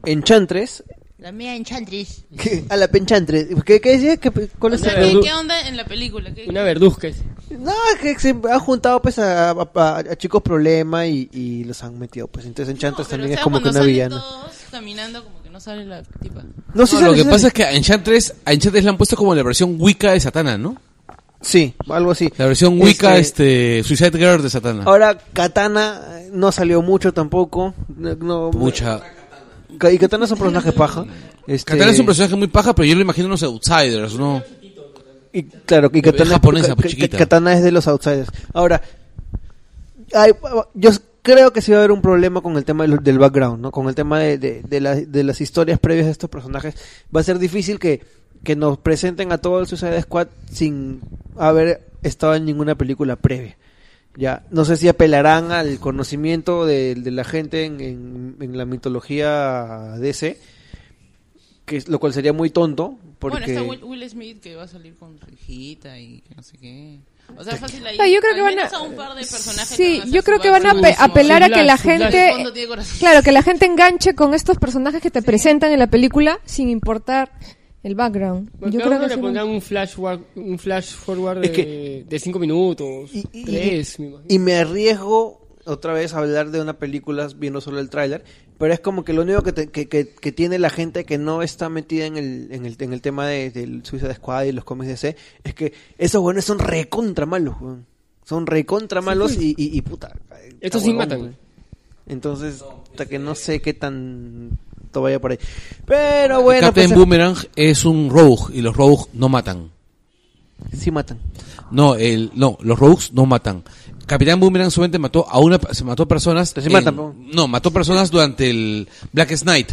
[SPEAKER 2] Enchantress.
[SPEAKER 6] La mía Enchantress.
[SPEAKER 2] ¿Qué? A la Penchantress. ¿Qué, qué decías? ¿Qué, pe- ¿Cuál
[SPEAKER 6] O
[SPEAKER 2] es
[SPEAKER 6] sea,
[SPEAKER 5] Una
[SPEAKER 6] ¿qué,
[SPEAKER 5] verdu-
[SPEAKER 6] qué onda en la película? ¿Qué-
[SPEAKER 5] Una verduzca.
[SPEAKER 2] el- No, que se han juntado pues a, a- a- a chicos problema y, y los han metido. Pues entonces
[SPEAKER 6] No,
[SPEAKER 2] Enchantress
[SPEAKER 6] pero,
[SPEAKER 2] también
[SPEAKER 6] o
[SPEAKER 2] es
[SPEAKER 6] sea,
[SPEAKER 2] como que una
[SPEAKER 6] cuando salen
[SPEAKER 2] villana.
[SPEAKER 6] todos caminando como que no sale la tipa.
[SPEAKER 2] No, sí
[SPEAKER 3] No,
[SPEAKER 2] sale,
[SPEAKER 3] lo que
[SPEAKER 2] sí
[SPEAKER 3] pasa
[SPEAKER 2] sale.
[SPEAKER 3] es que a Enchantress, a Enchantress le han puesto como la versión Wicca de Satana, ¿no?
[SPEAKER 2] Sí, algo así.
[SPEAKER 3] La versión Wicca,
[SPEAKER 2] Este,
[SPEAKER 3] este, Suicide Girl de Satana.
[SPEAKER 2] Ahora Katana eh, no salió mucho tampoco. No, no-
[SPEAKER 3] Mucha.
[SPEAKER 2] Ka- Y Katana es un personaje paja. Este,
[SPEAKER 3] Katana es un personaje muy paja, pero yo lo imagino en los outsiders, ¿no?
[SPEAKER 2] Y, claro, y Katana,
[SPEAKER 3] japonesa, pues,
[SPEAKER 2] Ka- Ka-
[SPEAKER 3] chiquita.
[SPEAKER 2] Katana es de los outsiders. Ahora, hay- yo creo que sí va a haber un problema con el tema del, del background, ¿no? Con el tema de, de- de la- de las historias previas de estos personajes. Va a ser difícil que, que nos presenten a todo el Suicide Squad sin haber estado en ninguna película previa. Ya, no sé si apelarán al conocimiento de, de la gente en, en- en la mitología DC, que es- lo cual sería muy tonto, porque...
[SPEAKER 6] Bueno, está Will, Will Smith que va a salir con su hijita y que no sé qué. O sea, fácil ahí.
[SPEAKER 4] No, yo creo
[SPEAKER 6] al
[SPEAKER 4] que van
[SPEAKER 6] menos
[SPEAKER 4] a-
[SPEAKER 6] un par de personajes.
[SPEAKER 4] Sí,
[SPEAKER 6] que van
[SPEAKER 4] yo
[SPEAKER 6] a hacer
[SPEAKER 4] creo
[SPEAKER 6] su
[SPEAKER 4] que van a
[SPEAKER 6] base.
[SPEAKER 4] ape- apelar a
[SPEAKER 5] Sublas,
[SPEAKER 4] que la
[SPEAKER 5] sublas.
[SPEAKER 6] El
[SPEAKER 4] gente,
[SPEAKER 6] fondo tiene corazón.
[SPEAKER 4] claro, que la gente enganche con estos personajes que te presentan en la película sin importar el background.
[SPEAKER 5] Yo
[SPEAKER 4] Yo creo que
[SPEAKER 5] le
[SPEAKER 4] sí.
[SPEAKER 5] pondrán un flash, wa- un flash forward
[SPEAKER 2] Es
[SPEAKER 5] de, de cinco minutos,
[SPEAKER 2] Y- y-
[SPEAKER 5] tres, me imagino.
[SPEAKER 2] Y me arriesgo otra vez a hablar de una película viendo solo el tráiler, pero es como que lo único que, te- que, que- que tiene la gente que no está metida en el, en el, en el tema de, del Suicide Squad y los cómics DC, es que esos buenos son recontra malos, weón. Son recontra malos y, y, y puta.
[SPEAKER 5] pues. Estos sí
[SPEAKER 2] huevón,
[SPEAKER 5] matan.
[SPEAKER 2] pues. Entonces, hasta que no sé qué tan vaya por ahí. Pero bueno,
[SPEAKER 3] Captain
[SPEAKER 2] pues,
[SPEAKER 3] Boomerang es un rogue y los rogues no matan.
[SPEAKER 2] sí matan.
[SPEAKER 3] No, el, no, los rogues no matan. Capitán Boomerang solamente mató a una, se mató a personas.
[SPEAKER 2] Pero sí matan, ¿no?
[SPEAKER 3] no, mató personas durante el Black Knight.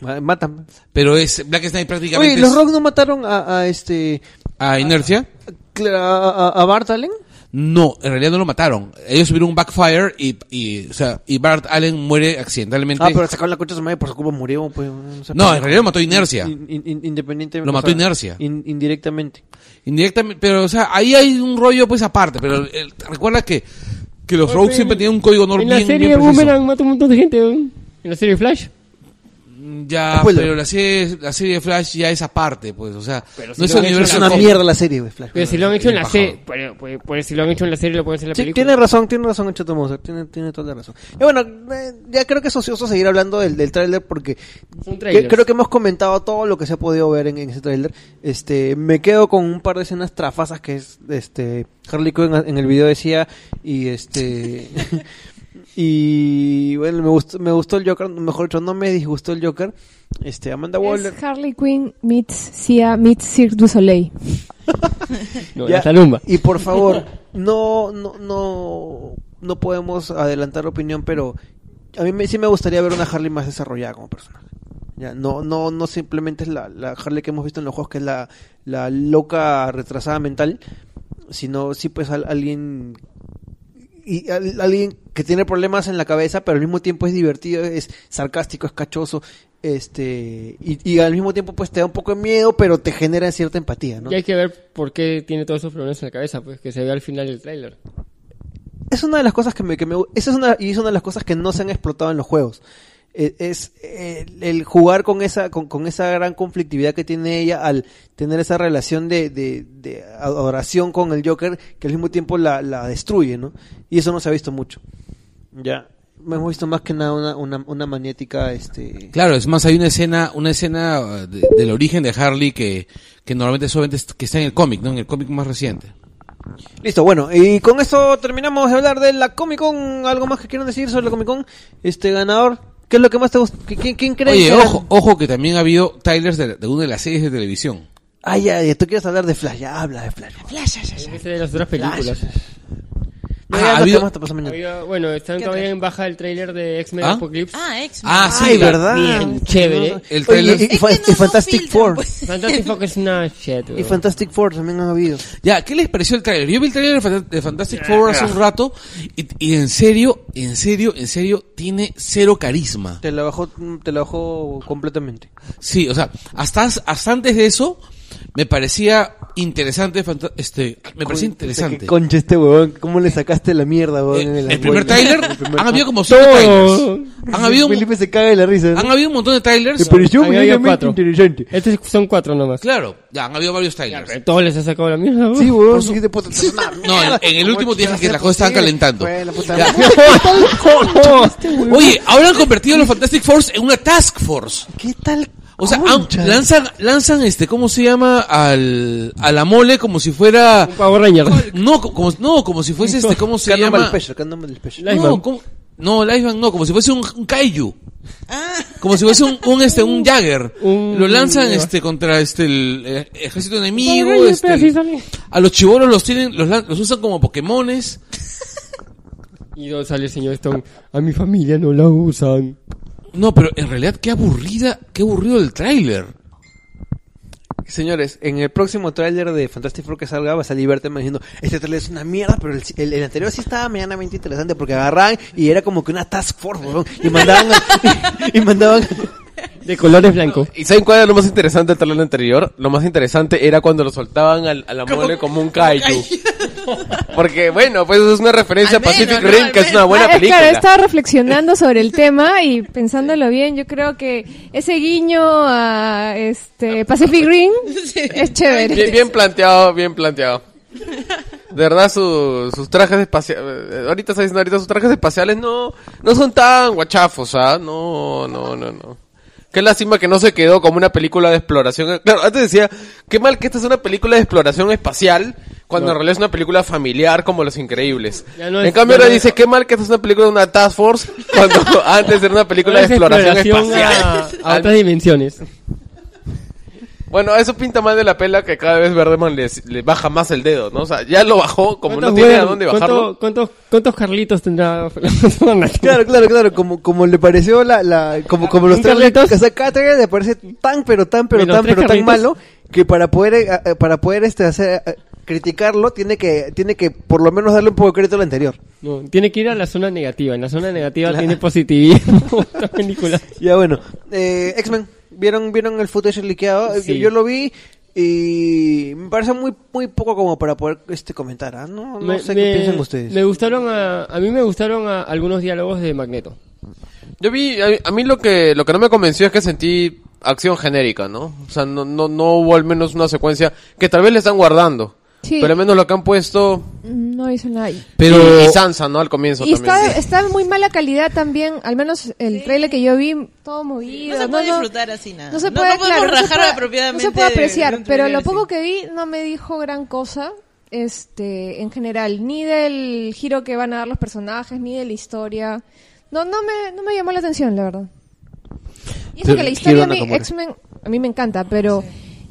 [SPEAKER 2] Ma- Matan.
[SPEAKER 3] Pero es, Black Knight prácticamente
[SPEAKER 2] Oye, los
[SPEAKER 3] es-
[SPEAKER 2] Rock no mataron a, a este
[SPEAKER 3] a Inertia.
[SPEAKER 2] cla- a, a- a Bart Allen.
[SPEAKER 3] No, en realidad no lo mataron. Ellos tuvieron un backfire y, y, o sea, y Bart Allen muere accidentalmente.
[SPEAKER 2] Ah, pero sacaron la concha de su madre por su culpa murió, pues. No, sé,
[SPEAKER 3] No,
[SPEAKER 2] pero-
[SPEAKER 3] en realidad lo mató Inercia.
[SPEAKER 2] In- in- in- independientemente.
[SPEAKER 3] Lo mató Inercia.
[SPEAKER 2] in- indirectamente.
[SPEAKER 3] Indirectamente, pero o sea, ahí hay un rollo pues aparte, pero eh, recuerda que, que los rogues siempre tienen un código normal
[SPEAKER 5] Pues En la
[SPEAKER 3] bien,
[SPEAKER 5] serie
[SPEAKER 3] bien preciso.
[SPEAKER 5] Boomerang mata un montón de gente, weón. En la serie Flash.
[SPEAKER 3] Mm, Ya,
[SPEAKER 2] Spoiler.
[SPEAKER 3] pero la serie, la serie de Flash ya es aparte, pues, o sea, no es
[SPEAKER 5] lo han hecho
[SPEAKER 2] Es
[SPEAKER 3] universo.
[SPEAKER 2] una
[SPEAKER 3] com-
[SPEAKER 2] mierda la serie, güey, Flash.
[SPEAKER 5] Pero si lo han hecho en la
[SPEAKER 3] Bajado.
[SPEAKER 5] serie, pero, pues, pues, si lo han hecho en la serie, lo pueden hacer en la
[SPEAKER 2] Sí,
[SPEAKER 5] película.
[SPEAKER 2] tiene razón, tiene razón, Chato Mouser, tiene, tiene toda la razón. Y bueno, eh, ya creo que es ocioso seguir hablando del, del tráiler porque
[SPEAKER 5] Son
[SPEAKER 2] que-
[SPEAKER 5] trailers.
[SPEAKER 2] creo que hemos comentado todo lo que se ha podido ver en, en ese tráiler. Este, me quedo con un par de escenas trafasas que es, este, Harley Quinn en el video decía y este... Y bueno, me gustó, me gustó el Joker, mejor dicho, no me disgustó el Joker. Este, Amanda Waller.
[SPEAKER 4] Es Harley Quinn meets Sia meets Cirque du Soleil.
[SPEAKER 5] No,
[SPEAKER 2] Ya,
[SPEAKER 5] la Talumba.
[SPEAKER 2] Y por favor, no, no, no, no podemos adelantar opinión, pero a mí me- sí me gustaría ver una Harley más desarrollada como personaje. Ya, no, no, no simplemente es la, la Harley que hemos visto en los juegos, que es la, la loca retrasada mental, sino sí pues al- alguien y al- alguien que tiene problemas en la cabeza, pero al mismo tiempo es divertido, es sarcástico, es cachoso, este y, y al mismo tiempo pues te da un poco de miedo, pero te genera cierta empatía, ¿no?
[SPEAKER 5] Y hay que ver por qué tiene todos esos problemas en la cabeza, pues que se ve al final del tráiler.
[SPEAKER 2] es una de las cosas que me, que me esa es una y es una de las cosas que no se han explotado en los juegos Eh, es eh, el, jugar con esa con, con esa gran conflictividad que tiene ella al tener esa relación de, de- de adoración con el Joker que al mismo tiempo la, la destruye no y eso no se ha visto mucho ya hemos visto más que nada una, una, una magnética este
[SPEAKER 3] Claro, es más, hay una escena, una escena eh, de- del origen de Harley que, que normalmente solamente es- que está en el cómic, ¿no? En el cómic más reciente.
[SPEAKER 2] Listo, bueno, y con esto terminamos de hablar de la Comic Con. ¿Algo más que quieran decir sobre la Comic Con? Este ganador, ¿qué es lo que más te gusta? ¿Qui- ¿Quién, quién crees
[SPEAKER 3] Oye,
[SPEAKER 2] que gana?
[SPEAKER 3] ojo, ojo que también ha habido trailers de, de una de las series de televisión.
[SPEAKER 2] Ah, ya, ya, tú quieres hablar de Flash, ya habla de Flash.
[SPEAKER 5] Ese de las otras películas.
[SPEAKER 2] No, ya
[SPEAKER 3] Ah, ha
[SPEAKER 2] no
[SPEAKER 3] habido-
[SPEAKER 2] temas, te paso mañana.
[SPEAKER 5] Había- bueno, están
[SPEAKER 6] ¿Qué
[SPEAKER 5] todavía
[SPEAKER 6] otra?
[SPEAKER 5] en baja el tráiler de X-Men
[SPEAKER 3] ¿Ah?
[SPEAKER 5] Apocalypse.
[SPEAKER 6] Ah, ex.
[SPEAKER 3] Ah, sí.
[SPEAKER 2] Ay, ¿verdad?
[SPEAKER 5] Bien, chévere.
[SPEAKER 3] El
[SPEAKER 2] Oye, y-
[SPEAKER 3] trailer.
[SPEAKER 2] y,
[SPEAKER 6] Es que
[SPEAKER 2] fa-
[SPEAKER 6] no-
[SPEAKER 2] y
[SPEAKER 6] no
[SPEAKER 2] Fantastic
[SPEAKER 6] filtran,
[SPEAKER 2] Four.
[SPEAKER 6] pues.
[SPEAKER 5] Fantastic Four es una shit,
[SPEAKER 2] Y
[SPEAKER 5] weón.
[SPEAKER 2] Fantastic Four también han habido.
[SPEAKER 3] Ya, ¿qué les pareció el tráiler? Yo vi el tráiler de Fant- de Fantastic Four hace un rato y, y en serio, en serio, en serio, tiene cero carisma.
[SPEAKER 2] Te la bajó, te la bajó completamente.
[SPEAKER 3] Sí, o sea, hasta, hasta antes de eso me parecía interesante, fanta- este, me parecía interesante.
[SPEAKER 2] ¿Qué concha este huevón? ¿Cómo le sacaste la mierda,
[SPEAKER 3] Eh,
[SPEAKER 2] huevón? en
[SPEAKER 3] el,
[SPEAKER 2] el
[SPEAKER 3] primer
[SPEAKER 2] alcohol?
[SPEAKER 3] tráiler,
[SPEAKER 2] El primer-
[SPEAKER 3] han habido como cinco
[SPEAKER 5] Todo.
[SPEAKER 3] trailers. Han habido, un-
[SPEAKER 2] Felipe se caga de la risa. ¿no?
[SPEAKER 3] han habido un montón de trailers.
[SPEAKER 2] Te pareció
[SPEAKER 5] Había
[SPEAKER 2] medianamente
[SPEAKER 5] cuatro.
[SPEAKER 2] interesante.
[SPEAKER 5] Estos son cuatro nomás.
[SPEAKER 3] Claro, ya han habido varios trailers.
[SPEAKER 5] Todos les ha sacado la mierda, weón.
[SPEAKER 2] Sí, huevón. Sí, de puta.
[SPEAKER 3] No, en, en el último dije que las cosas estaban calentando.
[SPEAKER 2] Fue la puta
[SPEAKER 3] Ya.
[SPEAKER 2] madre.
[SPEAKER 3] Oye, ahora han convertido a los Fantastic Force en una Task Force.
[SPEAKER 2] ¿Qué tal?
[SPEAKER 3] O sea, han-
[SPEAKER 2] concha?
[SPEAKER 3] lanzan, lanzan este, ¿cómo se llama? Al, a la mole como si fuera...
[SPEAKER 5] Un Power Ranger.
[SPEAKER 3] No, co- como, no, como si fuese este, ¿cómo se
[SPEAKER 2] Caramba
[SPEAKER 3] llama?
[SPEAKER 2] el pecho, caramba el pecho.
[SPEAKER 3] No,
[SPEAKER 5] Lifeman.
[SPEAKER 3] como, no, Lifeman no, como si fuese un, un Kaiju. Como si fuese un, un, este, un Jagger.
[SPEAKER 5] Un-
[SPEAKER 3] Lo lanzan
[SPEAKER 5] un-
[SPEAKER 3] este, contra este, el eh, ejército enemigo.
[SPEAKER 5] Power Ranger,
[SPEAKER 3] este,
[SPEAKER 5] pero sí sale.
[SPEAKER 3] a los chivolos los tienen, los, lan- los usan como Pokémones.
[SPEAKER 5] Y luego sale el señor Stone. A mi familia no la usan.
[SPEAKER 3] No, pero en realidad qué aburrida, qué aburrido el tráiler.
[SPEAKER 2] Señores, en el próximo tráiler de Fantastic Four que salga vas a liberarte diciendo este tráiler es una mierda, pero el, el- el anterior sí estaba medianamente interesante porque agarraban y era como que una task force, huevón, y mandaban a- y mandaban
[SPEAKER 5] De colores blanco.
[SPEAKER 1] ¿Y saben cuál era lo más interesante del trailer anterior? Lo más interesante era cuando lo soltaban al, a la mole como un kaiju. Porque, bueno, pues es una referencia
[SPEAKER 6] Al
[SPEAKER 1] a Pacific
[SPEAKER 6] menos, ¿no?
[SPEAKER 1] Rim,
[SPEAKER 6] Al
[SPEAKER 1] que es una
[SPEAKER 6] menos.
[SPEAKER 1] buena
[SPEAKER 4] Ah, es
[SPEAKER 1] película.
[SPEAKER 4] Claro, estaba reflexionando sobre el tema y pensándolo bien, yo creo que ese guiño a este Pacific Rim es
[SPEAKER 1] Bien,
[SPEAKER 4] chévere.
[SPEAKER 1] bien planteado, bien planteado. De verdad, su- sus trajes espaciales... eh, Ahorita está diciendo, ahorita sus trajes espaciales no, no son tan guachafos, ¿ah? No, no, no, no. Qué lástima que no se quedó como una película de exploración. Claro, antes decía, qué mal que esta es una película de exploración espacial, cuando en realidad es una película familiar como Los Increíbles.
[SPEAKER 5] Ya no
[SPEAKER 1] en
[SPEAKER 5] es-
[SPEAKER 1] cambio
[SPEAKER 5] ya
[SPEAKER 1] ahora
[SPEAKER 5] no-
[SPEAKER 1] dice, qué mal que esta es una película de una Task Force, cuando antes era una película de
[SPEAKER 5] Ahora es
[SPEAKER 1] exploración,
[SPEAKER 5] a-
[SPEAKER 1] espacial.
[SPEAKER 5] a, otras dimensiones.
[SPEAKER 1] Bueno, eso pinta más de la pela que cada vez Verdeman le, le baja más el dedo, ¿no? O sea, ya lo bajó, como no
[SPEAKER 5] ¿Cuántos
[SPEAKER 1] tiene a
[SPEAKER 5] Werner-
[SPEAKER 1] dónde
[SPEAKER 5] cuánto-
[SPEAKER 1] bajarlo.
[SPEAKER 5] ¿Cuántos, cuántos Carlitos tendrá? Fernando?
[SPEAKER 2] Claro, claro, claro, como, como le pareció la, la como, como los
[SPEAKER 5] ¿Un
[SPEAKER 2] trailers
[SPEAKER 5] Carlitos?
[SPEAKER 2] o sea, cada trailer le parece tan pero tan pero
[SPEAKER 5] Menos
[SPEAKER 2] tan
[SPEAKER 5] tres
[SPEAKER 2] pero tan
[SPEAKER 5] Carlitos.
[SPEAKER 2] malo que para poder eh, eh, para poder este hacer eh, criticarlo tiene que tiene que por lo menos darle un poco de crédito al anterior.
[SPEAKER 5] No, tiene que ir a la zona negativa. En la zona negativa tiene positivismo. esta película.
[SPEAKER 2] Ya bueno, eh, X-Men, ¿vieron, ¿vieron el footage liqueado? Eh,
[SPEAKER 5] Sí.
[SPEAKER 2] Yo lo vi y me parece muy muy poco como para poder este comentar, ¿ah? No, no
[SPEAKER 5] Me-
[SPEAKER 2] sé
[SPEAKER 5] me-
[SPEAKER 2] qué piensan ustedes.
[SPEAKER 5] Me gustaron a, a mí me gustaron a- algunos diálogos de Magneto.
[SPEAKER 1] Yo vi, a, a mí lo que, lo que no me convenció es que sentí acción genérica, ¿no? O sea, no, no, no hubo al menos una secuencia que tal vez le están guardando.
[SPEAKER 4] Sí.
[SPEAKER 1] Pero al menos lo que han puesto...
[SPEAKER 4] No hizo nada ahí.
[SPEAKER 1] Pero... Y, Sansa, ¿no? Al comienzo
[SPEAKER 4] Y
[SPEAKER 1] también.
[SPEAKER 4] está, está de muy mala calidad también, al menos el trailer que yo vi, todo movido.
[SPEAKER 6] No se puede disfrutar así nada.
[SPEAKER 4] No se
[SPEAKER 6] No-
[SPEAKER 4] puede,
[SPEAKER 6] no podemos
[SPEAKER 4] claro, no se
[SPEAKER 6] rajar
[SPEAKER 4] puede-
[SPEAKER 6] apropiadamente
[SPEAKER 4] No se puede
[SPEAKER 6] de- de
[SPEAKER 4] apreciar,
[SPEAKER 6] un
[SPEAKER 4] pero
[SPEAKER 6] trailer
[SPEAKER 4] lo poco
[SPEAKER 6] así.
[SPEAKER 4] que vi no me dijo gran cosa este en general, ni del giro que van a dar los personajes, ni de la historia. No no me, no me llamó la atención, la verdad. Y eso
[SPEAKER 2] Sí,
[SPEAKER 4] que la
[SPEAKER 2] sí
[SPEAKER 4] historia a
[SPEAKER 2] van a
[SPEAKER 4] mí,
[SPEAKER 2] tomar.
[SPEAKER 4] X-Men, a mí me encanta, pero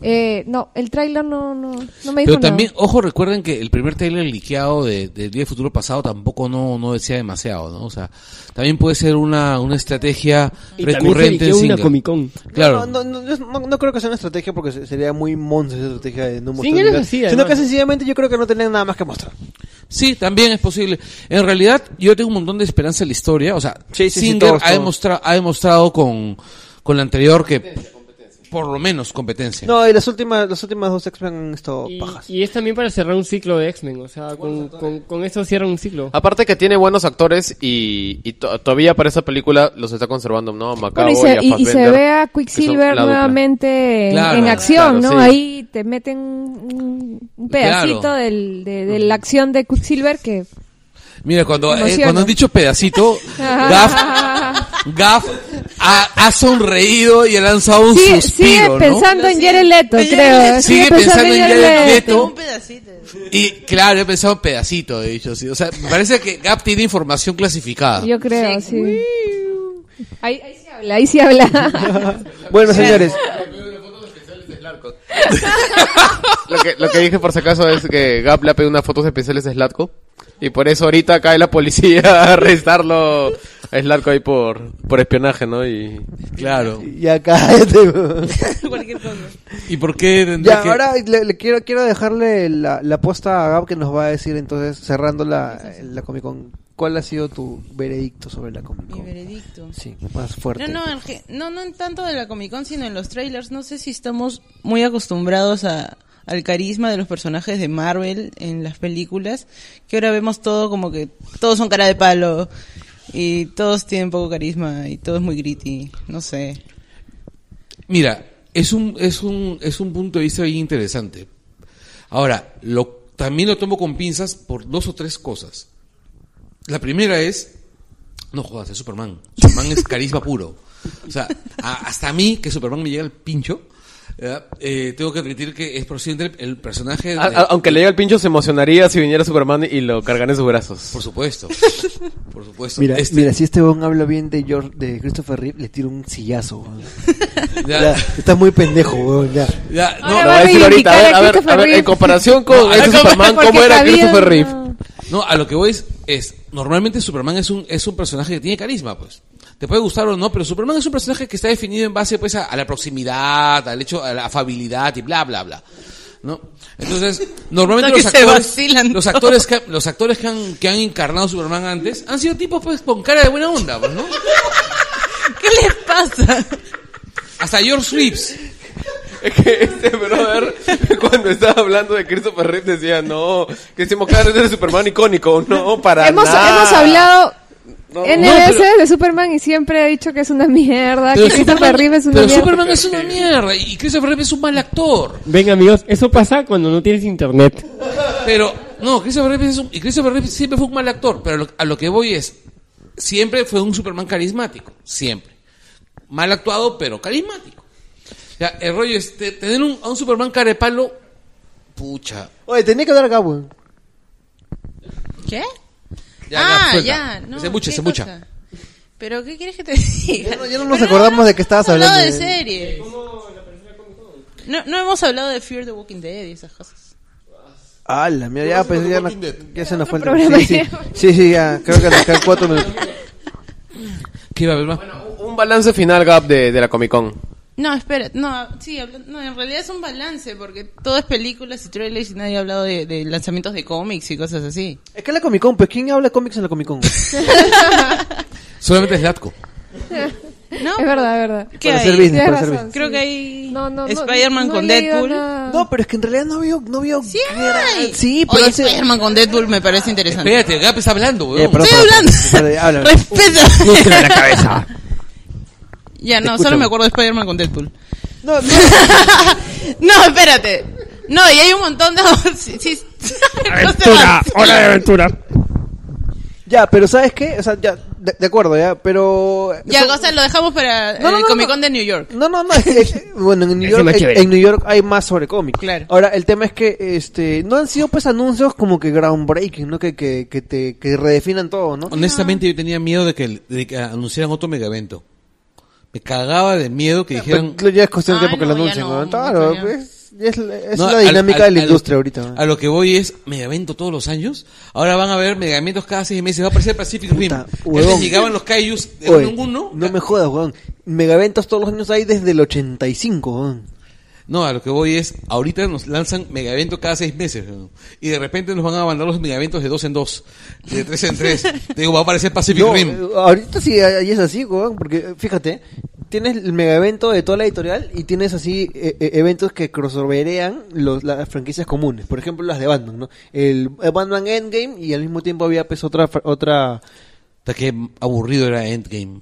[SPEAKER 4] eh, no, el trailer no, no, no me dijo
[SPEAKER 3] Pero también,
[SPEAKER 4] nada.
[SPEAKER 3] ojo, recuerden que el primer trailer liqueado de, del Día de Futuro Pasado tampoco no, no decía demasiado, ¿no? O sea, también puede ser una, una estrategia
[SPEAKER 5] Y también se
[SPEAKER 3] recurrente en
[SPEAKER 5] eligió una
[SPEAKER 3] Singer.
[SPEAKER 5] Comic Con.
[SPEAKER 3] Claro.
[SPEAKER 2] No, no, no, no- no creo que sea una estrategia porque se- sería muy monza esa estrategia de no mostrar
[SPEAKER 5] Singer es
[SPEAKER 2] nada.
[SPEAKER 5] así,
[SPEAKER 2] Sino
[SPEAKER 5] además.
[SPEAKER 2] que sencillamente yo creo que no tenían nada más que mostrar.
[SPEAKER 3] Sí, también es posible. En realidad, yo tengo un montón de esperanza en la historia. O sea,
[SPEAKER 2] Sí, sí, sí,
[SPEAKER 3] Singer
[SPEAKER 2] todos,
[SPEAKER 3] ha,
[SPEAKER 2] todos.
[SPEAKER 3] Demostrado, ha demostrado con, con la anterior que, por lo menos, competencia.
[SPEAKER 2] No, y las últimas, las últimas dos X-Men han estado
[SPEAKER 5] Y,
[SPEAKER 2] Oh, pajas.
[SPEAKER 5] y es también para cerrar un ciclo de X-Men. O sea, con, con, con eso cierra un ciclo.
[SPEAKER 1] Aparte que tiene buenos actores y, y to- todavía para esa película los está conservando, ¿no? A Macao
[SPEAKER 4] Bueno, y,
[SPEAKER 1] a
[SPEAKER 4] se, y- y se
[SPEAKER 1] Fassbender,
[SPEAKER 4] ve a
[SPEAKER 1] que son la
[SPEAKER 4] Quicksilver
[SPEAKER 1] dupla.
[SPEAKER 4] nuevamente en,
[SPEAKER 3] Claro,
[SPEAKER 4] en acción,
[SPEAKER 1] claro,
[SPEAKER 4] ¿no?
[SPEAKER 1] sí.
[SPEAKER 4] Ahí te meten un, un pedacito
[SPEAKER 3] Claro.
[SPEAKER 4] del- de, de la acción de Quicksilver que...
[SPEAKER 3] Mira, cuando, eh,
[SPEAKER 4] Emociona.
[SPEAKER 3] cuando han dicho pedacito, Gaff, Gaff ha, ha sonreído y ha lanzado un
[SPEAKER 4] Sigue, sigue
[SPEAKER 3] suspiro, ¿no?
[SPEAKER 4] pensando en Jared Leto,
[SPEAKER 6] Jared
[SPEAKER 4] creo. ¿eh?
[SPEAKER 6] Leto.
[SPEAKER 3] Sigue pensando en Jared Leto.
[SPEAKER 6] Un pedacito.
[SPEAKER 3] Y claro, he pensado en pedacito, he dicho sí. O sea, me parece que Gap tiene información clasificada.
[SPEAKER 4] Yo creo, sí. Ahí, ahí sí habla, ahí sí habla.
[SPEAKER 2] Bueno, señores,
[SPEAKER 1] Slatko. lo, que, lo que dije por si acaso es que Gap le ha pedido unas fotos especiales a Slatko. Y por eso ahorita cae la policía a arrestarlo a Slatko ahí por, por espionaje, ¿no? Y
[SPEAKER 3] Claro.
[SPEAKER 2] Ya cállate, weón.
[SPEAKER 6] Cualquier cosa.
[SPEAKER 3] ¿Y por qué tendría
[SPEAKER 2] Ya,
[SPEAKER 3] que.?
[SPEAKER 2] ahora le, le quiero, quiero dejarle la, la posta a Gab que nos va a decir entonces, cerrando la, la Comic Con, ¿cuál ha sido tu veredicto sobre la Comic
[SPEAKER 6] Mi
[SPEAKER 2] Con?
[SPEAKER 6] veredicto.
[SPEAKER 2] Sí, más fuerte.
[SPEAKER 6] No, no, en ge- no, no en tanto de la Comic Con, sino en los trailers. No sé si estamos muy acostumbrados a- al carisma de los personajes de Marvel en las películas, que ahora vemos todo como que todos son cara de palo y todos tienen poco carisma y todo es muy gritty, no sé.
[SPEAKER 3] Mira, es un, es un, es un punto de vista bien interesante. Ahora, lo, también lo tomo con pinzas por dos o tres cosas. La primera es, no jodas, es Superman. Superman es carisma puro. O sea, a- hasta a mí, que Superman me llega el pincho, eh, eh, tengo que admitir que es procedente el, el personaje... de-
[SPEAKER 1] A- a- aunque le llegue el pincho, se emocionaría si viniera Superman y lo cargan en sus brazos.
[SPEAKER 3] Por supuesto. Por supuesto.
[SPEAKER 2] Mira,
[SPEAKER 3] Este-
[SPEAKER 2] mira, si este weón habla bien de George, de Christopher Reeve, le tiro un sillazo. weón. Ya,
[SPEAKER 3] ya,
[SPEAKER 2] estás muy pendejo, weón. ya.
[SPEAKER 3] ya, no,
[SPEAKER 4] Ahora
[SPEAKER 1] Lo
[SPEAKER 4] va
[SPEAKER 1] voy a decir ahorita, a ver,
[SPEAKER 4] reivindicar a
[SPEAKER 1] a ver, a
[SPEAKER 4] Christopher
[SPEAKER 1] ver, en
[SPEAKER 4] Reeve.
[SPEAKER 1] comparación con ese Superman,
[SPEAKER 4] Porque
[SPEAKER 1] ¿cómo era
[SPEAKER 4] sabía-
[SPEAKER 1] Christopher Reeve?
[SPEAKER 3] No, a lo que voy es, es, normalmente Superman es un, es un personaje que tiene carisma, pues. Te puede gustar o no, pero Superman es un personaje que está definido en base, pues, a, a la proximidad, al hecho, a la afabilidad y bla, bla, bla. ¿No? Entonces, normalmente
[SPEAKER 6] Que
[SPEAKER 3] los
[SPEAKER 6] se
[SPEAKER 3] actores,
[SPEAKER 6] vacilan
[SPEAKER 3] los
[SPEAKER 6] todos.
[SPEAKER 3] actores, que, los actores que han, que han encarnado a Superman antes han sido tipos, pues, con cara de buena onda, pues, ¿no?
[SPEAKER 6] ¿Qué les pasa?
[SPEAKER 3] Hasta George Reeves.
[SPEAKER 1] Es que este brother, cuando estaba hablando de Christopher Reeve, decía, no, que hicimos cada vez de Superman icónico. No, para
[SPEAKER 4] Hemos,
[SPEAKER 1] nada.
[SPEAKER 4] hemos hablado N
[SPEAKER 3] No,
[SPEAKER 4] veces
[SPEAKER 3] pero-
[SPEAKER 4] de Superman y siempre he dicho que es una mierda,
[SPEAKER 3] Pero
[SPEAKER 4] que Christopher Reeve es una
[SPEAKER 3] pero
[SPEAKER 4] mierda.
[SPEAKER 3] Superman es una mierda y Christopher Reeve es un mal actor.
[SPEAKER 5] Ven amigos, eso pasa cuando no tienes internet.
[SPEAKER 3] Pero, no, Christopher Reeve, es un- y Christopher Reeve siempre fue un mal actor, pero lo- a lo que voy es, siempre fue un Superman carismático, siempre. Mal actuado, pero carismático. Ya, el rollo es te- tener un, a un Superman carepalo, pucha.
[SPEAKER 2] Oye, tenía que dar Gab, weón.
[SPEAKER 6] ¿Qué? Ah,
[SPEAKER 3] Ya, ya, suelta. Se mucha,
[SPEAKER 6] ¿qué
[SPEAKER 3] se mucha.
[SPEAKER 6] cosa? ¿Pero qué quieres que te diga?
[SPEAKER 2] Ya no- ya no nos
[SPEAKER 6] Pero
[SPEAKER 2] acordamos de qué estabas
[SPEAKER 6] hemos hablado
[SPEAKER 2] hablando.
[SPEAKER 6] de series. No, no hemos hablado de Fear the Walking Dead y esas cosas.
[SPEAKER 2] Ah, la mierda, ya, pues ya, no- ya se nos fue
[SPEAKER 4] Otro
[SPEAKER 2] el sí, sí,
[SPEAKER 4] programa.
[SPEAKER 2] sí, sí, ya, creo que nos quedan cuatro minutos.
[SPEAKER 3] ¿Qué va a haber más?
[SPEAKER 1] Un balance final, Gap, de, de la Comic Con.
[SPEAKER 6] No, espera, no, sí, habla- no, en realidad es un balance porque todo es películas y trailers y nadie ha hablado de, de lanzamientos de cómics y cosas así.
[SPEAKER 2] Es que es la Comic Con, pues ¿quién habla cómics en la Comic Con?
[SPEAKER 3] Solamente es Latko.
[SPEAKER 6] ¿No?
[SPEAKER 4] Es verdad, es verdad.
[SPEAKER 6] ¿Qué
[SPEAKER 2] Para
[SPEAKER 6] hay?
[SPEAKER 2] hacer business.
[SPEAKER 4] Tienes
[SPEAKER 2] para hacer
[SPEAKER 4] razón,
[SPEAKER 2] business.
[SPEAKER 6] Creo
[SPEAKER 4] sí.
[SPEAKER 6] que hay
[SPEAKER 4] No, no, no,
[SPEAKER 6] Spider-man
[SPEAKER 4] no
[SPEAKER 6] con
[SPEAKER 4] llega
[SPEAKER 6] Deadpool.
[SPEAKER 4] nada.
[SPEAKER 2] No, pero es que en realidad no vio, no vio.
[SPEAKER 6] Sí,
[SPEAKER 2] gran-
[SPEAKER 6] hay.
[SPEAKER 2] sí, pero
[SPEAKER 6] Oye,
[SPEAKER 2] hace-
[SPEAKER 6] Spider-Man con Deadpool me parece interesante.
[SPEAKER 3] Espérate, Gap está hablando, weón.
[SPEAKER 2] Eh, perdón,
[SPEAKER 6] Estoy
[SPEAKER 2] perdón,
[SPEAKER 6] hablando.
[SPEAKER 2] perdón, habla.
[SPEAKER 6] Respeta. Ya, no,
[SPEAKER 2] escucho.
[SPEAKER 6] solo me acuerdo de Spider-Man con Deadpool.
[SPEAKER 2] No, no,
[SPEAKER 6] no, espérate. No, y hay un montón de... sí, sí. No se va.
[SPEAKER 5] ¡Hola de aventura!
[SPEAKER 2] ya, pero ¿sabes qué? O sea, ya, de, de acuerdo, ya, pero...
[SPEAKER 6] Ya,
[SPEAKER 2] eso-
[SPEAKER 6] o sea, lo dejamos para
[SPEAKER 2] No, no,
[SPEAKER 6] el
[SPEAKER 2] no,
[SPEAKER 6] Comic Con
[SPEAKER 2] no.
[SPEAKER 6] de New York.
[SPEAKER 2] No, no, no, es que- es- bueno, en New,
[SPEAKER 5] Ese
[SPEAKER 2] York,
[SPEAKER 5] más
[SPEAKER 2] en-
[SPEAKER 5] chévere.
[SPEAKER 2] en New York hay más sobre cómics.
[SPEAKER 6] Claro.
[SPEAKER 2] Ahora, el tema es que este no han sido pues anuncios como que groundbreaking, ¿no? Que, que, que te que redefinan todo, ¿no?
[SPEAKER 3] Honestamente, yo tenía miedo de que, de que anunciaran otro megavento. Me cagaba de miedo que dijeran...
[SPEAKER 2] Pero ya es cuestión de
[SPEAKER 6] Ay,
[SPEAKER 2] tiempo que lo
[SPEAKER 6] Ah, no, ya
[SPEAKER 2] anuncien,
[SPEAKER 6] no,
[SPEAKER 2] ¿no? Claro,
[SPEAKER 6] mucho ya.
[SPEAKER 2] pues, es, es
[SPEAKER 3] No,
[SPEAKER 2] la
[SPEAKER 3] al-
[SPEAKER 2] dinámica
[SPEAKER 3] al-
[SPEAKER 2] de la
[SPEAKER 3] al-
[SPEAKER 2] industria ahorita.
[SPEAKER 3] A lo que voy es Megavento todos los años. Ahora van a haber Megaventos cada seis meses. Va a aparecer Pacific Rim.
[SPEAKER 2] Puta,
[SPEAKER 3] Antes
[SPEAKER 2] huevón.
[SPEAKER 3] llegaban los Kaijus de
[SPEAKER 2] Oye,
[SPEAKER 3] uno en uno.
[SPEAKER 2] no me jodas, weón. Megaventos todos los años hay desde el 85, weón.
[SPEAKER 3] No, a lo que voy es ahorita nos lanzan Megavento cada seis meses. ¿no? Y de repente nos van a mandar los Megaventos de dos en dos, de tres en tres. Te digo, va a aparecer Pacific
[SPEAKER 2] No,
[SPEAKER 3] Rim.
[SPEAKER 2] eh, ahorita sí ahí es así, weón, porque eh, fíjate, tienes el mega evento de toda la editorial y tienes así eh, eh, eventos que crossoverean los, las franquicias comunes, por ejemplo las de Batman, ¿no? El eh, Batman Endgame y al mismo tiempo había pues otra fra- otra
[SPEAKER 3] Puta, Qué aburrido era Endgame.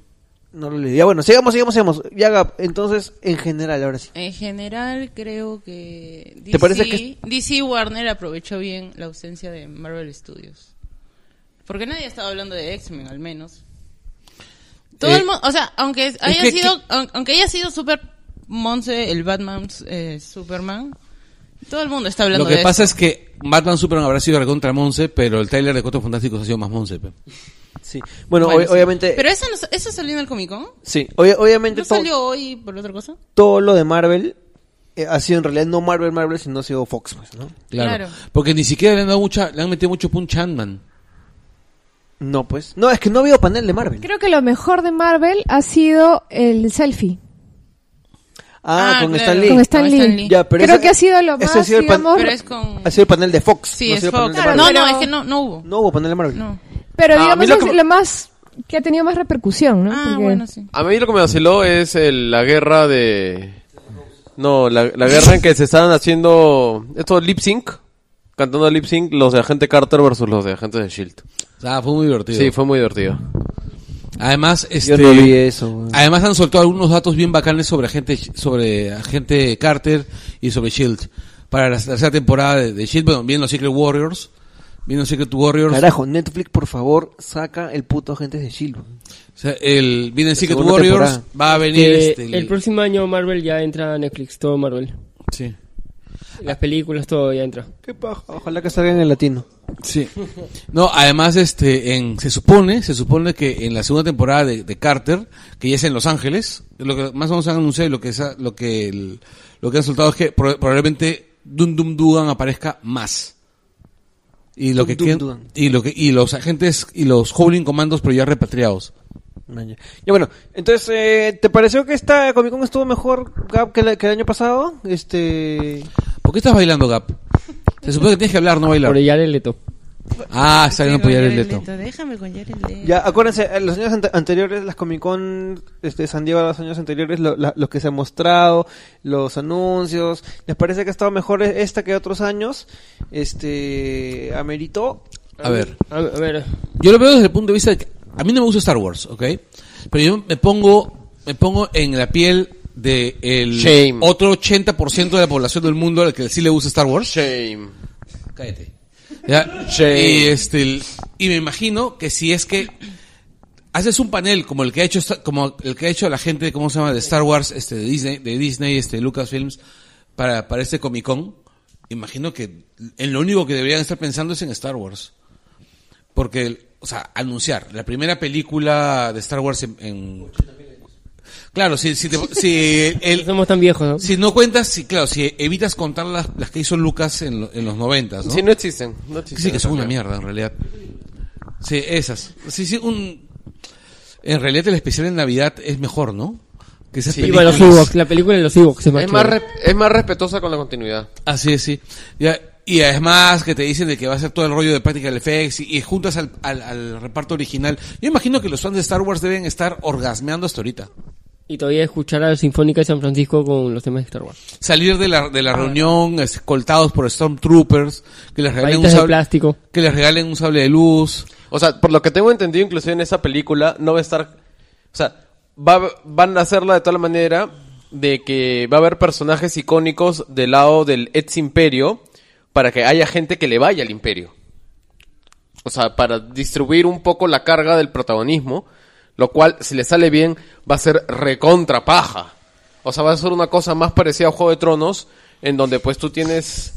[SPEAKER 2] no lo leí. Ya bueno, sigamos, sigamos, sigamos. Ya Gab, entonces en general ahora sí.
[SPEAKER 6] En general, creo que DC,
[SPEAKER 2] ¿Te parece que-
[SPEAKER 6] DC Warner aprovechó bien la ausencia de Marvel Studios. Porque nadie estaba hablando de X-Men, al menos. Todo
[SPEAKER 3] Eh,
[SPEAKER 6] el mundo, o sea, aunque haya
[SPEAKER 3] que-
[SPEAKER 6] sido, aun- aunque haya sido super Monse el Batman eh, Superman, todo el mundo está hablando
[SPEAKER 3] Lo que
[SPEAKER 6] de
[SPEAKER 3] pasa
[SPEAKER 6] eso.
[SPEAKER 3] es que Batman Superman habrá sido contra Monse, pero el trailer de Cuatro Fantásticos ha sido más Monse. pe.
[SPEAKER 2] Sí. Bueno,
[SPEAKER 6] Bueno,
[SPEAKER 2] ob-
[SPEAKER 6] sí.
[SPEAKER 2] obviamente
[SPEAKER 6] Pero eso, no- eso salió en el Comic Con.
[SPEAKER 2] sí, obvia- obviamente
[SPEAKER 6] ¿No
[SPEAKER 2] to-
[SPEAKER 6] salió hoy por otra cosa?
[SPEAKER 2] todo lo de Marvel eh, ha sido en realidad no Marvel Marvel, sino ha sido Fox, pues, ¿no?
[SPEAKER 3] Claro.
[SPEAKER 6] Claro.
[SPEAKER 3] Porque ni siquiera le han dado mucha, le han metido mucho punch Ant-Man.
[SPEAKER 2] No, pues. No, es que no ha habido panel de Marvel.
[SPEAKER 4] Creo que lo mejor de Marvel ha sido el selfie.
[SPEAKER 2] Ah,
[SPEAKER 6] Ah,
[SPEAKER 2] con
[SPEAKER 6] claro.
[SPEAKER 2] Stan Lee.
[SPEAKER 4] Con Stan
[SPEAKER 6] Con
[SPEAKER 4] Lee.
[SPEAKER 6] Stan Lee.
[SPEAKER 2] Ya, pero
[SPEAKER 4] Creo
[SPEAKER 2] ese-
[SPEAKER 4] que ha sido lo
[SPEAKER 2] ese
[SPEAKER 4] más,
[SPEAKER 2] ha sido el pan-
[SPEAKER 4] digamos,
[SPEAKER 6] Pero es con...
[SPEAKER 2] Ha sido el panel de Fox.
[SPEAKER 6] Sí,
[SPEAKER 2] no ha
[SPEAKER 6] es
[SPEAKER 2] sido el
[SPEAKER 6] Fox.
[SPEAKER 2] panel de
[SPEAKER 4] Claro,
[SPEAKER 6] no,
[SPEAKER 2] Marvel.
[SPEAKER 6] no,
[SPEAKER 4] Pero-
[SPEAKER 6] es que no, no hubo.
[SPEAKER 2] No hubo panel de Marvel.
[SPEAKER 6] No.
[SPEAKER 4] Pero
[SPEAKER 1] Ah, a mí
[SPEAKER 4] digamos
[SPEAKER 1] lo
[SPEAKER 4] es
[SPEAKER 1] que-
[SPEAKER 4] lo más que ha tenido más repercusión, ¿no?
[SPEAKER 6] Ah,
[SPEAKER 4] Porque-
[SPEAKER 6] bueno, sí.
[SPEAKER 1] A mí lo que me vaciló es el- la guerra de... No, la, la guerra en que se estaban haciendo estos lip sync, cantando lip sync, los de Agente Carter versus los de Agentes de Shield.
[SPEAKER 3] O sea, fue muy divertido.
[SPEAKER 1] E Sí, fue muy divertido.
[SPEAKER 3] Además,
[SPEAKER 2] Yo
[SPEAKER 3] este,
[SPEAKER 2] no vi eso. güey.
[SPEAKER 3] Además han soltado algunos datos bien bacanes sobre agente, sobre agente Carter y sobre Shield. E Para la tercera temporada de, de Shield, E bueno, vienen los Secret Warriors, vienen los Secret Warriors,
[SPEAKER 2] Carajo, Netflix, por favor, saca el puto Agentes de S.H.I.E.L.D. E güey.
[SPEAKER 3] o sea, el, vienen Secret
[SPEAKER 2] segunda
[SPEAKER 3] Warriors,
[SPEAKER 2] temporada.
[SPEAKER 3] va a venir
[SPEAKER 5] Que
[SPEAKER 3] este,
[SPEAKER 5] Eh, el próximo año Marvel ya entra a Netflix, todo Marvel.
[SPEAKER 3] sí.
[SPEAKER 5] Las películas, todo ya entra.
[SPEAKER 2] Qué paja. Ojalá que salga en el latino.
[SPEAKER 3] Sí. No, además, este, en, se supone, se supone que en la segunda temporada de, de Carter, que ya es en Los Ángeles, lo que más o menos han anunciado y lo que es, lo que el- lo que han soltado es que pro- probablemente Dum Dum Dugan aparezca más. Y lo
[SPEAKER 2] Dum
[SPEAKER 3] que
[SPEAKER 2] Dum
[SPEAKER 3] quedan-
[SPEAKER 2] Dugan.
[SPEAKER 3] y lo que y los agentes y los Howling Commandos pero ya repatriados.
[SPEAKER 2] Man, Ya Ya, bueno, entonces, eh, ¿te pareció que esta Comic Con estuvo mejor Gab, que, la- que el año pasado? Este.
[SPEAKER 3] ¿Por qué estás bailando, Gap? Se supone que tienes que hablar, no bailar.
[SPEAKER 5] Por ya el Leto.
[SPEAKER 3] Ah, saliendo por el
[SPEAKER 6] Jared
[SPEAKER 3] leto.
[SPEAKER 6] Leto, Déjame con Jared Leto.
[SPEAKER 2] Ya, acuérdense, en los años ante- anteriores, las Comic Con este, San Diego, los años anteriores, lo, la- lo que se ha mostrado, los anuncios, ¿les parece que ha estado mejor e, esta que otros años? Este, ¿ameritó?
[SPEAKER 3] A ver.
[SPEAKER 5] A, a ver,
[SPEAKER 3] Yo lo veo desde el punto de vista de que a mí no me gusta Star Wars, ¿ok? Pero yo me pongo me pongo en la piel de el
[SPEAKER 1] Shame.
[SPEAKER 3] otro 80% de la población del mundo al que sí le gusta Star Wars.
[SPEAKER 1] Shame.
[SPEAKER 3] Cállate. Ya,
[SPEAKER 1] Shame.
[SPEAKER 3] Y este el- y me imagino que si es que haces un panel como el que ha hecho esta- como el que ha hecho la gente cómo se llama de Star Wars, este de Disney, de Disney, este Lucasfilms para para este Comic-Con, imagino que en lo único que deberían estar pensando es en Star Wars. Porque, o sea, anunciar la primera película de Star Wars en. en- Claro, si, si, te- si,
[SPEAKER 5] no
[SPEAKER 3] el,
[SPEAKER 5] somos tan viejos, ¿no?
[SPEAKER 3] si no cuentas, si, claro, si evitas contar las, las que hizo Lucas en, lo- en los noventas, ¿no?
[SPEAKER 1] Sí, no existen. No existen
[SPEAKER 3] Sí, que son una
[SPEAKER 1] Creo.
[SPEAKER 3] mierda, en realidad. Sí, esas. Sí, sí, un... En realidad el especial en Navidad es mejor, ¿no? Que esas
[SPEAKER 5] Sí, bueno, los
[SPEAKER 3] películas.
[SPEAKER 5] Ewoks, la película de los Ewoks.
[SPEAKER 1] Es más, re- es más respetuosa con la continuidad.
[SPEAKER 3] Así es, sí. Ya, y además que te dicen de que va a ser todo el rollo de Practical Effects y, y juntas al, al- al reparto original. Yo imagino que los fans de Star Wars deben estar orgasmeando hasta ahorita.
[SPEAKER 5] Y todavía escuchar a la Sinfónica de San Francisco con los temas de Star Wars.
[SPEAKER 3] Salir de la, de
[SPEAKER 5] Ah,
[SPEAKER 3] la reunión escoltados por Stormtroopers, que les regalen un
[SPEAKER 5] Palitas de
[SPEAKER 3] sable,
[SPEAKER 5] plástico.
[SPEAKER 3] que les regalen un sable de luz.
[SPEAKER 1] O sea, por lo que tengo entendido, inclusive en esa película, no va a estar... O sea, va- van a hacerla de tal manera de que va a haber personajes icónicos del lado del ex imperio para que haya gente que le vaya al imperio. O sea, para distribuir un poco la carga del protagonismo, lo cual, si le sale bien, va a ser recontra paja. O sea, va a ser una cosa más parecida a Juego de Tronos, en donde pues tú tienes...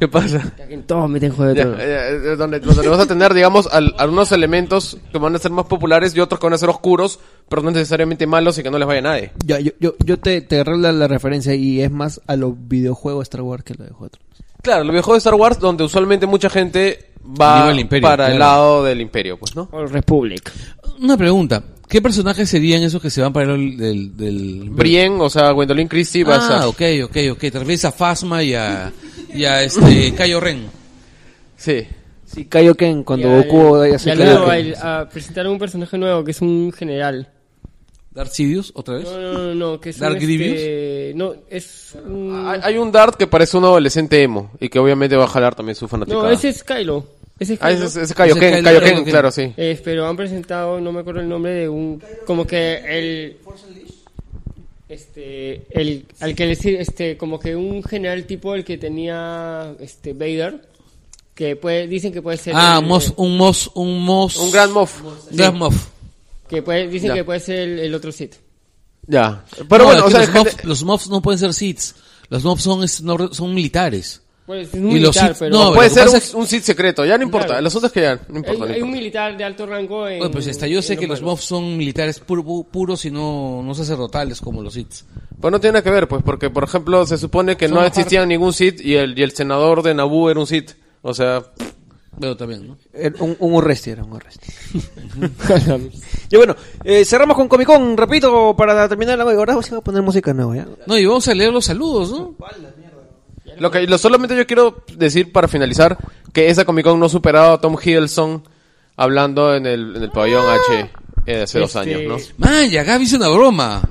[SPEAKER 1] ¿Qué pasa?
[SPEAKER 5] Todos meten juego de
[SPEAKER 1] Ya,
[SPEAKER 5] trono.
[SPEAKER 1] ya, eh, donde, donde vas a tener, digamos, al- algunos elementos que van a ser más populares y otros que van a ser oscuros, pero no necesariamente malos y que no les vaya a nadie.
[SPEAKER 2] Ya, yo, yo, yo te, te agarré la, la referencia y es más a los videojuegos Star Wars que lo de otro.
[SPEAKER 1] Claro, lo viejo de Star Wars, donde usualmente mucha gente va
[SPEAKER 3] Viva el imperio,
[SPEAKER 1] para el
[SPEAKER 3] claro.
[SPEAKER 1] lado del imperio, pues, ¿no?
[SPEAKER 5] Old Republic.
[SPEAKER 3] Una pregunta. ¿Qué personajes serían esos que se van para el del... del...
[SPEAKER 1] Brienne, o sea, Gwendolyn Christie, vas
[SPEAKER 3] ah,
[SPEAKER 1] a...
[SPEAKER 3] ok, ok, ok. Te refieres a Fasma y a, y a este, Cayo Ren.
[SPEAKER 1] Sí.
[SPEAKER 2] Sí, Kaioken, cuando
[SPEAKER 5] Ya,
[SPEAKER 2] Goku
[SPEAKER 5] ya,
[SPEAKER 2] hace
[SPEAKER 5] ya
[SPEAKER 2] Kaioken.
[SPEAKER 5] luego al- a presentar un personaje nuevo que es un general.
[SPEAKER 3] Darth Sidious, otra vez.
[SPEAKER 5] No, no, no, no, que es
[SPEAKER 3] Dark
[SPEAKER 5] un, este, No, es un...
[SPEAKER 1] Ah, Hay, hay un Dart que parece un adolescente emo y que obviamente va a jalar también su fanaticada.
[SPEAKER 5] No, ese es Kylo. Ese es
[SPEAKER 1] Ah,
[SPEAKER 5] Kylo.
[SPEAKER 1] ese es, ese es Kaioken,
[SPEAKER 3] Ese es Kylo-
[SPEAKER 1] Kaioken,
[SPEAKER 3] Kaioken.
[SPEAKER 1] claro, sí.
[SPEAKER 5] Eh, pero han presentado, no me acuerdo el nombre de un... Como que el... Este, el, al que le sir- este, como que un general tipo el que tenía, este, Vader, que puede, dicen que puede ser...
[SPEAKER 3] Ah,
[SPEAKER 5] el-
[SPEAKER 3] Mos, un Mos, un Mos.
[SPEAKER 1] Un Grand Moff.
[SPEAKER 3] un Grand Moff.
[SPEAKER 5] Que puede, dicen
[SPEAKER 1] Ya.
[SPEAKER 5] que puede ser el, el otro Sith.
[SPEAKER 1] Ya. Pero
[SPEAKER 3] No,
[SPEAKER 1] bueno,
[SPEAKER 3] es
[SPEAKER 1] o
[SPEAKER 3] que
[SPEAKER 1] sea,
[SPEAKER 3] los,
[SPEAKER 1] gente-
[SPEAKER 3] Moffs, los Moffs no pueden ser Siths. Los Moffs son, es- no- son militares.
[SPEAKER 5] Bueno, Pues, es un
[SPEAKER 3] Y los
[SPEAKER 5] militar,
[SPEAKER 3] Sith-
[SPEAKER 5] pero...
[SPEAKER 1] puede
[SPEAKER 3] no, lo que
[SPEAKER 1] ser un,
[SPEAKER 3] pasa es-
[SPEAKER 1] un Sith secreto, ya no importa.
[SPEAKER 5] Claro.
[SPEAKER 1] Los otros que ya, no importa.
[SPEAKER 5] hay,
[SPEAKER 1] no
[SPEAKER 5] hay un
[SPEAKER 1] importa.
[SPEAKER 5] militar de alto rango en...
[SPEAKER 3] Bueno, pues hasta yo sé
[SPEAKER 5] en
[SPEAKER 3] que los
[SPEAKER 5] Romano.
[SPEAKER 3] Moffs son militares pur- pu- puros y no, no sacerdotales como los Siths.
[SPEAKER 1] Pues no tiene nada que ver, pues, porque, por ejemplo, se supone que no existía ningún Sith y el, y el senador de Naboo era un Sith. O sea,
[SPEAKER 3] Pero también, ¿no?
[SPEAKER 2] El- un, un Urresti era un Urresti. y bueno, eh, cerramos con Comic Con, repito, para terminar la ahora sí voy a poner música nueva, ¿ya?
[SPEAKER 3] No, y vamos a leer los saludos, ¿no?
[SPEAKER 1] lo que lo solamente yo quiero decir para finalizar que esa Comic Con no superaba a Tom Hiddleston hablando en el, en el pabellón H eh, hace dos
[SPEAKER 5] Este-
[SPEAKER 1] años, ¿no?
[SPEAKER 3] Man, ya Gaby hizo una broma.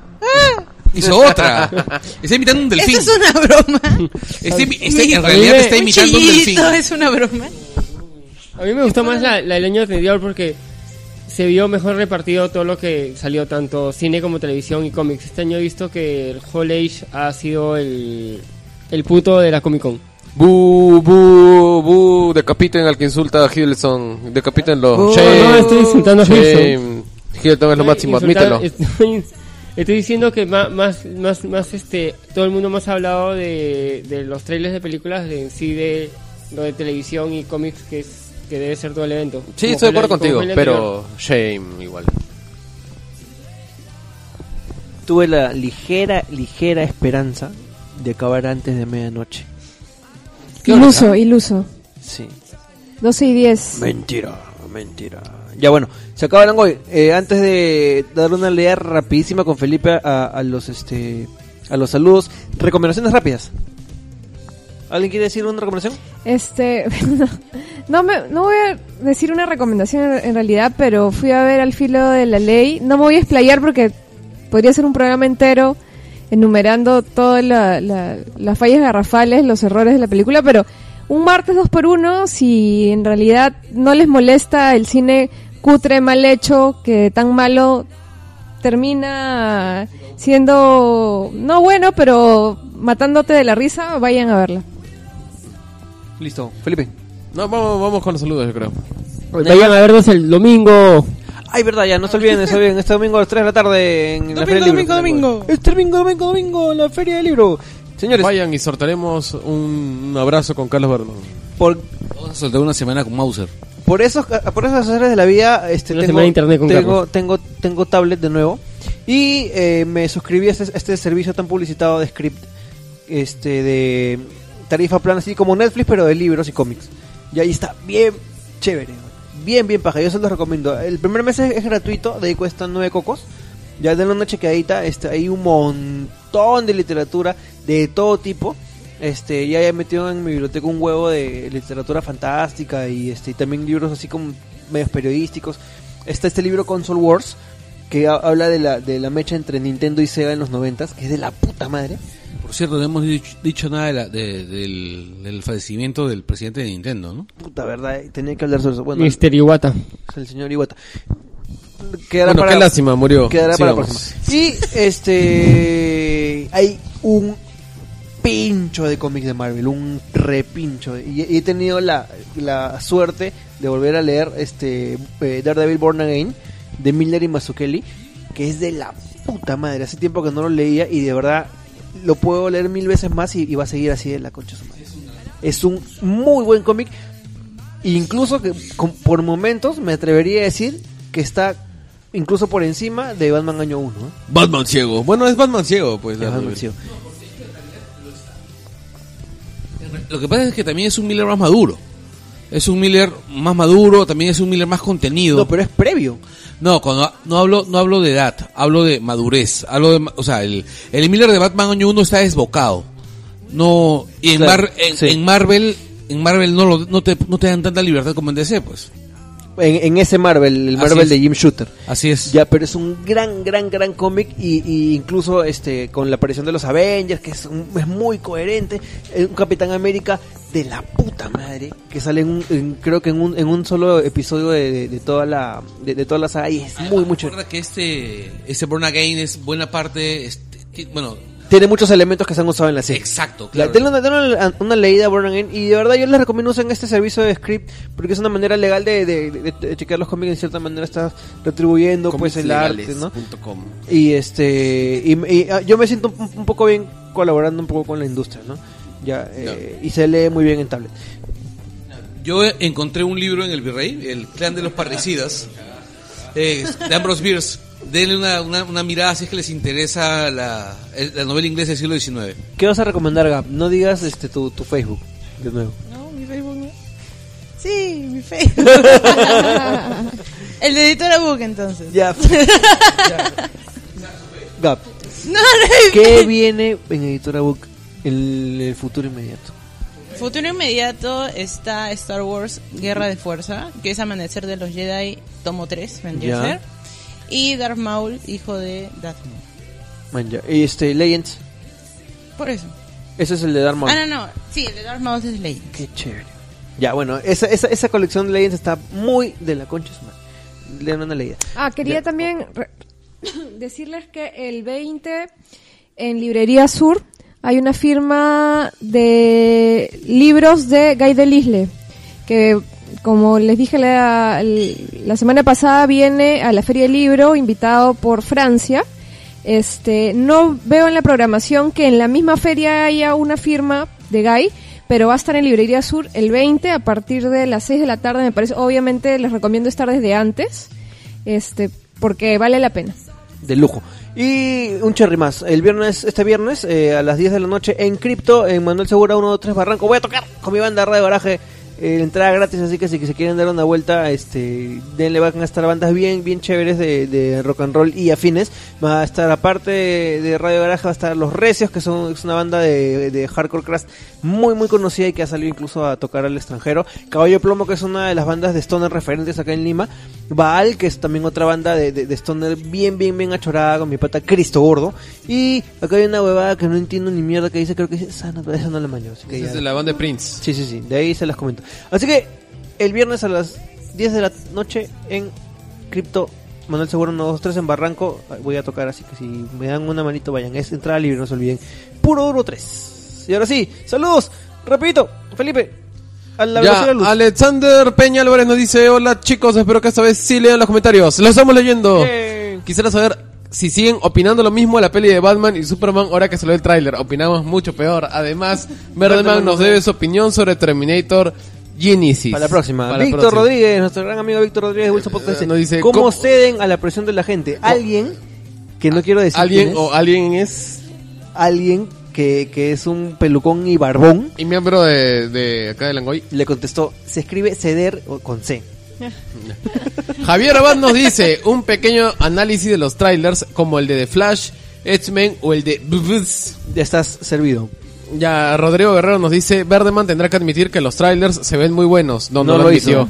[SPEAKER 3] Hizo otra. Está imitando un delfín.
[SPEAKER 6] Esa es una broma.
[SPEAKER 3] Está imi- está- en
[SPEAKER 6] Un
[SPEAKER 3] realidad está imitando un delfín.
[SPEAKER 6] chillito es una broma.
[SPEAKER 5] A mí me gustó más la, la del año anterior porque se vio mejor repartido todo lo que salió, tanto cine como televisión y cómics. Este año he visto que el Hall Age ha sido el, el puto de la Comic Con.
[SPEAKER 1] Bu, bu, bu, decapiten al que insulta a Hiddleston, decapítenlo.
[SPEAKER 5] No,
[SPEAKER 1] Shame,
[SPEAKER 5] no, estoy insultando a
[SPEAKER 1] shame.
[SPEAKER 5] Hiddleston.
[SPEAKER 1] Hiddleston es lo máximo,
[SPEAKER 5] Insultar-
[SPEAKER 1] admítelo.
[SPEAKER 5] Estoy, estoy diciendo que ma- más, más, más, este, todo el mundo más ha hablado de, de los trailers de películas de en sí de lo de televisión y cómics que es que debe ser todo el evento.
[SPEAKER 1] Sí, estoy
[SPEAKER 5] Como
[SPEAKER 1] de
[SPEAKER 5] fue el-
[SPEAKER 1] acuerdo
[SPEAKER 5] como
[SPEAKER 1] contigo,
[SPEAKER 5] fue el anterior.
[SPEAKER 1] pero shame igual.
[SPEAKER 2] Tuve la ligera, ligera esperanza de acabar antes de medianoche.
[SPEAKER 4] Iluso, iluso.
[SPEAKER 2] Sí.
[SPEAKER 4] 12 y 10.
[SPEAKER 2] Mentira, mentira. Ya bueno, se acaba el Angoy. Eh, antes de dar una leída rapidísima con Felipe a, a los este a los saludos, recomendaciones rápidas. ¿Alguien quiere decir una recomendación?
[SPEAKER 4] Este, no, no me, no voy a decir una recomendación en- en realidad, pero fui a ver al filo de la ley. No me voy a explayar porque podría ser un programa entero enumerando todas la- la- las fallas garrafales, los errores de la película, pero un martes dos por uno, si en realidad no les molesta el cine cutre, mal hecho, que tan malo termina siendo, no bueno, pero matándote de la risa, vayan a verla.
[SPEAKER 2] Listo, Felipe.
[SPEAKER 1] No, vamos, vamos con los saludos, yo creo.
[SPEAKER 5] Vayan a vernos el domingo.
[SPEAKER 2] Ay, verdad, ya, no se olviden, no se olviden. Este domingo a las 3 de la tarde en la
[SPEAKER 6] Domingo,
[SPEAKER 2] Feria del Libro.
[SPEAKER 6] domingo, domingo.
[SPEAKER 2] Este domingo, domingo, domingo, en la Feria del Libro. Señores,
[SPEAKER 1] Vayan y sortaremos un abrazo con Carlos Bernón.
[SPEAKER 2] por,
[SPEAKER 3] Vamos a soltar una semana con Mauser.
[SPEAKER 2] por esos por esas áreas de la vida este
[SPEAKER 5] Una
[SPEAKER 2] tengo,
[SPEAKER 5] semana de internet con
[SPEAKER 2] tengo,
[SPEAKER 5] Carlos.
[SPEAKER 2] tengo tengo tablet de nuevo y eh, me suscribí a este, a este servicio tan publicitado de script este de tarifa plana así como Netflix pero de libros y cómics y ahí está bien chévere bien bien paja yo se los recomiendo el primer mes es, es gratuito de ahí cuesta nueve cocos ya denle una chequeadita este hay un montón de literatura de todo tipo este, ya he metido en mi biblioteca un huevo de literatura fantástica y este y también libros así como medios periodísticos. Está este libro Console Wars que ha- habla de la, de la mecha entre Nintendo y Sega en los 90 que es de la puta madre.
[SPEAKER 3] Por cierto, no hemos dicho, dicho nada de la- de- del, del fallecimiento del presidente de Nintendo, ¿no?
[SPEAKER 2] Puta verdad, eh, tenía que hablar sobre eso. Bueno,
[SPEAKER 5] Mister Iwata.
[SPEAKER 2] el señor Iwata. Quedará
[SPEAKER 1] Bueno,
[SPEAKER 2] para-
[SPEAKER 1] qué lástima, murió.
[SPEAKER 2] Quedará para la
[SPEAKER 1] Sigamos.
[SPEAKER 2] próxima. Y este. Hay un pincho de cómics de Marvel, un repincho. Y y he tenido la, la suerte de volver a leer este eh, Daredevil Born Again de Miller y Mazzucchelli, que es de la puta madre. Hace tiempo que no lo leía y de verdad lo puedo leer mil veces más y, y va a seguir así de la concha de su madre. Es un muy buen cómic. Incluso que con- por momentos me atrevería a decir que está incluso por encima de Batman Año 1. ¿eh?
[SPEAKER 1] Batman ciego. Bueno, es Batman ciego, pues.
[SPEAKER 2] De
[SPEAKER 1] la-
[SPEAKER 2] Batman, sí.
[SPEAKER 3] Lo que pasa es que también es un Miller más maduro. Es un Miller más maduro, también es un Miller más contenido.
[SPEAKER 2] No, pero es previo.
[SPEAKER 3] No, cuando no hablo no hablo de edad, hablo de madurez, hablo de, ma- o sea, el, el Miller de Batman Año 1 está desbocado. No, y en,
[SPEAKER 2] Claro,
[SPEAKER 3] Mar- en,
[SPEAKER 2] sí.
[SPEAKER 3] en Marvel, en Marvel no lo- no te no te dan tanta libertad como en DC, pues.
[SPEAKER 2] En, en ese Marvel, el
[SPEAKER 3] Así
[SPEAKER 2] Marvel
[SPEAKER 3] es.
[SPEAKER 2] de Jim Shooter.
[SPEAKER 3] Así es.
[SPEAKER 2] Ya, pero es un gran, gran, gran cómic y, y incluso este con la aparición de los Avengers, que es, un- es muy coherente, es un Capitán América de la puta madre, que sale en, un- en- creo que en un, en un solo episodio de, de- de toda la de, de toda la saga y es muy, muy chévere.
[SPEAKER 3] Ah, Recuerda que este este Born Again es buena parte este, ti- bueno,
[SPEAKER 2] Tiene muchos elementos que se han usado en la serie.
[SPEAKER 3] exacto,
[SPEAKER 2] La-
[SPEAKER 3] claro.
[SPEAKER 2] denle una, denle una- una leída a Born Again y de verdad yo les recomiendo usen este servicio de script porque es una manera legal de, de- de- de chequear los cómics en cierta manera estás retribuyendo pues el arte ¿no?
[SPEAKER 1] Comicslegales.com.
[SPEAKER 2] y este y, y, ah, yo me siento un, un poco bien colaborando un poco con la industria ¿no? ya eh, y se lee muy bien en tablet
[SPEAKER 3] Yo encontré un libro en el Virrey, El clan de los parricidas, eh, de Ambrose Bierce, Denle una, una- una mirada si es que les interesa la, el- la novela inglesa del siglo XIX.
[SPEAKER 2] ¿Qué vas a recomendar, Gab? No digas este tu, tu Facebook, de nuevo.
[SPEAKER 6] No, mi Facebook no. Sí, mi Facebook. El de Editora Book, entonces.
[SPEAKER 2] Ya. Gab,
[SPEAKER 6] No, no,
[SPEAKER 2] ¿qué viene en Editora Book en el futuro inmediato?
[SPEAKER 6] Futuro inmediato está Star Wars Guerra de Fuerza, que es Amanecer de los Jedi, tomo 3, vendría a
[SPEAKER 2] Ya.
[SPEAKER 6] ser. Y Darth Maul, hijo de Darth Maul.
[SPEAKER 2] Man, ya. Este, Legends.
[SPEAKER 6] Por eso.
[SPEAKER 2] Ese es el de Darth Maul.
[SPEAKER 6] Ah, no, no. Sí, el de Darth Maul es ley.
[SPEAKER 2] Qué chévere. Ya, bueno, esa, esa, esa colección de Legends está muy de la concha, man. Le dan una leída.
[SPEAKER 4] Ah, quería
[SPEAKER 2] Ya.
[SPEAKER 4] también re- decirles que el 20 en Librería Sur hay una firma de libros de Guy del Isle, que como les dije la, la semana pasada viene a la Feria del Libro invitado por Francia. Este, no veo en la programación que en la misma feria haya una firma de Guy, pero va a estar en Librería Sur el 20 a partir de las 6 de la tarde, me parece. Obviamente les recomiendo estar desde antes, este, porque vale la pena.
[SPEAKER 2] De lujo. Y un cherry más. El viernes, este viernes, eh, a las 10 de la noche en Cripto, en Manuel Segura 123 Barranco. Voy a tocar con mi banda Radio Garaje. eh, entrada gratis, así que si se quieren dar una vuelta, este, denle van a estar bandas bien, bien chéveres de, de rock and roll y afines. Va a estar aparte de Radio Garaje, va a estar Los Recios, que son es una banda de, de hardcore crash muy, muy conocida y que ha salido incluso a tocar al extranjero. Caballo Plomo, que es una de las bandas de stoner referentes acá en Lima. Baal, que es también otra banda de, de- de stoner bien, bien, bien achorada con mi pata Cristo Gordo. Y acá hay una huevada que no entiendo ni mierda que dice, creo que dice sana, pero esa no la maño. así que
[SPEAKER 1] Esa
[SPEAKER 2] ya-
[SPEAKER 1] es de la banda de Prince.
[SPEAKER 2] Sí, sí, sí, de ahí se las comento. Así que el viernes a las 10 de la noche en Crypto Manuel Seguro 123 en Barranco ah, voy a tocar, así que si me dan una manito vayan, es entrada libre, no se olviden. Puro Duro 3. Y ahora sí, saludos, repito, Felipe, a la velocidad de la
[SPEAKER 1] Ya,
[SPEAKER 2] luz.
[SPEAKER 1] Alexander Peña Álvarez nos dice, hola chicos, espero que esta vez sí lean los comentarios. Los estamos leyendo.
[SPEAKER 2] Eh,
[SPEAKER 1] Quisiera saber si siguen opinando lo mismo a la peli de Batman y Superman ahora que salió el tráiler. Opinamos mucho peor. Además, Birdman nos debe su opinión sobre Terminator Genesis.
[SPEAKER 2] Para la próxima,
[SPEAKER 1] Para la
[SPEAKER 2] Víctor
[SPEAKER 1] próxima. Eh,
[SPEAKER 2] Rodríguez, nuestro gran amigo Víctor Rodríguez de Wilson Podcast,
[SPEAKER 1] nos dice,
[SPEAKER 2] ¿cómo,
[SPEAKER 1] ¿cómo- Ah,
[SPEAKER 2] ceden a la presión de la gente? Alguien, que no quiero decir
[SPEAKER 1] Alguien
[SPEAKER 2] quién es,
[SPEAKER 1] o alguien es
[SPEAKER 2] alguien que, que es un pelucón y barbón,
[SPEAKER 1] y miembro de, de acá de Langoy.
[SPEAKER 2] le contestó, se escribe ceder o- con C.
[SPEAKER 1] Javier Abad nos dice un pequeño análisis de los trailers como el de The Flash, X-Men o el de BBS.
[SPEAKER 2] Ya estás servido.
[SPEAKER 1] Ya, Rodrigo Guerrero nos dice, Verdeman tendrá que admitir que los trailers se ven muy buenos. No, no, lo, admitió.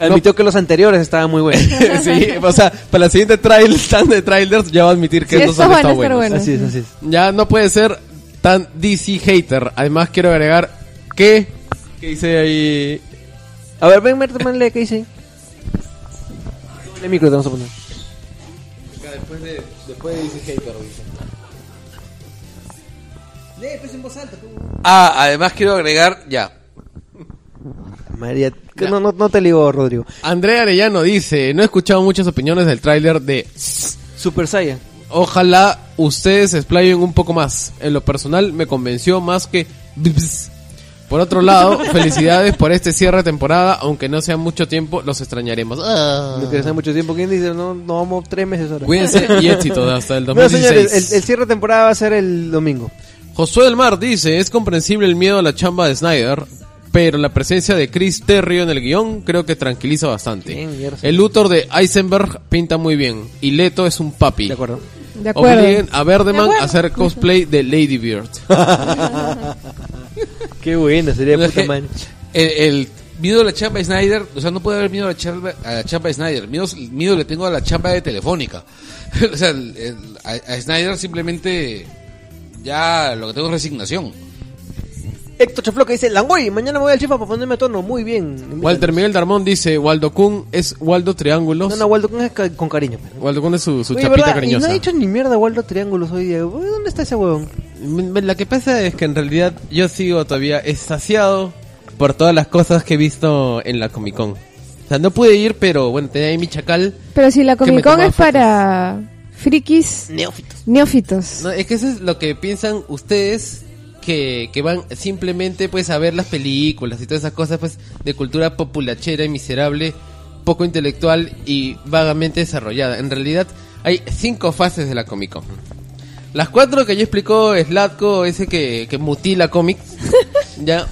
[SPEAKER 2] Admitió que los anteriores estaban muy buenos.
[SPEAKER 1] sí, o sea, para la siguiente trail, tan de trailers, ya va a admitir que
[SPEAKER 4] Sí,
[SPEAKER 1] esos
[SPEAKER 4] estos
[SPEAKER 1] han
[SPEAKER 4] van a
[SPEAKER 1] estado
[SPEAKER 4] estar
[SPEAKER 1] buenos.
[SPEAKER 4] buenos.
[SPEAKER 2] así es, así es.
[SPEAKER 1] Ya no puede ser tan DC hater. Además, quiero agregar que... ¿Qué dice ahí?
[SPEAKER 2] A ver, ven, Merteman, lee qué dice. ahí? El micro te vamos a poner.
[SPEAKER 1] Después de, DC hater,
[SPEAKER 3] Ah, además quiero agregar, ya.
[SPEAKER 2] María, que no, no, no te ligo, Rodrigo.
[SPEAKER 1] Andrea Arellano dice, no he escuchado muchas opiniones del tráiler de...
[SPEAKER 2] Super Saiyan.
[SPEAKER 1] Ojalá ustedes se explayen un poco más. En lo personal me convenció más que... BBS. Por otro lado, felicidades por este cierre de temporada, aunque no sea mucho tiempo, los extrañaremos. Ah.
[SPEAKER 2] No quiero hacer mucho tiempo. ¿Quién dice? No, no vamos tres meses ahora.
[SPEAKER 1] Cuídense y éxito hasta el
[SPEAKER 2] Bueno,
[SPEAKER 1] 2016.
[SPEAKER 2] señores, el, el cierre de temporada va a ser el domingo.
[SPEAKER 1] Josué del Mar dice, es comprensible el miedo a la chamba de Snyder, pero la presencia de Chris Terrio en el guión creo que tranquiliza bastante.
[SPEAKER 2] Bien, mierda.
[SPEAKER 1] el Luthor de Eisenberg pinta muy bien y Leto es un papi.
[SPEAKER 2] De acuerdo.
[SPEAKER 4] De acuerdo.
[SPEAKER 1] Obliguen a Verdeman
[SPEAKER 6] De acuerdo.
[SPEAKER 1] a hacer cosplay de Lady Bird.
[SPEAKER 2] Qué bueno, sería
[SPEAKER 3] No, es
[SPEAKER 2] puta
[SPEAKER 3] que
[SPEAKER 2] madre.
[SPEAKER 3] El, el miedo a la chamba de Snyder, o sea, no puede haber miedo a la chamba, a la chamba de Snyder. Miedo, miedo le tengo a la chamba de Telefónica. o sea, el- el- a, a Snyder simplemente ya lo que tengo es resignación.
[SPEAKER 2] Héctor Chafloca dice: Langoy, mañana me voy al chifa para ponerme a tono. Muy bien.
[SPEAKER 1] Walter Miguel Darmón dice, Waldo Kun es Waldo Triángulos.
[SPEAKER 2] No, no, Waldo Kun es ca- con cariño. pero.
[SPEAKER 1] Waldo Kun es su, su
[SPEAKER 2] Oye,
[SPEAKER 1] chapita
[SPEAKER 2] ¿verdad? Y
[SPEAKER 1] cariñosa.
[SPEAKER 2] no ha dicho ni mierda Waldo Triángulos hoy día. Uy, ¿Dónde está ese huevón?
[SPEAKER 1] Lo Mm, que pasa es que en realidad yo sigo todavía saciado por todas las cosas que he visto en la Comic Con. O sea, no pude ir, pero bueno, tenía ahí mi chacal.
[SPEAKER 4] Pero si la
[SPEAKER 1] Que me
[SPEAKER 4] Comic Con
[SPEAKER 1] tomaba
[SPEAKER 4] es para frikis
[SPEAKER 2] Neófitos.
[SPEAKER 4] neófitos.
[SPEAKER 1] Pues, No, es que eso es lo que piensan ustedes que, que van simplemente pues a ver las películas y todas esas cosas pues de cultura populachera y miserable, poco intelectual y vagamente desarrollada. En realidad, Hay cinco fases de la Comic Con. Las cuatro que ya explicó Slatko, ese que, que mutila cómics. ya.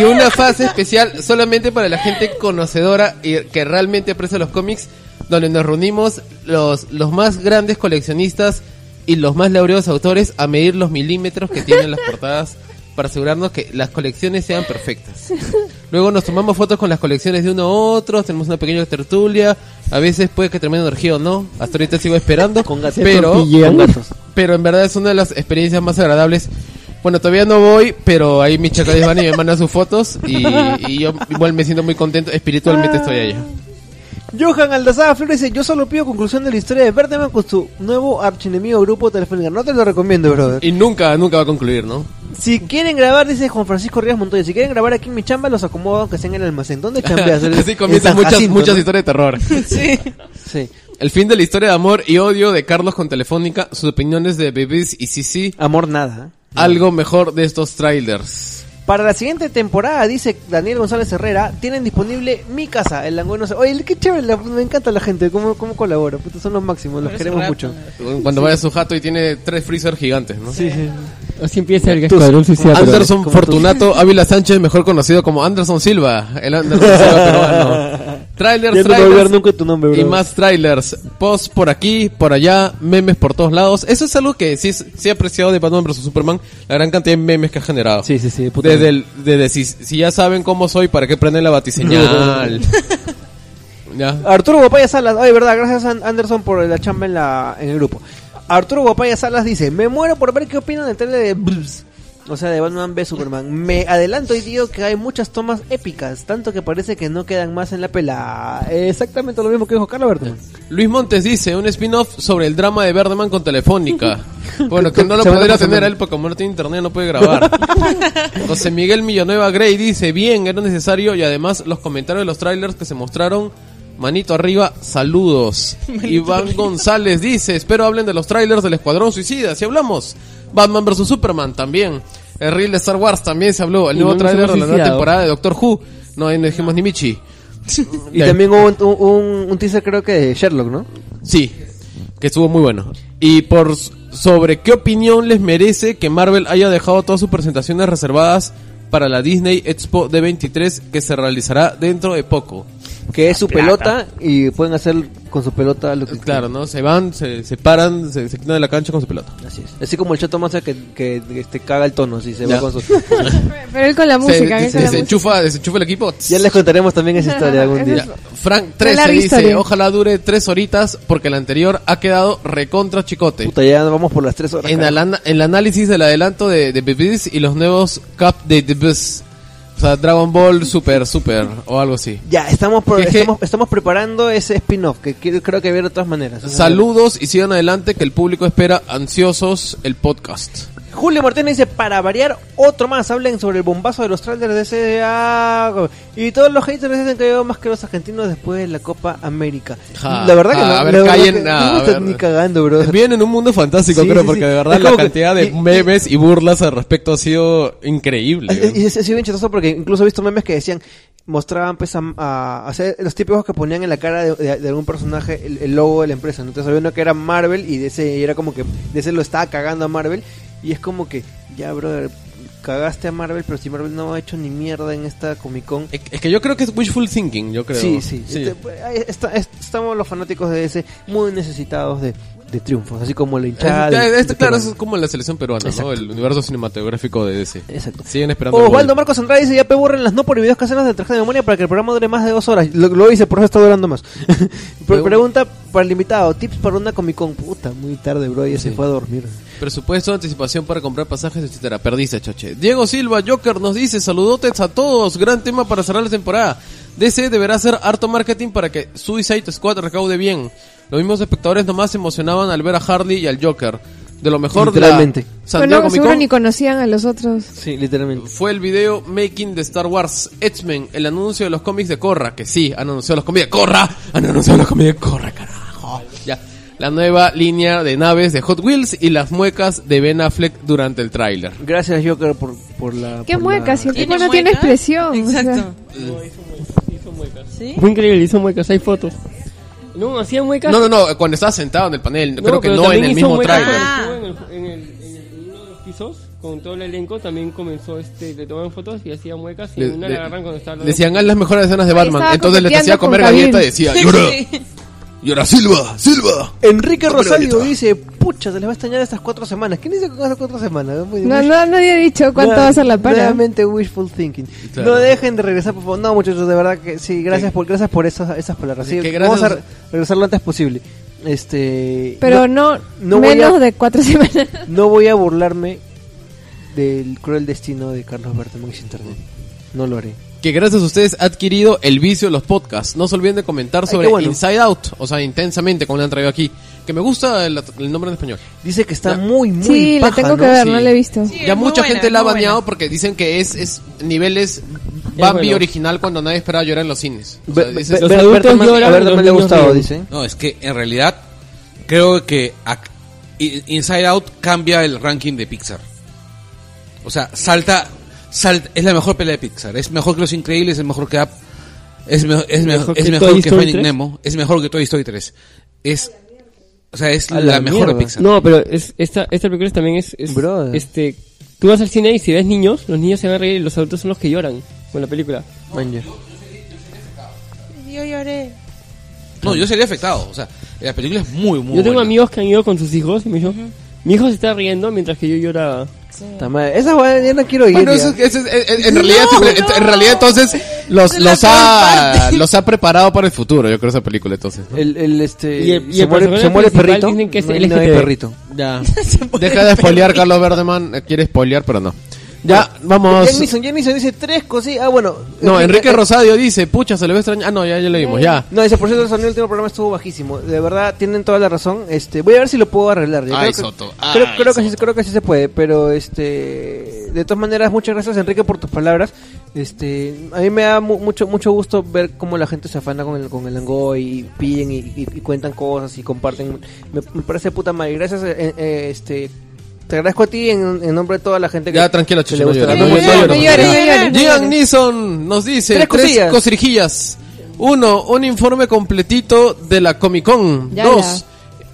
[SPEAKER 1] Y una fase especial solamente para la gente conocedora y que realmente aprecia los cómics, donde nos reunimos los, los más grandes coleccionistas y los más laureados autores a medir los milímetros que tienen las portadas para asegurarnos que las colecciones sean perfectas. Luego nos tomamos fotos con las colecciones de uno a otro, tenemos una pequeña tertulia, a veces puede que termine en orgía o no, hasta ahorita sigo esperando,
[SPEAKER 2] Con gatos.
[SPEAKER 1] pero,
[SPEAKER 2] Con gatos.
[SPEAKER 1] pero en verdad es una de las experiencias más agradables. Bueno, todavía no voy, pero ahí mis chacales van y me mandan sus fotos y, y yo igual me siento muy contento, espiritualmente estoy allá.
[SPEAKER 2] Johan Aldazaga Flores dice, yo solo pido conclusión de la historia de Berteman con su nuevo archienemigo grupo Telefónica. No te lo recomiendo, brother.
[SPEAKER 1] Y nunca, nunca va a concluir, ¿no?
[SPEAKER 2] Si quieren grabar, dice Juan Francisco Ríos Montoya, si quieren grabar aquí en mi chamba, los acomodo aunque sea en el almacén. ¿Dónde chambeas?
[SPEAKER 1] Así
[SPEAKER 2] En
[SPEAKER 1] comienzan
[SPEAKER 2] San
[SPEAKER 1] muchas,
[SPEAKER 2] Jacinto,
[SPEAKER 1] muchas
[SPEAKER 2] ¿no?
[SPEAKER 1] historias de terror.
[SPEAKER 6] Sí.
[SPEAKER 2] Sí.
[SPEAKER 1] El fin de la historia de amor y odio de Carlos con Telefónica, sus opiniones de Bibis y Sisi,
[SPEAKER 2] Amor nada. ¿eh?
[SPEAKER 1] algo mejor de estos trailers.
[SPEAKER 2] Para la siguiente temporada, dice Daniel González Herrera, tienen disponible mi casa, el langoy no se- Oye, qué chévere, la- me encanta la gente, cómo, cómo colabora, puta, son los máximos, los
[SPEAKER 6] Pero
[SPEAKER 2] queremos
[SPEAKER 6] se
[SPEAKER 2] mucho.
[SPEAKER 6] raptan.
[SPEAKER 1] Cuando vaya su jato y tiene tres freezer gigantes, ¿no?
[SPEAKER 2] Sí, sí.
[SPEAKER 5] Así empieza el escuadrón suicida. pero-
[SPEAKER 1] Anderson
[SPEAKER 2] como
[SPEAKER 1] Fortunato Ávila Sánchez, mejor conocido como Anderson Silva, el Anderson Silva peruano. Trailers,
[SPEAKER 2] Ya no te voy a olvidar
[SPEAKER 1] trailers
[SPEAKER 2] nunca tu nombre, bro.
[SPEAKER 1] y más trailers. Post por aquí, por allá, memes por todos lados. Eso es algo que sí, sí he apreciado de Batman vs Superman, la gran cantidad de memes que ha generado.
[SPEAKER 2] Sí, sí, sí, puta
[SPEAKER 1] Desde, el- desde si, si ya saben cómo soy, ¿para qué prenden la batiseñal? ya.
[SPEAKER 2] Arturo Guapaya Salas, ay, verdad, gracias An- Anderson por la chamba en, la, en el grupo. Arturo Guapaya Salas dice, me muero por ver qué opinan del trailer de Bruce". O sea, de Batman v Superman. Me adelanto y digo que hay muchas tomas épicas, tanto que parece que no quedan más en la pela. Exactamente lo mismo que dijo Carla Bertman.
[SPEAKER 1] Luis Montes dice, un spin-off sobre el drama de Birdman con Telefónica. Bueno, que no lo
[SPEAKER 2] Se van a
[SPEAKER 1] podría
[SPEAKER 2] pasar
[SPEAKER 1] tener
[SPEAKER 2] mal.
[SPEAKER 1] él porque como no tiene internet no puede grabar. José Miguel Villanueva Grey dice, bien, era necesario y además los comentarios de los trailers que se mostraron, manito arriba, saludos. Iván González dice, espero hablen de los trailers del Escuadrón Suicida, si hablamos. Batman vs. Superman también. El reel de Star Wars también se habló. El
[SPEAKER 5] Y
[SPEAKER 1] nuevo
[SPEAKER 5] no nos
[SPEAKER 1] trailer
[SPEAKER 5] hemos
[SPEAKER 1] de la nueva
[SPEAKER 5] suicidado.
[SPEAKER 1] temporada de Doctor Who. No, ahí no dijimos ni Michi.
[SPEAKER 2] Y también hubo un, un- un teaser creo que de Sherlock, ¿no?
[SPEAKER 1] Sí, que estuvo muy bueno. Y por s- sobre qué opinión les merece que Marvel haya dejado todas sus presentaciones reservadas para la Disney Expo de 23 que se realizará dentro de poco.
[SPEAKER 2] Que es su pelota y pueden hacer con su pelota lo que
[SPEAKER 1] Claro, ¿no? Se van, se, se paran, se, se quitan de la cancha con su pelota.
[SPEAKER 2] Así es. Así como el Chato Massa que, que, este, caga el tono, si se
[SPEAKER 1] Ya.
[SPEAKER 2] va con su...
[SPEAKER 4] Pero él con la
[SPEAKER 1] Se,
[SPEAKER 4] música, él
[SPEAKER 1] se-
[SPEAKER 4] con la
[SPEAKER 1] se
[SPEAKER 4] música.
[SPEAKER 1] enchufa, desenchufa el equipo.
[SPEAKER 2] ya les contaremos también esa historia algún día.
[SPEAKER 1] Ya. Frank
[SPEAKER 4] larga
[SPEAKER 1] 13 dice,
[SPEAKER 4] historia.
[SPEAKER 1] ojalá dure tres horitas porque el anterior ha quedado recontra chicote.
[SPEAKER 2] Puta, ya vamos por las tres horas.
[SPEAKER 1] En
[SPEAKER 2] carajo.
[SPEAKER 1] ala- el análisis del adelanto de, de BBs y los nuevos Cup de The O sea, Dragon Ball Super Super o algo así.
[SPEAKER 2] Ya, estamos, pro-
[SPEAKER 1] Es que-
[SPEAKER 2] estamos, estamos preparando ese spin-off que quiero- creo que ver de todas maneras. O sea,
[SPEAKER 1] Saludos y sigan adelante que el público espera ansiosos el podcast.
[SPEAKER 2] Julio Martínez dice, para variar, otro más. Hablen sobre el bombazo de los trailers de ese... ah, Y todos los haters dicen que veo más que los argentinos después de la Copa América.
[SPEAKER 1] Ja,
[SPEAKER 2] la verdad
[SPEAKER 1] ja,
[SPEAKER 2] que no.
[SPEAKER 1] a ver,
[SPEAKER 2] la verdad
[SPEAKER 1] callen,
[SPEAKER 2] que-
[SPEAKER 1] ah,
[SPEAKER 2] no
[SPEAKER 1] a
[SPEAKER 2] me están
[SPEAKER 1] ver.
[SPEAKER 2] ni cagando, bro.
[SPEAKER 1] Vienen en un mundo fantástico,
[SPEAKER 2] Sí,
[SPEAKER 1] creo,
[SPEAKER 2] sí,
[SPEAKER 1] porque
[SPEAKER 2] sí.
[SPEAKER 1] de verdad
[SPEAKER 2] Es
[SPEAKER 1] la
[SPEAKER 2] como que-
[SPEAKER 1] cantidad de
[SPEAKER 2] y-
[SPEAKER 1] memes y burlas al respecto ha sido increíble.
[SPEAKER 2] Y y- y ha sido bien chistoso porque incluso he visto memes que decían, mostraban pues a, a- a hacer los típicos que ponían en la cara de, de- de algún personaje el, el logo de la empresa. ¿no? Entonces había uno que era Marvel y de ese y era como que de ese lo estaba cagando a Marvel y es como que, ya brother, cagaste a Marvel, pero si Marvel no ha hecho ni mierda en esta Comic Con.
[SPEAKER 1] Es es que yo creo que es wishful thinking, yo creo.
[SPEAKER 2] Sí, sí. Este, pues, ahí está- es- estamos los fanáticos de ese muy necesitados de, de triunfos, así como la hinchada.
[SPEAKER 1] Este-
[SPEAKER 2] de-
[SPEAKER 1] este,
[SPEAKER 2] de
[SPEAKER 1] claro,
[SPEAKER 2] Perú.
[SPEAKER 1] eso es como la selección peruana,
[SPEAKER 2] Exacto.
[SPEAKER 1] ¿no? El universo cinematográfico de DC.
[SPEAKER 2] Exacto.
[SPEAKER 1] Siguen esperando. el
[SPEAKER 2] Osvaldo
[SPEAKER 1] gol.
[SPEAKER 2] Marcos Andrade dice, ya peborren las no por videos caseros del traje de memoria para que el programa dure más de dos horas. Lo, lo hice, por eso está durando más. Pre- pregunta para el invitado, tips para una Comic Con. Puta, muy tarde, bro, ya se fue a dormir.
[SPEAKER 1] Presupuesto, anticipación para comprar pasajes, etcétera. Perdiste, choche. Diego Silva, Joker, nos dice, saludotes a todos. Gran tema para cerrar la temporada. DC deberá hacer harto marketing para que Suicide Squad recaude bien. Los mismos espectadores nomás se emocionaban al ver a Harley y al Joker. De lo mejor de la
[SPEAKER 2] Literalmente.
[SPEAKER 1] Santiago
[SPEAKER 4] Bueno,
[SPEAKER 1] Comic
[SPEAKER 4] seguro
[SPEAKER 1] Con
[SPEAKER 4] ni conocían a los otros.
[SPEAKER 2] Sí, literalmente.
[SPEAKER 1] fue el video making de Star Wars X-Men, el anuncio de los cómics de Corra, que sí, han anunciado los cómics de Corra, han anunciado los cómics de Corra, carajo. Ya. La nueva línea de naves de Hot Wheels y las muecas de Ben Affleck durante el tráiler.
[SPEAKER 2] Gracias, Joker, por, por la...
[SPEAKER 4] ¿Qué
[SPEAKER 2] por la-
[SPEAKER 4] muecas? Si el tipo
[SPEAKER 6] ¿Tiene
[SPEAKER 4] no tiene
[SPEAKER 6] mueca?
[SPEAKER 4] expresión. o sea.
[SPEAKER 6] Exacto. ¿Sí?
[SPEAKER 5] Fue increíble, hizo muecas, hay fotos. No, hacía muecas.
[SPEAKER 1] No, no, no, cuando estaba sentado en el panel, creo que
[SPEAKER 5] pero
[SPEAKER 1] no en
[SPEAKER 5] también
[SPEAKER 1] el
[SPEAKER 5] hizo
[SPEAKER 1] mismo
[SPEAKER 5] muecas
[SPEAKER 1] trailer.
[SPEAKER 5] cuando estuvo En, el, en el- en uno de los pisos, con todo el elenco, también comenzó, este, le tomaban fotos y hacía muecas y
[SPEAKER 1] Le-
[SPEAKER 5] una
[SPEAKER 1] le-
[SPEAKER 5] la agarran cuando estaba... al
[SPEAKER 1] Le
[SPEAKER 5] lado.
[SPEAKER 1] Decían, haz las mejores escenas de
[SPEAKER 4] Ahí
[SPEAKER 1] Batman.
[SPEAKER 4] estaba
[SPEAKER 1] Entonces les
[SPEAKER 4] coqueteando
[SPEAKER 1] hacía
[SPEAKER 4] con
[SPEAKER 1] comer
[SPEAKER 4] Kabil.
[SPEAKER 1] galletas y decía,
[SPEAKER 8] Y ahora,
[SPEAKER 6] Sí.
[SPEAKER 8] y ahora Silva, Silva.
[SPEAKER 2] Enrique
[SPEAKER 8] Hombre,
[SPEAKER 2] Rosario
[SPEAKER 8] bonito.
[SPEAKER 2] dice, pucha, se les va a extrañar estas cuatro semanas. ¿Quién dice que estas cuatro semanas? Muy-
[SPEAKER 4] No,
[SPEAKER 2] muy-
[SPEAKER 4] no, no había dicho cuánto
[SPEAKER 2] Nue-
[SPEAKER 4] va a ser la para.
[SPEAKER 2] Nuevamente wishful thinking.
[SPEAKER 1] Claro.
[SPEAKER 2] No dejen de regresar, por favor. No, muchachos, de verdad que sí, gracias por gracias por esas, esas palabras. Sí,
[SPEAKER 1] Que
[SPEAKER 2] vamos a
[SPEAKER 1] gracias-
[SPEAKER 2] re- regresar lo antes posible. Este
[SPEAKER 4] Pero
[SPEAKER 2] no,
[SPEAKER 4] no,
[SPEAKER 2] no voy
[SPEAKER 4] menos
[SPEAKER 2] a-
[SPEAKER 4] de cuatro semanas.
[SPEAKER 2] no voy a burlarme del cruel destino de Carlos Bertemón y su internet. No lo haré.
[SPEAKER 1] que gracias a ustedes ha adquirido el vicio de los podcasts. No se olviden de comentar
[SPEAKER 2] Ay,
[SPEAKER 1] sobre
[SPEAKER 2] qué bueno.
[SPEAKER 1] Inside Out, o sea, intensamente, como le han traído aquí. Que me gusta el, el nombre en español.
[SPEAKER 2] Dice que
[SPEAKER 1] La-
[SPEAKER 2] está muy muy
[SPEAKER 4] Sí, la
[SPEAKER 2] paja, ¿no?
[SPEAKER 4] tengo que ver,
[SPEAKER 1] Sí.
[SPEAKER 4] no la he visto.
[SPEAKER 6] Sí,
[SPEAKER 1] ya
[SPEAKER 6] es muy
[SPEAKER 1] mucha
[SPEAKER 6] buena,
[SPEAKER 1] gente
[SPEAKER 6] es
[SPEAKER 1] la ha
[SPEAKER 6] muy buena.
[SPEAKER 1] bañado porque dicen que es, es niveles Bambi
[SPEAKER 5] bueno.
[SPEAKER 1] original cuando nadie esperaba llorar en los cines. O sea,
[SPEAKER 2] Be- be-
[SPEAKER 1] dices,
[SPEAKER 2] be-
[SPEAKER 5] Los adultos
[SPEAKER 2] Bertemán-
[SPEAKER 5] lloran,
[SPEAKER 2] a Bertemán
[SPEAKER 5] los
[SPEAKER 2] le ha
[SPEAKER 5] niños
[SPEAKER 2] gustado,
[SPEAKER 5] ríen.
[SPEAKER 2] dice.
[SPEAKER 3] No, es que en realidad creo que ac- I- Inside Out cambia el ranking de Pixar. O sea, salta, salta es la mejor pelea de Pixar. Es mejor que Los Increíbles, es mejor que Up, es, me- es, me-
[SPEAKER 5] ¿Mejor
[SPEAKER 3] es
[SPEAKER 5] que
[SPEAKER 3] mejor
[SPEAKER 5] Toy
[SPEAKER 3] que
[SPEAKER 5] Story
[SPEAKER 3] Finding
[SPEAKER 5] 3?
[SPEAKER 3] Nemo, es mejor que Toy Story 3. Es, o sea, es
[SPEAKER 2] A
[SPEAKER 3] la,
[SPEAKER 2] la
[SPEAKER 3] mejor de
[SPEAKER 2] mierda.
[SPEAKER 3] Pixar.
[SPEAKER 5] No, pero es- esta, esta película también es, es,
[SPEAKER 2] Brother.
[SPEAKER 5] este, tú vas al cine y si ves niños, los niños se van a reír y los adultos son los que lloran con la película.
[SPEAKER 2] Man, ya.
[SPEAKER 6] Yo lloré.
[SPEAKER 3] No, yo sería afectado. O sea, la película es muy, muy
[SPEAKER 5] yo tengo
[SPEAKER 3] buena.
[SPEAKER 5] amigos que han ido con sus hijos y me dijo, mi hijo se está riendo mientras que yo lloraba.
[SPEAKER 2] Puta madre, Esa weá ya no quiero ir.
[SPEAKER 1] Bueno,
[SPEAKER 2] ya.
[SPEAKER 1] eso, eso es- en- en, en realidad,
[SPEAKER 6] No,
[SPEAKER 1] en- en
[SPEAKER 6] no.
[SPEAKER 1] realidad entonces los,
[SPEAKER 6] Es la
[SPEAKER 1] los,
[SPEAKER 6] peor
[SPEAKER 1] ha,
[SPEAKER 6] parte.
[SPEAKER 1] los ha preparado para el futuro, yo creo, esa película entonces. ¿no?
[SPEAKER 2] El, el, este,
[SPEAKER 5] Y el- y
[SPEAKER 2] se,
[SPEAKER 5] el
[SPEAKER 2] muere,
[SPEAKER 5] personaje
[SPEAKER 2] se muere el
[SPEAKER 5] principal
[SPEAKER 2] perrito.
[SPEAKER 5] dicen que es
[SPEAKER 2] no hay-
[SPEAKER 5] LGTB.
[SPEAKER 2] no hay perrito.
[SPEAKER 1] Ya. Deja de spoilear, Carlos Verdeman. Eh, Quiere spoilear, pero no. Ya, vamos.
[SPEAKER 2] Jennison, Jennison dice tres cositas. Ah, bueno.
[SPEAKER 1] No, Enrique Rosadio dice, pucha, se le va a extrañar. Ah, no, ya, ya lo dimos, ya.
[SPEAKER 2] No, dice, por cierto, el sonido del último programa estuvo bajísimo. De verdad, tienen toda la razón. Este, voy a ver si lo puedo arreglar. Yo
[SPEAKER 1] Ay,
[SPEAKER 2] creo que,
[SPEAKER 1] Soto. Ay,
[SPEAKER 2] creo, creo que sí,
[SPEAKER 1] Soto.
[SPEAKER 2] creo que sí se puede, pero este, de todas maneras, muchas gracias, Enrique, por tus palabras. Este, a mí me da mu- mucho mucho gusto ver cómo la gente se afana con el con el Angoy y piden y, y- y cuentan cosas y comparten. Me, me parece puta madre. Gracias, eh, eh, este. Te agradezco a ti en, en nombre de toda la gente que
[SPEAKER 1] Ya, tranquilo,
[SPEAKER 2] que
[SPEAKER 1] Chucho,
[SPEAKER 2] Eh, le
[SPEAKER 1] no
[SPEAKER 2] gusta Eh, la-
[SPEAKER 1] llores, no llores, no
[SPEAKER 4] llores, no llores.
[SPEAKER 1] Gian Nison nos dice
[SPEAKER 2] Tres
[SPEAKER 1] tres,
[SPEAKER 2] cosillas.
[SPEAKER 1] cosrijillas. Uno, un informe completito de la Comic Con.
[SPEAKER 4] Ya,
[SPEAKER 1] Dos,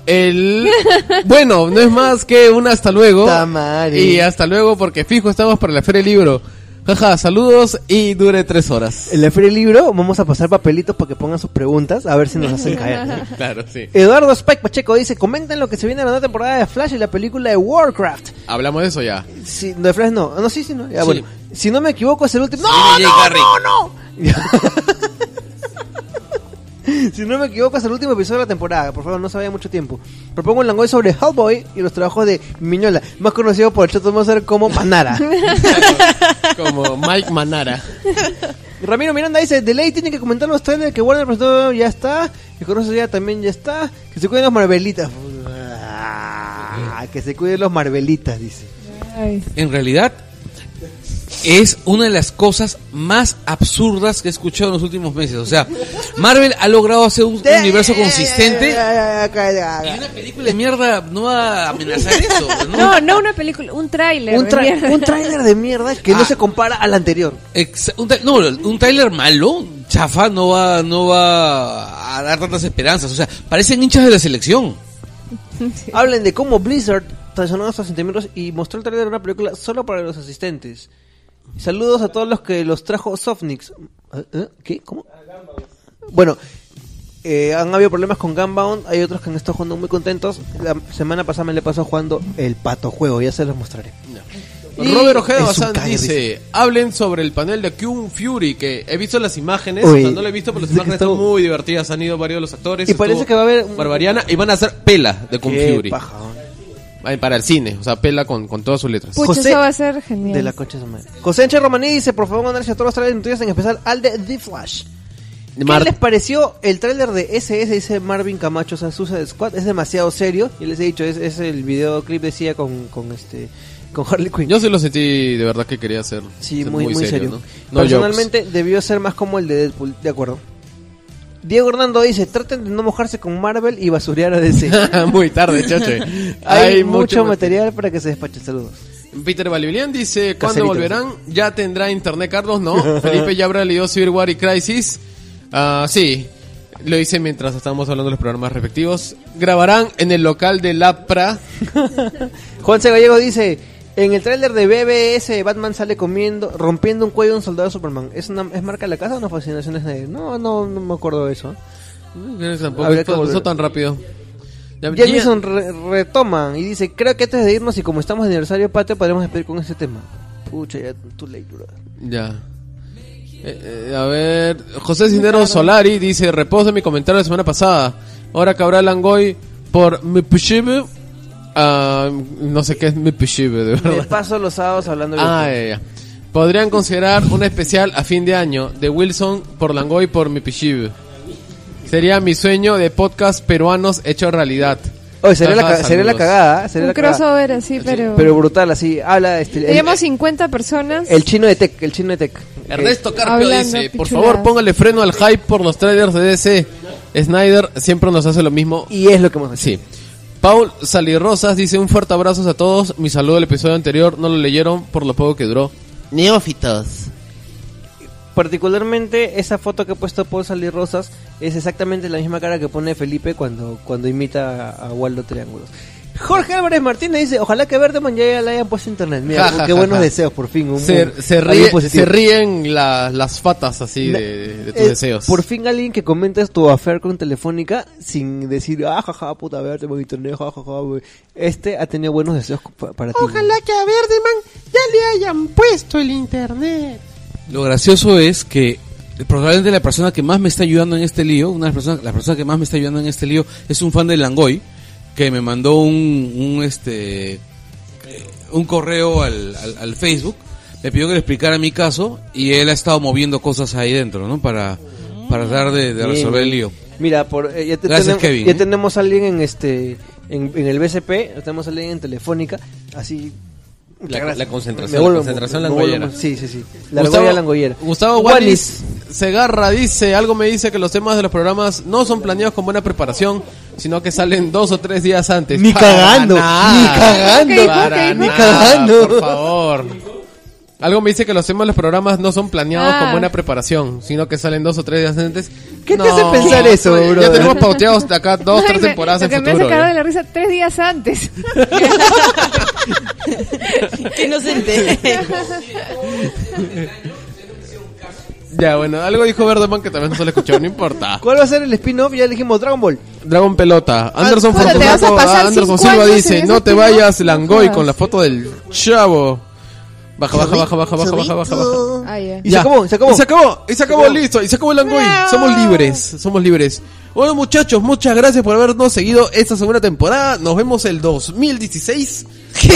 [SPEAKER 1] el... bueno, no es más que un hasta luego.
[SPEAKER 2] Puta madre.
[SPEAKER 1] Y hasta luego porque fijo estamos para la Feria del Libro. Jaja, saludos y dure tres horas.
[SPEAKER 2] En la Feria del Libro vamos a pasar papelitos para que pongan sus preguntas, a ver si nos hacen caer.
[SPEAKER 1] Claro, sí.
[SPEAKER 2] Eduardo Spike Pacheco dice, comenten lo que se viene en la nueva temporada de Flash y la película de Warcraft.
[SPEAKER 1] Hablamos de eso ya.
[SPEAKER 2] Si, no, de Flash no. Ah, No, sí, sí, no. Ya,
[SPEAKER 1] Sí.
[SPEAKER 2] bueno. Si no me equivoco, es el último... ¡No,
[SPEAKER 3] viene Jay
[SPEAKER 2] no,
[SPEAKER 3] Garrick.
[SPEAKER 2] no, no! si no me equivoco, es el último episodio de la temporada. Por favor, no se vaya mucho tiempo. Propongo un langoy sobre Hellboy y los trabajos de Miñola, más conocido por el Chato Mozart como Manara.
[SPEAKER 1] Como Mike Manara.
[SPEAKER 2] Ramiro Miranda dice, de ley tienen que comentar los trailers que Warner presentó ya está, que Conoce ya también ya está, que se cuiden los Marvelitas. Ah, que se cuiden los Marvelitas, dice.
[SPEAKER 4] Ay.
[SPEAKER 3] en realidad es una de las cosas más absurdas que he escuchado en los últimos meses. O sea, Marvel ha logrado hacer un universo consistente y una película de mierda no va a amenazar eso. ¿no?
[SPEAKER 4] No, no una película, un tráiler.
[SPEAKER 2] Un,
[SPEAKER 4] de
[SPEAKER 2] tra-
[SPEAKER 4] mierda.
[SPEAKER 2] un trailer de mierda que no
[SPEAKER 3] Ah.
[SPEAKER 2] se compara al anterior.
[SPEAKER 3] Ex- un, tra- no, un trailer malo, chafa, no va, no va a dar tantas esperanzas. O sea, parecen hinchas de la selección.
[SPEAKER 2] Hablen de cómo Blizzard traicionó nuestros sentimientos y mostró el trailer de una película solo para los asistentes. Saludos a todos los que los trajo Softnix. ¿Eh? ¿Eh? ¿Qué? ¿Cómo? Bueno, eh, han habido problemas con Gunbound. Hay otros que han estado jugando muy contentos. La semana pasada me le pasó jugando el pato juego. Ya se los mostraré. Y
[SPEAKER 1] Robert Ojeda
[SPEAKER 2] es un
[SPEAKER 1] Bazán
[SPEAKER 2] cague,
[SPEAKER 1] dice, hablen sobre el panel de Kung Fury, que he visto las imágenes,
[SPEAKER 2] Uy,
[SPEAKER 1] o sea, no lo he visto, pero las
[SPEAKER 2] dice que
[SPEAKER 1] imágenes
[SPEAKER 2] estuvo-
[SPEAKER 1] están muy divertidas, han ido varios de los actores.
[SPEAKER 2] Y parece
[SPEAKER 1] estuvo
[SPEAKER 2] que va a haber un-
[SPEAKER 1] Barbariana, y van a hacer pela de Kung
[SPEAKER 2] Qué
[SPEAKER 1] Fury.
[SPEAKER 2] paja, ¿no?
[SPEAKER 1] Ay, Para el cine, o sea, pela con, con todas sus letras.
[SPEAKER 4] Pucha,
[SPEAKER 2] José
[SPEAKER 4] eso va a ser genial.
[SPEAKER 2] De la concha de su madre. José Enche Romaní dice, por favor, mandarse a todos los trailers noticias, en especial al de The Flash. ¿Qué
[SPEAKER 1] Mar-
[SPEAKER 2] les pareció el tráiler de SS? Dice Marvin Camacho, o sea, Suicide Squad, es demasiado serio. Y les he dicho, es, es el videoclip de Sia con, con este con Harley Quinn.
[SPEAKER 1] Yo sí lo sentí de verdad que quería hacer.
[SPEAKER 2] sí,
[SPEAKER 1] ser
[SPEAKER 2] muy, muy serio.
[SPEAKER 1] ¿no? No
[SPEAKER 2] Personalmente debió ser más como el de Deadpool, de acuerdo. Diego Hernando dice, traten de no mojarse con Marvel y basurear a DC.
[SPEAKER 1] jokes. muy tarde, chacho.
[SPEAKER 2] Hay, mucho material para que se despachen. Saludos.
[SPEAKER 1] Peter Valivilian dice, ¿cuándo
[SPEAKER 2] Caserito,
[SPEAKER 1] volverán? ¿Ya tendrá internet, Carlos? No. Felipe ya habrá leído Civil War y Crisis. Ah, sí. Lo hice mientras estábamos hablando de los programas respectivos. Grabarán en el local de Lapra.
[SPEAKER 2] Juan C. Gallego dice: En el tráiler de BBS, Batman sale comiendo, rompiendo un cuello a un soldado de Superman. ¿Es, una, ¿Es marca de la casa o una fascinación de Snyder? No, no, no me acuerdo de eso.
[SPEAKER 1] No, Tampoco
[SPEAKER 2] Habría que
[SPEAKER 1] pasó
[SPEAKER 2] volver.
[SPEAKER 1] tan rápido. Ya-
[SPEAKER 2] Jamison re- retoma y dice: Creo que antes de irnos y como estamos de aniversario patrio, podremos despedir con este tema. Pucha, ya too late, bro.
[SPEAKER 1] Ya. Eh, eh, a ver, José Cisneros Solari dice, reposo mi comentario de la semana pasada. Ahora cabrá Langoy por mi pushibe. Ah, no sé qué es mi pushibe, de
[SPEAKER 2] Me
[SPEAKER 1] verdad.
[SPEAKER 2] paso los sábados hablando de
[SPEAKER 1] Ah, ya, ya. Podrían considerar un especial a fin de año de Wilson por Langoy por mi pushibe. Sería mi sueño de podcast peruanos hecho realidad.
[SPEAKER 2] Oye, sería, la,
[SPEAKER 1] Ajá,
[SPEAKER 2] ca- sería la
[SPEAKER 1] saludos.
[SPEAKER 2] cagada. ¿eh? Sería
[SPEAKER 4] Un
[SPEAKER 2] la cagada.
[SPEAKER 4] crossover así, pero...
[SPEAKER 2] Pero brutal, así. Habla este, el,
[SPEAKER 4] Teníamos 50 personas.
[SPEAKER 2] el chino de Tech. El chino de Tech.
[SPEAKER 1] Ernesto Carpio
[SPEAKER 4] Hablando
[SPEAKER 1] dice, por
[SPEAKER 4] pichuladas.
[SPEAKER 1] favor póngale freno al hype por los trailers de DC. Snyder siempre nos hace lo mismo
[SPEAKER 2] Eh, Y es lo que hemos hecho.
[SPEAKER 1] Sí. Paul Salirrosas dice un fuerte abrazo a todos. Mi saludo al episodio anterior, no lo leyeron por lo poco que duró. Neófitos.
[SPEAKER 2] Particularmente esa foto que ha puesto Paul Salir Rosas es exactamente la misma cara que pone Felipe cuando, cuando imita a, a Waldo Triángulos. Jorge Álvarez Martínez dice, ojalá que Verdeman ya la hayan puesto en internet. Mira,
[SPEAKER 1] Ja, ja,
[SPEAKER 2] qué
[SPEAKER 1] ja,
[SPEAKER 2] buenos
[SPEAKER 1] ja.
[SPEAKER 2] deseos, por fin. un-
[SPEAKER 1] Se, se
[SPEAKER 2] algo
[SPEAKER 1] ríe-
[SPEAKER 2] positivo.
[SPEAKER 1] se ríen la- las fatas así de, de tus
[SPEAKER 2] Eh,
[SPEAKER 1] deseos.
[SPEAKER 2] Por fin alguien que comenta tu affair con Telefónica sin decir, ah, jaja, puta, Verdeman, internet, jajaja. güey". Este ha tenido buenos deseos pa- para ti. Ojalá que...
[SPEAKER 3] Lo gracioso es que probablemente la persona que más me está ayudando en este lío, una de las personas, la persona que más me está ayudando en este lío es un fan de Langoy que me mandó un, un, este eh, un correo al, al- al Facebook, me pidió que le explicara mi caso y él ha estado moviendo cosas ahí dentro, ¿no? Para para tratar de, de resolver el lío.
[SPEAKER 2] Mira, por, eh, ya, te-
[SPEAKER 3] Gracias,
[SPEAKER 2] tenemos,
[SPEAKER 3] Kevin,
[SPEAKER 2] ya
[SPEAKER 3] ¿eh?
[SPEAKER 2] tenemos a alguien en este en, en el BCP, tenemos a alguien en Telefónica, así...
[SPEAKER 1] La-
[SPEAKER 2] Gracias.
[SPEAKER 1] la concentración,
[SPEAKER 2] Me
[SPEAKER 1] la
[SPEAKER 2] vuelvo-
[SPEAKER 1] concentración
[SPEAKER 2] me vuelvo-
[SPEAKER 1] langollera.
[SPEAKER 2] Sí, sí, sí. La argolla langollera.
[SPEAKER 1] Gustavo Wallis Segarra dice, algo me dice que los temas de los programas no son planeados con buena preparación, sino que salen dos o tres días antes.
[SPEAKER 2] Ni
[SPEAKER 1] Para
[SPEAKER 2] cagando,
[SPEAKER 1] nada.
[SPEAKER 2] ni cagando.
[SPEAKER 4] ¿Qué dijo?
[SPEAKER 1] Para
[SPEAKER 4] ¿Qué
[SPEAKER 1] nada,
[SPEAKER 4] dijo?
[SPEAKER 2] Ni cagando.
[SPEAKER 1] Por favor. Algo me dice que los temas de los programas no son planeados
[SPEAKER 4] Ah.
[SPEAKER 1] con buena preparación, sino que salen dos o tres días antes. pues,
[SPEAKER 2] ¿Qué te hace pensar eso, bro?
[SPEAKER 1] Ya tenemos pauteados de acá dos,
[SPEAKER 4] Ay,
[SPEAKER 1] tres
[SPEAKER 4] me-
[SPEAKER 1] temporadas
[SPEAKER 4] lo
[SPEAKER 1] en
[SPEAKER 4] que me
[SPEAKER 1] futuro. ¿eh?
[SPEAKER 4] hace cagar de
[SPEAKER 1] ya.
[SPEAKER 4] la risa tres días antes.
[SPEAKER 6] que no se entere.
[SPEAKER 1] Ya, bueno, algo dijo Verdeman que también no se lo escuchó, no importa.
[SPEAKER 2] ¿Cuál va a ser el spin-off? Ya dijimos Dragon Ball.
[SPEAKER 1] Dragon Pelota. Anderson
[SPEAKER 4] puta, te
[SPEAKER 1] Fortunato,
[SPEAKER 4] vas a pasar
[SPEAKER 1] ah, Anderson
[SPEAKER 4] cinco
[SPEAKER 1] Silva
[SPEAKER 4] años en
[SPEAKER 1] dice,
[SPEAKER 4] ese
[SPEAKER 1] no te
[SPEAKER 4] tipo".
[SPEAKER 1] vayas, Langoy,
[SPEAKER 4] No
[SPEAKER 1] con la foto del chavo. Baja, baja, baja, baja, baja, baja, baja, baja.
[SPEAKER 4] Ay, eh. ya.
[SPEAKER 2] Y se acabó, se acabó.
[SPEAKER 1] Y se acabó, y se acabó, listo, y se acabó el Langoy. Somos libres, somos libres. Bueno, muchachos, muchas gracias por habernos seguido esta segunda temporada. Nos vemos el 2016.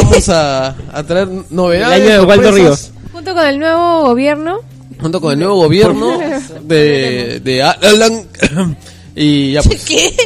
[SPEAKER 1] Vamos a, a traer novedades.
[SPEAKER 5] El año de Waldo
[SPEAKER 1] sorpresas,
[SPEAKER 4] Junto con el nuevo gobierno,
[SPEAKER 1] Junto con el nuevo gobierno de, de Alan. Y ya pues.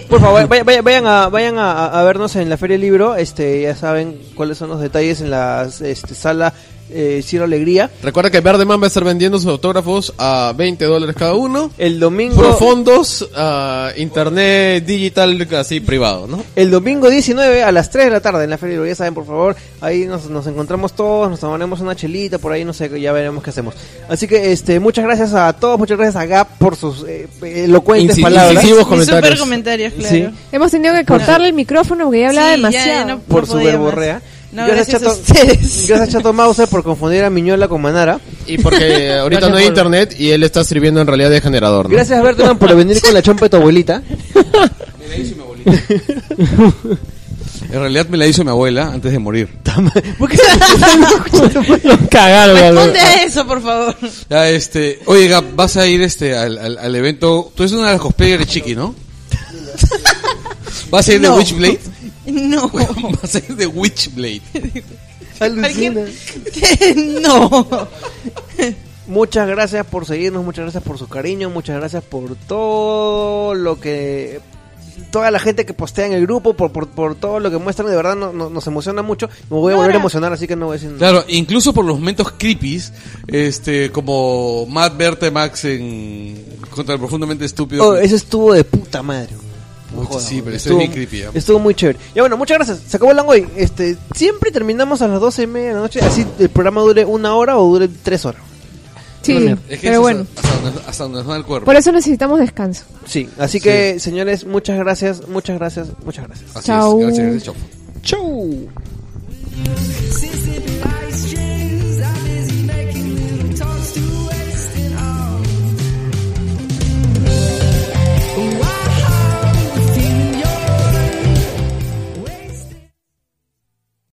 [SPEAKER 2] Por favor, vaya- vaya- vayan, a, vayan a, a vernos en la Feria del Libro. Este, ya saben cuáles son los detalles en la este, sala eh, Cielo Alegría.
[SPEAKER 1] Recuerda que Verdeman va a estar vendiendo sus autógrafos a 20 dólares cada uno.
[SPEAKER 2] El domingo,
[SPEAKER 1] Profundos, ah, internet digital así privado, ¿no?
[SPEAKER 2] el domingo 19 a las 3 de la tarde en la Feria del Libro. Ya saben, por favor, ahí nos, nos encontramos todos, nos tomaremos una chelita por ahí, no sé, ya veremos qué hacemos. Así que este, muchas gracias a todos, muchas gracias a Gap por sus eh, elocuentes
[SPEAKER 1] Insi-
[SPEAKER 2] palabras.
[SPEAKER 1] incisivos
[SPEAKER 6] Y
[SPEAKER 1] comentarios.
[SPEAKER 6] super comentarios, claro.
[SPEAKER 2] Sí.
[SPEAKER 4] hemos tenido que cortarle el micrófono porque ya hablaba
[SPEAKER 6] Sí, ya, ya
[SPEAKER 4] demasiado.
[SPEAKER 6] no-
[SPEAKER 2] por su
[SPEAKER 6] podía más.
[SPEAKER 2] verborrea.
[SPEAKER 6] No,
[SPEAKER 2] gracias,
[SPEAKER 6] gracias a
[SPEAKER 2] Chato-
[SPEAKER 6] ustedes.
[SPEAKER 2] Gracias Chato Mauser por confundir a Miñola con Manara.
[SPEAKER 1] Y porque ahorita no hay internet y él está sirviendo en realidad de generador, ¿no?
[SPEAKER 2] Gracias Bertman por venir con la chompa de tu abuelita.
[SPEAKER 3] En realidad me la hizo mi abuela antes de morir.
[SPEAKER 5] Los cagaron, boludo.
[SPEAKER 6] Responde a eso, por favor.
[SPEAKER 3] Ya, este, oye, Gab, vas a ir este al, al, al evento. Tú eres una de las cosplayers de Chiqui, ¿no? ¿Vas a ir de
[SPEAKER 6] No.
[SPEAKER 3] Witchblade?
[SPEAKER 6] No.
[SPEAKER 3] ¿Vas Pues, a ir de Witchblade?
[SPEAKER 2] Alucina.
[SPEAKER 6] no.
[SPEAKER 2] Muchas gracias por seguirnos, muchas gracias por su cariño, muchas gracias por todo lo que... Toda la gente que postea en el grupo, por, por, por todo lo que muestran, de verdad no- no- nos emociona mucho. Me voy a volver a emocionar, así que no voy a decir nada.
[SPEAKER 3] Claro, incluso por los momentos creepies, este, como Matt Bertemax en Contra el Profundamente Estúpido.
[SPEAKER 2] Oh, eso estuvo de puta madre. güey. No
[SPEAKER 3] Puta, sí, pero
[SPEAKER 2] estuvo,
[SPEAKER 3] estoy bien creepy, ¿eh?
[SPEAKER 2] estuvo muy chévere. Ya bueno, muchas gracias. Se acabó el Langoy. Este, siempre terminamos a las 12 y media de la noche. Así el programa dure una hora o dure tres horas.
[SPEAKER 4] Sí,
[SPEAKER 2] manera.
[SPEAKER 3] Es que
[SPEAKER 4] pero
[SPEAKER 3] es
[SPEAKER 4] bueno.
[SPEAKER 3] hasta- Hasta donde, hasta donde nos da el cuerpo.
[SPEAKER 4] Por eso necesitamos descanso.
[SPEAKER 2] Sí, así que señores, muchas gracias, muchas gracias, muchas gracias.
[SPEAKER 3] Así es.
[SPEAKER 4] Chau.
[SPEAKER 3] Gracias, gracias, chau.
[SPEAKER 2] Chau.